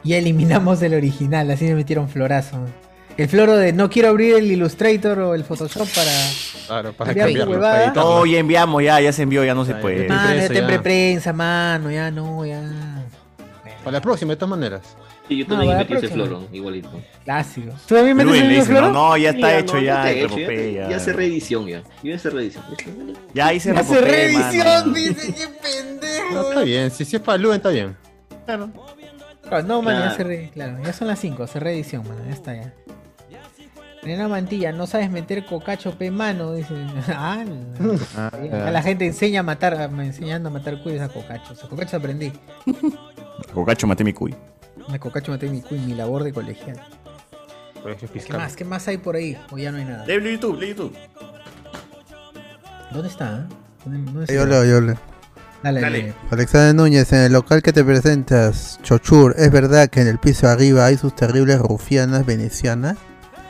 Speaker 1: Y eliminamos el original, así me metieron florazo. El floro de no quiero abrir el Illustrator o el Photoshop para.
Speaker 2: Claro, para
Speaker 1: Cambiar
Speaker 2: cambiarlo.
Speaker 1: huevada.
Speaker 2: para editarlo.
Speaker 4: No, Oh, ya enviamos, ya, ya se envió, ya no se puede.
Speaker 1: Mano, ya
Speaker 2: impreso,
Speaker 1: está en
Speaker 2: ya.
Speaker 1: preprensa, mano, ya no, ya.
Speaker 2: Para la próxima, de todas maneras.
Speaker 21: Sí, yo
Speaker 1: también No, para la
Speaker 21: metí ese
Speaker 1: próxima.
Speaker 21: floro, igualito.
Speaker 1: Clásico. ¿Tú también metes
Speaker 4: Luis
Speaker 1: el
Speaker 4: le
Speaker 1: mismo
Speaker 4: dice, no,
Speaker 1: floro?
Speaker 4: no, ya está
Speaker 21: Mira,
Speaker 4: hecho,
Speaker 21: no, no
Speaker 4: ya.
Speaker 21: está
Speaker 4: el
Speaker 21: hecho, ya,
Speaker 4: Repopé,
Speaker 21: ya hice reedición, ya. Yo ya hice reedición.
Speaker 4: Ya hice
Speaker 21: Ya
Speaker 4: repopé,
Speaker 21: hice reedición,
Speaker 4: mano.
Speaker 1: dice, qué pendejo.
Speaker 2: No, está bien, si, si es para Luen, está bien.
Speaker 1: Claro. No, mano, ya
Speaker 2: Claro.
Speaker 1: se re- Claro, ya son las 5, se reedición, mano, ya está ya. Nena Mantilla, no sabes meter cocacho pe mano, dice. Ah, no.
Speaker 24: Ah,
Speaker 1: a la gente enseña a matar, me enseñando a matar cuyes a cocachos. A cocachos aprendí.
Speaker 4: Cocacho, Oh, maté mi cuy.
Speaker 1: A cocacho maté mi cuy, mi labor de colegial. ¿Qué más? ¿Qué más hay por ahí? O ya no hay nada.
Speaker 4: Lee YouTube, lee YouTube.
Speaker 1: ¿Dónde está? eh? ¿Dónde- dónde
Speaker 5: Yo
Speaker 1: está?
Speaker 5: leo, yo leo.
Speaker 19: Dale.
Speaker 5: Alexander Núñez, en el local que te presentas, Chochur, ¿es verdad que en el piso arriba hay sus terribles rufianas venecianas?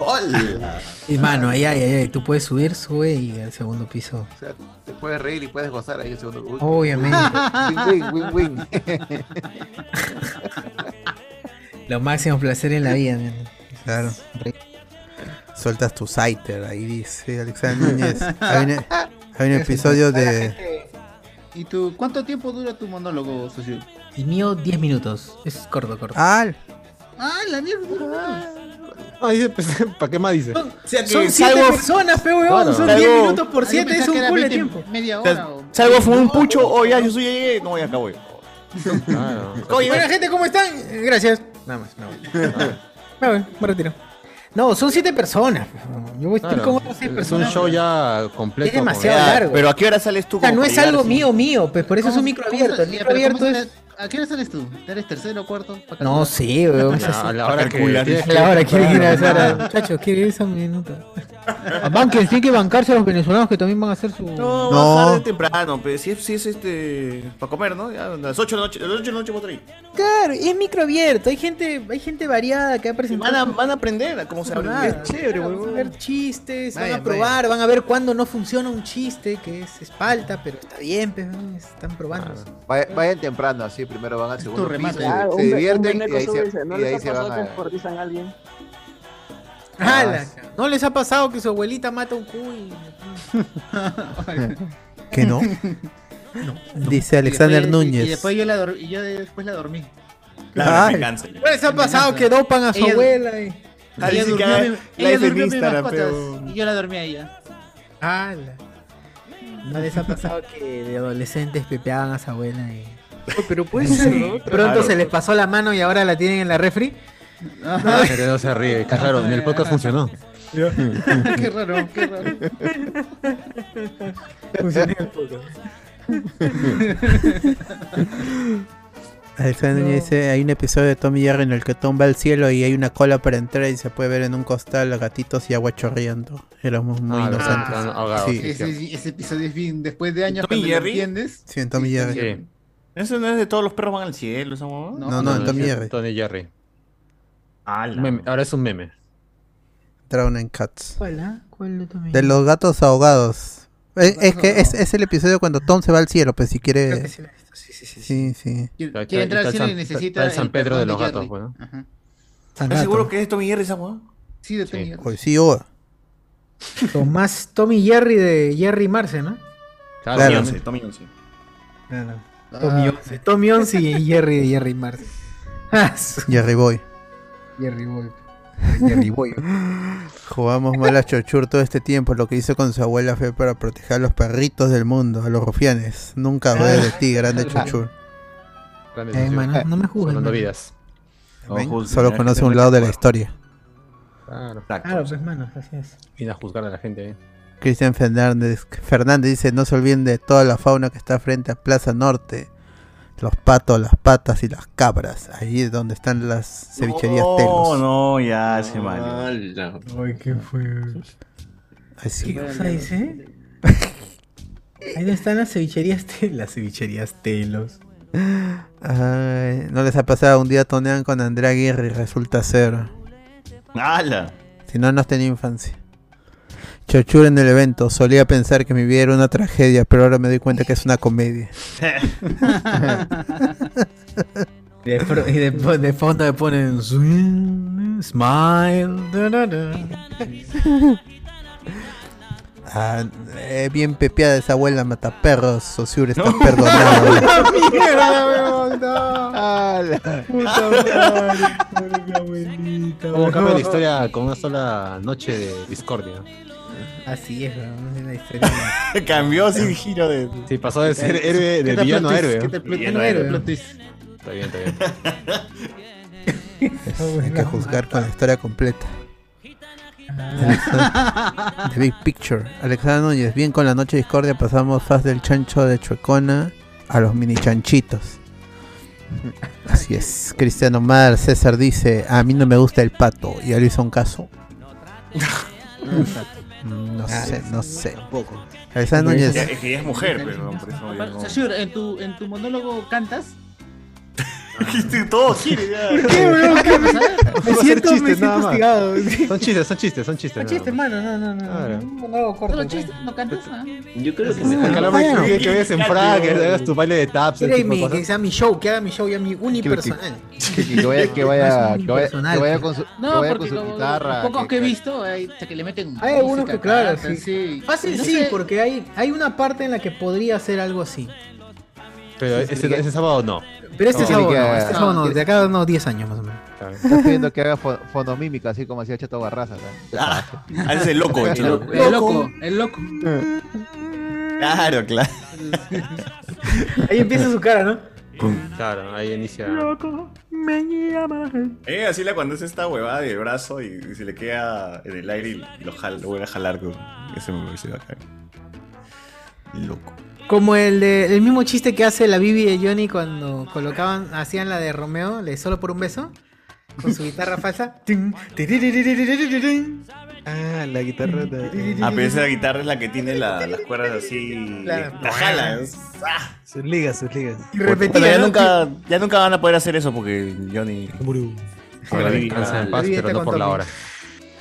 Speaker 16: ¡Hola!
Speaker 19: Y mano, ahí, ahí, ahí, tú puedes subir, sube y al segundo piso.
Speaker 16: O sea, pues, te puedes reír y puedes gozar ahí el segundo. Uy,
Speaker 19: Obviamente.
Speaker 16: Win, win, win, win.
Speaker 19: Lo máximo placer en la vida, man.
Speaker 5: Claro. Sueltas tu Saiter, ahí dice Alexander Núñez. Hay un, hay un episodio de...
Speaker 3: ¿Y tú cuánto tiempo dura tu monólogo, socio?
Speaker 19: El mío, 10 minutos. Es corto, corto.
Speaker 5: Ah,
Speaker 3: Ah, la mierda.
Speaker 2: ¿Para qué más dice?
Speaker 1: Son 7 personas, pe, pues, weón.
Speaker 2: Claro.
Speaker 1: Son
Speaker 2: Salvo-
Speaker 1: 10 minutos por
Speaker 3: Ah, yo
Speaker 1: 7,
Speaker 3: pensaba
Speaker 1: es un
Speaker 3: que era
Speaker 1: culo de
Speaker 3: 20
Speaker 1: tiempo.
Speaker 3: Media
Speaker 4: O sea,
Speaker 3: hora.
Speaker 2: Oh.
Speaker 3: o-
Speaker 4: salgo a fumar un pucho, o ya, yo soy llegué, no, ya acabo.
Speaker 1: Oye, buena gente, ¿cómo están? Eh, Gracias. Nada más, no. Me voy, me retiro. No, son 7 personas. pe, weón. Yo voy a estar
Speaker 2: Claro,
Speaker 1: con otras 6
Speaker 2: es un
Speaker 1: personas.
Speaker 2: show ya completo.
Speaker 1: Es demasiado
Speaker 2: con-
Speaker 1: largo.
Speaker 4: Pero ¿a qué hora sales tú?
Speaker 1: O sea,
Speaker 4: como
Speaker 1: no
Speaker 4: para
Speaker 1: es
Speaker 4: llegar
Speaker 1: algo
Speaker 4: así?
Speaker 1: mío, mío, pues por eso es un
Speaker 3: ¿Cómo-
Speaker 1: micro
Speaker 3: cómo-
Speaker 1: abierto. El
Speaker 3: ya,
Speaker 1: micro
Speaker 3: pero
Speaker 1: abierto
Speaker 3: cómo
Speaker 1: es.
Speaker 3: sales- ¿A qué hora sales tú? ¿Eres tercero o cuarto? Para
Speaker 1: No
Speaker 3: calcular.
Speaker 1: sé, weón. es así.
Speaker 2: A la hora que tienes
Speaker 1: A la hora
Speaker 2: que ir
Speaker 1: quieren ir a
Speaker 2: temprano.
Speaker 1: hacer. Muchachos, quieren irse a un minuto.
Speaker 19: Banquen, tienen que bancarse a los venezolanos que también van a hacer su.
Speaker 4: No,
Speaker 19: No.
Speaker 4: no. temprano, pero si es, si es este. para comer, ¿no? Ya, a las 8 de la noche, a las 8 de la noche voy a traer.
Speaker 1: Claro, y es micro abierto. Hay gente, hay gente variada que va a presentar.
Speaker 4: Van a-
Speaker 1: su-
Speaker 4: van a aprender a cómo se
Speaker 1: su
Speaker 4: habla
Speaker 1: nada.
Speaker 4: inglés. Chévere,
Speaker 1: Claro,
Speaker 4: huevón.
Speaker 1: Van a ver chistes, van
Speaker 4: Vayan,
Speaker 1: a probar, van a ver cuándo no funciona un chiste, que es espalda, pero está bien, pues, ¿no? están probando.
Speaker 16: Vayan, vayan temprano, así primero van al segundo
Speaker 1: remate.
Speaker 16: piso,
Speaker 1: Ah,
Speaker 16: se,
Speaker 1: un
Speaker 16: se
Speaker 1: ve- un
Speaker 16: divierten y
Speaker 1: veneco
Speaker 16: ahí
Speaker 1: sube
Speaker 16: se,
Speaker 1: y dice,
Speaker 9: ¿No
Speaker 16: y
Speaker 9: les
Speaker 16: ahí
Speaker 9: ha
Speaker 16: se
Speaker 9: pasado
Speaker 16: van
Speaker 9: que
Speaker 16: a...
Speaker 9: descuartizan a alguien?
Speaker 1: ¡Hala! ¿No les ha pasado que su abuelita mata un cuy?
Speaker 5: ¿Que no? Dice
Speaker 3: Y
Speaker 5: Alexander
Speaker 3: después- Y
Speaker 5: Núñez.
Speaker 3: después yo la, dor- y yo después la dormí.
Speaker 5: Ay.
Speaker 1: ¿No les ha pasado que dopan a su
Speaker 3: Ella-
Speaker 1: abuela? Y...
Speaker 3: Ah, Ella dice que durmió haga mi- live ella en durmió mi Instagram, mascotas, pero- y yo la dormí a ella.
Speaker 1: ¡Hala! ¿No les ha pasado que de adolescentes pepeaban a su abuela? Y...
Speaker 19: Oh, Pero puede
Speaker 1: ser,
Speaker 19: ¿no?
Speaker 1: Pronto se les pasó la mano y ahora la tienen en la refri.
Speaker 2: Ah, pero no se ríe, qué raro, ni el podcast funcionó.
Speaker 1: Qué raro, qué raro. Funcionó el
Speaker 5: Alexander Núñez dice, hay un episodio de Tommy Jerry en el que tumba al cielo y hay una cola para entrar y se puede ver en un costal a gatitos y agua chorreando. Éramos muy
Speaker 2: Ah,
Speaker 5: inocentes.
Speaker 2: ah, ah, ah,
Speaker 5: sí.
Speaker 3: Ese, ese episodio es bien después de años
Speaker 4: Tommy
Speaker 3: cuando lo
Speaker 4: Jerry?
Speaker 3: entiendes.
Speaker 5: Sí, en Tommy Jerry.
Speaker 4: Sí. Eso no es de todos los perros van al cielo, esa huevada?
Speaker 3: No,
Speaker 5: no, en Tommy
Speaker 2: es
Speaker 5: Jerry.
Speaker 2: Tony Jerry. Meme, Ahora es un meme.
Speaker 5: Drown and Cats.
Speaker 1: ¿Cuál, ah? ¿Cuál lo tomé?
Speaker 5: De los gatos ahogados. Eh, Es, que es, es el episodio cuando Tom se va al cielo, pues si quiere...
Speaker 1: Sí, sí,
Speaker 5: sí.
Speaker 2: Quiere-
Speaker 3: quiere entrar al
Speaker 2: está
Speaker 3: cielo y
Speaker 2: San-
Speaker 3: necesita
Speaker 2: está el San
Speaker 3: el
Speaker 2: Pedro de los
Speaker 3: perdón de
Speaker 2: gatos, pues,
Speaker 3: Jerry.
Speaker 2: bueno.
Speaker 4: ¿Estás seguro que es Tommy Jerry esa huevada?
Speaker 3: Sí, de Tommy
Speaker 5: Hoy sí, oh.
Speaker 1: Tomás Tommy Jerry de Jerry Marce, ¿no?
Speaker 4: Claro, Tommy
Speaker 5: Claro.
Speaker 4: 11, Tommy 11.
Speaker 1: Claro.
Speaker 3: Ah.
Speaker 1: Tommy Once. Tommy Once y Jerry de Jerry Marce. Ah, su-
Speaker 5: Jerry Boy.
Speaker 1: Jerry Boy.
Speaker 5: Jugamos mal a Chochur todo este tiempo. Lo que hizo con su abuela fue para proteger a los perritos del mundo, a los rufianes. Nunca hablé de ti, grande Chochur.
Speaker 2: Grande
Speaker 1: Eh,
Speaker 2: sesión.
Speaker 1: mano, no me juzgues,
Speaker 2: Salvando
Speaker 1: mano.
Speaker 2: vidas. No
Speaker 5: ¿Ven?
Speaker 2: juzgues,
Speaker 5: Solo
Speaker 2: la
Speaker 5: conoce
Speaker 2: gente
Speaker 5: un
Speaker 2: no
Speaker 5: lado
Speaker 2: te
Speaker 5: de la
Speaker 2: juzga.
Speaker 5: historia.
Speaker 2: Claro.
Speaker 1: Claro, pues, mano, así es.
Speaker 2: Viene a juzgar a la gente, ¿eh?
Speaker 5: Cristian Fernández, Fernández dice, no se olviden de toda la fauna que está frente a Plaza Norte. Los patos, las patas y las cabras. Ahí es donde están las cevicherías
Speaker 4: no,
Speaker 5: telos.
Speaker 4: Oh, No, ya se mal.
Speaker 1: Ay, qué fue.
Speaker 5: Así.
Speaker 1: ¿Qué cosa dice? eh? Ahí no están las cevicherías telos. Las cevicherías telos.
Speaker 5: Ay, no les ha pasado un día tonean con Andrea Aguirre y resulta ser.
Speaker 4: ¡Hala!
Speaker 5: Si no, no has tenido infancia. Chochur en el evento. Solía pensar que mi vida era una tragedia, pero ahora me doy cuenta que es una comedia.
Speaker 1: Y de, pro- y de, po- de fondo le ponen swing, smile. da, da, da.
Speaker 5: Ah, eh, bien pepeada esa abuela mataperros. Sosur está perdonado.
Speaker 1: ¡Mierda, weón! ¡No! ¡Puta madre! pobre abuelita,
Speaker 2: ¿Cómo cambia
Speaker 1: weón.
Speaker 2: la historia con una sola noche de discordia?
Speaker 1: Así es, weón, es la historia.
Speaker 4: Cambió sin giro de.
Speaker 2: Sí, pasó de ser héroe, de villano a héroe. ¿no?
Speaker 1: Villano a héroe.
Speaker 2: Está bien, está bien.
Speaker 5: Hay que juzgar con la
Speaker 2: este.
Speaker 5: historia completa. The Big Picture. Alexander Núñez, bien con la noche discordia pasamos faz del chancho de Chuecona a los mini chanchitos. Así es. Cristiano Mar, César dice, a mí no me gusta el pato. Y ya le hizo un caso. No
Speaker 4: Ah,
Speaker 5: sé,
Speaker 4: ya.
Speaker 5: no sé.
Speaker 4: Tampoco.
Speaker 5: Esa no
Speaker 4: Ya, es que ella es mujer, pero por eso ya no-
Speaker 25: Sashur, ¿en tu, ¿en tu monólogo cantas?
Speaker 4: Todo gira ya.
Speaker 1: Me siento- me siento
Speaker 2: nada más.
Speaker 1: hostigado.
Speaker 2: Son chistes, son chistes, son chistes.
Speaker 1: No
Speaker 2: nada
Speaker 1: chiste,
Speaker 2: más.
Speaker 1: hermano, no, no, no.
Speaker 2: Claro.
Speaker 1: No, no, corto.
Speaker 25: Solo chistes, no cantas nada.
Speaker 7: Yo creo que
Speaker 2: Acá
Speaker 7: mejor.
Speaker 2: lo más que que vayas en frac, que hagas tu baile de taps. ese
Speaker 1: Quiere
Speaker 2: tipo de
Speaker 1: mi-
Speaker 2: cosas.
Speaker 1: que sea mi show, que haga mi show ya mi unipersonal.
Speaker 16: Que, que vaya, que vaya, que vaya, que vaya con su, que
Speaker 25: No,
Speaker 16: vaya con
Speaker 25: porque
Speaker 16: su
Speaker 25: como
Speaker 16: guitarra.
Speaker 25: pocos
Speaker 16: que-
Speaker 25: que, he visto, hay, o sea, que le meten.
Speaker 1: Hay algunos
Speaker 25: música,
Speaker 1: que, claro,
Speaker 25: cantan,
Speaker 1: sí. Fácil
Speaker 25: No
Speaker 1: sí,
Speaker 25: sé.
Speaker 1: porque hay, hay una parte en la que podría hacer algo así.
Speaker 2: Pero ese, ese sábado no.
Speaker 1: Pero este
Speaker 16: No,
Speaker 1: sábado
Speaker 16: tiene que-
Speaker 1: no, este sábado no, de acá a unos 10 años más o menos.
Speaker 16: Estás pidiendo que haga fo- fonomímica, así como hacía Chato Barraza.
Speaker 4: Ah, ah, ese es loco,
Speaker 16: El
Speaker 4: el
Speaker 16: loco.
Speaker 4: loco.
Speaker 25: El loco, el loco.
Speaker 4: Claro, claro.
Speaker 1: Ahí empieza su cara, ¿no?
Speaker 2: Claro, ahí inicia.
Speaker 15: Loco, me llama.
Speaker 4: Eh, así la cuando es esta huevada del brazo y, y se le queda en el aire y lo, jala, lo vuelve a jalar. con- Ese me pareció bacán. Loco.
Speaker 1: Como el, de- el mismo chiste que hace la Bibi de Johnny cuando colocaban, hacían la de Romeo, le solo por un beso, con su guitarra falsa. Tin, tiriririririririn.
Speaker 18: Ah, la guitarra de...
Speaker 4: Ah, pero esa guitarra es la que tiene la- las cuerdas así.
Speaker 1: Claro.
Speaker 4: La jala. es-
Speaker 2: Ah,
Speaker 18: Sus ligas, sus ligas.
Speaker 4: Bueno, ya, nunca, ya nunca van a poder hacer eso porque Johnny.
Speaker 18: Murió.
Speaker 4: Ahora
Speaker 2: Ahora
Speaker 4: viví.
Speaker 2: descansa en
Speaker 4: La
Speaker 2: paz,
Speaker 4: viví
Speaker 2: pero
Speaker 4: está
Speaker 2: no
Speaker 4: con
Speaker 2: por la
Speaker 4: Tommy.
Speaker 2: hora.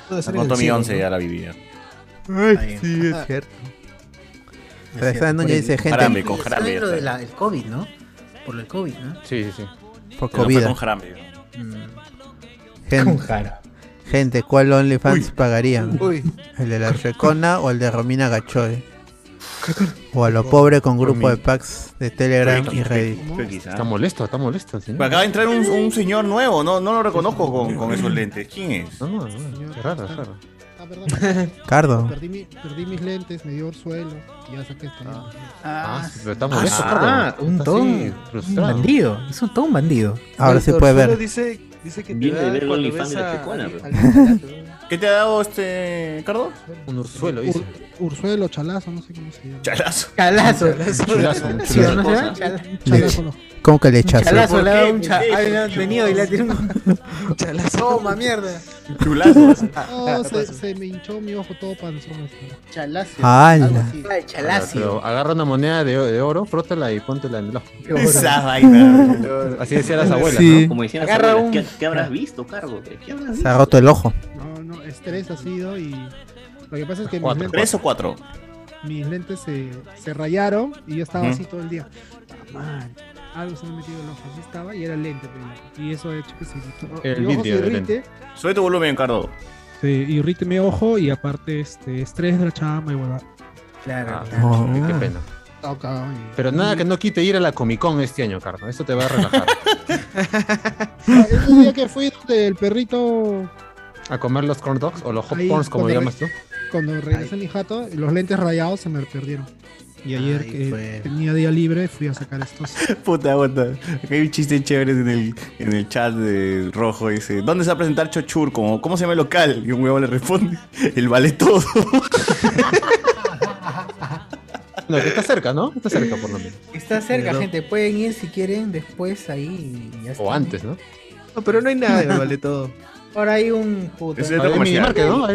Speaker 18: Puede ser
Speaker 4: Con
Speaker 18: en el
Speaker 4: Tommy
Speaker 18: cielo,
Speaker 4: 11
Speaker 18: ¿no?
Speaker 4: ya la vivía.
Speaker 5: Ay, sí, es cierto. Pero esa Núñez dice
Speaker 4: Jarambe,
Speaker 5: gente.
Speaker 4: con jarambe. ya
Speaker 1: Lo del
Speaker 4: está.
Speaker 1: COVID, ¿no? Por el COVID, ¿no?
Speaker 2: Sí, sí, sí.
Speaker 5: Por
Speaker 4: No, fue
Speaker 5: COVID.
Speaker 4: con jarambe.
Speaker 1: Mm.
Speaker 5: Gente,
Speaker 1: Con jara.
Speaker 5: gente, ¿cuál OnlyFans pagarían?
Speaker 1: Uy.
Speaker 5: ¿El de la Recona o el de Romina Gachoy? O a lo pobre con grupo de packs de Telegram y Reddit.
Speaker 2: Está molesto, está molesto. el señor.
Speaker 4: Acaba de entrar un, un señor nuevo, no, no lo reconozco con, con esos lentes. ¿Quién es?
Speaker 2: No, no, no, es raro, es raro.
Speaker 23: Ah, perdón. perdón.
Speaker 5: Cardo.
Speaker 23: Perdí, mi- perdí mis lentes, me dio el suelo. Y ya saqué esto.
Speaker 2: Ah, sí, pero está
Speaker 1: Ah,
Speaker 2: molesto,
Speaker 1: ah,
Speaker 2: Cardo.
Speaker 1: un
Speaker 2: Está
Speaker 1: todo.
Speaker 2: así,
Speaker 1: Un
Speaker 2: frustrado.
Speaker 1: bandido. Es un todo un bandido.
Speaker 5: Ahora se puede ver.
Speaker 18: Dice, dice que
Speaker 5: Viene
Speaker 18: te
Speaker 5: de
Speaker 18: da
Speaker 5: ver
Speaker 18: cuando
Speaker 5: OnlyFans
Speaker 18: ves
Speaker 5: de la
Speaker 18: a-
Speaker 5: Chacona, bro.
Speaker 4: ¿Qué te ha dado este, Cardo?
Speaker 2: Un ursuelo,
Speaker 23: dice. Ursuelo, chalazo, no sé cómo se llama.
Speaker 4: Chalazo.
Speaker 1: Chalazo.
Speaker 2: Chulazo,
Speaker 1: Sí,
Speaker 2: chulazo.
Speaker 1: ¿no se llama?
Speaker 23: Chalazo,
Speaker 1: Chala-
Speaker 23: no.
Speaker 5: ¿Cómo que le
Speaker 1: Un
Speaker 5: echas?
Speaker 1: Chalazo, le ha dado un
Speaker 4: qué?
Speaker 1: cha-
Speaker 4: ¿Por qué?
Speaker 1: Ay, no, venido y le ha tirado un chalazo. Toma, mierda.
Speaker 4: Chulazo.
Speaker 23: No, Oh, se, se me hinchó mi ojo todo panzón. Chalazo.
Speaker 5: ¡Hala! algo
Speaker 1: Ay, chalacio.
Speaker 2: Pero agarra una moneda de, de oro, frótala y póntela en el ojo.
Speaker 1: Qué oro. Esa
Speaker 7: vaina.
Speaker 2: Así decían las abuelas.
Speaker 5: Sí.
Speaker 2: ¿no?
Speaker 7: Como decían las
Speaker 2: Agarra
Speaker 7: abuelas,
Speaker 2: un-
Speaker 7: ¿qué, qué habrás visto, Cardo? ¿Qué habrás
Speaker 5: Se ha roto el ojo.
Speaker 23: No, no, estrés ha sido y. Lo que pasa es que mis
Speaker 2: Cuatro.
Speaker 23: lentes,
Speaker 4: ¿Tres o cuatro?
Speaker 23: mis lentes se, se rayaron y yo estaba
Speaker 4: Ujú.
Speaker 23: así todo el día. Ah, man, algo se me ha metido en el ojo. Así estaba y era el lente. pero- Y eso ha hecho que se me-
Speaker 4: El
Speaker 23: mi ojo se
Speaker 4: vidrio del
Speaker 23: irrite.
Speaker 4: Sube tu volumen, Cardo.
Speaker 23: Se irrite mi ojo y aparte este estrés de la chama y huevada.
Speaker 1: Claro.
Speaker 2: Ah, qué- Qué pena.
Speaker 23: Estaba cagado y-
Speaker 2: Pero nada que no quite ir a la Comic Con este año, Cardo. Eso te va a relajar.
Speaker 23: Ah, Ese día que fui donde el perrito
Speaker 2: a comer los corn dogs o los hot
Speaker 23: Ahí,
Speaker 2: corns, como
Speaker 23: cuando
Speaker 2: llamas tú.
Speaker 23: Cuando regresé a mi jato, los lentes rayados se me perdieron. Y ayer
Speaker 4: Ay,
Speaker 23: que
Speaker 4: fue.
Speaker 23: tenía día libre, fui a sacar estos.
Speaker 4: Puta, aguanta. Acá hay un chiste chévere en el, en el chat de Rojo. Dice, ¿dónde se va a presentar Chochur? Como, ¿Cómo se llama el local? Y un huevo le responde, el vale todo.
Speaker 2: No, que está cerca, ¿no? Está cerca, por lo menos.
Speaker 1: Está cerca,
Speaker 2: Pero-
Speaker 1: gente. Pueden ir si quieren después ahí y ya está.
Speaker 2: O antes, ¿no?
Speaker 18: No, pero no hay nada, me vale todo.
Speaker 1: Ahora hay un puto.
Speaker 4: Es el centro comercial.
Speaker 1: Ya no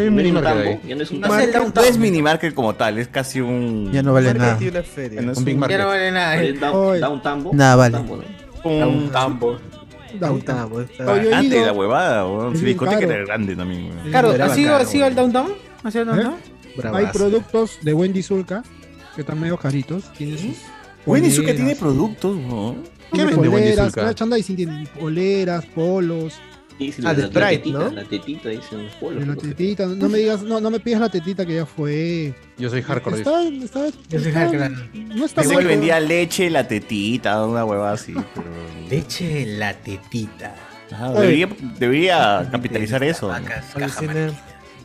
Speaker 1: es un
Speaker 4: No es, el
Speaker 1: tambo.
Speaker 4: downtown. No es minimarket como tal, es casi un...
Speaker 5: Ya no vale
Speaker 4: Market
Speaker 5: nada.
Speaker 4: y una feria. No es
Speaker 5: Un Big Market. Oh,
Speaker 1: Ya no vale nada.
Speaker 7: Pero
Speaker 1: eh.
Speaker 7: es down- downtambo.
Speaker 5: Nada vale.
Speaker 4: Un tambo.
Speaker 18: Downtown.
Speaker 1: Oye,
Speaker 4: Antes
Speaker 1: oído.
Speaker 4: la huevada, weón.
Speaker 1: Es
Speaker 4: Si
Speaker 1: bien
Speaker 4: discoteca
Speaker 1: caro.
Speaker 4: era grande también, weón.
Speaker 1: Claro,
Speaker 4: Era
Speaker 1: ¿ha sido,
Speaker 4: bacán,
Speaker 1: ¿ha sido el downtown? ¿Ha sido el downtown?
Speaker 23: Hay productos de Wendy Zulka que están medio caritos. Tiene sus
Speaker 4: Wendy Zulka
Speaker 23: poleras.
Speaker 4: tiene productos, weón.
Speaker 23: Tiene
Speaker 4: ¿Qué vende Wendy
Speaker 23: poleras,
Speaker 4: Zulka?
Speaker 23: merchandising, tiene poleras, polos.
Speaker 7: Sí, sí,
Speaker 23: Ah, de
Speaker 7: la, la
Speaker 23: Sprite,
Speaker 7: tetita,
Speaker 23: ¿no?
Speaker 7: La tetita dice un polo.
Speaker 23: De la
Speaker 7: creo que.
Speaker 23: tetita, no me digas, no, no me pidas la tetita que ya fue.
Speaker 2: Yo soy hardcore.
Speaker 23: Está, está,
Speaker 1: Yo soy
Speaker 23: está-
Speaker 1: hardcore.
Speaker 23: No está
Speaker 4: Dice
Speaker 23: mal,
Speaker 4: que vendía leche, la tetita, una huevada así. pero-
Speaker 1: Leche, la tetita.
Speaker 4: Ah, debería, debería capitalizar eso.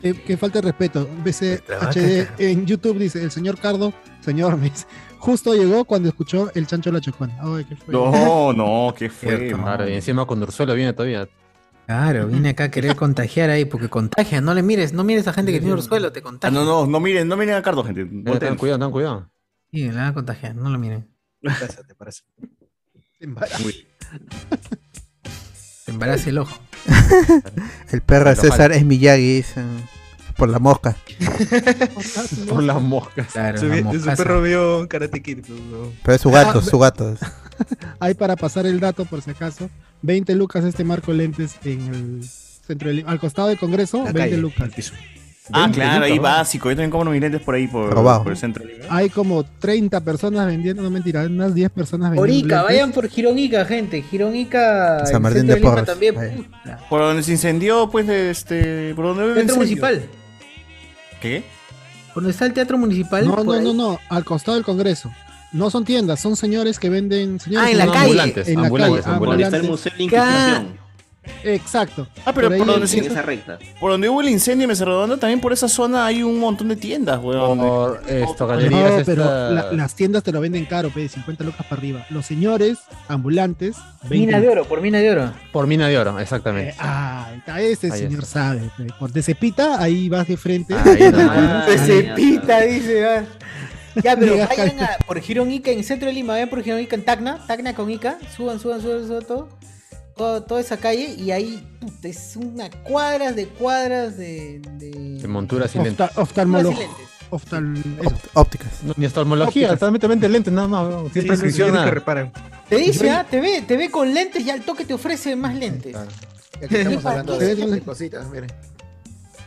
Speaker 23: Qué, qué falta de respeto. BCHD en YouTube dice, el señor Cardo, señor Mes, justo llegó cuando escuchó el chancho de la chocona. Ay, qué fue.
Speaker 4: No, no, qué fue.
Speaker 1: Cierto.
Speaker 4: mano.
Speaker 2: Claro, y encima con Ursuelo viene todavía.
Speaker 1: Claro, viene acá a querer contagiar ahí porque contagia. No le mires, no mires a gente que tiene ursuelo, te
Speaker 4: Ah,
Speaker 1: contagia.
Speaker 4: no, no, no miren, no miren a Cardo, gente. Volteen.
Speaker 2: Ten cuidado, ten cuidado.
Speaker 1: Sí, la van a contagiar, no lo miren.
Speaker 18: Te parece.
Speaker 4: Muy-
Speaker 1: Te embaraza el ojo.
Speaker 5: El perro de
Speaker 1: Pero
Speaker 5: César es Miyagi. dicen. por la mosca.
Speaker 2: Por las moscas.
Speaker 5: Claro,
Speaker 23: Su,
Speaker 5: la
Speaker 23: su
Speaker 5: mosca.
Speaker 23: perro vio Karate Kid. pues, no.
Speaker 5: Pero es su gato,
Speaker 2: Ah,
Speaker 5: su gato.
Speaker 23: Hay para pasar el dato, por si acaso. 20 lucas este marco de lentes en el centro del- al costado del Congreso. 20
Speaker 4: calle,
Speaker 23: lucas.
Speaker 4: Ah,
Speaker 23: 20
Speaker 4: claro, ahí
Speaker 23: lucas, ¿no?
Speaker 4: básico. Yo también compro mis lentes por ahí, por,
Speaker 23: Robado.
Speaker 4: por el centro.
Speaker 23: Hay como 30 personas vendiendo, no mentira, unas 10 personas vendiendo.
Speaker 1: Orica,
Speaker 23: lentes.
Speaker 1: vayan por Girón Ica, gente. Girón Ica.
Speaker 23: San
Speaker 1: en
Speaker 23: Martín
Speaker 1: centro
Speaker 23: de
Speaker 1: Lima
Speaker 23: Porres,
Speaker 1: también.
Speaker 23: ahí.
Speaker 1: puta.
Speaker 4: Por donde se incendió, pues, este. Por donde
Speaker 1: Centro Municipal.
Speaker 4: ¿Qué?
Speaker 23: ¿Dónde está el Teatro Municipal? No, no, no, no, al costado del Congreso. No son tiendas, son señores que venden. Señores
Speaker 1: Ah, en la
Speaker 23: que venden-
Speaker 1: calle. ah, Ambulantes,
Speaker 23: en la
Speaker 4: ambulantes,
Speaker 23: calle,
Speaker 4: ambulantes.
Speaker 23: ambulantes.
Speaker 4: Donde está el Museo de la Inquisición.
Speaker 23: Exacto.
Speaker 4: Ah, pero por,
Speaker 23: ahí-
Speaker 4: donde se- Por donde hubo el incendio en Mesa Redonda, también por esa zona hay un montón de tiendas, weón. Por
Speaker 7: eh.
Speaker 2: esto,
Speaker 23: No, pero la- las tiendas te lo venden caro, pe, 50 lucas para arriba. Los señores, ambulantes.
Speaker 2: Mina de oro,
Speaker 1: por mina de oro. Eh,
Speaker 2: Por mina de oro, exactamente.
Speaker 23: Ah, ese
Speaker 2: Ahí
Speaker 23: señor sabe. pe. Por de cepita, ahí vas de frente.
Speaker 2: Ahí nomás.
Speaker 23: Ahí.
Speaker 2: De
Speaker 1: Cepita, dice. ah. Ya, pero
Speaker 23: Llega
Speaker 1: vayan
Speaker 23: acá.
Speaker 1: a, por Girón Ica en centro de Lima, vayan por Girón Ica en Tacna, Tacna con Ica. Suban, suban, suban, suban todo. todo- toda esa calle y ahí puta, es una cuadras de cuadras de, de
Speaker 2: De monturas y
Speaker 23: Ofta-
Speaker 2: lentes.
Speaker 23: oftalmolo-
Speaker 1: Monturas y lentes.
Speaker 23: oftal-
Speaker 5: ópticas.
Speaker 2: Ni oftalmología,
Speaker 23: Ópticas.
Speaker 2: solamente venden lentes nada más. weón. Siempre
Speaker 23: Sí, sí, sí,
Speaker 2: funciona.
Speaker 23: que reparan.
Speaker 1: Te dice,
Speaker 23: Yo-
Speaker 1: ah, te ve, te ve con lentes y al toque te ofrece más lentes.
Speaker 16: Ya que estamos hablando de,
Speaker 23: de
Speaker 16: cositas, miren.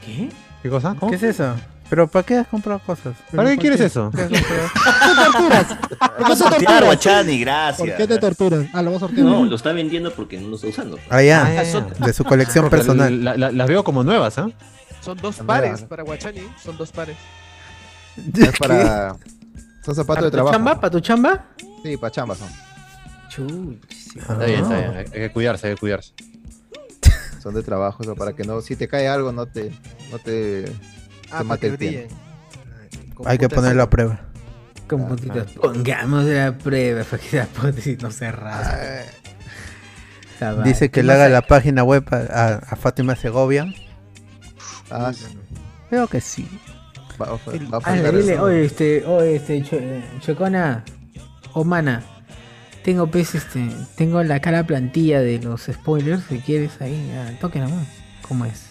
Speaker 1: ¿Qué?
Speaker 2: ¿Qué cosa? ¿Cómo?
Speaker 5: ¿Qué es eso? ¿pero para qué has comprado cosas?
Speaker 2: ¿Para qué quieres eso?
Speaker 23: ¿Por qué te
Speaker 18: Sortear,
Speaker 23: torturas?
Speaker 18: Guachani, gracias.
Speaker 23: ¿Por qué te torturas? Ah, lo vas a sortear.
Speaker 18: No, lo está vendiendo porque no lo está usando.
Speaker 5: Ah, ya,
Speaker 18: Ah, ya.
Speaker 5: de su colección
Speaker 2: Porque
Speaker 5: personal.
Speaker 2: la- la- las veo como nuevas, ¿ah?
Speaker 26: Son dos
Speaker 16: Amiga.
Speaker 26: pares para Guachani, son dos pares.
Speaker 16: Es para. Son zapatos de trabajo.
Speaker 1: ¿Para tu chamba?
Speaker 16: Sí, para chamba son.
Speaker 2: Está bien, está bien. Hay hay que cuidarse, hay que cuidarse.
Speaker 16: Son de trabajo, eso, para que no. Si te cae algo, no te. No te.
Speaker 23: Ah,
Speaker 16: te
Speaker 23: para
Speaker 16: mate
Speaker 23: que
Speaker 16: el pie.
Speaker 23: brillen.
Speaker 5: Hay que ponerlo a prueba.
Speaker 1: Con puntitos. Pongamos la prueba para que la potis no se raspe. Está mal.
Speaker 5: Dice que
Speaker 1: ¿Qué
Speaker 5: le
Speaker 1: más
Speaker 5: haga
Speaker 1: hay?
Speaker 5: la página web a, a- a Fátima Segovia.
Speaker 16: Ah,
Speaker 5: Creo que sí.
Speaker 16: Va, va, va a
Speaker 1: Ah,
Speaker 16: faltar
Speaker 1: dile,
Speaker 16: eso.
Speaker 1: oye, este, oye, este, cho- eh, Chocona, o Mana, tengo pues, este, tengo la cara plantilla de los spoilers, si quieres ahí, ah, toque nomás, ¿cómo es?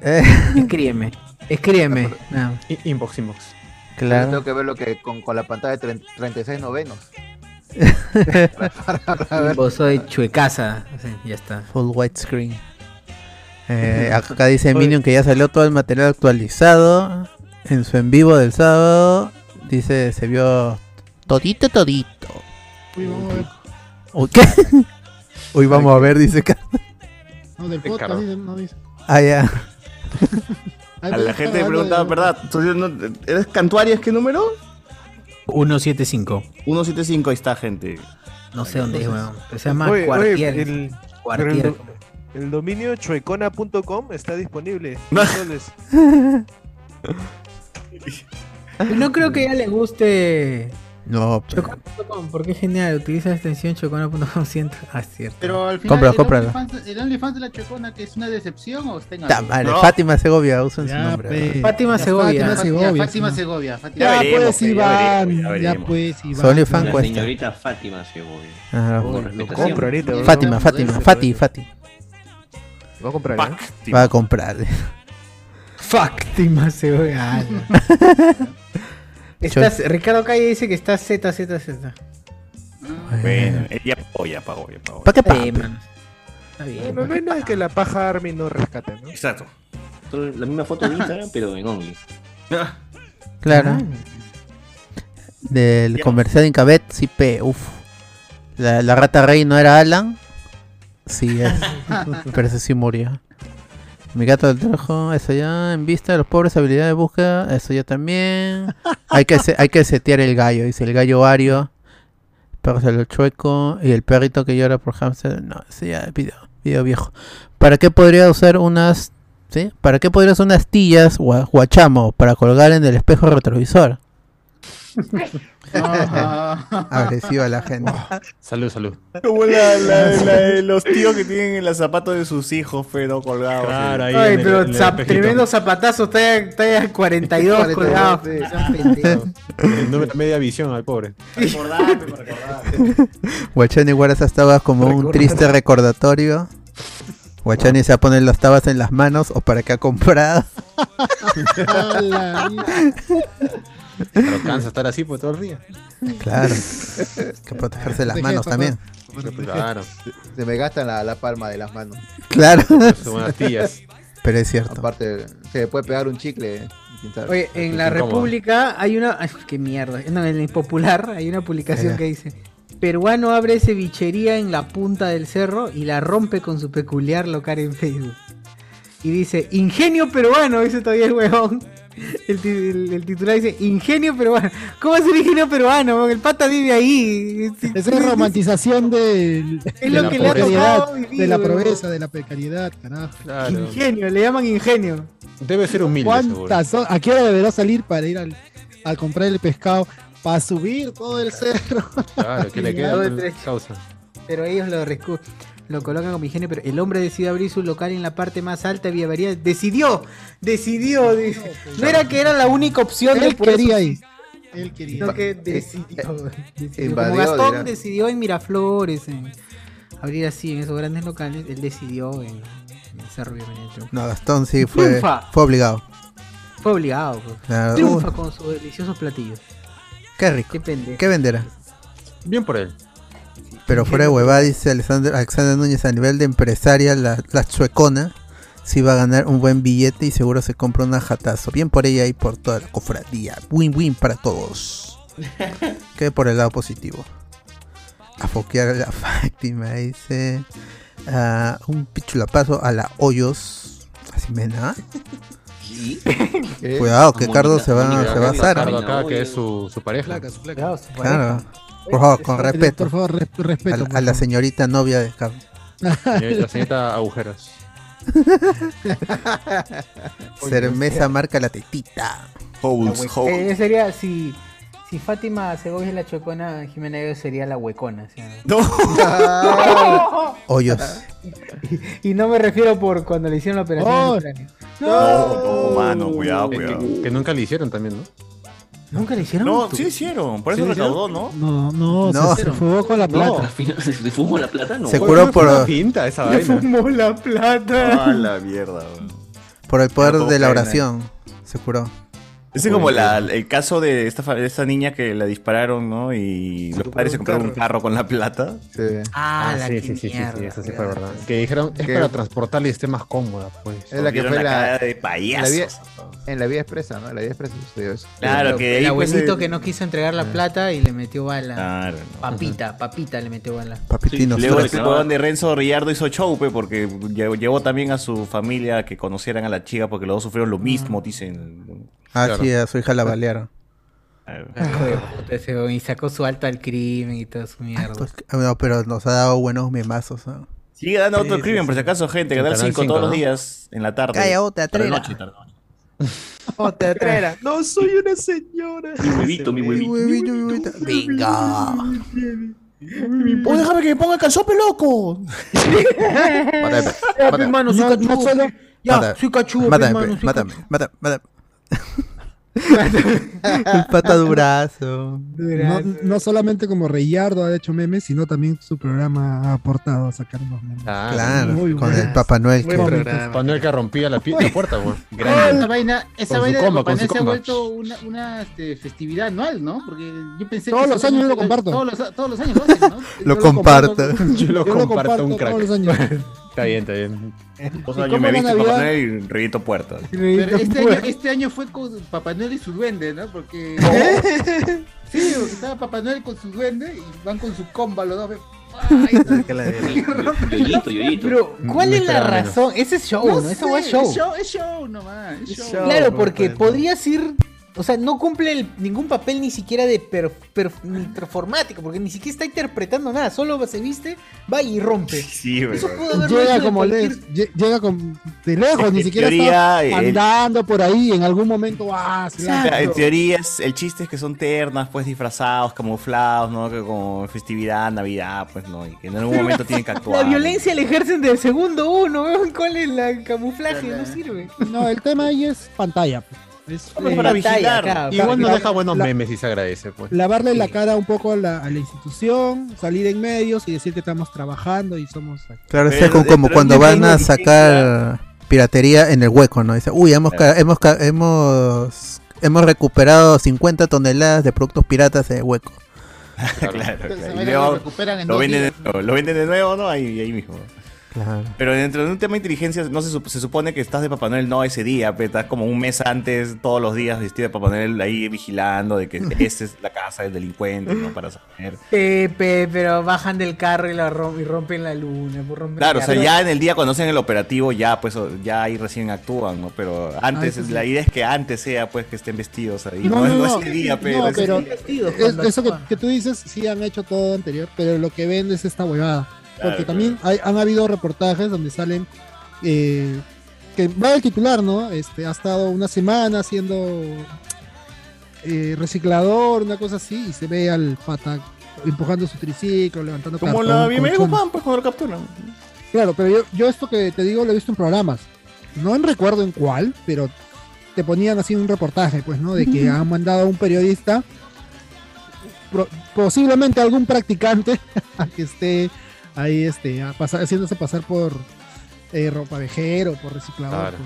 Speaker 5: Eh.
Speaker 1: Escríbeme, escríbeme. nada más.
Speaker 2: Inbox, inbox.
Speaker 16: Yo
Speaker 5: Claro.
Speaker 16: Tengo que ver lo que con, con la pantalla de tre- 36 novenos.
Speaker 1: Vos soy chuecasa, Sí, ya está.
Speaker 5: Full widescreen. Eh, acá dice Minion que ya salió todo el material actualizado. En su en vivo del sábado. Dice, se vio todito, todito.
Speaker 23: Uy, vamos a ver.
Speaker 5: Uy, ¿qué? Uy, vamos a ver, dice que...
Speaker 23: No, del
Speaker 4: Qué
Speaker 23: podcast,
Speaker 4: caro.
Speaker 23: dice, no dice.
Speaker 5: Ah, ya.
Speaker 23: Ahí
Speaker 4: A la
Speaker 23: está,
Speaker 4: gente me
Speaker 23: ahí
Speaker 4: preguntaba,
Speaker 23: está.
Speaker 4: ¿verdad? Entonces, ¿no- ¿Eres Cantuarias qué número?
Speaker 1: 175.
Speaker 4: 175, ahí está, gente.
Speaker 1: No sé dónde es, weón. Pero se llama
Speaker 4: más
Speaker 27: Oye, oye,
Speaker 1: Cuartier.
Speaker 27: el, pero el,
Speaker 1: Cuartier.
Speaker 27: do- el dominio chuecona.com está disponible. Soles.
Speaker 1: No creo que ya le guste
Speaker 5: No, pero-
Speaker 1: Chocona.com, porque es genial, utiliza la extensión chocona.com siento. Ah, cierto.
Speaker 3: Pero al final,
Speaker 5: Compra,
Speaker 3: el,
Speaker 5: cómprala.
Speaker 3: OnlyFans, el OnlyFans de la Chocona, que es una decepción, o está en
Speaker 5: Ta
Speaker 3: algo?
Speaker 5: madre, Fátima Segovia, usan su
Speaker 3: Ya,
Speaker 5: nombre.
Speaker 3: pe.
Speaker 1: Fátima
Speaker 3: Ya,
Speaker 1: Segovia.
Speaker 3: Fátima Segovia.
Speaker 1: Ya,
Speaker 3: Fátima
Speaker 1: sí.
Speaker 3: Segovia. Fátima
Speaker 1: Ya
Speaker 3: Segovia.
Speaker 1: veremos,
Speaker 3: pues,
Speaker 1: ya
Speaker 3: Iván,
Speaker 1: veremos, ya veremos.
Speaker 3: pues,
Speaker 5: Iván. Solo fan
Speaker 18: La
Speaker 5: cuesta.
Speaker 18: señorita Fátima Segovia.
Speaker 5: Ah,
Speaker 18: Con
Speaker 5: bueno,
Speaker 18: respetación.
Speaker 5: compro ahorita, bro. Fátima, Fátima, Fati, Fati.
Speaker 16: Voy a comprar.
Speaker 18: Fátima.
Speaker 5: Va a comprar.
Speaker 1: Fátima Segovia. ah, no. Estás- Ricardo Calle dice que está Z, Z, Z.
Speaker 4: Bueno, eh, ya pagó, ya pagó, ya pagó.
Speaker 5: ¿Para qué
Speaker 1: Está
Speaker 5: pa?
Speaker 1: bien, mano. Está bien.
Speaker 27: Lo menos es que la paja Army no rescate, ¿no?
Speaker 4: Exacto.
Speaker 18: La misma foto de Instagram, pero en Only.
Speaker 5: Claro. Del comercial de Incabet, sí, pe, uf. La, la rata rey no era Alan. Sí, es. pero ese sí murió. Mi gato del trabajo, eso ya. En vista de los pobres habilidades de búsqueda, eso ya también. Hay que, se- hay que setear el gallo, dice el gallo Ario. Perro se lo chueco. Y el perrito que llora por hamster. No, ese ya es video, video viejo. ¿Para qué podría usar unas. ¿Sí? ¿Para qué podrías usar unas tillas gua- guachamo para colgar en el espejo retrovisor?
Speaker 2: Ah.
Speaker 5: Agresiva la gente.
Speaker 2: Oh. Salud, salud.
Speaker 4: Como la, la, la de los tíos que tienen los zapatos de sus hijos, pero colgados. eh.
Speaker 2: Claro, ahí
Speaker 1: Ay, pero zap- tremendo zapatazo, está ya- está ya en 42 colgado. Son pendejos.
Speaker 2: No me da media visión al pobre.
Speaker 5: Ah. Guachani guarda esas tabas como un triste recordatorio Guachani se va a poner las tabas en las manos o para qué ha comprado.
Speaker 2: Pero cansa estar así por todo el día.
Speaker 5: Claro. Hay que protegerse las
Speaker 16: Protege,
Speaker 5: manos
Speaker 16: papá.
Speaker 5: también.
Speaker 16: Claro. Se, se me gasta la, la palma de las manos.
Speaker 5: Claro.
Speaker 16: Son astillas.
Speaker 5: Pero es cierto.
Speaker 16: Aparte, se le puede pegar un chicle. quién sabe.
Speaker 1: Oye, en la
Speaker 16: Incómodo.
Speaker 1: República hay una. Ay, qué mierda. No, en el Popular hay una publicación
Speaker 5: Ya.
Speaker 1: que dice: Peruano abre cevichería en la punta del cerro y la rompe con su peculiar local en Facebook. Y dice: Ingenio peruano, dice todavía el huevón. El, ti- el- el titular dice: Ingenio peruano. ¿Cómo es un ingenio peruano? huevón? El pata vive ahí.
Speaker 23: Esa es romantización del- de,
Speaker 1: Es lo
Speaker 23: la
Speaker 1: que le ha
Speaker 23: precariedad,
Speaker 1: tocado vivir,
Speaker 23: de la
Speaker 1: huevón.
Speaker 23: pobreza, de la precariedad, carajo.
Speaker 1: Ingenio, le llaman ingenio.
Speaker 2: Debe ser humilde,
Speaker 23: ¿Cuántas son? ¿A qué hora deberá salir para ir al, a comprar el pescado? Para subir todo el cerro.
Speaker 2: Claro, ¿qué le queda? Pues, Causa.
Speaker 1: Pero ellos lo recu- Lo colocan como higiene, pero el hombre decide abrir su local en la parte más alta de Vía María. Decidió, decidió. dice. No era que era la única opción
Speaker 23: Él
Speaker 1: por eso
Speaker 23: quería
Speaker 1: sí,
Speaker 23: ir. Él quería
Speaker 1: sino
Speaker 23: ir.
Speaker 1: que decidió. decidió.
Speaker 16: invadió,
Speaker 1: eh, Como Gastón
Speaker 16: dirá.
Speaker 1: decidió en Miraflores en abrir así en esos grandes locales, él decidió en, en el Cerro Vía María del Triunfo.
Speaker 5: No, Gastón sí fue,
Speaker 1: Triunfa.
Speaker 5: fue obligado.
Speaker 1: Fue obligado. pues.
Speaker 5: Claro.
Speaker 1: Triunfa
Speaker 5: Uy.
Speaker 1: con sus deliciosos platillos.
Speaker 5: uh. Qué rico.
Speaker 1: Qué pendejo.
Speaker 5: ¿Qué venderá?
Speaker 2: Bien por él.
Speaker 5: Pero fuera de huevada, dice Alexander, Alexander Núñez, a nivel de empresaria, la, la chuecona, sí va a ganar un buen billete y seguro se compra una jatazo. Bien por ella y por toda la cofradía. Win-win para todos. Que por el lado positivo. A foquear a la Fátima, dice. Ah, un pichulapazo a la Hoyos. Así me da. Cuidado, que Cardo se va, se va a asar.
Speaker 2: Cardo acá, que es su, su pareja.
Speaker 5: Claro. Por favor, con
Speaker 2: Por
Speaker 5: respeto.
Speaker 23: favor, res- respeto,
Speaker 5: A la-
Speaker 23: por
Speaker 5: A, la señorita novia de Cardo.
Speaker 2: Señorita, señorita Agujeros.
Speaker 5: Cerveza marca la tetita.
Speaker 1: La hue- eh, yo sería si, si Fátima Segovia es la chuecona, Jimena Gallo sería la huecona.
Speaker 4: ¡No!
Speaker 5: Hoyos.
Speaker 1: Y, y no me refiero por cuando le hicieron la operación. en el
Speaker 23: Oh.
Speaker 1: cráneo.
Speaker 4: No, no, mano, cuidado,
Speaker 2: Que-
Speaker 4: cuidado.
Speaker 2: Que, que nunca le hicieron también, ¿no?
Speaker 1: ¿Nunca le hicieron?
Speaker 4: No, sí hicieron, por eso
Speaker 2: ¿Sí le
Speaker 4: recaudó,
Speaker 2: hicieron?
Speaker 4: ¿no?
Speaker 23: No, no,
Speaker 5: No.
Speaker 23: se, se fugó con la
Speaker 5: No.
Speaker 23: plata.
Speaker 18: Al final, ¿Se se fumó la plata? No.
Speaker 5: Se curó por-
Speaker 2: Una pinta esa
Speaker 5: Le
Speaker 2: vaina.
Speaker 1: Fumó la plata.
Speaker 18: Ah,
Speaker 4: A Ah, la mierda, weón.
Speaker 5: Por el poder
Speaker 4: Pero todo
Speaker 5: de la
Speaker 4: cae en
Speaker 5: oración. Se curó.
Speaker 4: Ese es como la- el caso de esta, fa- de esta niña que la dispararon, ¿no? Y los padres se compraron un carro con la plata.
Speaker 2: Ah,
Speaker 4: la
Speaker 2: sí,
Speaker 4: que
Speaker 2: sí, sí, sí, sí,
Speaker 4: mierda,
Speaker 2: eso sí fue verdad. Que dijeron, es
Speaker 4: Que-
Speaker 2: para transportarle y esté más cómoda, pues.
Speaker 16: Es la que
Speaker 4: Dieron
Speaker 16: fue
Speaker 4: la
Speaker 16: la.
Speaker 4: cagada de payasos.
Speaker 16: en la vía- En la vía expresa, ¿no? En la vía expresa sucedió eso.
Speaker 4: Claro, que
Speaker 1: El
Speaker 4: ahí pues,
Speaker 1: abuelito
Speaker 4: eh,
Speaker 1: que no quiso entregar la plata y le metió bala.
Speaker 4: Claro, no.
Speaker 1: Papita, papita le metió bala.
Speaker 5: Papitino.
Speaker 4: Luego el huevón de Renzo Rillardo hizo show, pe, porque lle- llevó también a su familia a que conocieran a la chica porque los dos sufrieron lo mismo, dicen.
Speaker 5: Ah,
Speaker 4: Claro.
Speaker 5: sí, a su hija la balearon.
Speaker 1: Ah, Hijo de puta ese weón, Y sacó su alto al crimen y toda su mierda.
Speaker 5: Ah, No, pero nos ha dado buenos memazos. ¿no?
Speaker 4: Sigue dando
Speaker 5: Sí,
Speaker 4: otro
Speaker 5: sí,
Speaker 4: crimen, por si acaso, gente. Canal
Speaker 5: En Canal
Speaker 4: 5
Speaker 5: cinco,
Speaker 4: todos los
Speaker 5: ¿no?
Speaker 4: días en la tarde.
Speaker 5: Calla, otra,
Speaker 4: Tarde
Speaker 5: trera.
Speaker 4: noche, tarde noche.
Speaker 12: No soy una señora.
Speaker 18: Mi huevito, mi huevito.
Speaker 5: Venga.
Speaker 12: Pues déjame que me ponga el calzope, loco.
Speaker 5: Mátame,
Speaker 1: Ya,
Speaker 5: mátame.
Speaker 1: hermano, soy cachudo.
Speaker 5: Mátame,
Speaker 1: Ya, soy cachudo,
Speaker 5: Mátame,
Speaker 1: hermano,
Speaker 5: pe,
Speaker 1: soy
Speaker 5: mátame, mátame, mátame. El pata durazo.
Speaker 23: No, no solamente como Reyardo ha hecho memes, sino también su programa ha aportado a sacar unos memes.
Speaker 2: Ah,
Speaker 5: Claro,
Speaker 23: Muy
Speaker 5: con
Speaker 23: buenas.
Speaker 5: el Papá Noel.
Speaker 23: Muy
Speaker 5: que-
Speaker 23: buenas.
Speaker 2: Papá Noel que rompía la, pi- la puerta, güey.
Speaker 23: Grande.
Speaker 3: Ah, Esa vaina,
Speaker 2: Con
Speaker 3: esa
Speaker 2: su
Speaker 3: vaina de
Speaker 2: comba,
Speaker 3: Papá
Speaker 2: con su
Speaker 3: Noel se ha
Speaker 2: comba.
Speaker 3: vuelto una, una este, festividad anual, ¿no? Porque yo pensé
Speaker 23: Todos
Speaker 3: que
Speaker 23: los
Speaker 3: solo-
Speaker 23: años yo lo comparto.
Speaker 3: Todos los, todos los años lo hacen, ¿no?
Speaker 5: Lo comparto.
Speaker 2: Yo lo comparto un crack.
Speaker 23: todos los años.
Speaker 2: está bien, está bien.
Speaker 4: Dos
Speaker 3: ¿Y
Speaker 4: años
Speaker 3: cómo
Speaker 4: me
Speaker 3: la
Speaker 4: viste Papá
Speaker 3: Navidad?
Speaker 4: Noel y reviento puertas.
Speaker 3: Pero este, año, este año fue con Papá Noel y su duende, ¿no? Porque. Sí, porque estaba Papá Noel con su duende y van con su comba los dos. ve,
Speaker 18: Yoyito, yoyito.
Speaker 1: Pero, ¿cuál
Speaker 18: No
Speaker 1: es la
Speaker 18: esperaba menos.
Speaker 1: razón? Ese es show, ¿no?
Speaker 3: sé,
Speaker 1: Esa weá es show.
Speaker 3: Es show, es show nomás. es show.
Speaker 1: Claro, porque
Speaker 4: pues.
Speaker 1: podrías ir. O sea, no cumple el- ningún papel ni siquiera de per- per- ni performático, porque ni siquiera está interpretando nada, solo se viste, va y rompe.
Speaker 4: Sí, güey.
Speaker 1: Eso pudo haberlo hecho
Speaker 23: Llega
Speaker 1: de
Speaker 23: como
Speaker 1: cualquier-
Speaker 23: lejos, lle- llega con, de lejos, ni
Speaker 4: En
Speaker 23: siquiera
Speaker 4: teoría,
Speaker 23: está
Speaker 4: el-
Speaker 23: andando por ahí, en algún momento, ah, se
Speaker 4: O
Speaker 23: lanza.
Speaker 4: sea, en teoría, es- el chiste es que son ternas, pues disfrazados, camuflados, ¿no? Que como festividad, Navidad, pues no. Y que en algún momento tienen que
Speaker 1: La
Speaker 4: actuar.
Speaker 1: violencia la ejercen del segundo uno, weón. ¿Cuál es la el camuflaje? No sirve.
Speaker 23: No, el tema ahí es pantalla. pues.
Speaker 2: Es
Speaker 3: eh,
Speaker 2: eh,
Speaker 4: Vamos para
Speaker 23: batalla,
Speaker 4: vigilar.
Speaker 23: claro.
Speaker 2: Igual nos
Speaker 23: La-
Speaker 2: deja buenos
Speaker 23: la-
Speaker 2: memes y se agradece. Pues.
Speaker 23: Lavarle la cara un poco a la, a la institución, salir en medios y decir que estamos trabajando y somos...
Speaker 5: Claro, es como, como cuando van a sacar piratería en el hueco, ¿no? Dice, uy, hemos, ca- hemos, ca- hemos, hemos recuperado 50 toneladas de productos piratas en el hueco.
Speaker 4: Claro, claro.
Speaker 3: ahora
Speaker 4: Y
Speaker 3: lo
Speaker 4: luego
Speaker 3: recuperan en
Speaker 4: lo
Speaker 3: dos
Speaker 4: venden de
Speaker 3: días.
Speaker 4: nuevo, lo venden de nuevo, ¿no? Ahí, ahí mismo.
Speaker 5: Claro.
Speaker 4: Pero dentro de un tema de inteligencia, no se, sup- se supone que estás de Papá Noel no ese día, pero estás como un mes antes, todos los días vestido de Papá Noel ahí vigilando de que esta es la casa del delincuente, ¿no? Para saber.
Speaker 1: Pepe, pero bajan del carro y, la rom- y rompen la luna. pues, rompen
Speaker 4: Claro, o
Speaker 1: la
Speaker 4: sea,
Speaker 1: luna.
Speaker 4: ya en el día cuando hacen el operativo, ya pues o- ya ahí recién actúan, ¿no? Pero antes,
Speaker 23: Ah, eso sí.
Speaker 4: la idea es que antes sea pues que estén vestidos ahí. No,
Speaker 23: No, no,
Speaker 4: no
Speaker 23: no.
Speaker 4: ese día, pero.
Speaker 23: No,
Speaker 4: ese
Speaker 23: pero
Speaker 4: día.
Speaker 1: vestidos
Speaker 23: es-
Speaker 1: cuando
Speaker 23: eso que, que tú dices, sí han hecho todo anterior, pero lo que ven es esta huevada.
Speaker 4: Claro,
Speaker 23: porque también hay- han habido reportajes donde salen eh, que va el titular, ¿no? Este, ha estado una semana siendo eh, reciclador, una cosa así, y se ve al pata empujando su triciclo, levantando
Speaker 4: Como
Speaker 23: cartón,
Speaker 4: la bienvenida
Speaker 23: colchones.
Speaker 4: Juan, pues cuando lo capturan.
Speaker 23: Claro, pero yo, yo esto que te digo lo he visto en programas. No en recuerdo en cuál, pero te ponían así un reportaje, pues, ¿no? De que
Speaker 10: Ujú.
Speaker 23: han mandado a un periodista, pro- posiblemente algún practicante, a que esté ahí, este, a pasar- haciéndose pasar por eh, ropavejero, por reciclador.
Speaker 2: Claro.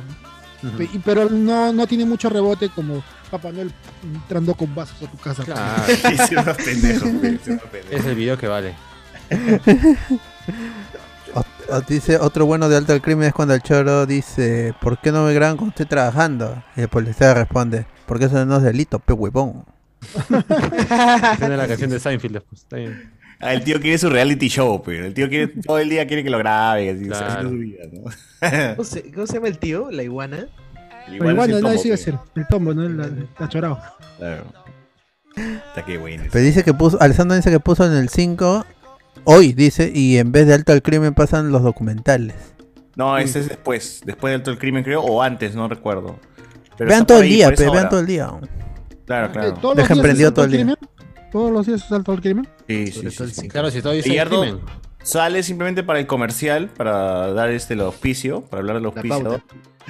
Speaker 23: por-
Speaker 2: Ujú.
Speaker 23: Pe- y- Pero no, no tiene mucho rebote como Papá Noel entrando con vasos a tu casa. pues.
Speaker 2: Claro.
Speaker 4: Sí, sí, unos pendejos, sí, sí, unos pendejos.
Speaker 2: Es el video que vale.
Speaker 5: O- o Ah, dice, otro bueno de alto al crimen es cuando el choro dice, ¿por qué no me graban cuando estoy trabajando? Y el policía responde, porque eso no es delito, pe huevón.
Speaker 2: Tiene la canción de Seinfeld después. Está bien.
Speaker 4: Ah, el tío quiere su reality show, pero el tío quiere todo el día quiere que lo grabe, así,
Speaker 2: Claro.
Speaker 4: haciendo su vida, ¿no?
Speaker 18: ¿Cómo se, cómo se llama el tío? ¿La iguana?
Speaker 4: Igual
Speaker 23: Pero
Speaker 4: es
Speaker 23: bueno,
Speaker 4: el
Speaker 23: no,
Speaker 4: tomo,
Speaker 23: eso iba a
Speaker 4: pe.
Speaker 23: ser, el tombo, ¿no? El, el achorado.
Speaker 4: Claro. Está que bueno.
Speaker 5: Pero dice que puso, Alessandro dice que puso en el 5, hoy dice, y en vez de alto al crimen pasan los documentales.
Speaker 4: No, ese es después, después del todo el crimen creo, o antes, no recuerdo. Pero
Speaker 5: vean
Speaker 4: está
Speaker 5: todo
Speaker 4: por
Speaker 5: el
Speaker 4: ahí,
Speaker 5: día,
Speaker 4: por esa
Speaker 5: pe, vean
Speaker 4: hora.
Speaker 5: todo el día.
Speaker 4: Claro, claro.
Speaker 23: Eh, Todos los
Speaker 5: Dejen
Speaker 23: días
Speaker 5: prendido
Speaker 23: es
Speaker 5: todo el
Speaker 23: alto
Speaker 5: día.
Speaker 23: crimen. Todos los días es alto el ¿eh? crimen.
Speaker 4: Sí, sí, sí, sí.
Speaker 2: Claro, si todo dice
Speaker 4: Gallardo
Speaker 2: crimen.
Speaker 4: sale simplemente para el comercial, para dar este el auspicio, para hablar del auspicio.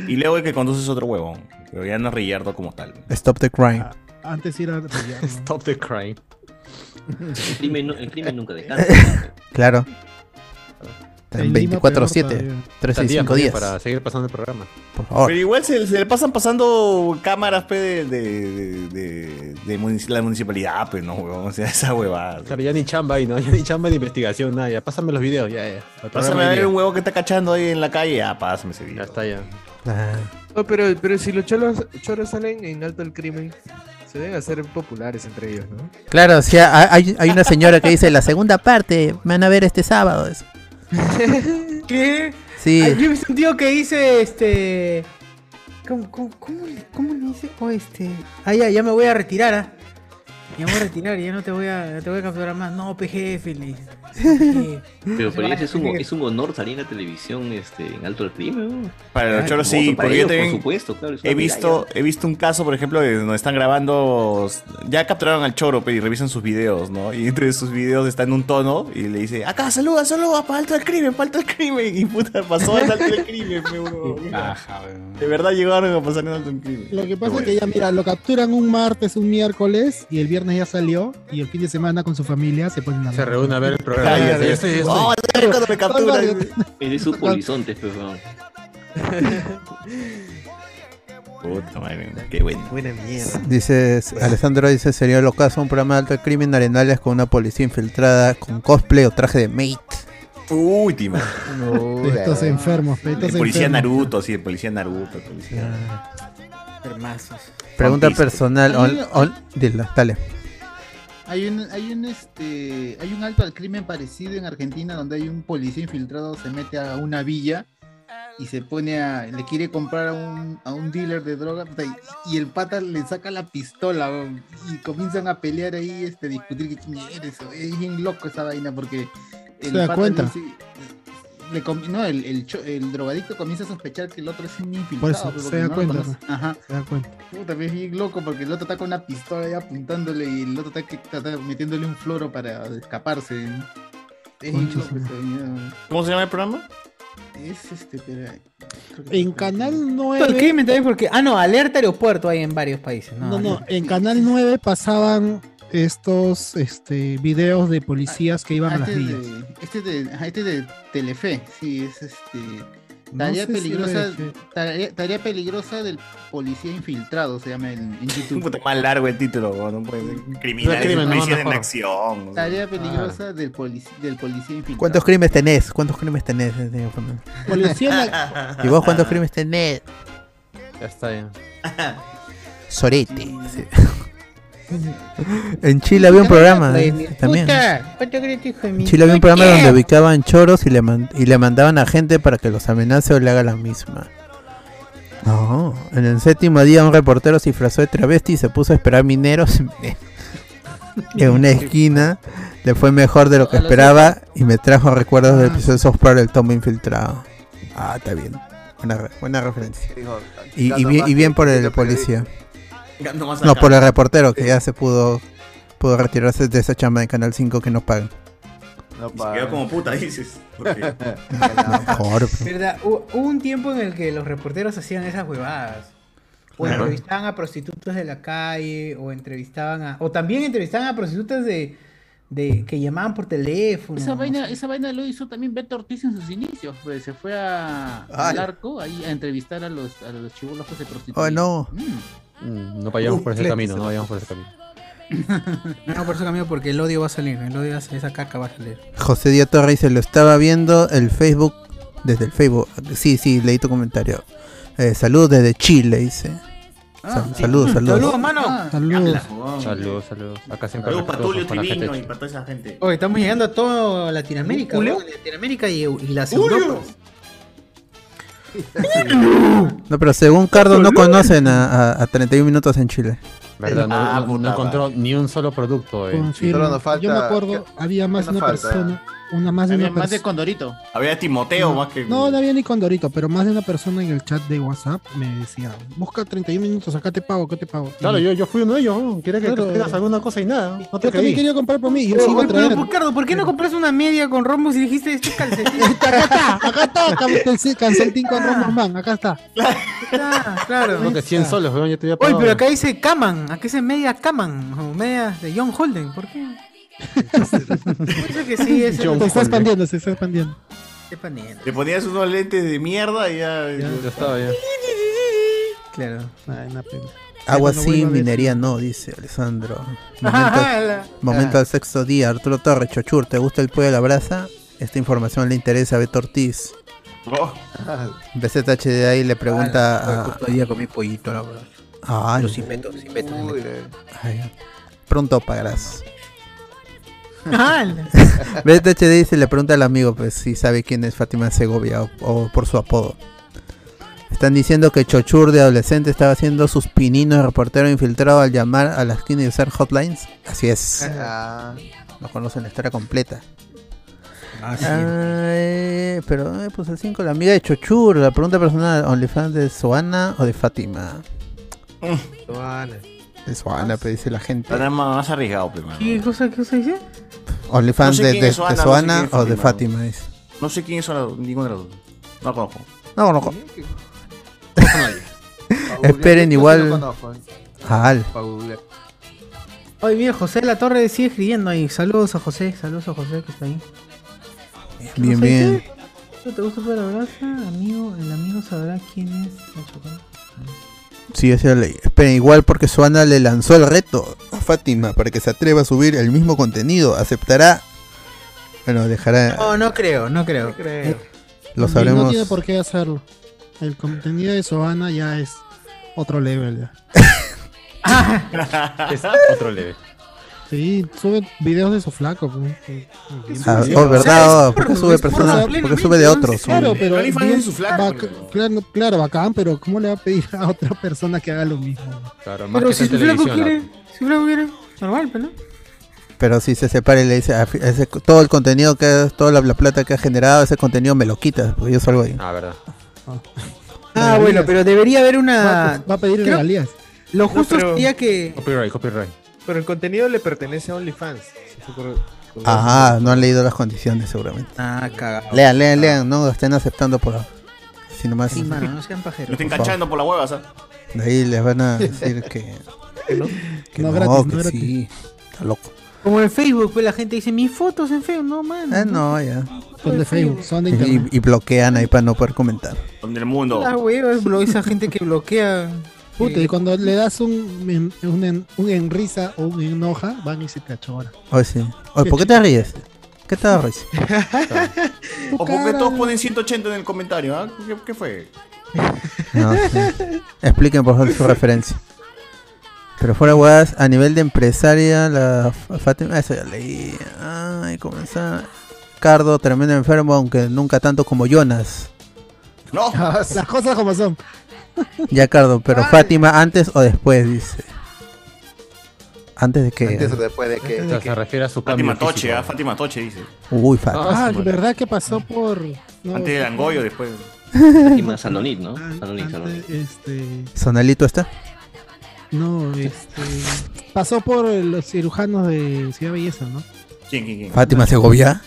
Speaker 4: Y luego el que conduce es otro huevón. Pero ya no es Rillardo como tal.
Speaker 5: Stop the crime.
Speaker 23: Antes ir a
Speaker 2: Stop the crime.
Speaker 7: El crimen, nu- el crimen nunca descansa.
Speaker 5: Claro.
Speaker 7: En
Speaker 5: En
Speaker 7: Lima
Speaker 5: 24-7,
Speaker 7: peor todavía.
Speaker 5: 365
Speaker 2: Tantía,
Speaker 5: días.
Speaker 2: Para seguir pasando el programa.
Speaker 5: Por favor.
Speaker 4: Pero igual se, se le pasan pasando cámaras pe, de, de, de- de- de munici- la municipalidad, pues no, huevón. O sea, esa huevada.
Speaker 2: Claro, ya ni chamba ahí, ¿no? Ya ni chamba ni investigación, nada. Ya pásame los videos, ya, ya. Al
Speaker 4: Pásame
Speaker 2: programa
Speaker 4: a
Speaker 2: del
Speaker 4: ver
Speaker 2: día.
Speaker 4: un huevo que está cachando ahí en la calle. Ah, pásame ese video. Ya
Speaker 2: está, ya.
Speaker 18: No, pero, pero si los cholos, choros salen en alto el crimen, se deben hacer populares entre ellos, ¿no?
Speaker 5: Claro, o sea, hay, hay una señora que dice, la segunda parte, me van a ver este sábado. eso".
Speaker 1: ¿Qué?
Speaker 5: Sí.
Speaker 1: Ay, yo he visto un tío que dice este. ¿Cómo, cómo, cómo, le- cómo le dice? Oh, este. Ah, ya, ya me voy a retirar, ¿ah? Ya me voy a retirar, ya no te voy a, te voy a capturar más. No, PGF, feliz.
Speaker 7: Pero para ellos es un, es un honor salir en la televisión este, en alto del crimen. ¿no?
Speaker 4: Para los
Speaker 7: Claro,
Speaker 4: choros
Speaker 7: hermoso,
Speaker 4: sí,
Speaker 7: para
Speaker 4: porque yo
Speaker 7: ellos,
Speaker 4: también
Speaker 7: Por supuesto, claro. es una
Speaker 4: he visto,
Speaker 7: medalla.
Speaker 4: he visto un caso, por ejemplo, de donde están grabando, ya capturaron al choro pe, y revisan sus videos, ¿no? Y entre sus videos está en un tono y le dice, "Ah, acá saluda, saluda, para alto del crimen, para alto del crimen. Y puta, pasó en alto del crimen, pe, huevón. De verdad llegaron a pasar en alto del crimen.
Speaker 23: Lo que pasa es que ya, mira, lo capturan un martes, un miércoles, y el viernes ya salió, y el fin de semana con su familia se ponen a
Speaker 2: Se reúne a ver el programa. este,
Speaker 4: Ay,
Speaker 2: Ya,
Speaker 4: ay,
Speaker 2: ya
Speaker 4: ay.
Speaker 2: estoy, ya estoy.
Speaker 4: Oh,
Speaker 23: Claro,
Speaker 4: cuando me capturan.
Speaker 7: Es de sus polizontes, pues, weón.
Speaker 4: Puta madre, qué bueno.
Speaker 18: Buena mierda.
Speaker 5: Dice, Alessandro dice, sería el ocaso un programa de alto crimen arenales con una policía infiltrada con cosplay o traje de mate.
Speaker 4: Uy, Tima.
Speaker 23: De estos enfermos, de estos
Speaker 4: El policía
Speaker 23: enfermos.
Speaker 4: Naruto, sí, el policía Naruto, el policía.
Speaker 3: Ah,
Speaker 1: Hermasos.
Speaker 5: Pregunta
Speaker 4: Fantástico.
Speaker 5: personal, on, on- dila, dale.
Speaker 3: Hay un, hay un este, hay un alto al crimen parecido en Argentina donde hay un policía infiltrado se mete a una villa y se pone a, le quiere comprar a un, a un dealer de droga puta, y, y el pata le saca la pistola weón, y comienzan a pelear ahí, este, discutir que quién eres, o- es bien loco esa vaina porque el
Speaker 23: Se da
Speaker 3: pata
Speaker 23: cuenta.
Speaker 3: le dice- le com- no, el, el cho- el drogadicto comienza a sospechar que el otro es un infiltrado.
Speaker 23: Por eso,
Speaker 3: pues,
Speaker 23: se
Speaker 3: porque
Speaker 23: da
Speaker 3: no lo
Speaker 23: cuenta.
Speaker 3: conoce. Ajá.
Speaker 23: Se da cuenta.
Speaker 3: Puta, es bien loco porque el otro está con una pistola ahí apuntándole y el otro está, que- está- está metiéndole un floro para escaparse. Es bien
Speaker 4: Concha,
Speaker 3: loco ese video.
Speaker 4: ¿Cómo se llama el programa?
Speaker 3: Es este, espera,
Speaker 23: En Canal 9.
Speaker 1: El crimen también porque. Ah, no, alerta aeropuerto hay en varios países.
Speaker 23: No, no, en Canal 9 pasaban estos este, videos de policías que iban
Speaker 3: Ah,
Speaker 23: a las
Speaker 3: este,
Speaker 23: villas.
Speaker 3: de, este, de, ajá, este de Telefe, sí, es este.
Speaker 23: No sé
Speaker 3: Tarea
Speaker 23: si
Speaker 3: peligrosa,
Speaker 23: lo he
Speaker 3: tarea, tarea peligrosa del policía infiltrado, se llama en, en
Speaker 4: Un
Speaker 3: YouTube.
Speaker 4: puto más largo el título, bro, no puede ser. Criminales,
Speaker 3: crimen, no,
Speaker 4: policías en
Speaker 3: mejor.
Speaker 4: acción.
Speaker 23: Ah.
Speaker 3: Tarea peligrosa del, polic- del policía infiltrado.
Speaker 5: Ah. ¿Cuántos crímenes tenés? ¿Cuántos crímenes tenés? ¿Y vos cuántos crímenes tenés?
Speaker 2: Ya está bien.
Speaker 5: Sorete. Sí. En Chile había un programa
Speaker 1: Pues,
Speaker 5: ¿eh?
Speaker 1: mi
Speaker 5: también.
Speaker 1: puta, ¿cuánto crees, hijo de mi
Speaker 5: En Chile había un programa
Speaker 1: puta?
Speaker 5: donde ubicaban choros y le, man- y le mandaban a gente para que los amenace o le haga la misma. No, en el séptimo día un reportero se disfrazó de travesti y se puso a esperar mineros en una esquina. Le fue mejor de lo que esperaba y me trajo recuerdos del episodio de software del tomo infiltrado. Ah, está bien. Buena, re- buena referencia. Y, y bien, y bien por el policía.
Speaker 4: Ganó más
Speaker 5: No,
Speaker 4: acá.
Speaker 5: por el reportero que ya se pudo, pudo retirarse de esa chamba de Canal 5 que no pagan.
Speaker 4: Y se quedó como puta, dices. porque-
Speaker 5: Mejor.
Speaker 1: Verdad, hu- Hubo un tiempo en el que los reporteros hacían esas huevadas. O
Speaker 5: Claro.
Speaker 1: entrevistaban a prostitutas de la calle, o entrevistaban a. O también entrevistaban a prostitutas de. de que llamaban por teléfono.
Speaker 3: Esa vaina, esa vaina lo hizo también Beto Ortiz en sus inicios, pues se fue a, al arco ahí a entrevistar a los, a los chibolos que se prostituían.
Speaker 5: Oh, no. Uh,
Speaker 2: Mm, No vayamos por ese
Speaker 1: Uf,
Speaker 2: camino,
Speaker 1: se
Speaker 2: no
Speaker 1: la
Speaker 2: vayamos por ese camino.
Speaker 1: No, por eso cambió, porque el odio va a salir. El odio, esa caca va a salir.
Speaker 5: José Díaz Torres se lo estaba viendo el Facebook, desde el Facebook. Sí, sí, leí tu comentario. Eh, saludos desde Chile, dice. Sa- Saludos, saludos.
Speaker 4: Ah,
Speaker 1: mano.
Speaker 23: Saludos.
Speaker 2: Saludos, saludos. Acá siempre
Speaker 4: Saludos para Tulio
Speaker 2: respetuosos con la
Speaker 4: Trivino y
Speaker 2: gente.
Speaker 4: para toda esa gente.
Speaker 1: Oye, estamos llegando a toda Latinoamérica.
Speaker 4: ¿Julio?
Speaker 1: weón, Latinoamérica y, y las
Speaker 4: ¡Julio!
Speaker 1: Europas.
Speaker 5: No, pero según Cardo no conocen a, a- a 31 minutos en Chile.
Speaker 2: Verdad, no,
Speaker 16: Ah,
Speaker 2: no- no
Speaker 16: puta
Speaker 2: encontró ni un solo producto. eh.
Speaker 23: Confirmo.
Speaker 16: Solo nos falta-
Speaker 23: Yo me acuerdo,
Speaker 16: ¿qué-
Speaker 23: había más
Speaker 16: qué
Speaker 23: de
Speaker 16: nos
Speaker 23: una
Speaker 16: falta?
Speaker 23: persona. Una más de
Speaker 3: Había
Speaker 23: una
Speaker 3: más de
Speaker 23: persona.
Speaker 3: Condorito.
Speaker 4: Había Timoteo más que.
Speaker 23: No, no había ni Condorito, pero más de una persona en el chat de WhatsApp me decía, busca 31 minutos, acá te pago, acá te pago. Y
Speaker 2: Claro, yo, yo fui uno de ellos. ¿no? Quería que
Speaker 23: Claro.
Speaker 2: te digas alguna cosa y nada. No te
Speaker 23: yo también
Speaker 2: creí.
Speaker 23: quería comprar por mí, yo sí
Speaker 1: Oye,
Speaker 23: iba a
Speaker 1: oye,
Speaker 23: traer.
Speaker 1: pero, Ricardo, ¿por qué no compras una media con rombos y dijiste este calcetín?
Speaker 23: Acá está, acá está el calcetín con Roman Man, acá está.
Speaker 1: Ah, claro.
Speaker 2: Creo que 100 soles, weón, yo te había
Speaker 1: Oye,
Speaker 2: pagado.
Speaker 1: pero acá dice Kaman, acá dice media Kaman, o media de John Holden, ¿por qué? Parece que sí, es
Speaker 23: se está expandiendo, se está expandiendo.
Speaker 4: Te ponías unos lentes de mierda y ya.
Speaker 2: Ya estaba ya.
Speaker 1: Claro.
Speaker 5: Agua
Speaker 23: Bueno,
Speaker 5: sí,
Speaker 23: vuelvo a ver.
Speaker 5: minería no, dice Alessandro.
Speaker 1: Ajá,
Speaker 5: Momento,
Speaker 1: la-
Speaker 2: Ah.
Speaker 5: momento al sexto día. Arturo Torres, Chochur, ¿te gusta el pollo a la brasa? Esta información le interesa a Beto Ortiz. BZH Ah, de ahí le pregunta
Speaker 1: Ah,
Speaker 5: a...
Speaker 1: justo hoy día comí pollito, la verdad.
Speaker 5: Ah,
Speaker 1: Yo
Speaker 5: no.
Speaker 1: sin meto, sin meto, sin meto.
Speaker 5: Ay, Pronto pagarás.
Speaker 1: ¡Hala!
Speaker 5: BTHD dice, le pregunta al amigo pues, si sabe quién es Fátima Segovia o, o por su apodo. Están diciendo que Chochur de adolescente estaba haciendo sus pininos de reportero infiltrado al llamar a la esquina y usar hotlines. Así es.
Speaker 1: Ah,
Speaker 5: No conocen la historia completa. Ah, eh, pero eh, pues el 5, la amiga de Chochur, la pregunta personal, ¿OnlyFans de Soana o de Fátima? De Soana, pero dice la gente.
Speaker 4: Ahora es más más arriesgado, primero.
Speaker 1: ¿Qué cosa, qué cosa dice?
Speaker 5: ¿OnlyFans
Speaker 4: No sé
Speaker 5: de,
Speaker 4: quién
Speaker 5: de-
Speaker 4: es Soana,
Speaker 5: de
Speaker 4: no sé
Speaker 5: Soana
Speaker 4: quién es
Speaker 5: o de
Speaker 4: Fátima.
Speaker 5: Fátima? dice.
Speaker 4: No sé quién es ahora ninguno de los dos. No conozco.
Speaker 5: No conozco.
Speaker 16: Yo
Speaker 5: Esperen
Speaker 16: sí
Speaker 5: igual.
Speaker 16: lo conozco, eh.
Speaker 5: Al.
Speaker 16: Pa' googlear.
Speaker 1: Oye, mira, José La Torre sigue escribiendo ahí. Saludos a José, saludos a José que está ahí.
Speaker 5: Bien, bien.
Speaker 1: ¿No ¿Te gusta para la brasa? Ah, Amigo, el amigo sabrá quién es.
Speaker 5: Sí, esa es la ley. Esperen igual porque Suana le lanzó el reto a Fátima para que se atreva a subir el mismo contenido. ¿Aceptará? Bueno, dejará.
Speaker 1: Oh, No, no creo, no creo. Eh,
Speaker 5: Lo
Speaker 23: No
Speaker 5: sabremos.
Speaker 23: tiene por qué hacerlo. El contenido de Soana ya es otro level ya.
Speaker 2: Es otro leve.
Speaker 23: Sí, sube videos de esos flacos. pues.
Speaker 5: Ah,
Speaker 23: Sí.
Speaker 5: oh, ¿verdad?
Speaker 23: Es
Speaker 5: ¿Por qué
Speaker 23: porno,
Speaker 5: sube
Speaker 23: es porno
Speaker 5: personas?
Speaker 23: plenamente,
Speaker 5: ¿Por qué sube de otros?
Speaker 23: Claro,
Speaker 5: Sí.
Speaker 23: pero.
Speaker 4: OnlyFans
Speaker 23: bien
Speaker 4: es su flaco,
Speaker 23: bac-
Speaker 4: pero-
Speaker 23: claro, claro, bacán, pero ¿cómo le va a pedir a otra persona que haga lo mismo?
Speaker 2: Claro, más
Speaker 1: Pero
Speaker 2: que
Speaker 1: si
Speaker 2: está
Speaker 1: tu
Speaker 2: en
Speaker 1: flaco
Speaker 2: televisión.
Speaker 1: quiere, si tu flaco quiere, normal, pero no.
Speaker 5: Pero si se separa y le dice, "Ah, fi- ese- todo el contenido que toda la, la plata que ha generado, ese contenido me lo quitas, porque yo salgo ahí.
Speaker 2: Ah, verdad.
Speaker 1: Ah, bueno, pero debería haber una.
Speaker 23: Va a pedir
Speaker 1: Creo-
Speaker 23: regalías.
Speaker 1: Lo justo
Speaker 18: pero-
Speaker 1: sería que.
Speaker 2: Copyright, copyright.
Speaker 18: Pero el contenido le pertenece a OnlyFans. Se ocurre-
Speaker 5: Ajá, no han leído las condiciones seguramente.
Speaker 1: Ah, cagado.
Speaker 5: Lean, lean, lean, no estén aceptando por ahora. si nomás.
Speaker 19: Sí, mano, no sean pajeros.
Speaker 4: Me está
Speaker 5: por
Speaker 4: enganchando por la hueva, ¿sabes?
Speaker 5: favor. De ahí les van a decir que.
Speaker 4: no?
Speaker 5: que
Speaker 1: No,
Speaker 5: no,
Speaker 1: gratis, no,
Speaker 5: que
Speaker 1: gratis.
Speaker 5: sí. Está loco.
Speaker 1: Como en Facebook, pues la gente dice, mis fotos en Facebook, no, man.
Speaker 5: Ah, no, ya.
Speaker 1: Son de Facebook, son de
Speaker 5: Y,
Speaker 1: internet.
Speaker 5: y bloquean ahí para no poder comentar.
Speaker 4: Donde el mundo.
Speaker 1: Ah, güey, es blo- esa gente que bloquea.
Speaker 23: Puta,
Speaker 1: Eh,
Speaker 23: y cuando le das un, en- un, en- un enrisa o un enoja, van y se te achoran.
Speaker 5: Oye, sí. Oye, ¿por qué te ríes? ¿Qué te ríes?
Speaker 4: O porque
Speaker 23: cara.
Speaker 4: todos ponen 180 en el comentario, ¿ah? ¿Qué, qué fue?
Speaker 5: No, sí. Expliquen por favor su referencia. Pero fuera guadas, a nivel de empresaria, la F- Fátima, eso ya leí. Ay, comenzar. Cardo, tremendo enfermo, aunque nunca tanto como Jonas.
Speaker 4: No,
Speaker 23: las cosas como son.
Speaker 5: Ya, Cardo, pero Fátima antes o después, dice. Antes de que.
Speaker 16: Antes o después de que.
Speaker 5: Antes de que-
Speaker 2: Se refiere a su cambio
Speaker 4: Fátima Toche,
Speaker 2: físico.
Speaker 4: ¿ah? Fátima Toche dice.
Speaker 5: Uy, Fátima.
Speaker 23: Ah, de verdad que pasó por. no,
Speaker 4: Antes del Angoyo, después.
Speaker 7: Y más Sanonit, ¿no? Sanonit, Sanonit.
Speaker 23: Ah, Este.
Speaker 5: ¿Sonalito está?
Speaker 23: No, este. Pasó por los cirujanos de Ciudad Belleza, ¿no?
Speaker 4: ¿Quién, quién, quién?
Speaker 5: Fátima Segovia.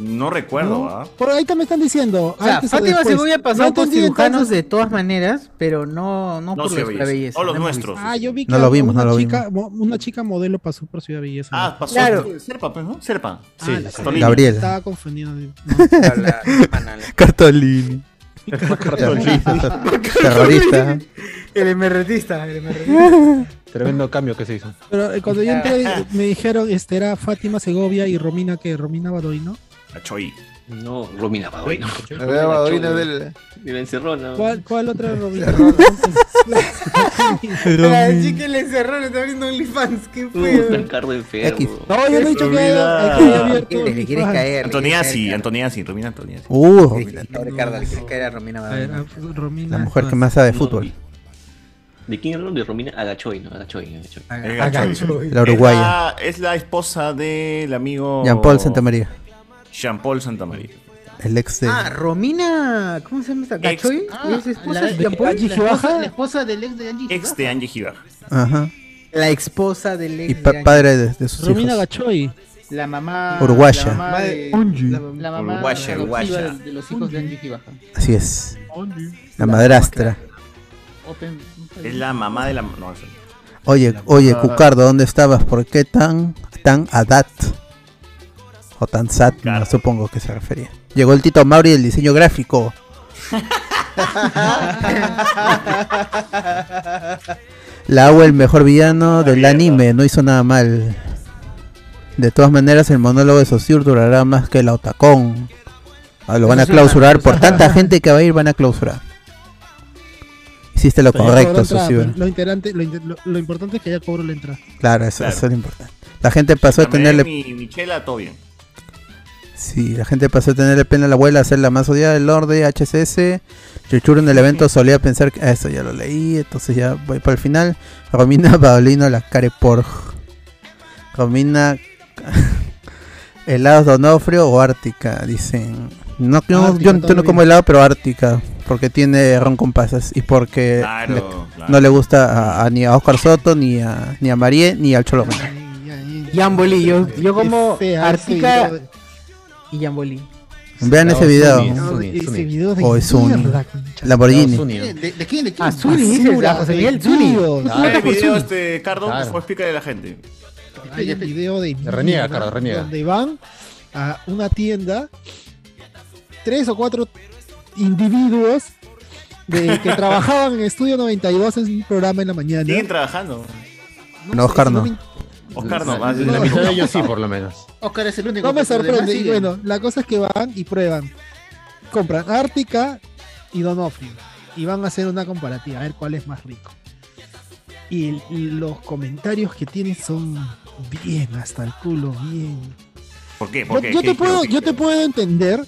Speaker 4: No recuerdo, ¿ah?
Speaker 23: Por ahí también están diciendo.
Speaker 1: O sea,
Speaker 23: antes
Speaker 1: Fátima
Speaker 23: después.
Speaker 1: Segovia pasó
Speaker 23: No
Speaker 1: por
Speaker 23: entendí
Speaker 1: cirujanos
Speaker 23: entonces-
Speaker 1: de todas maneras, pero no, no, por nuestra belleza.
Speaker 4: O los
Speaker 1: no hemos
Speaker 4: nuestros.
Speaker 1: visto.
Speaker 23: Ah, yo vi que
Speaker 5: No lo vimos,
Speaker 23: una
Speaker 5: Pues no lo
Speaker 23: chica, mo- Una chica modelo pasó por Ciudad Belleza.
Speaker 4: Ah, pasó.
Speaker 1: Claro.
Speaker 4: Serpa, pues, ¿no? Serpa.
Speaker 23: Ah,
Speaker 4: Sí,
Speaker 23: la-
Speaker 4: Tolima.
Speaker 5: Gabriela.
Speaker 23: Estaba confundido. ¿no?
Speaker 5: Cartolini.
Speaker 2: Cartolini.
Speaker 5: Terrorista.
Speaker 1: El emerretista, el emerretista.
Speaker 2: Tremendo cambio que se hizo.
Speaker 23: Pero eh, cuando yo entré me dijeron este era Fátima Segovia y Romina que Romina Badoy, ¿no?
Speaker 4: La Choi.
Speaker 7: No, Romina Badoy.
Speaker 16: La de Badalona del-
Speaker 7: De la encerrona.
Speaker 23: ¿Cuál, cuál otra Romina?
Speaker 1: La chica le encerró, le está abriendo OnlyFans. ¿Qué
Speaker 7: Puta,
Speaker 1: fue?
Speaker 7: el carro enfermo.
Speaker 23: No, yo no he dicho que haya- que haya abierto.
Speaker 1: Le quieres caer.
Speaker 4: Antoniazzi, Antoniazzi, Romina Antoniazzi.
Speaker 5: Uh, Romina.
Speaker 1: Pobre Carla, le quieres caer a Romina
Speaker 23: A ver,
Speaker 1: Badalona.
Speaker 23: ah, Romina.
Speaker 5: La mujer que más sabe de fútbol.
Speaker 7: ¿De quién hablan? De Romina Agachoy, ¿no? Agachoy, Agachoy.
Speaker 4: El Gachoy.
Speaker 5: La uruguaya.
Speaker 4: Es la, es la esposa del amigo.
Speaker 5: Jean-Paul Santamaría.
Speaker 4: Jean Paul Santamaría.
Speaker 5: El ex de.
Speaker 1: Ah, Romina. ¿Cómo se llama esta? ¿Gachoy? ¿Es esposa
Speaker 3: la-
Speaker 1: de Jean Paul?
Speaker 3: Angie Gibaja.
Speaker 25: La esposa del ex de Angie
Speaker 4: Ex de Angie Gibar.
Speaker 5: Ajá.
Speaker 1: La esposa del ex
Speaker 5: Y
Speaker 1: de
Speaker 5: pa-
Speaker 1: Angie.
Speaker 5: padre de, de sus
Speaker 23: Romina
Speaker 5: hijos.
Speaker 23: Gachoy.
Speaker 3: La mamá.
Speaker 5: Uruguaya.
Speaker 3: La mamá de, la, la mamá
Speaker 4: Uruguaya,
Speaker 3: adoptiva
Speaker 4: uruguaya.
Speaker 3: de- de los hijos de Angie Gibaja.
Speaker 5: Así es. La madrastra.
Speaker 3: Open.
Speaker 4: Es la mamá de la. No, eso no.
Speaker 5: Oye, oye, Cucardo, ¿dónde estabas? ¿Por qué tan, tan adat? O tan sat, no supongo que se refería. Llegó el Tito Mauri del diseño gráfico. La agua, el mejor villano del anime, no hizo nada mal. De todas maneras, el monólogo de Sosur durará más que el otacón. Ah, lo van a
Speaker 1: Eso sí, mano,
Speaker 5: clausurar,
Speaker 1: o
Speaker 5: por
Speaker 1: sea-
Speaker 5: tanta gente que va a ir, van a clausurar. Hiciste lo
Speaker 23: Pero ya
Speaker 5: correcto,
Speaker 23: cobró entrada,
Speaker 5: Sosur.
Speaker 23: pero Lo, pues. interante- lo, inter- lo- lo importante es que ya cobró la entrada.
Speaker 5: Claro, eso,
Speaker 4: Claro.
Speaker 5: eso es lo importante. La gente pasó de
Speaker 4: También
Speaker 5: tenerle,
Speaker 4: Mi Michela, todo bien.
Speaker 5: sí, la gente pasó de tenerle pena a la abuela a ser la más odiada del Lord de HCS. Chuchuro en el evento solía pensar que ah, eso ya lo leí, entonces ya voy para el final. Romina Paulino la care por Romina helados de Onofrio o Ártica, dicen. No, no,
Speaker 23: Ártica,
Speaker 5: yo no- yo
Speaker 23: todo
Speaker 5: no como
Speaker 23: bien.
Speaker 5: helado, pero Ártica, porque tiene ron con pasas y porque
Speaker 4: Claro,
Speaker 5: le-
Speaker 4: claro.
Speaker 5: no le gusta a- a- ni a Oscar Soto, ni a, ni a Marie, ni al Cholo. Román.
Speaker 1: Yamboli, yo, yo como
Speaker 23: Ese ha
Speaker 1: Artica
Speaker 23: sido-
Speaker 1: y Yamboli.
Speaker 5: Vean ese video.
Speaker 23: Ese video de
Speaker 5: O es un
Speaker 23: mierda, concha.
Speaker 5: Lamborghini.
Speaker 3: ¿De, de quién? ¿De quién?
Speaker 1: Ah, Zuni, dices,
Speaker 23: Basura,
Speaker 1: a José Miguel Zuni.
Speaker 23: vendido.
Speaker 1: No,
Speaker 4: Ah, el
Speaker 1: por
Speaker 4: video,
Speaker 1: Zuni.
Speaker 4: este, Cardo,
Speaker 2: Claro.
Speaker 4: después explica de la gente.
Speaker 23: Hay un video de mierda
Speaker 2: Reniega, Carlos, reniega.
Speaker 23: donde van a una tienda tres o cuatro individuos de, que trabajaban en Estudio 92 en un programa en la mañana.
Speaker 4: Siguen trabajando.
Speaker 5: No, Oscar no.
Speaker 4: Oscar no,
Speaker 2: La,
Speaker 4: más de la
Speaker 2: mitad
Speaker 4: mitad.
Speaker 2: de ellos sí, por lo menos.
Speaker 3: Oscar es el único. pues,
Speaker 23: No me
Speaker 3: los demás
Speaker 23: sorprende. Y
Speaker 3: siguen.
Speaker 23: bueno, la cosa es que van y prueban. Compran Ártica y Donofrio. Y van a hacer una comparativa, a ver cuál es más rico. Y y los comentarios que tienen son bien hasta el culo, bien.
Speaker 4: ¿Por qué?
Speaker 23: Yo,
Speaker 4: ¿Por qué?
Speaker 23: yo
Speaker 4: ¿Qué-
Speaker 23: te
Speaker 4: qué
Speaker 23: puedo, yo
Speaker 4: opinas?
Speaker 23: te puedo entender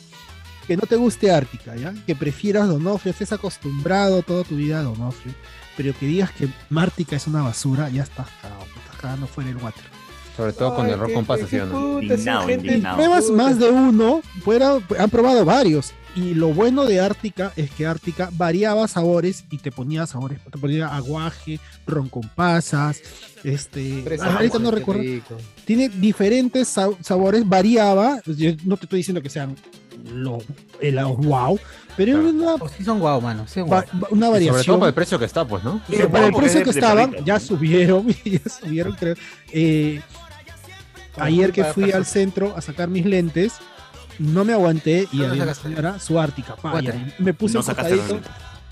Speaker 23: que no te guste Ártica, ¿ya? Que prefieras Donofrio, estés acostumbrado toda tu vida a Donofrio. Pero que digas que Mártica es una basura, ya estás cagado, te estás cagando fuera del water.
Speaker 2: Sobre todo con el rock con pasas, ¿sí o no?
Speaker 4: Indignado,
Speaker 23: En
Speaker 4: indignado.
Speaker 23: pruebas más de uno, fuera- han probado varios. Y lo bueno de Ártica es que Ártica variaba sabores y te ponía sabores. Te ponía aguaje, ron con pasas, este.
Speaker 3: Fresa,
Speaker 23: ah, ahorita
Speaker 3: amor,
Speaker 23: no
Speaker 3: qué
Speaker 23: recuerdo.
Speaker 3: rico.
Speaker 23: pues Tiene diferentes sa- sabores, variaba. Yo no te estoy diciendo que sean los, eh, los wow, pero era una,
Speaker 1: Sí son guau, mano. Sí son guau.
Speaker 23: va- va- una
Speaker 2: Y sobre todo
Speaker 23: variación.
Speaker 2: por el precio que está, pues, ¿no?
Speaker 23: Eh, para el precio que estaban, ya subieron, ya subieron, creo. Eh, ayer que fui al centro a sacar mis lentes, no me aguanté y
Speaker 2: ¿Dónde
Speaker 23: había una
Speaker 2: sacaste?
Speaker 23: señora, su ártica, pa,
Speaker 2: Guate.
Speaker 23: ya, y me puse
Speaker 2: No
Speaker 23: un
Speaker 2: sacaste los
Speaker 23: costadito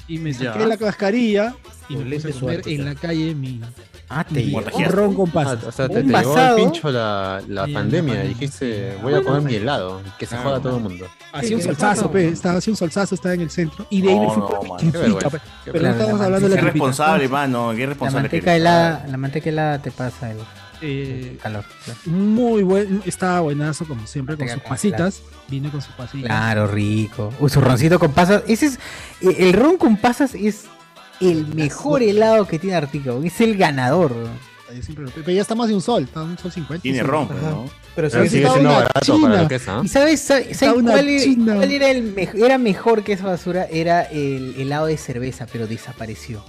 Speaker 23: y me
Speaker 2: Ya.
Speaker 23: saqué la cascarilla y me
Speaker 2: Lentes
Speaker 23: puse a comer
Speaker 2: Suártica.
Speaker 23: en la calle mi,
Speaker 1: ah,
Speaker 2: te
Speaker 23: mi
Speaker 2: llegó.
Speaker 23: ron con
Speaker 2: Ah,
Speaker 23: pasas.
Speaker 2: o sea, te,
Speaker 23: Un
Speaker 2: te llegó el
Speaker 23: pasado,
Speaker 2: pincho la, la
Speaker 23: y la
Speaker 2: pandemia
Speaker 23: pandemia.
Speaker 2: y dijiste,
Speaker 23: Ah,
Speaker 2: voy a
Speaker 23: bueno,
Speaker 2: comer mi
Speaker 23: sí.
Speaker 2: helado, que se
Speaker 23: Ah,
Speaker 2: joda
Speaker 23: bueno.
Speaker 2: todo el mundo.
Speaker 23: Hacía un solsazo, pe, estaba hacía un solsazo, estaba en el centro. Y de ahí
Speaker 4: No,
Speaker 23: me fui
Speaker 4: no,
Speaker 23: por mi
Speaker 4: man, qué
Speaker 23: tripita,
Speaker 4: vergüenza,
Speaker 23: pe.
Speaker 4: qué
Speaker 23: Pero no
Speaker 4: vergüenza.
Speaker 23: estábamos hablando de
Speaker 4: Qué
Speaker 23: la tripita.
Speaker 4: responsable, mano. Qué
Speaker 1: La
Speaker 4: responsable que
Speaker 1: manteca,
Speaker 4: eres.
Speaker 1: helada, la manteca helada te pasa el,
Speaker 23: Eh,
Speaker 1: el calor. claro.
Speaker 23: Muy buen, estaba buenazo como siempre, con
Speaker 1: Manteca
Speaker 23: sus
Speaker 1: con
Speaker 23: pasitas. Vino con sus pasitas.
Speaker 1: Claro, rico. Uy, su roncito con pasas. Ese es. eh, El ron con pasas es el mejor helado que tiene Artico. Es el ganador.
Speaker 23: Yo siempre lo- Pero ya está más de un sol, está un sol 50.
Speaker 1: Tiene
Speaker 23: sí.
Speaker 1: ron,
Speaker 23: Ajá.
Speaker 1: pues, ¿no?
Speaker 23: Pero
Speaker 1: Pero
Speaker 23: sí,
Speaker 1: sigue
Speaker 23: está
Speaker 1: siendo
Speaker 23: una
Speaker 2: barato para lo que es,
Speaker 23: china.
Speaker 2: ¿ah?
Speaker 1: ¿Y sabes, sabes,
Speaker 23: Está
Speaker 1: sabes
Speaker 23: una
Speaker 1: cuál, era-
Speaker 23: china.
Speaker 1: cuál era el mejor? Era mejor que esa basura, era el helado de cerveza, pero desapareció.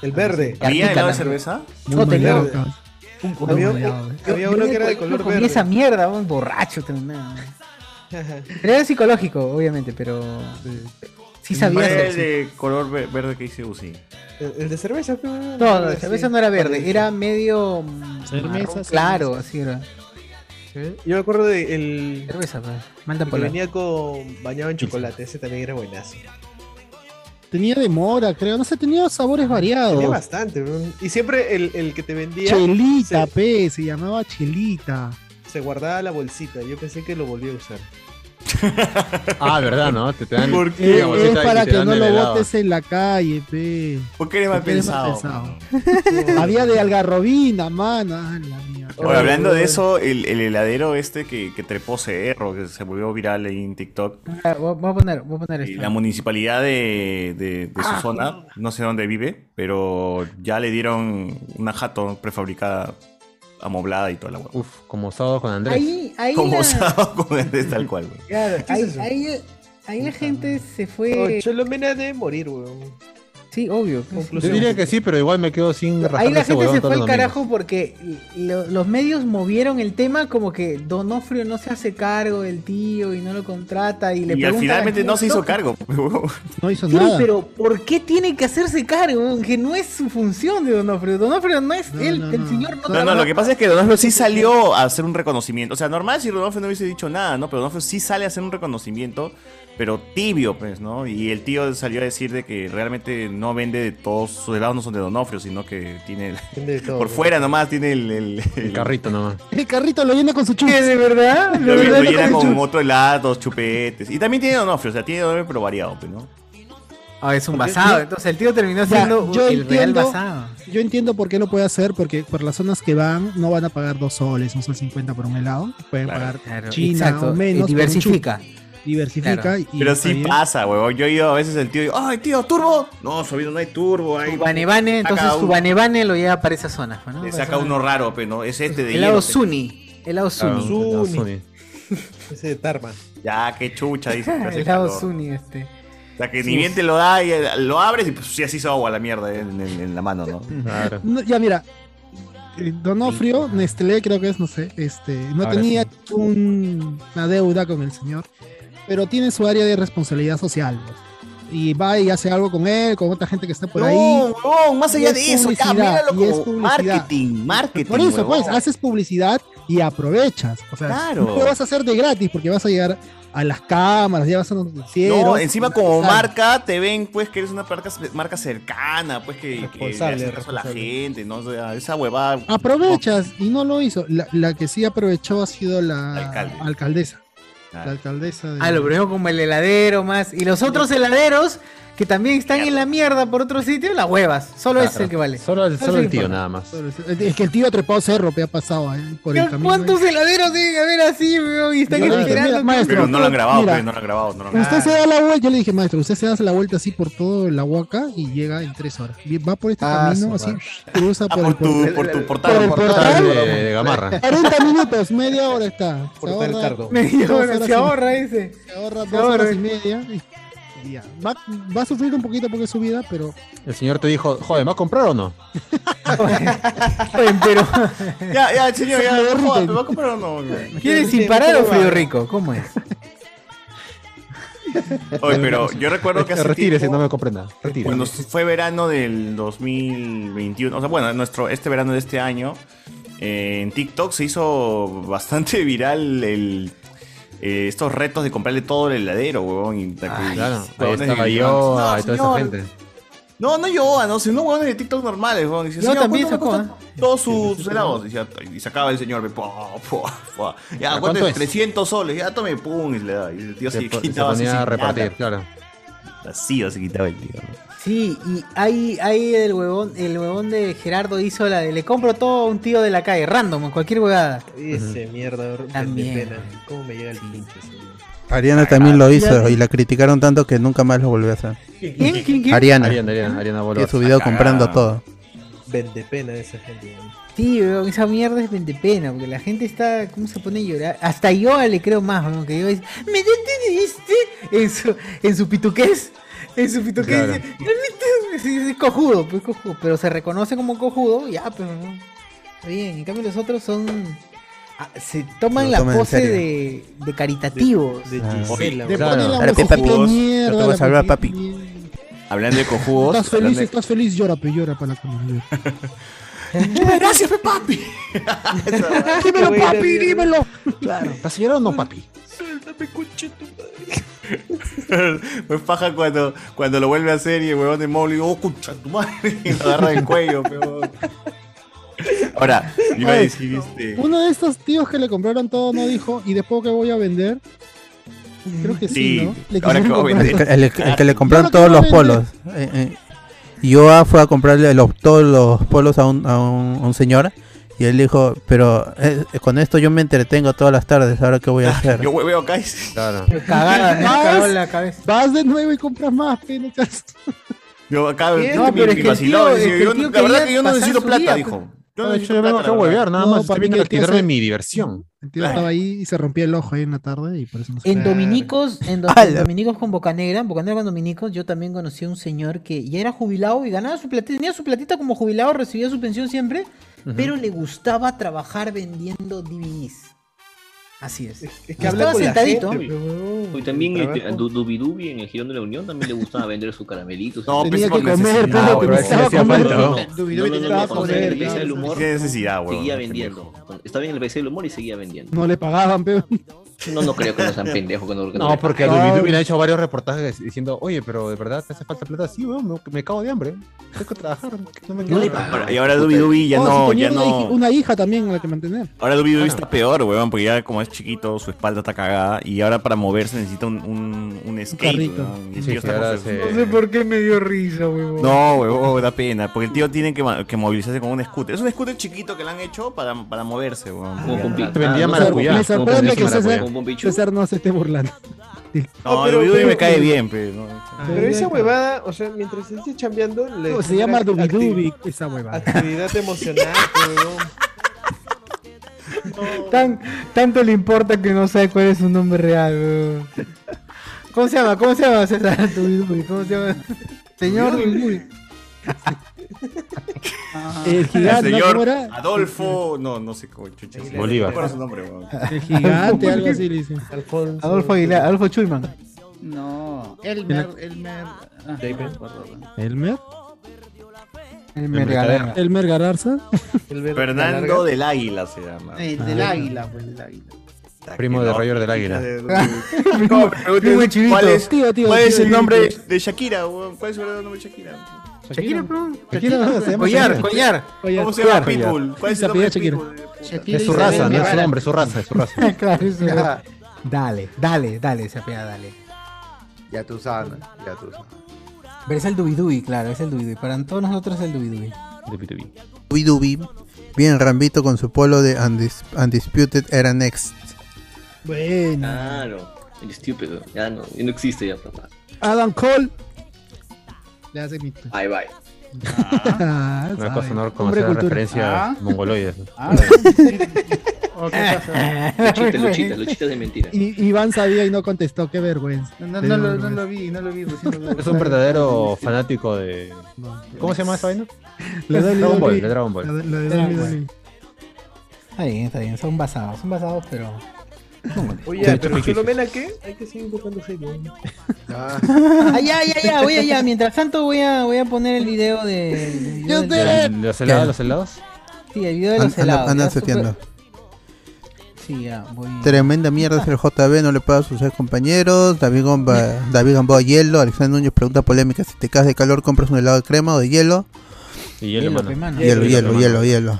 Speaker 18: El verde.
Speaker 4: ¿Había helado de
Speaker 1: también.
Speaker 4: cerveza?
Speaker 1: No
Speaker 18: Muy
Speaker 1: tenía.
Speaker 18: mal helado.
Speaker 1: Un
Speaker 18: color Había-
Speaker 1: helado.
Speaker 18: había
Speaker 1: Yo-
Speaker 18: uno
Speaker 1: yo
Speaker 18: que era de
Speaker 1: yo
Speaker 18: color
Speaker 1: comí
Speaker 18: verde.
Speaker 1: esa mierda, un borracho. terminaba. Pero era psicológico, obviamente, pero. Sí sabía.
Speaker 4: ¿Cuál era el
Speaker 1: hacer-
Speaker 4: de color ver- verde que dice Uzi?
Speaker 18: El, el de cerveza.
Speaker 1: No, la cerveza no era verde, era medio mm,
Speaker 18: Cerveza,
Speaker 1: marrón
Speaker 18: cerveza.
Speaker 1: claro, así era.
Speaker 18: Yo me acuerdo de el.
Speaker 1: Cerveza, pues. Manda
Speaker 18: el que
Speaker 1: polar.
Speaker 18: venía con bañado en chocolate, ese también era buenazo.
Speaker 23: Tenía de mora, creo. No sé, tenía
Speaker 1: Ah,
Speaker 23: sabores
Speaker 18: Tenía
Speaker 23: variados.
Speaker 18: bastante. ¿no? Y siempre el, el que te vendía
Speaker 23: Chelita, pe, se llamaba Chelita.
Speaker 18: se guardaba la bolsita. Yo pensé que lo volvía a usar.
Speaker 2: Ah, verdad, ¿no? Te, te dan
Speaker 18: ¿Por
Speaker 2: una
Speaker 18: qué? Es
Speaker 2: bolsita
Speaker 23: Eh, Es
Speaker 2: y
Speaker 23: para
Speaker 2: te
Speaker 23: que
Speaker 2: dan
Speaker 23: no
Speaker 2: el
Speaker 23: lo
Speaker 2: helado.
Speaker 23: botes en la calle, pe.
Speaker 4: ¿Por qué eres mal
Speaker 23: Porque eres mal
Speaker 4: pensado?
Speaker 23: pensado. Había de algarrobina, mano. Ah, la mierda.
Speaker 4: Oye, hablando de eso, el, el heladero este que, que trepó Cerro, que se volvió viral ahí en TikTok,
Speaker 1: Ah, Voy voy a poner, voy a poner
Speaker 4: y
Speaker 1: esto.
Speaker 23: Ah.
Speaker 4: la municipalidad de, de- de su zona, no sé dónde vive, pero ya le dieron una jato prefabricada, amoblada y toda la hueá.
Speaker 2: Uf, como sábado con Andrés.
Speaker 1: Ahí, ahí
Speaker 4: Como
Speaker 1: la-
Speaker 4: sábado con Andrés, tal cual, güey.
Speaker 1: Claro, ahí, ahí- ahí la gente se fue.
Speaker 18: Oh, Cholo Mena debe morir, weón.
Speaker 1: Sí, obvio.
Speaker 2: Yo diría que sí, pero igual me quedo sin rajar
Speaker 1: Ahí la
Speaker 2: ese
Speaker 1: gente
Speaker 2: huevón
Speaker 1: se fue
Speaker 2: todos
Speaker 1: al
Speaker 2: los domingos.
Speaker 1: carajo porque lo- los medios movieron el tema como que Donofrio no se hace cargo del tío y no lo contrata y le
Speaker 4: Y al
Speaker 1: preguntan
Speaker 4: finalmente
Speaker 1: a
Speaker 4: no se hizo
Speaker 1: Jesús,
Speaker 4: cargo. huevón.
Speaker 23: No hizo
Speaker 1: Sí, pero ¿por qué tiene que hacerse cargo? Que no es su función de Donofrio. Donofrio no es él, el señor no,
Speaker 4: No, no, lo que pasa es que Donofrio sí salió a hacer un reconocimiento. O sea, normal si Donofrio no hubiese dicho nada, ¿no? Pero Donofrio sí sale a hacer un reconocimiento, pero tibio, pues, ¿no? Y el tío salió a decir de que realmente no vende de todos sus helados, no son de Donofrio, sino que tiene... el-
Speaker 18: Vende de todo,
Speaker 4: por
Speaker 18: ¿no?
Speaker 4: fuera nomás tiene el... El,
Speaker 2: carrito nomás.
Speaker 23: El carrito lo llena con su chupa.
Speaker 1: ¿De verdad?
Speaker 4: Lo, lo llena con otro helado, chupetes. Y también tiene Donofrio, o sea, tiene Donofrio pero variado, pues, ¿no?
Speaker 1: Ah, es un
Speaker 4: Porque-
Speaker 1: basado. Entonces el tío terminó
Speaker 23: Ya,
Speaker 1: siendo
Speaker 23: yo
Speaker 1: el real
Speaker 23: entiendo-
Speaker 1: basado.
Speaker 23: Yo entiendo por qué lo puede hacer, porque por las zonas que van no van a pagar dos soles, un sol cincuenta por un helado. Pueden pagar
Speaker 1: Claro,
Speaker 23: China
Speaker 1: exacto,
Speaker 23: o menos.
Speaker 1: eh, diversifica.
Speaker 23: por un chup. Diversifica
Speaker 1: Claro.
Speaker 23: y
Speaker 4: Pero
Speaker 23: está
Speaker 4: sí
Speaker 23: bien.
Speaker 4: pasa, huevón. Yo he ido a veces el tío y ¡Ay, tío, turbo! No, subido no hay turbo. Hay...
Speaker 1: Banebane, entonces
Speaker 4: Saca
Speaker 1: su
Speaker 4: un-
Speaker 1: Banebane lo lleva para esa zona. ¿no?
Speaker 4: Le saca uno raro, pero no, es este de
Speaker 1: Helado
Speaker 4: hielo.
Speaker 1: Suni. Helado Suni.
Speaker 4: Claro,
Speaker 18: Ese de Tarma.
Speaker 4: Ya, qué chucha, dice. que hace
Speaker 1: Helado
Speaker 4: calor.
Speaker 1: Suni este.
Speaker 4: O sea, que ni bien te lo da, y eh, lo abres y pues sí, así se agua la mierda eh, en, en- en la mano, ¿no?
Speaker 2: Claro.
Speaker 23: No, ya mira, eh, Donofrio, Nestlé creo que es, no sé, este, no
Speaker 2: Ahora
Speaker 23: tenía un- una deuda con el señor, pero tiene su área de responsabilidad social. Y va y hace algo con él, con otra gente que está por
Speaker 4: No,
Speaker 23: ahí.
Speaker 4: huevón, más
Speaker 23: Y
Speaker 4: allá
Speaker 23: es
Speaker 4: de eso, ya,
Speaker 23: publicidad,
Speaker 4: míralo
Speaker 23: y es
Speaker 4: como
Speaker 23: publicidad.
Speaker 4: marketing, marketing.
Speaker 23: Por eso,
Speaker 4: huevón.
Speaker 23: pues, haces publicidad y aprovechas. O sea,
Speaker 4: Claro.
Speaker 23: no lo vas a hacer de gratis porque vas a llegar a las cámaras, ya vas a noticieros.
Speaker 4: No, encima como
Speaker 23: Sale.
Speaker 4: marca te ven pues que eres una marca, marca cercana, pues que, que le
Speaker 23: Responsable, Ah,
Speaker 4: haces caso a la gente, ¿no? O sea, esa huevada.
Speaker 23: Aprovechas
Speaker 4: Oh.
Speaker 23: y no lo hizo. La, la que sí aprovechó ha sido la
Speaker 4: Alcalde.
Speaker 23: alcaldesa. La alcaldesa de...
Speaker 1: Ah, lo primero como el heladero más. Y los otros heladeros que también están en la mierda por otro sitio, las huevas. Solo es
Speaker 23: Claro.
Speaker 1: el que vale.
Speaker 2: Solo el,
Speaker 1: Solo
Speaker 2: solo
Speaker 1: sí
Speaker 2: el tío,
Speaker 1: importa.
Speaker 2: nada más.
Speaker 23: Es que el tío trepado cerro pe, ha pasado eh, por el camino.
Speaker 1: ¿Cuántos heladeros deben haber así, weón? Y están
Speaker 23: Yo le dije,
Speaker 1: esperando.
Speaker 23: mira,
Speaker 1: que-
Speaker 23: maestro,
Speaker 4: Pero no lo han grabado,
Speaker 23: mira,
Speaker 4: pues, no lo han grabado, no lo han grabado.
Speaker 23: Usted se da la vuelta, yo le dije, maestro, usted se hace la vuelta así por todo la huaca y llega en tres horas. Bien, Va por este
Speaker 4: Ah,
Speaker 23: camino
Speaker 4: su
Speaker 23: así,
Speaker 4: madre.
Speaker 23: cruza
Speaker 4: Ah,
Speaker 23: por,
Speaker 4: por
Speaker 23: el
Speaker 4: tu-
Speaker 23: portal.
Speaker 4: por tu portal,
Speaker 23: por el
Speaker 4: portal
Speaker 23: portal.
Speaker 2: de- de Gamarra.
Speaker 23: 40 minutos, media hora está. Se
Speaker 18: Portal
Speaker 23: ahorra
Speaker 18: Cardo.
Speaker 23: dos
Speaker 1: Media hora,
Speaker 23: horas
Speaker 1: se
Speaker 23: y-
Speaker 1: ahorra, dice.
Speaker 23: Se ahorra
Speaker 1: Se
Speaker 23: dos
Speaker 1: ahorra.
Speaker 23: horas y media. y ya. Va, va a sufrir un poquito porque es su vida, pero
Speaker 2: El señor te dijo, joder, ¿me vas a comprar o no?
Speaker 1: pero.
Speaker 4: Ya, ya, señor, ya,
Speaker 1: Frido
Speaker 4: no jodas,
Speaker 1: Rico.
Speaker 4: ¿me va a comprar o no? güey?
Speaker 1: ¿Quieres sin parar o Frido Rico? ¿Cómo es?
Speaker 4: Oye, pero yo recuerdo que hace
Speaker 2: Retírese,
Speaker 4: tiempo-
Speaker 2: no me compre nada. Retírese.
Speaker 4: Cuando fue verano del 2021, o sea, bueno, nuestro, este verano de este año, eh, en TikTok se hizo bastante viral el, eh, estos retos de comprarle todo el heladero, huevón. y-
Speaker 2: Ah, claro,
Speaker 4: huevones
Speaker 2: ahí estaba
Speaker 4: de-
Speaker 2: yo,
Speaker 4: No,
Speaker 2: ahí toda esa
Speaker 4: señor.
Speaker 2: gente.
Speaker 4: No, no yo, no, sino huevones de TikTok normales, huevón. Y dice,
Speaker 1: No,
Speaker 4: señor,
Speaker 1: también
Speaker 4: ¿cuánto me
Speaker 1: sacó, ¿eh?
Speaker 4: costó Todos sus sus helados. Y decía- Y sacaba el señor, po, po, po.
Speaker 2: ¿Pero
Speaker 4: Ya, ¿cuánto
Speaker 2: cuánto
Speaker 4: es?
Speaker 2: es?
Speaker 4: 300 soles, ya tome, pum, y le da. Y el tío
Speaker 2: Se
Speaker 4: se
Speaker 2: po- se
Speaker 4: quitaba así
Speaker 2: ponía
Speaker 4: sin
Speaker 2: a repartir,
Speaker 4: nada.
Speaker 2: claro.
Speaker 4: Así, se quitaba el tío.
Speaker 1: Sí, y ahí, ahí el huevón, el huevón de Gerardo hizo la de le compro todo a un tío de la calle, random, en cualquier huevada.
Speaker 18: Ese mierda, bro,
Speaker 1: También.
Speaker 18: qué pena. ¿Cómo me llega el pinche señor?
Speaker 5: Ariana también lo hizo y la criticaron tanto que nunca más lo volvió a hacer.
Speaker 18: ¿Quién? ¿Quién? ¿Quién?
Speaker 5: Ariana.
Speaker 18: Ariana,
Speaker 23: Ah.
Speaker 18: Ariana, Ariana Bolosa.
Speaker 5: Y su video
Speaker 18: Está
Speaker 5: comprando
Speaker 18: cagada.
Speaker 5: todo.
Speaker 18: Vende pena esa gente. weón.
Speaker 1: Sí, weón, esa mierda es vende pena, porque la gente está, ¿cómo se pone a llorar? Hasta yo le creo más, weón, que yo es, me detuviste en su, en su pituqués, en su pituqués,
Speaker 2: Claro.
Speaker 1: dice, "Me detuviste", sí, sí, es cojudo, pues cojudo, pero se reconoce como cojudo, ya, pero no, está bien, en cambio los otros son, ah, se toman
Speaker 5: Lo
Speaker 1: la
Speaker 5: toman en
Speaker 1: pose
Speaker 5: serio.
Speaker 1: de, de caritativos.
Speaker 18: De,
Speaker 5: Ah,
Speaker 4: Gisela,
Speaker 5: le
Speaker 4: claro.
Speaker 5: pone la
Speaker 4: Dale, pues,
Speaker 5: musiquita
Speaker 4: papi.
Speaker 5: mierda,
Speaker 4: Yo te voy a
Speaker 5: la
Speaker 4: salvar,
Speaker 5: musiquita
Speaker 4: papi. Hablando de cojudos.
Speaker 23: Estás feliz,
Speaker 4: hablando de-
Speaker 23: estás feliz, llora, pues llora para la comunidad.
Speaker 4: Gracias, pe papi.
Speaker 23: dímelo,
Speaker 4: Qué buena
Speaker 23: papi,
Speaker 4: mierda.
Speaker 23: dímelo.
Speaker 2: Claro. ¿Estás llorando o no, papi?
Speaker 4: Me faja cuando, cuando lo vuelve a hacer y el huevón de Molly, oh, cucha tu madre, y lo agarra del cuello, pe, huevón. Ahora, iba a
Speaker 23: Ay,
Speaker 4: decir este.
Speaker 23: Uno de estos tíos que le compraron todo no dijo, ¿y después qué voy a vender? Creo que sí,
Speaker 4: Sí,
Speaker 23: ¿no? Le
Speaker 4: ahora
Speaker 23: quisieron
Speaker 4: que voy a
Speaker 23: comprar.
Speaker 4: vender.
Speaker 5: El, el- el que le compraron
Speaker 23: Claro
Speaker 5: todos
Speaker 23: que
Speaker 5: los
Speaker 23: no vende.
Speaker 5: polos. Eh, eh, Yoa fue a comprarle los, todos los polos a un, a un- a un señor. Y él dijo, pero eh, con esto yo me entretengo todas las tardes, ahora qué voy a hacer.
Speaker 4: Yo hueveo acá Ah, y
Speaker 5: Claro.
Speaker 1: Cagada, me
Speaker 23: Vas-
Speaker 1: cagó la cabeza.
Speaker 23: Vas de nuevo y compras más, pe, no te has-
Speaker 4: Yo acá
Speaker 23: ¿Qué?
Speaker 4: este,
Speaker 23: No,
Speaker 4: mi-
Speaker 23: pero es
Speaker 4: mi
Speaker 23: que el
Speaker 4: vacilón,
Speaker 23: tío-
Speaker 4: decía,
Speaker 23: es que el
Speaker 4: yo no-
Speaker 23: tío
Speaker 4: la verdad
Speaker 23: quería
Speaker 4: que yo no
Speaker 23: pasar
Speaker 4: necesito
Speaker 23: su
Speaker 4: plata,
Speaker 23: día,
Speaker 4: dijo.
Speaker 2: Yo,
Speaker 4: no
Speaker 2: de hecho,
Speaker 4: necesito
Speaker 2: yo vengo
Speaker 4: plata,
Speaker 2: acá a
Speaker 4: la
Speaker 2: huevear,
Speaker 4: verdad.
Speaker 2: nada
Speaker 23: No,
Speaker 2: más. Estoy
Speaker 23: papi,
Speaker 2: viendo
Speaker 23: el
Speaker 2: a
Speaker 23: tío
Speaker 2: tirarme
Speaker 23: se-
Speaker 2: mi diversión.
Speaker 23: El tío estaba ahí y se rompía el ojo ahí en la tarde y por eso no se-
Speaker 1: En Dominicos, en, Do-
Speaker 23: Ala.
Speaker 1: en Dominicos con Bocanegra, en Bocanegra con Dominicos, yo también conocí a un señor que ya era jubilado y ganaba su platita, tenía su platita como jubilado, recibía su pensión siempre,
Speaker 19: Ujú.
Speaker 1: pero le gustaba trabajar vendiendo DVDs. Así es.
Speaker 19: es
Speaker 7: que
Speaker 1: Y
Speaker 7: habla
Speaker 1: estaba
Speaker 7: con la
Speaker 1: sentadito.
Speaker 7: gente, Uy, también
Speaker 1: el
Speaker 7: este, a Du- Dubidubi en el Girón de la Unión también le gustaba vender sus caramelitos.
Speaker 4: No,
Speaker 7: Tenía
Speaker 4: pues,
Speaker 7: que
Speaker 4: con
Speaker 7: comer,
Speaker 4: necesidad,
Speaker 7: pero
Speaker 4: güey.
Speaker 7: que necesitaba
Speaker 4: Hacía
Speaker 7: comer.
Speaker 4: falta,
Speaker 7: No,
Speaker 4: ¿no?
Speaker 7: no, no,
Speaker 4: Dubidubi
Speaker 7: no,
Speaker 4: necesitaba
Speaker 7: no, cuando estaba en
Speaker 4: comer,
Speaker 7: el País del
Speaker 4: claro.
Speaker 7: humor,
Speaker 4: Qué necesidad, güey,
Speaker 7: Seguía
Speaker 4: qué
Speaker 7: vendiendo. Cuando Estaba en el país del humor y seguía vendiendo.
Speaker 23: No le pagaban, pero
Speaker 7: No, no creo que no sean pendejos. que que
Speaker 2: No, porque a
Speaker 7: No,
Speaker 2: Dubidubi le ha hecho varios reportajes diciendo, oye, pero de verdad te hace falta plata. Sí, weón, me, me cago de hambre. Tengo que trabajar. No me
Speaker 4: le
Speaker 2: quedo".
Speaker 4: pagaron. Y ahora Dubi Dubi ya
Speaker 23: Oh,
Speaker 4: no,
Speaker 23: si tenía
Speaker 4: ya
Speaker 23: una, hij-
Speaker 4: no.
Speaker 23: una hija también a la que mantener.
Speaker 4: Ahora Dubi Dubi está peor, weón, porque ya como es chiquito, su espalda está cagada. Y ahora para moverse necesita un, un, un skate.
Speaker 23: carrito.
Speaker 4: weón, y el
Speaker 2: Sí,
Speaker 4: tío
Speaker 2: sí,
Speaker 4: está
Speaker 2: ahora
Speaker 4: con su-
Speaker 2: se-
Speaker 1: por qué me dio risa, huevón.
Speaker 4: No, weón, da pena. Porque el tío tiene que, ma- que movilizarse con un scooter. Es un scooter chiquito que le han hecho para, para moverse, weón.
Speaker 23: Ah,
Speaker 7: Como con
Speaker 4: Ya.
Speaker 7: Te vendía
Speaker 23: Me sor- Me sorprende que César,
Speaker 7: Como Pompichu.
Speaker 23: César no se esté burlando. Dile.
Speaker 4: No,
Speaker 23: pero-
Speaker 4: Dubi Dubi me
Speaker 23: pero-
Speaker 4: cae bien, pero. no.
Speaker 18: Pero esa huevada, o sea, mientras él esté chambeando, le
Speaker 23: No, se
Speaker 18: genera
Speaker 23: llama Dubi
Speaker 18: acti-
Speaker 23: Dubi esa huevada.
Speaker 18: Actividad emocional, huevón.
Speaker 1: Tan, tanto le importa que no sabe cuál es su nombre real, huevón. ¿Cómo se llama? ¿Cómo se llama César? Dubidubi, ¿Cómo se llama? Señor Dubidubi.
Speaker 23: El
Speaker 4: El
Speaker 23: gigante, ¿no? ¿Cómo
Speaker 4: señor
Speaker 23: era?
Speaker 4: Adolfo. No, no sé cómo chucha. se llama.
Speaker 2: Bolívar.
Speaker 4: No recuerdo su nombre, weón.
Speaker 23: El gigante, algo así le dicen.
Speaker 1: Adolfo Aguilar, Adolfo Chuyman.
Speaker 3: No, Elmer, Elmer. ah, no me acuerdo.
Speaker 23: ¿Elmer?
Speaker 1: Elmer Galarza.
Speaker 23: ¿Elmer Gararza?
Speaker 4: Fernando del Águila se llama.
Speaker 3: Eh, del
Speaker 23: Ah.
Speaker 3: águila, pues, del águila.
Speaker 2: Primo de Roger del Águila.
Speaker 4: No, pero
Speaker 1: Primo de Chivito.
Speaker 4: ¿Cuál es,
Speaker 1: Tío, tío,
Speaker 4: cuál
Speaker 1: tío,
Speaker 4: es el
Speaker 1: tío,
Speaker 4: nombre
Speaker 1: tío.
Speaker 4: de Shakira? weón? ¿Cuál es el verdadero nombre de Shakira?
Speaker 1: Shakira, bro.
Speaker 23: Shakira, no, se llama
Speaker 1: Collar,
Speaker 23: Shakira.
Speaker 1: collar.
Speaker 4: ¿Cómo se llama
Speaker 23: Collar.
Speaker 4: Pitbull? ¿Cuál es el
Speaker 23: Se
Speaker 4: nombre de
Speaker 23: apellida
Speaker 4: Pitbull?
Speaker 3: Shakira
Speaker 2: Es su
Speaker 3: Isabel
Speaker 2: raza, no es su
Speaker 3: Guevara.
Speaker 2: nombre, es su raza, es su raza.
Speaker 1: claro, eso. Dale, dale, dale, esa pea, dale.
Speaker 16: Ya tú sabes, ya tú sabes.
Speaker 1: Pero es el Dubidubi, claro, es el Dubidubi. Para todos nosotros es el Dubidubi.
Speaker 4: Dubidubi.
Speaker 5: Dubi Dubi. Bien Rambito con su polo de Undis- Undisputed Era Next.
Speaker 23: Bueno.
Speaker 7: Claro, el estúpido. Ya no, ya no existe ya, papá.
Speaker 23: Adam Cole. Le hace mi.
Speaker 7: Bye, bye.
Speaker 2: Una
Speaker 23: Una
Speaker 2: cosa Ah. no conocer la referencia
Speaker 23: Ah.
Speaker 2: mongoloides.
Speaker 23: Ah.
Speaker 3: ¿O qué pasa?
Speaker 7: Luchitas, luchitas, luchitas de mentira.
Speaker 23: Y, Iván sabía y no contestó, qué vergüenza.
Speaker 3: No, no, lo, no lo vi, no lo vi. recién lo vi.
Speaker 2: Es un verdadero fanático de. ¿Cómo se llama esa vaina?
Speaker 23: La WWE.
Speaker 2: Dragon Ball, de Dragon Ball.
Speaker 1: Está bien, está bien, son basados, son basados, pero.
Speaker 28: Oye, pero Filomena, ¿qué? Hay que seguir buscando hate. ¿no?
Speaker 1: Ah, ya, ya, ya, voy allá. Mientras tanto voy a, voy a poner el video de... el video del-
Speaker 2: ¿Los helados? ¿Los helados?
Speaker 1: Sí, el video de
Speaker 5: An-
Speaker 1: los
Speaker 5: anda-
Speaker 1: helados.
Speaker 5: anda
Speaker 1: ya, super-
Speaker 5: seteando.
Speaker 1: Sí, ya, voy...
Speaker 5: Tremenda mierda es el JB, no le paga a sus ex compañeros. David, Gomba, David Gamboa, hielo. Alexander Núñez pregunta polémica: si te caes de calor, compras un helado de crema o de hielo.
Speaker 2: Y hielo, Hielo, mano. pe, mano.
Speaker 5: hielo, hielo,
Speaker 2: Hielo,
Speaker 5: hielo,
Speaker 2: pe,
Speaker 5: hielo.
Speaker 2: Hielo.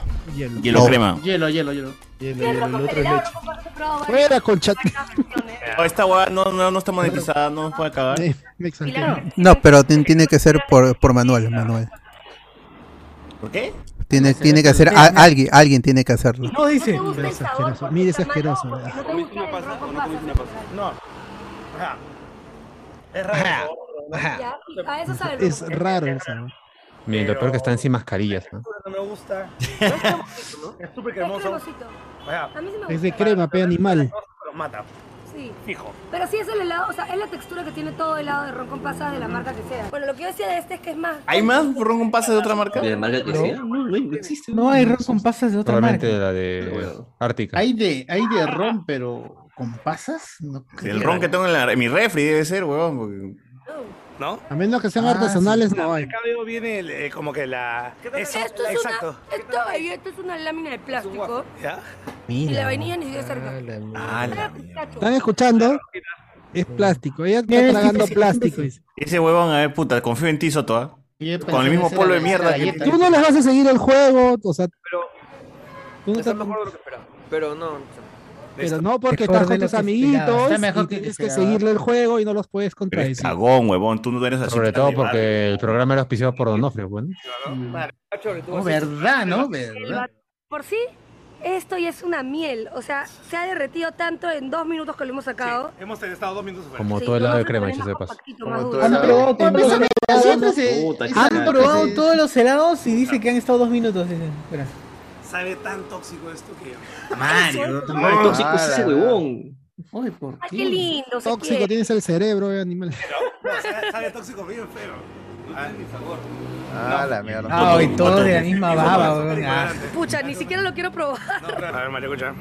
Speaker 5: No.
Speaker 29: Hielo, hielo, hielo.
Speaker 28: Hielo, hielo, el otro es leche.
Speaker 23: Fuera con chat.
Speaker 4: Oh, esta hueá no, no, no está monetizada, no nos puede cagar.
Speaker 5: No, pero ti- tiene que ser por, por manual, manual.
Speaker 4: ¿Por qué?
Speaker 5: Tiene, tiene que hacer a- alguien, alguien tiene que hacerlo.
Speaker 23: No dice. Mira, es asqueroso. Mira, es asqueroso. ¿verdad?
Speaker 4: ¿Comiste una pasa o no comiste una pasa? No. Ajá. Es raro.
Speaker 18: Ya,
Speaker 12: Ah,
Speaker 18: a eso sabemos.
Speaker 23: Es raro eso. ¿no?
Speaker 2: Miren, lo peor que están sin mascarillas, ¿no?
Speaker 18: No me gusta.
Speaker 12: Es súper cremoso. Vaya,
Speaker 18: A mí sí me gusta.
Speaker 23: Es de crema, pe animal.
Speaker 12: los mata.
Speaker 18: Sí.
Speaker 12: Fijo.
Speaker 18: Pero sí es el
Speaker 1: Ah.
Speaker 18: helado, o sea, es la textura que tiene todo helado de ron con pasas de la marca que sea. Bueno, lo que yo decía de este es que es más.
Speaker 4: ¿Hay más ron con pasas de otra marca?
Speaker 11: ¿De la marca que sea? No, no existe.
Speaker 1: No hay ron con pasas de otra
Speaker 2: Probablemente
Speaker 1: marca.
Speaker 2: de la de Ártica.
Speaker 3: Hay de, hay de ron, pero con pasas. No creo.
Speaker 4: El ron que tengo en, la- en mi refri debe ser, huevón. porque-
Speaker 12: ¿No?
Speaker 23: A menos que sean
Speaker 12: Ah,
Speaker 23: artesanales, no hay.
Speaker 12: Acá veo viene el, eh, como que la. Eso,
Speaker 18: Esto es
Speaker 12: exacto.
Speaker 18: una, esta galleta es una lámina de plástico.
Speaker 12: ¿Ya? Ah,
Speaker 18: Y la vainilla ni siquiera cerca.
Speaker 23: Ah, ¿Están escuchando? Es plástico. Ella está
Speaker 18: Mira, es
Speaker 23: tragando
Speaker 18: difícil.
Speaker 23: plástico. dice.
Speaker 4: Ese huevón, a ver, puta, confío en ti, Soto, ¿ah? Con el mismo polvo de mierda que
Speaker 23: Tú no les vas a seguir el juego. O sea, tú no
Speaker 12: Está
Speaker 23: te-
Speaker 12: mejor de lo que esperaba. Pero no.
Speaker 23: Pero no porque estás con tus amiguitos y tienes que seguirle el juego y no los puedes
Speaker 4: Eres
Speaker 23: contradecir.
Speaker 4: cagón, huevón. Tú no eres así.
Speaker 2: Sobre todo
Speaker 4: también, ¿vale?
Speaker 2: porque el programa era auspiciado por pues, Donofrio, bueno.
Speaker 23: Mm.
Speaker 3: Oh, verdad, ¿no?
Speaker 18: El
Speaker 3: Verdad.
Speaker 18: va- Por sí, esto ya es una miel. O sea, se ha derretido tanto en dos minutos que lo hemos sacado.
Speaker 12: Hemos estado dos minutos fuera.
Speaker 2: Como
Speaker 18: Sí,
Speaker 2: todo el
Speaker 18: no,
Speaker 2: lado de
Speaker 18: pero
Speaker 2: crema,
Speaker 18: es
Speaker 2: hecho
Speaker 18: más
Speaker 2: sepas.
Speaker 18: compactito, más duro.
Speaker 1: Han probado todos los
Speaker 18: Siempre
Speaker 1: helados.
Speaker 18: se-
Speaker 11: Puta, que
Speaker 1: Han
Speaker 11: se-
Speaker 1: probado todos los helados y dice que han estado dos minutos. dice. Gracias.
Speaker 12: Sabe tan tóxico esto que.
Speaker 11: Mario, no, el tóxico es pues
Speaker 2: Ah,
Speaker 11: ese huevón.
Speaker 23: Oye, ¿por
Speaker 18: Ay, qué lindo, se
Speaker 23: Tóxico,
Speaker 18: quiere.
Speaker 23: tienes el cerebro, eh, animal.
Speaker 12: No, sabe, sabe tóxico bien feo. Ah, mi favor.
Speaker 16: Ah, la mierda.
Speaker 23: Ah, hoy todo de la misma baba, weón. Ah.
Speaker 18: Pucha, ni siquiera lo quiero probar.
Speaker 12: A ver, Mario, escucha.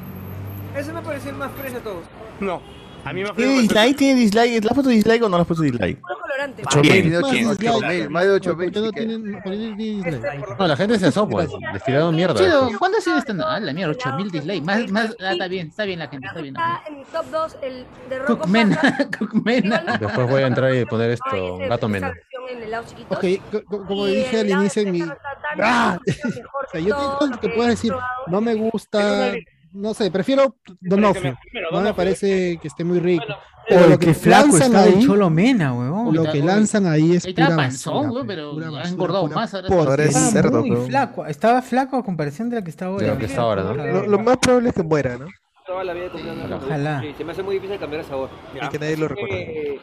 Speaker 30: Eso me pareció el más fresh de todos.
Speaker 12: No. A mí me
Speaker 4: ¿Tiene dislike? ¿Tiene dislike? ¿Le has puesto dislike o no le has puesto dislike?
Speaker 18: colorante.
Speaker 4: Ocho mil.
Speaker 23: Más
Speaker 4: ¿Quién?
Speaker 23: dislike.
Speaker 4: Ocho mil, más
Speaker 23: ¿Por qué no tienen- por qué no tienen dislike?
Speaker 2: No, la gente se asó, pues. Les tiraron mierda.
Speaker 3: Chido,
Speaker 2: después.
Speaker 3: ¿cuándo ha sido esta? Ah, la mierda, 8000 dislikes. Más, más, ah, está bien, está bien la gente, está bien.
Speaker 18: Está en mi top 2 el de ron con
Speaker 3: Cookmena,
Speaker 18: pasas.
Speaker 3: Cookmena.
Speaker 2: Después voy a entrar y poner
Speaker 18: Ay,
Speaker 2: esto,
Speaker 18: Ah, ese-
Speaker 2: gato
Speaker 18: esa
Speaker 2: menos.
Speaker 18: versión en helado chiquito.
Speaker 23: Ok, co- co- como
Speaker 18: Y
Speaker 23: dije
Speaker 18: el
Speaker 23: al
Speaker 18: helado
Speaker 23: inicio en mi...
Speaker 18: está tan
Speaker 23: ¡Ah!
Speaker 18: mejor
Speaker 23: o sea,
Speaker 18: que
Speaker 23: yo
Speaker 18: todo
Speaker 23: te,
Speaker 18: lo que
Speaker 23: te puedo
Speaker 18: he
Speaker 23: decir,
Speaker 18: probado.
Speaker 23: no me gusta, no sé, prefiero Donofrio.
Speaker 12: primero,
Speaker 23: No me
Speaker 12: Donofrio.
Speaker 23: parece que esté muy rico.
Speaker 1: Oye,
Speaker 23: Pero lo
Speaker 1: qué
Speaker 23: que
Speaker 1: flaco
Speaker 23: lanzan
Speaker 1: está el
Speaker 23: ahí-
Speaker 1: Cholo Mena, weón.
Speaker 23: Lo que lanzan ahí es
Speaker 3: Ahí estaba
Speaker 23: pura
Speaker 3: panzón,
Speaker 23: basura.
Speaker 3: güey, pero
Speaker 23: pura
Speaker 3: ha
Speaker 23: basura,
Speaker 3: engordado
Speaker 23: pura
Speaker 3: más. Ahora
Speaker 11: Ah,
Speaker 23: porquería. Ahora es cerdo,
Speaker 1: Muy
Speaker 23: pero-
Speaker 1: flaco. Estaba flaco a comparación de la que está ahora.
Speaker 2: De lo que está ahora, ¿no?
Speaker 28: Lo, lo más probable es que muera, ¿no?
Speaker 30: Toda la vida comprando
Speaker 28: Ojalá.
Speaker 30: algo.
Speaker 28: Ojalá.
Speaker 30: Sí, se me hace muy difícil cambiar el sabor.
Speaker 28: Y que nadie lo recuerde.
Speaker 30: Eh,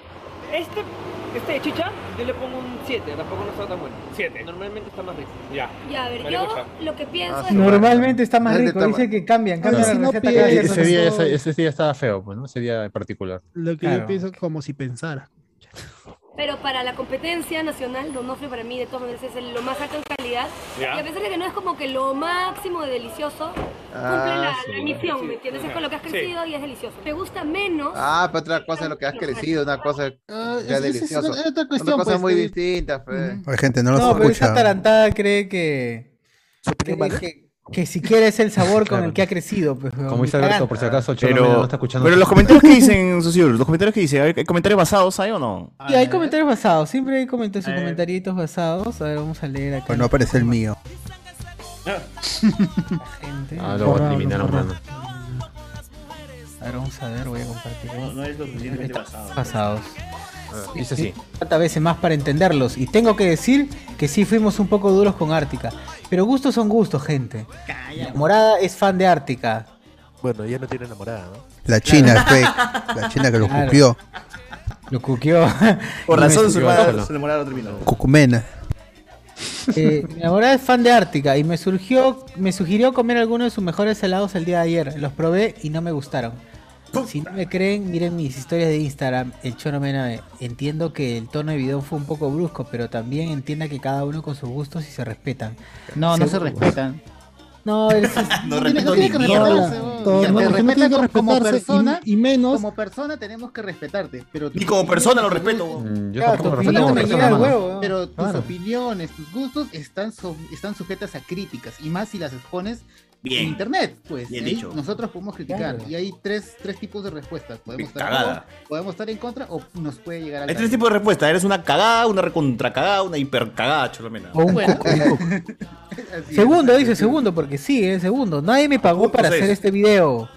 Speaker 30: este, este de chicha, yo le pongo un 7, tampoco no está tan bueno. 7. Normalmente está más rico. Ya.
Speaker 18: Ya, a ver,
Speaker 30: Vale,
Speaker 18: yo
Speaker 30: escucha.
Speaker 18: lo que
Speaker 28: Ah.
Speaker 18: pienso es.
Speaker 1: Normalmente está más
Speaker 2: Dale,
Speaker 1: rico.
Speaker 2: toma.
Speaker 1: Dice que cambian, cambian
Speaker 23: si
Speaker 1: la
Speaker 23: no
Speaker 1: receta cada
Speaker 2: Ese
Speaker 1: vez.
Speaker 2: ese día, ese, ese día estaba feo, pues, ¿no? Ese día en particular.
Speaker 23: Lo que
Speaker 2: Claro.
Speaker 23: yo pienso como si pensara.
Speaker 18: Pero para la competencia nacional, Donofrio para mí de todas maneras es el- lo más alto en calidad.
Speaker 23: Ya.
Speaker 18: Y a pesar de que no es como que lo máximo de delicioso,
Speaker 28: Ah,
Speaker 18: cumple la, la misión, ¿me entiendes? Es con lo que has
Speaker 16: Sí.
Speaker 18: crecido y es delicioso. Me gusta menos.
Speaker 16: Ah, pero otra cosa es lo que has crecido, una cosa
Speaker 3: Ah,
Speaker 16: ya
Speaker 3: es- es- es
Speaker 16: deliciosa.
Speaker 3: otra- otra
Speaker 16: Son dos
Speaker 3: cuestión,
Speaker 16: cosas
Speaker 3: pues,
Speaker 16: muy
Speaker 3: de-
Speaker 16: distintas, fe.
Speaker 5: Oye, gente, no los
Speaker 1: No, pero esa
Speaker 5: escucha.
Speaker 1: tarantada cree que. que- que- Que siquiera es el sabor con el que ha crecido. pues, weón.
Speaker 2: Como dice
Speaker 1: Ni
Speaker 2: Alberto,
Speaker 1: cagando.
Speaker 2: por si acaso, Cholo
Speaker 4: Pero,
Speaker 2: Mena no está escuchando.
Speaker 4: pero los comentarios que dicen, Socio, los comentarios que dicen, ¿hay hay comentarios basados ahí o no?
Speaker 1: Y hay comentarios basados, siempre hay comentarios,
Speaker 4: Eh.
Speaker 1: sus comentarios basados. A ver, vamos a leer acá.
Speaker 5: Pues no aparece el mío.
Speaker 2: Ah, lo voy a eliminar, hermano.
Speaker 1: A ver, vamos a ver, voy a compartir.
Speaker 4: No, no es lo suficientemente basado.
Speaker 1: Basados.
Speaker 2: Ah, dice así.
Speaker 1: Trata veces más para entenderlos. Y tengo que decir que sí fuimos un poco duros con Ártica. Pero gustos son gustos, gente. La morada es fan de Ártica.
Speaker 28: Bueno, ya no tiene enamorada, ¿no?
Speaker 5: La China, fue. La China que lo
Speaker 1: Claro.
Speaker 5: cupió.
Speaker 1: Lo cuqueó.
Speaker 4: Por
Speaker 1: Y me
Speaker 4: razón, su
Speaker 1: surgió
Speaker 4: enamorado
Speaker 1: algo.
Speaker 4: su enamorado terminó.
Speaker 5: Cucumena.
Speaker 1: Eh, mi enamorada es fan de Ártica y me surgió, me sugirió comer alguno de sus mejores helados el día de ayer. Los probé y no me gustaron. Si no me creen, miren mis historias de Instagram. El Choro Mena me- Entiendo que el tono de video fue un poco brusco, pero también entienda que cada uno con sus gustos y se respetan.
Speaker 3: No, no se
Speaker 1: Seguro.
Speaker 3: respetan.
Speaker 1: No, es-
Speaker 3: No respeto ni mierda.
Speaker 23: todo,
Speaker 3: ya,
Speaker 23: ¿no?
Speaker 3: te
Speaker 23: Porque no
Speaker 3: respetan
Speaker 23: tiene que
Speaker 3: como- como
Speaker 23: respetarse y-
Speaker 3: persona,
Speaker 23: y, menos.
Speaker 3: Como persona tenemos que respetarte. Pero
Speaker 4: Ni como persona lo respeto.
Speaker 2: Mm,
Speaker 3: Yo claro, tu opinión
Speaker 4: como
Speaker 3: me
Speaker 4: persona,
Speaker 3: llega al
Speaker 4: mano.
Speaker 3: huevo, ¿no? Pero
Speaker 4: Claro.
Speaker 3: tus opiniones, tus gustos están, so- están sujetas a críticas. Y más si las expones
Speaker 4: Bien.
Speaker 3: en internet, pues.
Speaker 4: Bien
Speaker 3: ahí
Speaker 4: dicho.
Speaker 3: Nosotros podemos criticar.
Speaker 4: Claro.
Speaker 3: Y hay tres, tres tipos de respuestas. Podemos estar, a
Speaker 4: Cagada. Este
Speaker 3: favor, podemos estar en contra o nos puede llegar al
Speaker 4: Hay tres tipos de respuesta. Eres una cagada, una recontracagada, una hipercagada, cholomena.
Speaker 1: O un
Speaker 4: Bueno.
Speaker 1: cuco, un cuco. Segundo, dice segundo, porque sí, es segundo. Nadie me pagó para
Speaker 4: seis.
Speaker 1: hacer este video.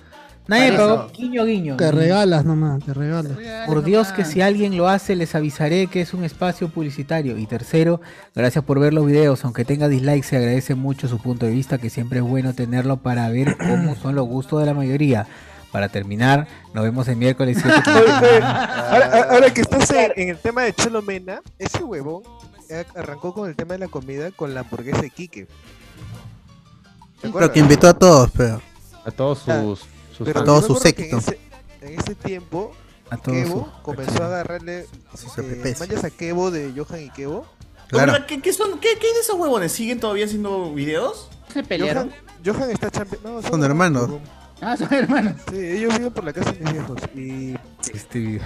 Speaker 1: Nadie me
Speaker 23: Para
Speaker 1: pagó.
Speaker 23: eso.
Speaker 1: Guiño, guiño.
Speaker 23: Te regalas nomás, te regalas.
Speaker 1: Por Dios que si alguien lo hace, les avisaré que es un espacio publicitario. Y tercero, gracias por ver los videos. Aunque tenga dislikes, se agradece mucho su punto de vista, que siempre es bueno tenerlo para ver cómo son los gustos de la mayoría. Para terminar, nos vemos el miércoles 7.
Speaker 18: ahora, ahora que estás en, en el tema de Cholomena, ese huevón eh, arrancó con el tema de la comida con la hamburguesa de Quique. ¿Te acuerdas?
Speaker 5: Pero que invitó a todos, pero.
Speaker 2: A todos sus. sus
Speaker 18: Pero
Speaker 5: a todo
Speaker 18: yo
Speaker 5: su
Speaker 18: me acuerdo que
Speaker 5: séquito.
Speaker 18: En ese, en ese tiempo,
Speaker 5: A todo
Speaker 18: Kevo
Speaker 5: su-
Speaker 18: comenzó a agarrarle
Speaker 5: sus
Speaker 18: eh,
Speaker 5: EPPs.
Speaker 18: manchas a Kevo de Johan y Kevo.
Speaker 4: Claro. ¿Qué, qué son, qué, ¿Qué de esos huevones? ¿Siguen todavía haciendo videos?
Speaker 3: Se
Speaker 18: Johan, Johan está champion. No,
Speaker 5: Son hermanos.
Speaker 3: Ah, son hermanos.
Speaker 18: Sí, ellos viven por la casa de mis viejos. Y
Speaker 1: Este video.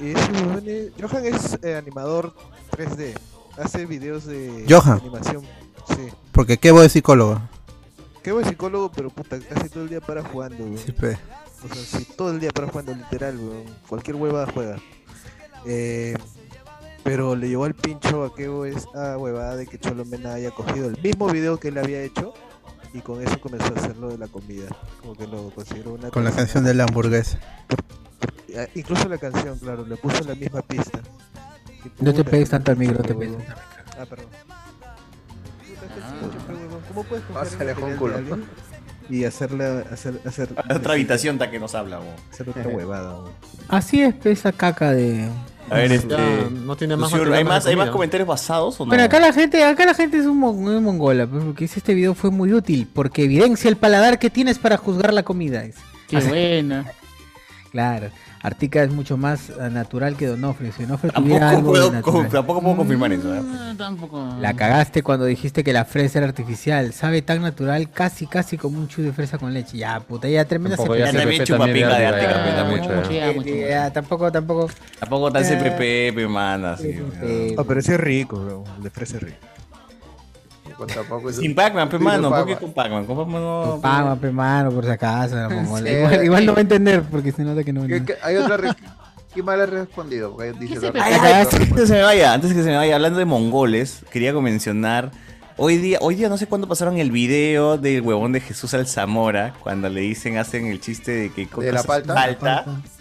Speaker 18: Y ese huevón es- Johan es eh, animador 3D. Hace videos de
Speaker 5: Johan.
Speaker 18: animación. Sí.
Speaker 5: Porque qué voy de psicólogo.
Speaker 18: Qué buen psicólogo, pero puta, casi todo el día para jugando, weón.
Speaker 5: pe.
Speaker 18: O sea, sí, todo el día para jugando, literal, weón. Cualquier huevada juega. Eh, pero le llevó al pincho a Kevo esa huevada de que Cholomena haya cogido el mismo video que él había hecho y con eso comenzó a hacer lo de la comida. Como que lo consideró una
Speaker 5: Con la
Speaker 18: cosa-
Speaker 5: canción de la hamburguesa.
Speaker 18: Ah, Incluso la canción, claro, le puso la misma pista. Y
Speaker 1: No te
Speaker 18: puta,
Speaker 1: pegues tanto al
Speaker 18: pinche
Speaker 1: micro, no te
Speaker 18: huevón.
Speaker 1: pegues tanto
Speaker 18: Ah, perdón. Puta, este
Speaker 4: Ah.
Speaker 18: pinche huevón, ¿Cómo puedes coger
Speaker 16: Pásale,
Speaker 18: el
Speaker 16: Juan
Speaker 18: material de
Speaker 16: Culo.
Speaker 18: alguien y hacerla hacer hacer
Speaker 4: La otra habitación ta que nos habla, huevón.
Speaker 18: hacer otra huevada huevón.
Speaker 1: Así es pues, esa caca de.
Speaker 4: A ver, este.
Speaker 1: Ya,
Speaker 2: no tiene
Speaker 1: más
Speaker 4: Lucio,
Speaker 2: material
Speaker 4: ¿Hay
Speaker 2: para
Speaker 4: más, ¿Hay más
Speaker 2: comida.
Speaker 4: comentarios basados o no?
Speaker 1: Bueno, acá la gente, acá la gente es un, mon- un mongola, pues, porque dice, este video fue muy útil, porque evidencia el paladar que tienes para juzgar la comida. dice.
Speaker 3: Qué
Speaker 1: Así-
Speaker 3: buena.
Speaker 1: Claro, Artica es mucho más eh, natural que Donofrio. Si Donofrio tuviera
Speaker 4: Tampoco
Speaker 1: algo de
Speaker 4: puedo,
Speaker 1: natural. Mm.
Speaker 4: tampoco puedo confirmar eso. ¿eh?
Speaker 3: tampoco.
Speaker 1: La cagaste cuando dijiste que la fresa era artificial. Sabe tan natural, casi, casi como un chu de fresa con leche. Ya, puta, ya tremenda
Speaker 4: Tampoco, ya
Speaker 1: separación.
Speaker 4: también chupapinga de arte,
Speaker 1: Ah,
Speaker 4: capeta,
Speaker 1: mucho,
Speaker 4: mucho.
Speaker 1: ya,
Speaker 4: ¿eh?
Speaker 1: mucho, ya, Tampoco, tampoco.
Speaker 4: Tampoco tan
Speaker 1: Eh,
Speaker 4: CPP, pe, man, así.
Speaker 1: eh,
Speaker 18: Ah, pero ese es rico, bro. El de fresa es rico.
Speaker 4: Sin Pac-Man, pe, mano. ¿Por qué
Speaker 18: Pac-Man.
Speaker 4: con Pac-Man? ¿Con Pac-Man no?
Speaker 1: Pama, pe mano, por si acaso. la mongola.
Speaker 16: Sí.
Speaker 1: Igual, igual no va a entender porque se nota que no.
Speaker 16: ¿Qué-
Speaker 1: no.
Speaker 16: qué- hay otra re- ¿Qué mal ha respondido? Porque dice la-
Speaker 4: Ay, ay, antes que se me vaya, antes que se me vaya, hablando de mongoles, quería mencionar. Hoy día, hoy día no sé cuándo pasaron el video del huevón de Jesús al Zamora, cuando le dicen, hacen el chiste de que
Speaker 16: ¿De la
Speaker 4: hace
Speaker 16: palta?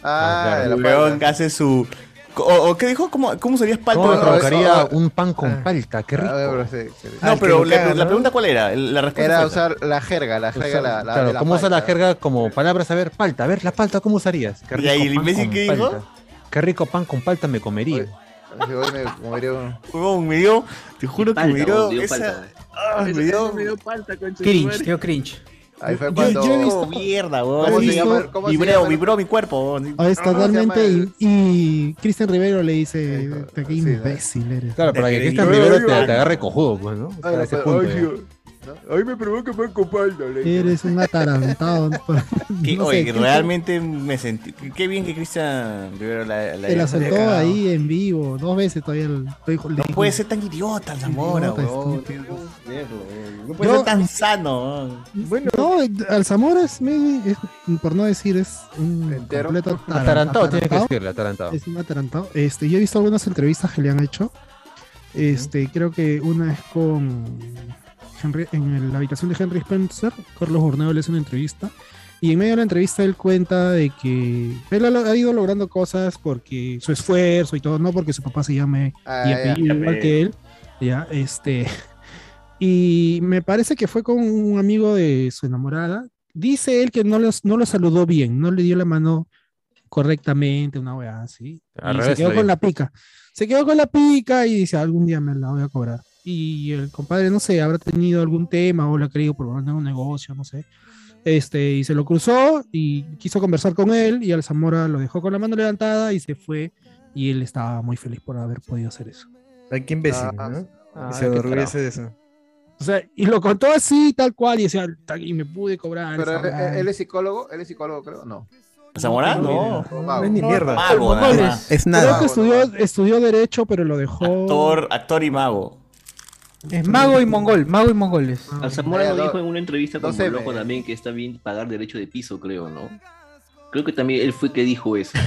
Speaker 16: Ah, de
Speaker 4: el
Speaker 16: la
Speaker 4: huevón
Speaker 16: palta.
Speaker 4: que hace su. O, o qué dijo, ¿cómo, cómo sería palta?
Speaker 2: ¿Cómo me
Speaker 4: Pero-
Speaker 2: provocaría
Speaker 4: Ah,
Speaker 2: un pan con palta? Qué rico. Ah,
Speaker 4: No, pero la, la pregunta cuál era? La respuesta
Speaker 16: Era
Speaker 4: fue-
Speaker 16: usar la jerga, la jerga, la,
Speaker 2: Pues
Speaker 16: la,
Speaker 2: claro,
Speaker 16: de la
Speaker 2: ¿cómo usar la
Speaker 16: palta.
Speaker 2: jerga como palabras? A ver, palta, a ver, la palta, ¿cómo usarías? Qué
Speaker 4: ¿Y ahí el
Speaker 2: pan
Speaker 4: imbécil
Speaker 2: con
Speaker 4: qué dijo?
Speaker 2: palta. Qué rico pan con palta me comería.
Speaker 16: Así voy, me- como diría uno.
Speaker 4: Huevón, me dio, te juro que
Speaker 16: Palta,
Speaker 4: me dio
Speaker 16: huevón, dio
Speaker 4: esa.
Speaker 16: palta.
Speaker 4: Ah, me dio.
Speaker 31: palta, concha de su
Speaker 1: Cringe,
Speaker 31: madre.
Speaker 1: tío cringe.
Speaker 16: Ahí fue
Speaker 4: Yo-
Speaker 16: cuando-
Speaker 4: yo he visto- mierda, huevón.
Speaker 16: ¿Cómo
Speaker 4: Así,
Speaker 16: se llama? ¿Cómo se
Speaker 4: Vibró,
Speaker 16: llama?
Speaker 4: vibró mi cuerpo, huevón.
Speaker 23: Ahí está
Speaker 16: ¿Cómo se llama
Speaker 23: Ah, totalmente.
Speaker 16: el-
Speaker 23: Y, y Cristian Rivero le dice: "Puta, Qué imbécil eres.
Speaker 2: Claro, para que Cristian
Speaker 23: Ay,
Speaker 2: Rivero
Speaker 23: ay,
Speaker 2: te,
Speaker 23: ay.
Speaker 2: te agarre cojudo, pues, ¿no? O sea,
Speaker 16: Ay, la
Speaker 2: ese
Speaker 16: pa-
Speaker 2: punto,
Speaker 16: ay,
Speaker 2: ya.
Speaker 4: eh.
Speaker 16: sí, Ah, ¿no? Ay, me provoca pan con palta. le digo.
Speaker 23: Eres un atarantado.
Speaker 4: Que,
Speaker 23: No sé,
Speaker 4: oye,
Speaker 23: Cristian
Speaker 4: realmente me sentí. Qué bien que Cristian Rivero la, la
Speaker 23: Te la
Speaker 4: haya
Speaker 23: soltó
Speaker 4: sacado.
Speaker 23: ahí en vivo, dos veces todavía. el- le dijo- le
Speaker 4: No
Speaker 23: dijo-
Speaker 4: puede ser tan idiota, Zamora,
Speaker 23: Idiota,
Speaker 4: huevón.
Speaker 23: estúpido.
Speaker 4: No puede
Speaker 23: Yo-
Speaker 4: ser tan sano. huevón.
Speaker 23: Bueno, no, al Zamora es, medio- es- por no decir, es un
Speaker 16: Entero.
Speaker 23: completo taran-
Speaker 2: Atarantado, tienes que
Speaker 23: atarantado.
Speaker 2: decirle, atarantado.
Speaker 23: Es un atarantado. Este, yo he visto algunas entrevistas que le han hecho. Este, creo que una es con Henry, en el- la habitación de Henry Spencer, Carlos Borneo le hace una entrevista. Y en medio de la entrevista él cuenta de que él ha, lo- ha ido logrando cosas porque su esfuerzo y todo, no porque su papá se llame
Speaker 16: Ah,
Speaker 23: y
Speaker 16: ya.
Speaker 23: apellido igual que él. Ya, este. Y me parece que fue con un amigo de su enamorada. Dice él que no, los, no lo saludó bien, no le dio la mano correctamente, una weá así.
Speaker 2: Al
Speaker 23: Y se
Speaker 2: revés,
Speaker 23: quedó
Speaker 2: le dijo.
Speaker 23: con la pica. Se quedó con la pica y dice, algún día me la voy a cobrar. Y el compadre, no sé, habrá tenido algún tema o lo ha querido por un negocio, no sé. Este, y se lo cruzó y quiso conversar con él y al Zamora lo dejó con la mano levantada y se fue y él estaba muy feliz por haber podido hacer eso.
Speaker 18: Ay, qué imbécil,
Speaker 23: Ah,
Speaker 18: ¿no?
Speaker 23: ah,
Speaker 18: Que
Speaker 23: qué
Speaker 18: se orgullece de eso.
Speaker 23: O sea, y lo contó así, tal cual, y decía, "Ta- y me pude cobrar.
Speaker 16: Pero
Speaker 23: esa
Speaker 16: él,
Speaker 23: weá".
Speaker 16: él es psicólogo, él es psicólogo, creo, no.
Speaker 4: ¿Zamorano?
Speaker 23: No,
Speaker 16: No,
Speaker 23: no es ni mierda.
Speaker 4: Mago, nada más.
Speaker 5: Es
Speaker 23: Creo que
Speaker 5: nada.
Speaker 23: estudió, estudió Derecho, pero lo dejó.
Speaker 4: Actor, actor y mago.
Speaker 19: Es mago y mongol, mago y mongoles.
Speaker 7: Al Zamora
Speaker 16: Ya,
Speaker 7: lo
Speaker 16: no-
Speaker 7: dijo en una entrevista con
Speaker 16: no se
Speaker 7: loco
Speaker 16: ve.
Speaker 7: también que está bien pagar derecho de piso, creo, ¿no? Creo que también él fue que dijo eso.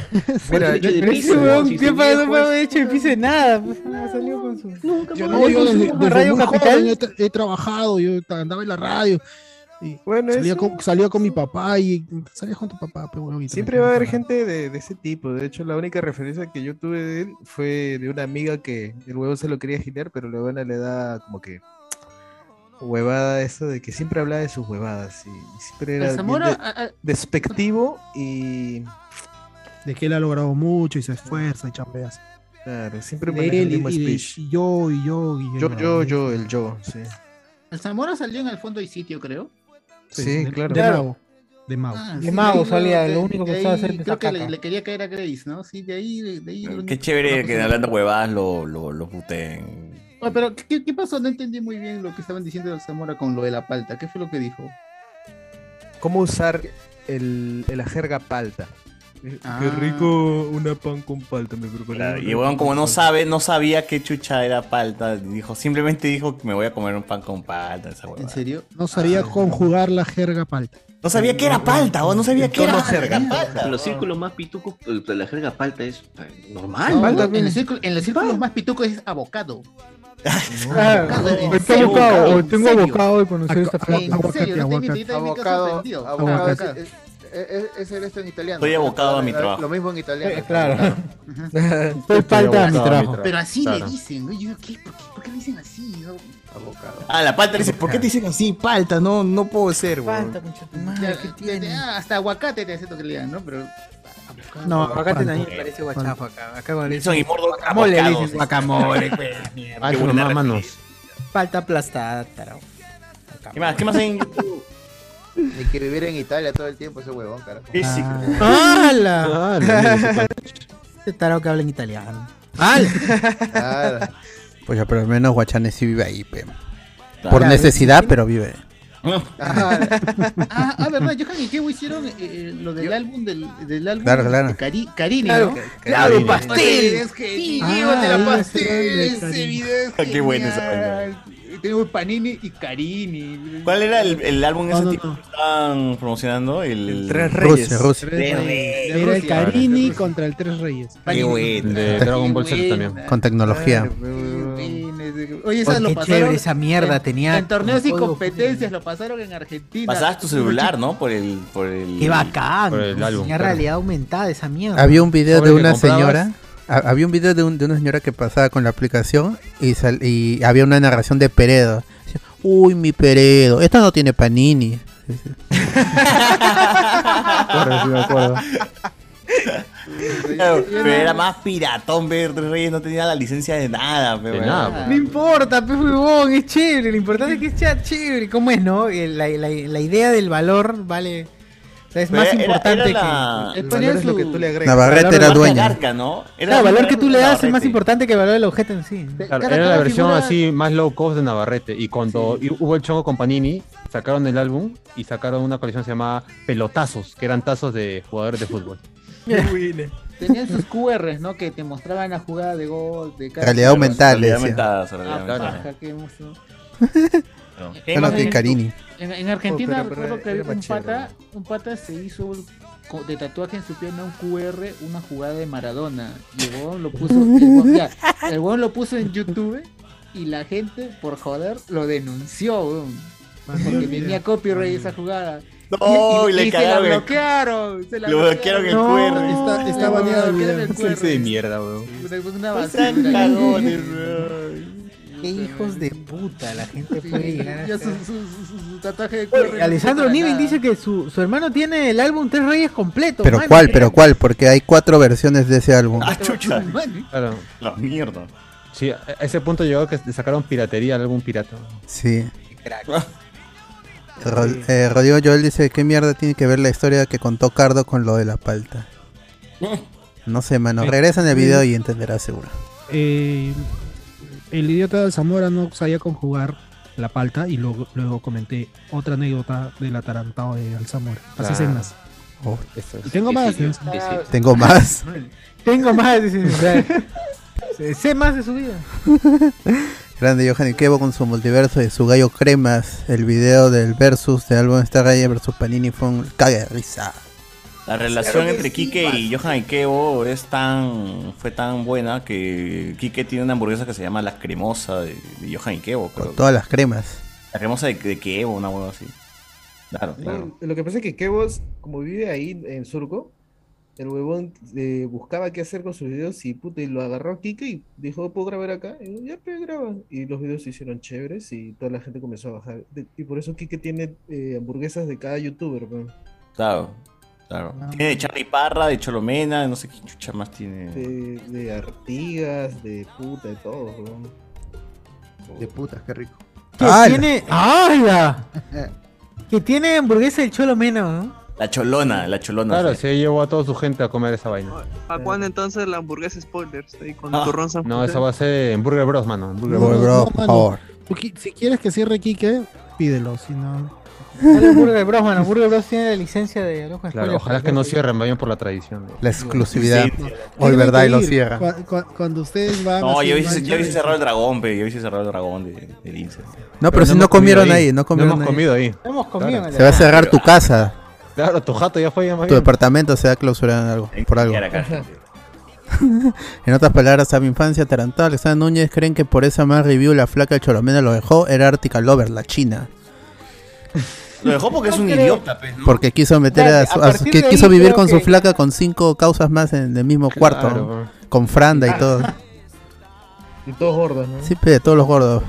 Speaker 19: Mira,
Speaker 7: derecho de
Speaker 19: pero
Speaker 7: piso,
Speaker 19: ese weón,
Speaker 7: si
Speaker 19: ¿qué
Speaker 7: su
Speaker 19: pasa?
Speaker 7: viejo
Speaker 19: No fue
Speaker 7: es-
Speaker 19: derecho de piso de nada. pues, Ha salido con su.
Speaker 23: Yo
Speaker 19: Hoy
Speaker 23: yo
Speaker 19: con
Speaker 23: desde,
Speaker 19: su
Speaker 23: desde
Speaker 19: Radio
Speaker 23: muy joven he,
Speaker 19: Capital.
Speaker 23: tra- he trabajado, yo ta- andaba en la radio. Y
Speaker 18: Bueno,
Speaker 23: salía,
Speaker 18: eso-
Speaker 23: con, salía con mi papá y salía con tu papá, pero bueno, y
Speaker 18: Siempre va a haber gente de, de ese tipo. De hecho, la única referencia que yo tuve de él fue de una amiga que el huevo se lo quería girar, pero la buena le da como que huevada eso de que siempre hablaba de sus huevadas y, y siempre era
Speaker 23: El
Speaker 18: bien
Speaker 23: Zamora,
Speaker 18: de-
Speaker 23: a- a-
Speaker 18: despectivo y
Speaker 23: de que él ha logrado mucho y se esfuerza y chambea. así.
Speaker 18: claro, siempre
Speaker 23: De
Speaker 18: maneja el
Speaker 23: él y-
Speaker 18: mismo
Speaker 23: y de-
Speaker 18: speech.
Speaker 23: y yo, y yo, y
Speaker 18: Yo, yo, yo, el yo, sí.
Speaker 3: El Zamora salió en el fondo y sitio, creo.
Speaker 18: Sí,
Speaker 23: de-
Speaker 18: claro.
Speaker 23: De mago. De mago.
Speaker 3: Ah,
Speaker 19: De
Speaker 3: sí,
Speaker 19: mago
Speaker 3: ahí lo-
Speaker 19: salía,
Speaker 3: de-
Speaker 19: lo único que
Speaker 3: de
Speaker 19: estaba
Speaker 3: ahí
Speaker 19: haciendo
Speaker 3: Creo
Speaker 19: esa
Speaker 3: que le,
Speaker 19: caca.
Speaker 3: le quería caer a Grace, ¿no? Sí, de ahí. De, de ahí lo único-
Speaker 4: Qué chévere
Speaker 3: una
Speaker 4: que
Speaker 3: cosa-
Speaker 4: hablando huevadas lo, lo, lo puteen.
Speaker 3: Ah, pero, ¿qué, ¿qué pasó? No entendí muy bien lo que estaban diciendo del Zamora con lo de la palta. ¿Qué fue lo que dijo?
Speaker 18: ¿Cómo usar el, la jerga palta? Eh,
Speaker 3: Ah.
Speaker 18: Qué rico una pan con palta, me preocupa.
Speaker 4: Claro, Y bueno, como no sabe, no sabía qué chucha era palta, dijo, simplemente dijo que me voy a comer un pan con palta, esa huevada.
Speaker 3: ¿En serio?
Speaker 23: No sabía
Speaker 4: Ah.
Speaker 23: conjugar la jerga palta.
Speaker 4: No sabía que era palta, o no sabía que era jerga palta.
Speaker 7: En los círculos más pitucos, eh, la jerga palta es eh, normal.
Speaker 3: No,
Speaker 7: ¿no?
Speaker 3: en, el círculo, en los
Speaker 19: Ah.
Speaker 3: círculos más pitucos es abocado.
Speaker 19: Claro,
Speaker 3: en
Speaker 19: hoy Ah,
Speaker 3: serio,
Speaker 19: tengo abocado,
Speaker 3: abocado,
Speaker 19: hoy
Speaker 3: en
Speaker 19: tengo
Speaker 3: serio.
Speaker 19: abocado de conocer
Speaker 23: Aca-
Speaker 19: esta
Speaker 23: aca-
Speaker 19: plata.
Speaker 23: aguacate,
Speaker 3: serio, no te invité
Speaker 23: aguacate.
Speaker 3: y te invité
Speaker 16: Abocado,
Speaker 3: sorprendido.
Speaker 23: Ah,
Speaker 16: abocado,
Speaker 19: Abocado.
Speaker 16: es, es- es- es el esto en italiano.
Speaker 4: Estoy abocado a mi
Speaker 16: Lo-
Speaker 4: trabajo.
Speaker 16: Lo mismo en italiano.
Speaker 19: Eh, claro.
Speaker 23: Soy palta a mi
Speaker 16: abocado a mi
Speaker 23: trabajo.
Speaker 3: Pero así le
Speaker 16: Claro.
Speaker 3: dicen, oye, yo, ¿qué? ¿Por, qué, ¿por qué le dicen así? No,
Speaker 16: Abocado.
Speaker 4: Ah, la palta dice, ¿por qué te dicen así? Palta, no, no puedo ser, weón.
Speaker 19: Falta, concha tu
Speaker 3: Ya,
Speaker 19: madre, ¿qué
Speaker 3: ya,
Speaker 19: tiene?
Speaker 3: ya, ah, hasta aguacate te acepto que le digan, ¿no? Pero. abocado.
Speaker 19: No, acá
Speaker 23: Falta.
Speaker 19: también me parece
Speaker 1: Ah,
Speaker 19: guachafa acá. Acá cuando le
Speaker 4: Son y
Speaker 19: dicen
Speaker 4: Mordor
Speaker 19: guacamole, le
Speaker 4: abocados.
Speaker 19: dicen guacamole, pues, mierda.
Speaker 2: Ah,
Speaker 4: Qué
Speaker 2: su
Speaker 4: buena
Speaker 2: mamá, manos.
Speaker 19: Falta aplastada, tarao.
Speaker 4: ¿Qué más? ¿Qué más hay en YouTube?
Speaker 16: Ni que vivir en Italia todo el tiempo ese huevón, carajo.
Speaker 4: Físico.
Speaker 19: ¡Hala!
Speaker 2: Ah, la mierda, ese pan.
Speaker 19: Este tarao que habla en italiano. ¡Hala!
Speaker 16: Claro.
Speaker 5: Pues ya, pero al menos Guachane sí vive ahí, pe.
Speaker 4: Claro.
Speaker 5: Por necesidad, pero vive.
Speaker 3: Ah, ah, verdad, Johan y Kevo hicieron eh, eh, lo del álbum del, del álbum
Speaker 5: Claro, claro.
Speaker 3: de Cari Carini,
Speaker 19: Claro,
Speaker 3: ¿no?
Speaker 5: claro, Carini.
Speaker 3: pastel. Es que sí,
Speaker 23: Ah,
Speaker 3: llévate la
Speaker 23: ahí
Speaker 3: pastel,
Speaker 23: hicieron de
Speaker 3: ese
Speaker 23: Carini.
Speaker 3: video es
Speaker 4: Ah, qué bueno esa
Speaker 3: genial. Tenemos Panini y Carini.
Speaker 4: ¿Cuál era el, el álbum
Speaker 23: No,
Speaker 4: ese
Speaker 23: no,
Speaker 4: tipo
Speaker 23: no.
Speaker 4: que estaban promocionando? El,
Speaker 18: Tres Reyes.
Speaker 5: Rusia, Rusia.
Speaker 4: Tres Reyes.
Speaker 23: Era el Carini contra el Tres Reyes.
Speaker 4: Qué bueno.
Speaker 2: De Dragon Ball Z también.
Speaker 5: Con tecnología.
Speaker 3: Oye,
Speaker 19: Oye,
Speaker 3: esa lo
Speaker 19: qué
Speaker 3: pasaron
Speaker 19: chévere esa mierda tenía.
Speaker 3: en torneos y
Speaker 19: juego.
Speaker 3: competencias, lo pasaron en Argentina.
Speaker 4: Pasabas tu celular, ¿no? Por el... Por el
Speaker 19: Qué bacán.
Speaker 2: Por el
Speaker 19: pues,
Speaker 2: álbum,
Speaker 19: tenía
Speaker 2: claro.
Speaker 19: realidad aumentada esa mierda.
Speaker 5: Había un video
Speaker 2: Sobre
Speaker 5: de
Speaker 2: que
Speaker 5: una
Speaker 2: comprabas.
Speaker 5: señora. ha- Había un video de, un- de una señora que pasaba con la aplicación y, sal- y había una narración de Peredo. Decía, Uy, mi Peredo, esta no tiene panini.
Speaker 23: Claro, sí me acuerdo.
Speaker 4: Claro, pero era más piratón ver Tres Reyes, no tenía la licencia de nada. pues. pero-
Speaker 2: De nada,
Speaker 19: Ah.
Speaker 1: pues,
Speaker 19: No importa, pe huevón, es chévere. Lo importante es que sea chévere. ¿Cómo es, no? Eh, La, la- la idea del valor vale. O sea, es
Speaker 4: Pero
Speaker 19: más
Speaker 4: era- era
Speaker 19: importante
Speaker 4: la-
Speaker 19: que.
Speaker 18: El valor es lo que tú le agregas.
Speaker 5: Navarrete
Speaker 4: Pero
Speaker 5: era
Speaker 4: más
Speaker 5: dueña.
Speaker 4: garca, ¿no?
Speaker 19: El
Speaker 4: Era-
Speaker 19: valor
Speaker 4: era
Speaker 19: que tú
Speaker 4: un
Speaker 19: le das es más
Speaker 4: Navarrete.
Speaker 19: importante que el valor del objeto en sí.
Speaker 2: Claro,
Speaker 3: Cada-
Speaker 2: era
Speaker 3: cada
Speaker 2: la versión
Speaker 3: figura-
Speaker 2: así más low cost de Navarrete. Y cuando y hubo el chongo con Panini, sacaron el álbum y sacaron una colección que se llamaba Pelotazos, que eran tazos de jugadores de fútbol.
Speaker 3: Tenían sus QRs, ¿no? Que te mostraban la jugada de gol, de cada-
Speaker 5: Realidad aumentada, le
Speaker 4: Realidad
Speaker 5: decía.
Speaker 4: aumentada, realidad
Speaker 3: Ah,
Speaker 4: aumentada.
Speaker 3: paja, qué emoción.
Speaker 4: No.
Speaker 3: Pero
Speaker 5: Bueno,
Speaker 3: más
Speaker 5: que
Speaker 3: en-
Speaker 5: Carini.
Speaker 3: En, en Argentina
Speaker 18: Oh, pero- pero
Speaker 3: recuerdo que
Speaker 18: era
Speaker 3: había un
Speaker 18: más chévere,
Speaker 3: pata, un pata se hizo un- co- de tatuaje en su pierna un QR, una jugada de Maradona. Y el huevón lo puso, el huevón- ya, el huevón lo puso en YouTube y la gente, por joder, lo denunció, huevón, Porque tenía copyright esa jugada.
Speaker 4: No,
Speaker 3: y,
Speaker 4: y le
Speaker 3: y se la
Speaker 4: cagaron el-
Speaker 3: bloquearon. Se la
Speaker 4: Lo bloquearon el QR.
Speaker 23: Está, está baneado el video.
Speaker 2: de mierda, weón.
Speaker 3: QR. Una
Speaker 4: No sean
Speaker 3: basura.
Speaker 4: cagones, weón.
Speaker 19: Qué hijos de puta la gente
Speaker 3: Sí,
Speaker 19: puede llegar a
Speaker 3: ya su,
Speaker 19: ser.
Speaker 3: su- su- su- su tatuaje de
Speaker 19: Oye,
Speaker 3: QR.
Speaker 19: Alessandro Niven
Speaker 3: Niven
Speaker 19: dice que su, su hermano tiene el álbum Tres Reyes completo.
Speaker 5: Pero
Speaker 19: mano.
Speaker 5: cuál, pero cuál, porque hay cuatro versiones de ese álbum.
Speaker 4: Ah, chucha.
Speaker 2: Claro.
Speaker 4: La mierda.
Speaker 2: Sí, a a ese punto llegó que le sacaron piratería al álbum pirata.
Speaker 5: Sí.
Speaker 2: Ah.
Speaker 5: Ro- eh, Rodrigo Joel dice, ¿qué mierda tiene que ver la historia que contó Cardo con lo de la palta? No sé, mano. Regresa en el video y entenderás seguro.
Speaker 23: Eh, el idiota de Zamora no sabía conjugar
Speaker 13: la palta y luego, luego comenté otra anécdota del atarantado de Alzamora. Así
Speaker 5: Ah.
Speaker 13: se más.
Speaker 5: Oh,
Speaker 13: Y tengo más. ¿eh?
Speaker 5: Tengo más.
Speaker 1: Tengo más, dice. o sea, eh, sé más de su vida.
Speaker 5: Grande Johan Ikebo con su multiverso y su gallo cremas. El video del versus de álbum Star Gaia versus Panini fue un cague de risa.
Speaker 4: La relación entre Quique y Johan Ikebo es tan, fue tan buena que Quique tiene una hamburguesa que se llama La Cremosa de, de Johan Ikebo. creo.
Speaker 5: Todas las cremas.
Speaker 4: La Cremosa de, de Kevo, una hueva así. Claro, claro.
Speaker 18: Lo que pasa es que Kevos, como vive ahí en Surco, el huevón eh, buscaba qué hacer con sus videos y puta, y lo agarró a Kike y dijo, ¿puedo grabar acá? Y yo, ya, pues graba. Y los videos se hicieron chéveres y toda la gente comenzó a bajar. De- y por eso Kike tiene eh, hamburguesas de cada youtuber, weón.
Speaker 4: Claro, claro. Tiene de Charlie Parra, de Cholomena, de no sé qué chucha más tiene.
Speaker 18: De, de Artigas, de puta, de todo, weón.
Speaker 16: De putas, qué rico.
Speaker 1: Que
Speaker 5: Ah,
Speaker 16: ¡Hala!
Speaker 1: tiene. ¡Hala! Que tiene hamburguesa del Cholo Mena, ¿no?
Speaker 4: La Cholona, la Cholona.
Speaker 2: Claro, se llevó a toda su gente a comer esa vaina.
Speaker 9: ¿Para cuándo entonces la hamburguesa spoilers? Ahí con
Speaker 2: Ah,
Speaker 9: turrón San
Speaker 2: No,
Speaker 9: José.
Speaker 2: esa va a ser en Burger Bros, mano. en Burger
Speaker 23: No,
Speaker 2: Bros.
Speaker 23: no, mano. Tú qui- Si quieres que cierre Quique, pídelo, si no.
Speaker 1: Dale Burger Bros, mano. Burger Bros tiene la licencia de Aloha
Speaker 2: Claro,
Speaker 1: Spoiler.
Speaker 2: ojalá que no cierren, vayan por la tradición.
Speaker 5: La exclusividad.
Speaker 2: Sí.
Speaker 5: Hoy
Speaker 23: Tienen
Speaker 5: verdad
Speaker 23: que
Speaker 5: y lo
Speaker 23: ir.
Speaker 5: cierra.
Speaker 23: Cua- cua- Cuando ustedes
Speaker 5: Ah,
Speaker 23: van.
Speaker 4: No,
Speaker 23: así,
Speaker 4: yo hubiese,
Speaker 23: van-
Speaker 4: yo hubiese cerrado el dragón, pe. Yo hubiese cerrado el dragón de, del Ince.
Speaker 5: No, pero, si no,
Speaker 2: hemos comido
Speaker 5: comieron ahí, no comieron
Speaker 2: hemos comido ahí.
Speaker 1: No hemos comido
Speaker 2: Claro.
Speaker 1: en
Speaker 5: Se va a cerrar tu casa.
Speaker 2: Claro, tu jato ya fue ya más
Speaker 5: Tu
Speaker 2: bien.
Speaker 5: departamento se va a clausurar en algo, por algo. En otras palabras, a mi infancia, Tarantado, Alexander Núñez creen que por esa más review la flaca de Cholomena lo dejó. Era Artica Lover, la china.
Speaker 4: Lo dejó porque es un
Speaker 1: creo-
Speaker 4: idiota, pe. ¿no?
Speaker 5: Porque quiso meter
Speaker 1: Dale,
Speaker 5: a su.
Speaker 1: a
Speaker 5: a su-
Speaker 1: partir
Speaker 5: que
Speaker 1: de
Speaker 5: quiso
Speaker 1: ahí
Speaker 5: vivir
Speaker 1: creo
Speaker 5: con su
Speaker 1: que-
Speaker 5: flaca con cinco causas más en el mismo cuarto. ¿no?
Speaker 18: bro.
Speaker 5: Con Franda y
Speaker 2: Ah.
Speaker 5: todo.
Speaker 18: Y todos gordos, ¿no?
Speaker 5: Sí, pe, de todos los gordos.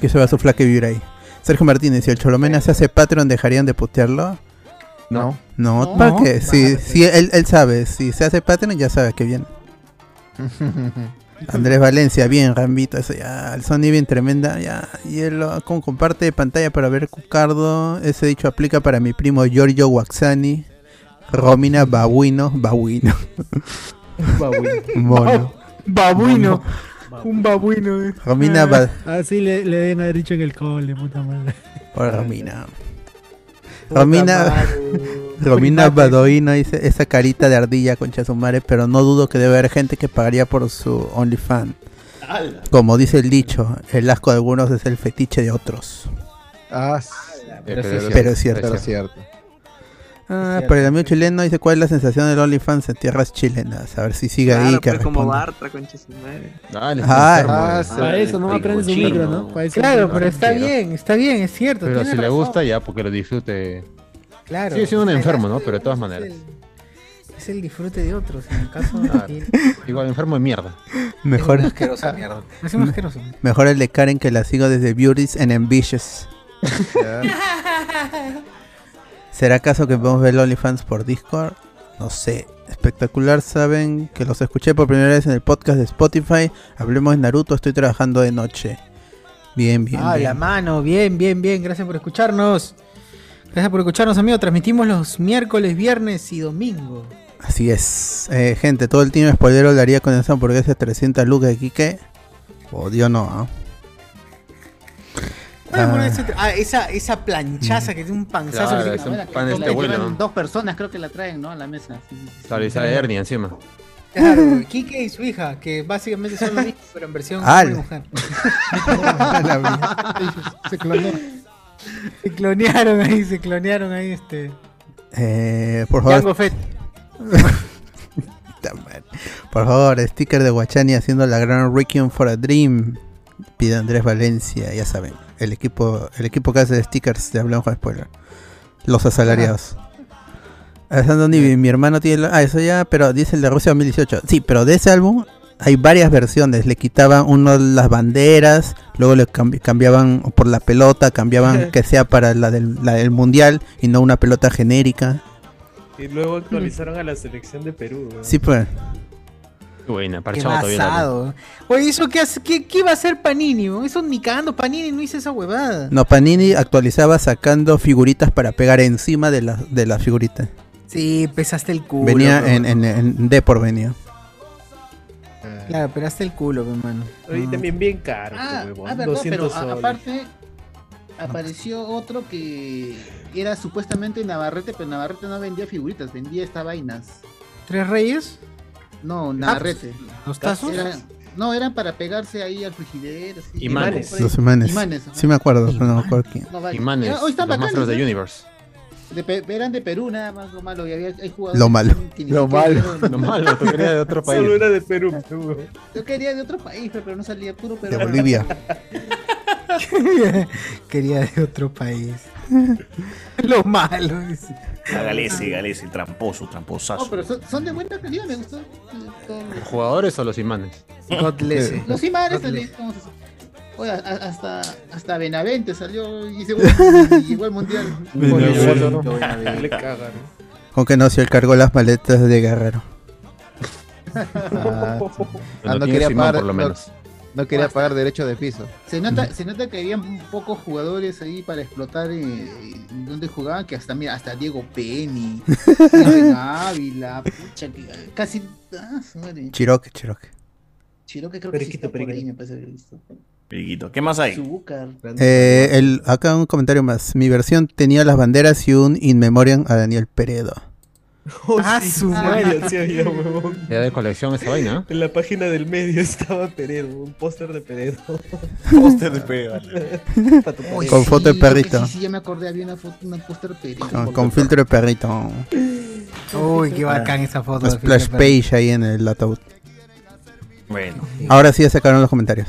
Speaker 5: Quiso ver a su flaca y vivir ahí. Sergio Martínez, si el Cholomena se hace Patreon, ¿dejarían de putearlo?
Speaker 2: No.
Speaker 5: No,
Speaker 2: No.
Speaker 5: ¿para qué? Si, si él, él sabe, si se hace Patreon, ya sabe que viene. Andrés Valencia, bien, Rambito, eso ya, el Sony bien tremenda, ya, y él lo- como comparte pantalla para ver Cucardo, ese dicho aplica para mi primo Giorgio Waxani, Romina Babuino, Babuino, Mono.
Speaker 19: Babuino. Un babuino. eh.
Speaker 5: Romina Ba-
Speaker 19: Así le, le deben haber dicho en el cole, puta madre.
Speaker 5: Hola, Romina. Romina, Romina Badoino dice esa carita de ardilla con Chasumare, pero no dudo que debe haber gente que pagaría por su OnlyFans.
Speaker 4: ¡Hala!
Speaker 5: Como dice el dicho, el asco de algunos es el fetiche de otros.
Speaker 16: Ah,
Speaker 5: Pero es cierto. Pero es cierto.
Speaker 16: Pero es cierto.
Speaker 5: Ah,
Speaker 16: cierto,
Speaker 5: pero el amigo chileno dice cuál es la sensación del Onifans en tierras chilenas. A ver si sigue ahí.
Speaker 9: Claro,
Speaker 5: Que
Speaker 9: pues, como
Speaker 5: responda.
Speaker 9: Bartra, concha su madre.
Speaker 5: Ah,
Speaker 23: Para eso, no aprendes un micro, ¿no? Para eso
Speaker 1: Claro,
Speaker 23: aprendes.
Speaker 1: pero está bien, está bien, es cierto.
Speaker 2: Pero
Speaker 1: tiene
Speaker 2: si le
Speaker 1: razón.
Speaker 2: gusta, ya, porque lo disfrute.
Speaker 1: Claro.
Speaker 2: Sigue siendo un enfermo, ¿no? Pero de todas maneras.
Speaker 1: Es el disfrute de otros, en el caso
Speaker 2: Claro.
Speaker 1: de...
Speaker 2: Igual, enfermo de mierda.
Speaker 5: Mejor,
Speaker 1: Es un asqueroso.
Speaker 5: mejor el de Karen que la sigo desde Beauties and Ambitious. ¿Será acaso que podemos ver el OnlyFans por Discord? No sé. Espectacular, saben que los escuché por primera vez en el podcast de Spotify. Hablemos de Naruto, estoy trabajando de noche. Bien, bien.
Speaker 1: Ah, la
Speaker 5: bien.
Speaker 1: mano, bien, bien, bien, gracias por escucharnos. Gracias por escucharnos, amigo. Transmitimos los miércoles, viernes y domingo.
Speaker 5: Así es. Eh, gente, todo el team spoilero le haría con esa hamburguesa de 300 lucas de Quique. Oh, Dios no. ¿ah?
Speaker 1: Voy a
Speaker 5: Ah.
Speaker 1: poner ese otro- Ah, Mm. esa, esa planchaza que tiene un panzazo
Speaker 2: Claro,
Speaker 1: que
Speaker 2: es un
Speaker 1: tiene-
Speaker 2: pan de este
Speaker 1: Claro,
Speaker 2: abuelo,
Speaker 1: llevan-
Speaker 2: ¿no?
Speaker 3: Dos personas creo que la traen, ¿no? A la mesa. Sí, sí, sí.
Speaker 2: Claro, y sale hernia encima.
Speaker 1: Claro, Kike y su hija, que básicamente son los mismos, pero en versión hombre
Speaker 2: Al.
Speaker 1: y mujer.
Speaker 2: La
Speaker 1: se clonó. Se clonearon ahí, se clonearon ahí este.
Speaker 5: Eh, por favor.
Speaker 1: Django Fett.
Speaker 5: Puta madre. Por favor, sticker de Guachani haciendo la gran Requiem for a Dream. Pide Andrés Valencia, ya saben. El equipo, el equipo que hace stickers de Hablamos con Spoiler. Los asalariados. Alessandro Nivi, mi hermano tiene. la- Ah, eso ya, pero dice el de Rusia 2018. Sí, pero de ese álbum hay varias versiones. Le quitaban uno las banderas, luego le cambi- cambiaban por la pelota, cambiaban que sea para la del, la del mundial y no una pelota genérica.
Speaker 18: Y luego actualizaron a la selección de Perú, weón.
Speaker 5: Sí, pues.
Speaker 2: Qué buena,
Speaker 1: Qué
Speaker 2: parchado todavía. la-
Speaker 1: basado. Oye, ¿eso qué, hace, qué, qué iba a hacer Panini? weón? Eso ni cagando Panini no hizo esa huevada.
Speaker 5: No, Panini actualizaba sacando figuritas para pegar encima de las de las figuritas.
Speaker 1: Sí, pesaste el culo.
Speaker 5: venía
Speaker 1: weón.
Speaker 5: en, en, en D por venía.
Speaker 1: Claro, pesaste el culo, hermano.
Speaker 18: Y también bien caro,
Speaker 5: Mm.
Speaker 3: Ah,
Speaker 18: weón.
Speaker 3: ah, verdad,
Speaker 18: 200
Speaker 3: pero a-
Speaker 18: soles.
Speaker 3: aparte, apareció otro que era supuestamente Navarrete, pero Navarrete no vendía figuritas, vendía estas vainas.
Speaker 19: ¿Tres Reyes?
Speaker 1: Ah,
Speaker 3: No,
Speaker 1: pues,
Speaker 3: Navarrete.
Speaker 19: ¿Los tazos?
Speaker 3: Era- no, eran para pegarse ahí al frigidero. así.
Speaker 5: Los imanes.
Speaker 3: ajá.
Speaker 5: Sí me acuerdo, pero no me acuerdo quién.
Speaker 3: No, vale.
Speaker 2: Imanes,
Speaker 3: Era- hoy están
Speaker 2: los
Speaker 3: bacanes,
Speaker 2: monstruos de
Speaker 3: ¿no?
Speaker 2: Universe.
Speaker 3: De Pe- eran de Perú, nada más lo malo. Y había, hay jugadores
Speaker 5: Lo malo.
Speaker 3: que ni siquiera
Speaker 5: Lo malo.
Speaker 3: fueron-
Speaker 2: tú querías de otro país.
Speaker 18: Solo era de Perú.
Speaker 3: Yo quería de otro país, pero no salía puro Perú.
Speaker 5: De Bolivia.
Speaker 19: Quería de otro país. Lo malo. dice.
Speaker 4: A Galese, Galese, tramposo, tramposazo.
Speaker 3: No, pero son, son de buena calidad, me gustó.
Speaker 2: ¿Los jugadores o los imanes?
Speaker 19: Godless.
Speaker 3: Los imanes también. ¿cómo se dice? Oye, a- a- hasta, hasta Benavente salió y se- y llegó al mundial.
Speaker 5: Benavente.
Speaker 16: Ah,
Speaker 3: Benavente.
Speaker 18: Le cagan.
Speaker 5: Con que no, si él cargó las maletas de Guerrero.
Speaker 16: Ah,
Speaker 5: Pero
Speaker 16: no
Speaker 5: tiene
Speaker 16: quería
Speaker 5: su imán,
Speaker 16: pagar,
Speaker 5: por lo
Speaker 16: no-
Speaker 5: menos.
Speaker 16: no quería pagar derecho de piso.
Speaker 3: Se nota, se nota que había pocos jugadores ahí para explotar eh, en donde jugaban, que hasta mira, hasta Diego Penny, Steven Ávila, pucha, que, eh, casi ah, su madre.
Speaker 5: Chiroque, Chiroque.
Speaker 3: Chiroque creo que sí está por ahí, me parece haber visto.
Speaker 4: Periquito, ¿qué más hay?
Speaker 3: Zubúcar.
Speaker 5: Eh, el, acá un comentario más. Mi versión tenía las banderas y un in memoriam a Daniel Peredo.
Speaker 18: ah, su
Speaker 19: madre.
Speaker 18: sí, había, huevón.
Speaker 2: Ya de colección esa vaina.
Speaker 18: En la página del medio estaba Peredo, un póster de Peredo.
Speaker 4: Póster de Peredo, vale.
Speaker 18: Pa' tu
Speaker 3: Oye,
Speaker 5: Con foto de
Speaker 3: creo que
Speaker 5: perrito.
Speaker 3: Sí, sí, ya me acordé, había una foto, una póster perito.
Speaker 5: Con, con filtro de perrito.
Speaker 19: Uy, qué bacán esa foto. de
Speaker 5: Splash
Speaker 19: Felipe
Speaker 5: page ahí en el ataúd.
Speaker 4: Bueno.
Speaker 5: Ahora sí ya sacaron los comentarios.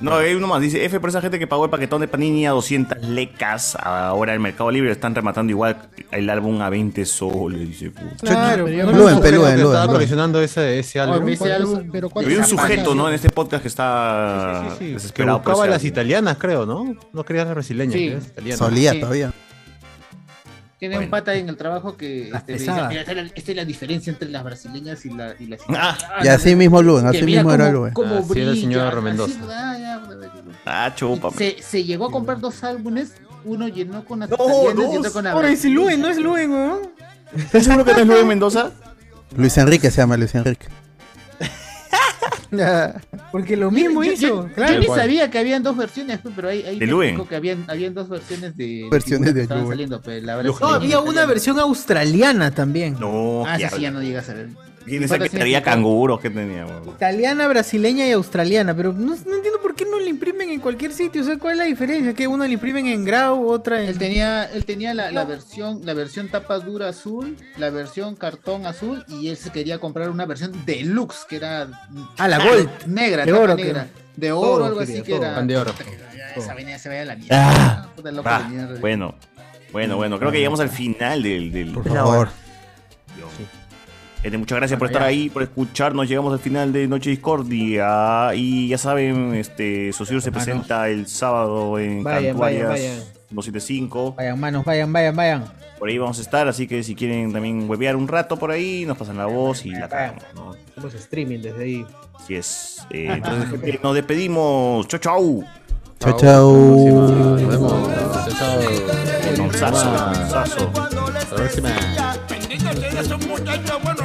Speaker 4: No, hay uno más. Dice F por esa gente que pagó el paquetón de Panini a 200 lecas. Ahora el Mercado Libre están rematando igual el álbum a 20 soles. Dice, puta.
Speaker 23: Claro,
Speaker 2: Yo
Speaker 23: pero-
Speaker 2: no
Speaker 5: Pelúen,
Speaker 2: creo que
Speaker 5: pelúen,
Speaker 2: Estaba
Speaker 5: pelúen.
Speaker 2: coleccionando ese, Ah, ese álbum.
Speaker 23: Pero cuántos- pero cuántos-
Speaker 4: Había un sujeto, ¿no? En este podcast que está
Speaker 2: Que
Speaker 4: desesperado. por
Speaker 2: buscaba
Speaker 4: ese
Speaker 2: las
Speaker 4: álbum.
Speaker 2: italianas, creo, ¿no? No querías las brasileñas,
Speaker 3: Sí.
Speaker 2: querías las italianas.
Speaker 5: Solía
Speaker 3: Sí.
Speaker 5: todavía.
Speaker 3: Tiene un pata en el trabajo que este, me decía,
Speaker 5: pesadas.
Speaker 3: "Mira, esta es la- esta es la diferencia entre las brasileñas y, la, y las
Speaker 19: Ah.
Speaker 3: Ah,
Speaker 5: Y así mismo Luen, así mismo era eh. Luen.
Speaker 3: Como
Speaker 2: Así era el señor Mendoza.
Speaker 4: Ah, chupa.
Speaker 3: se, se llegó a comprar dos álbumes, uno llenó con las
Speaker 19: No,
Speaker 3: italianas y
Speaker 19: dos.
Speaker 3: otro con las
Speaker 19: Ahora es
Speaker 3: brasileñas.
Speaker 19: Luen, no es Luen, weón.
Speaker 4: ¿Estás seguro que no es Luen Mendoza?
Speaker 5: Luis Enrique se llama Luis Enrique.
Speaker 19: Porque lo mismo
Speaker 3: Yo- yo-
Speaker 19: hizo,
Speaker 3: yo
Speaker 19: claro.
Speaker 3: ni sabía que habían dos versiones, pero ahí, ahí
Speaker 5: De
Speaker 3: me
Speaker 5: Luen.
Speaker 3: explicó que habían, habían dos versiones de
Speaker 1: Pues,
Speaker 5: Versiones de
Speaker 3: figuras que estaban
Speaker 5: Luen.
Speaker 3: saliendo, pero la
Speaker 19: No,
Speaker 3: brasileña-
Speaker 19: había una versión australiana también.
Speaker 4: No,
Speaker 3: Ah,
Speaker 4: ¿qué
Speaker 3: esa sí
Speaker 4: habla?
Speaker 3: ya no llegas a ver.
Speaker 4: ¿Quién
Speaker 3: Mi
Speaker 4: es el
Speaker 3: pata
Speaker 4: que
Speaker 3: sí me
Speaker 4: tenía
Speaker 3: explicó.
Speaker 4: canguros que tenía, weón?
Speaker 19: Italiana, brasileña y australiana, pero no, no entiendo por qué no la imprimen en cualquier sitio. O sea, ¿cuál es la diferencia? Que una la imprimen en grau, otra en.
Speaker 3: Él tenía, él tenía la, la versión, la versión tapa dura azul, la versión cartón azul, y él se quería comprar una versión deluxe, que era mm,
Speaker 19: Ah, la gold.
Speaker 3: negra,
Speaker 19: De
Speaker 3: de
Speaker 19: oro,
Speaker 3: oro, negra,
Speaker 19: creo.
Speaker 3: de oro,
Speaker 19: Todo
Speaker 3: algo así
Speaker 19: quería,
Speaker 3: que
Speaker 19: todo.
Speaker 3: era.
Speaker 2: Pan de oro.
Speaker 3: Esa vaina se veía a la
Speaker 4: Ah,
Speaker 3: mierda. Puta loco de
Speaker 4: ah,
Speaker 3: mierda.
Speaker 4: bueno, bueno, bueno, creo que llegamos al final del. del
Speaker 5: Por favor.
Speaker 4: Gente, Este, muchas gracias por
Speaker 5: Bueno,
Speaker 4: estar
Speaker 5: ya.
Speaker 4: ahí, por escucharnos. Llegamos al final de Noche Discordia. Y ya saben, este Socio se
Speaker 19: Hermanos.
Speaker 4: presenta el sábado en
Speaker 19: Vayan, vayan,
Speaker 4: Cantuarias
Speaker 19: vayan.
Speaker 4: 275.
Speaker 19: Vayan, manos, vayan, vayan, vayan.
Speaker 4: Por ahí vamos a estar, así que si quieren también huevear un rato por ahí, nos pasan la voz y la cagamos, ¿no?
Speaker 18: Hacemos streaming desde ahí.
Speaker 4: Así es. Eh, entonces, gente, nos despedimos. Chau, chau.
Speaker 5: Chao, chao.
Speaker 2: Nos vemos. Chao, chao.
Speaker 4: Betonzazo, betonzazo.
Speaker 2: Hasta la próxima.
Speaker 15: Bendito sea Dios, un muchacho bueno.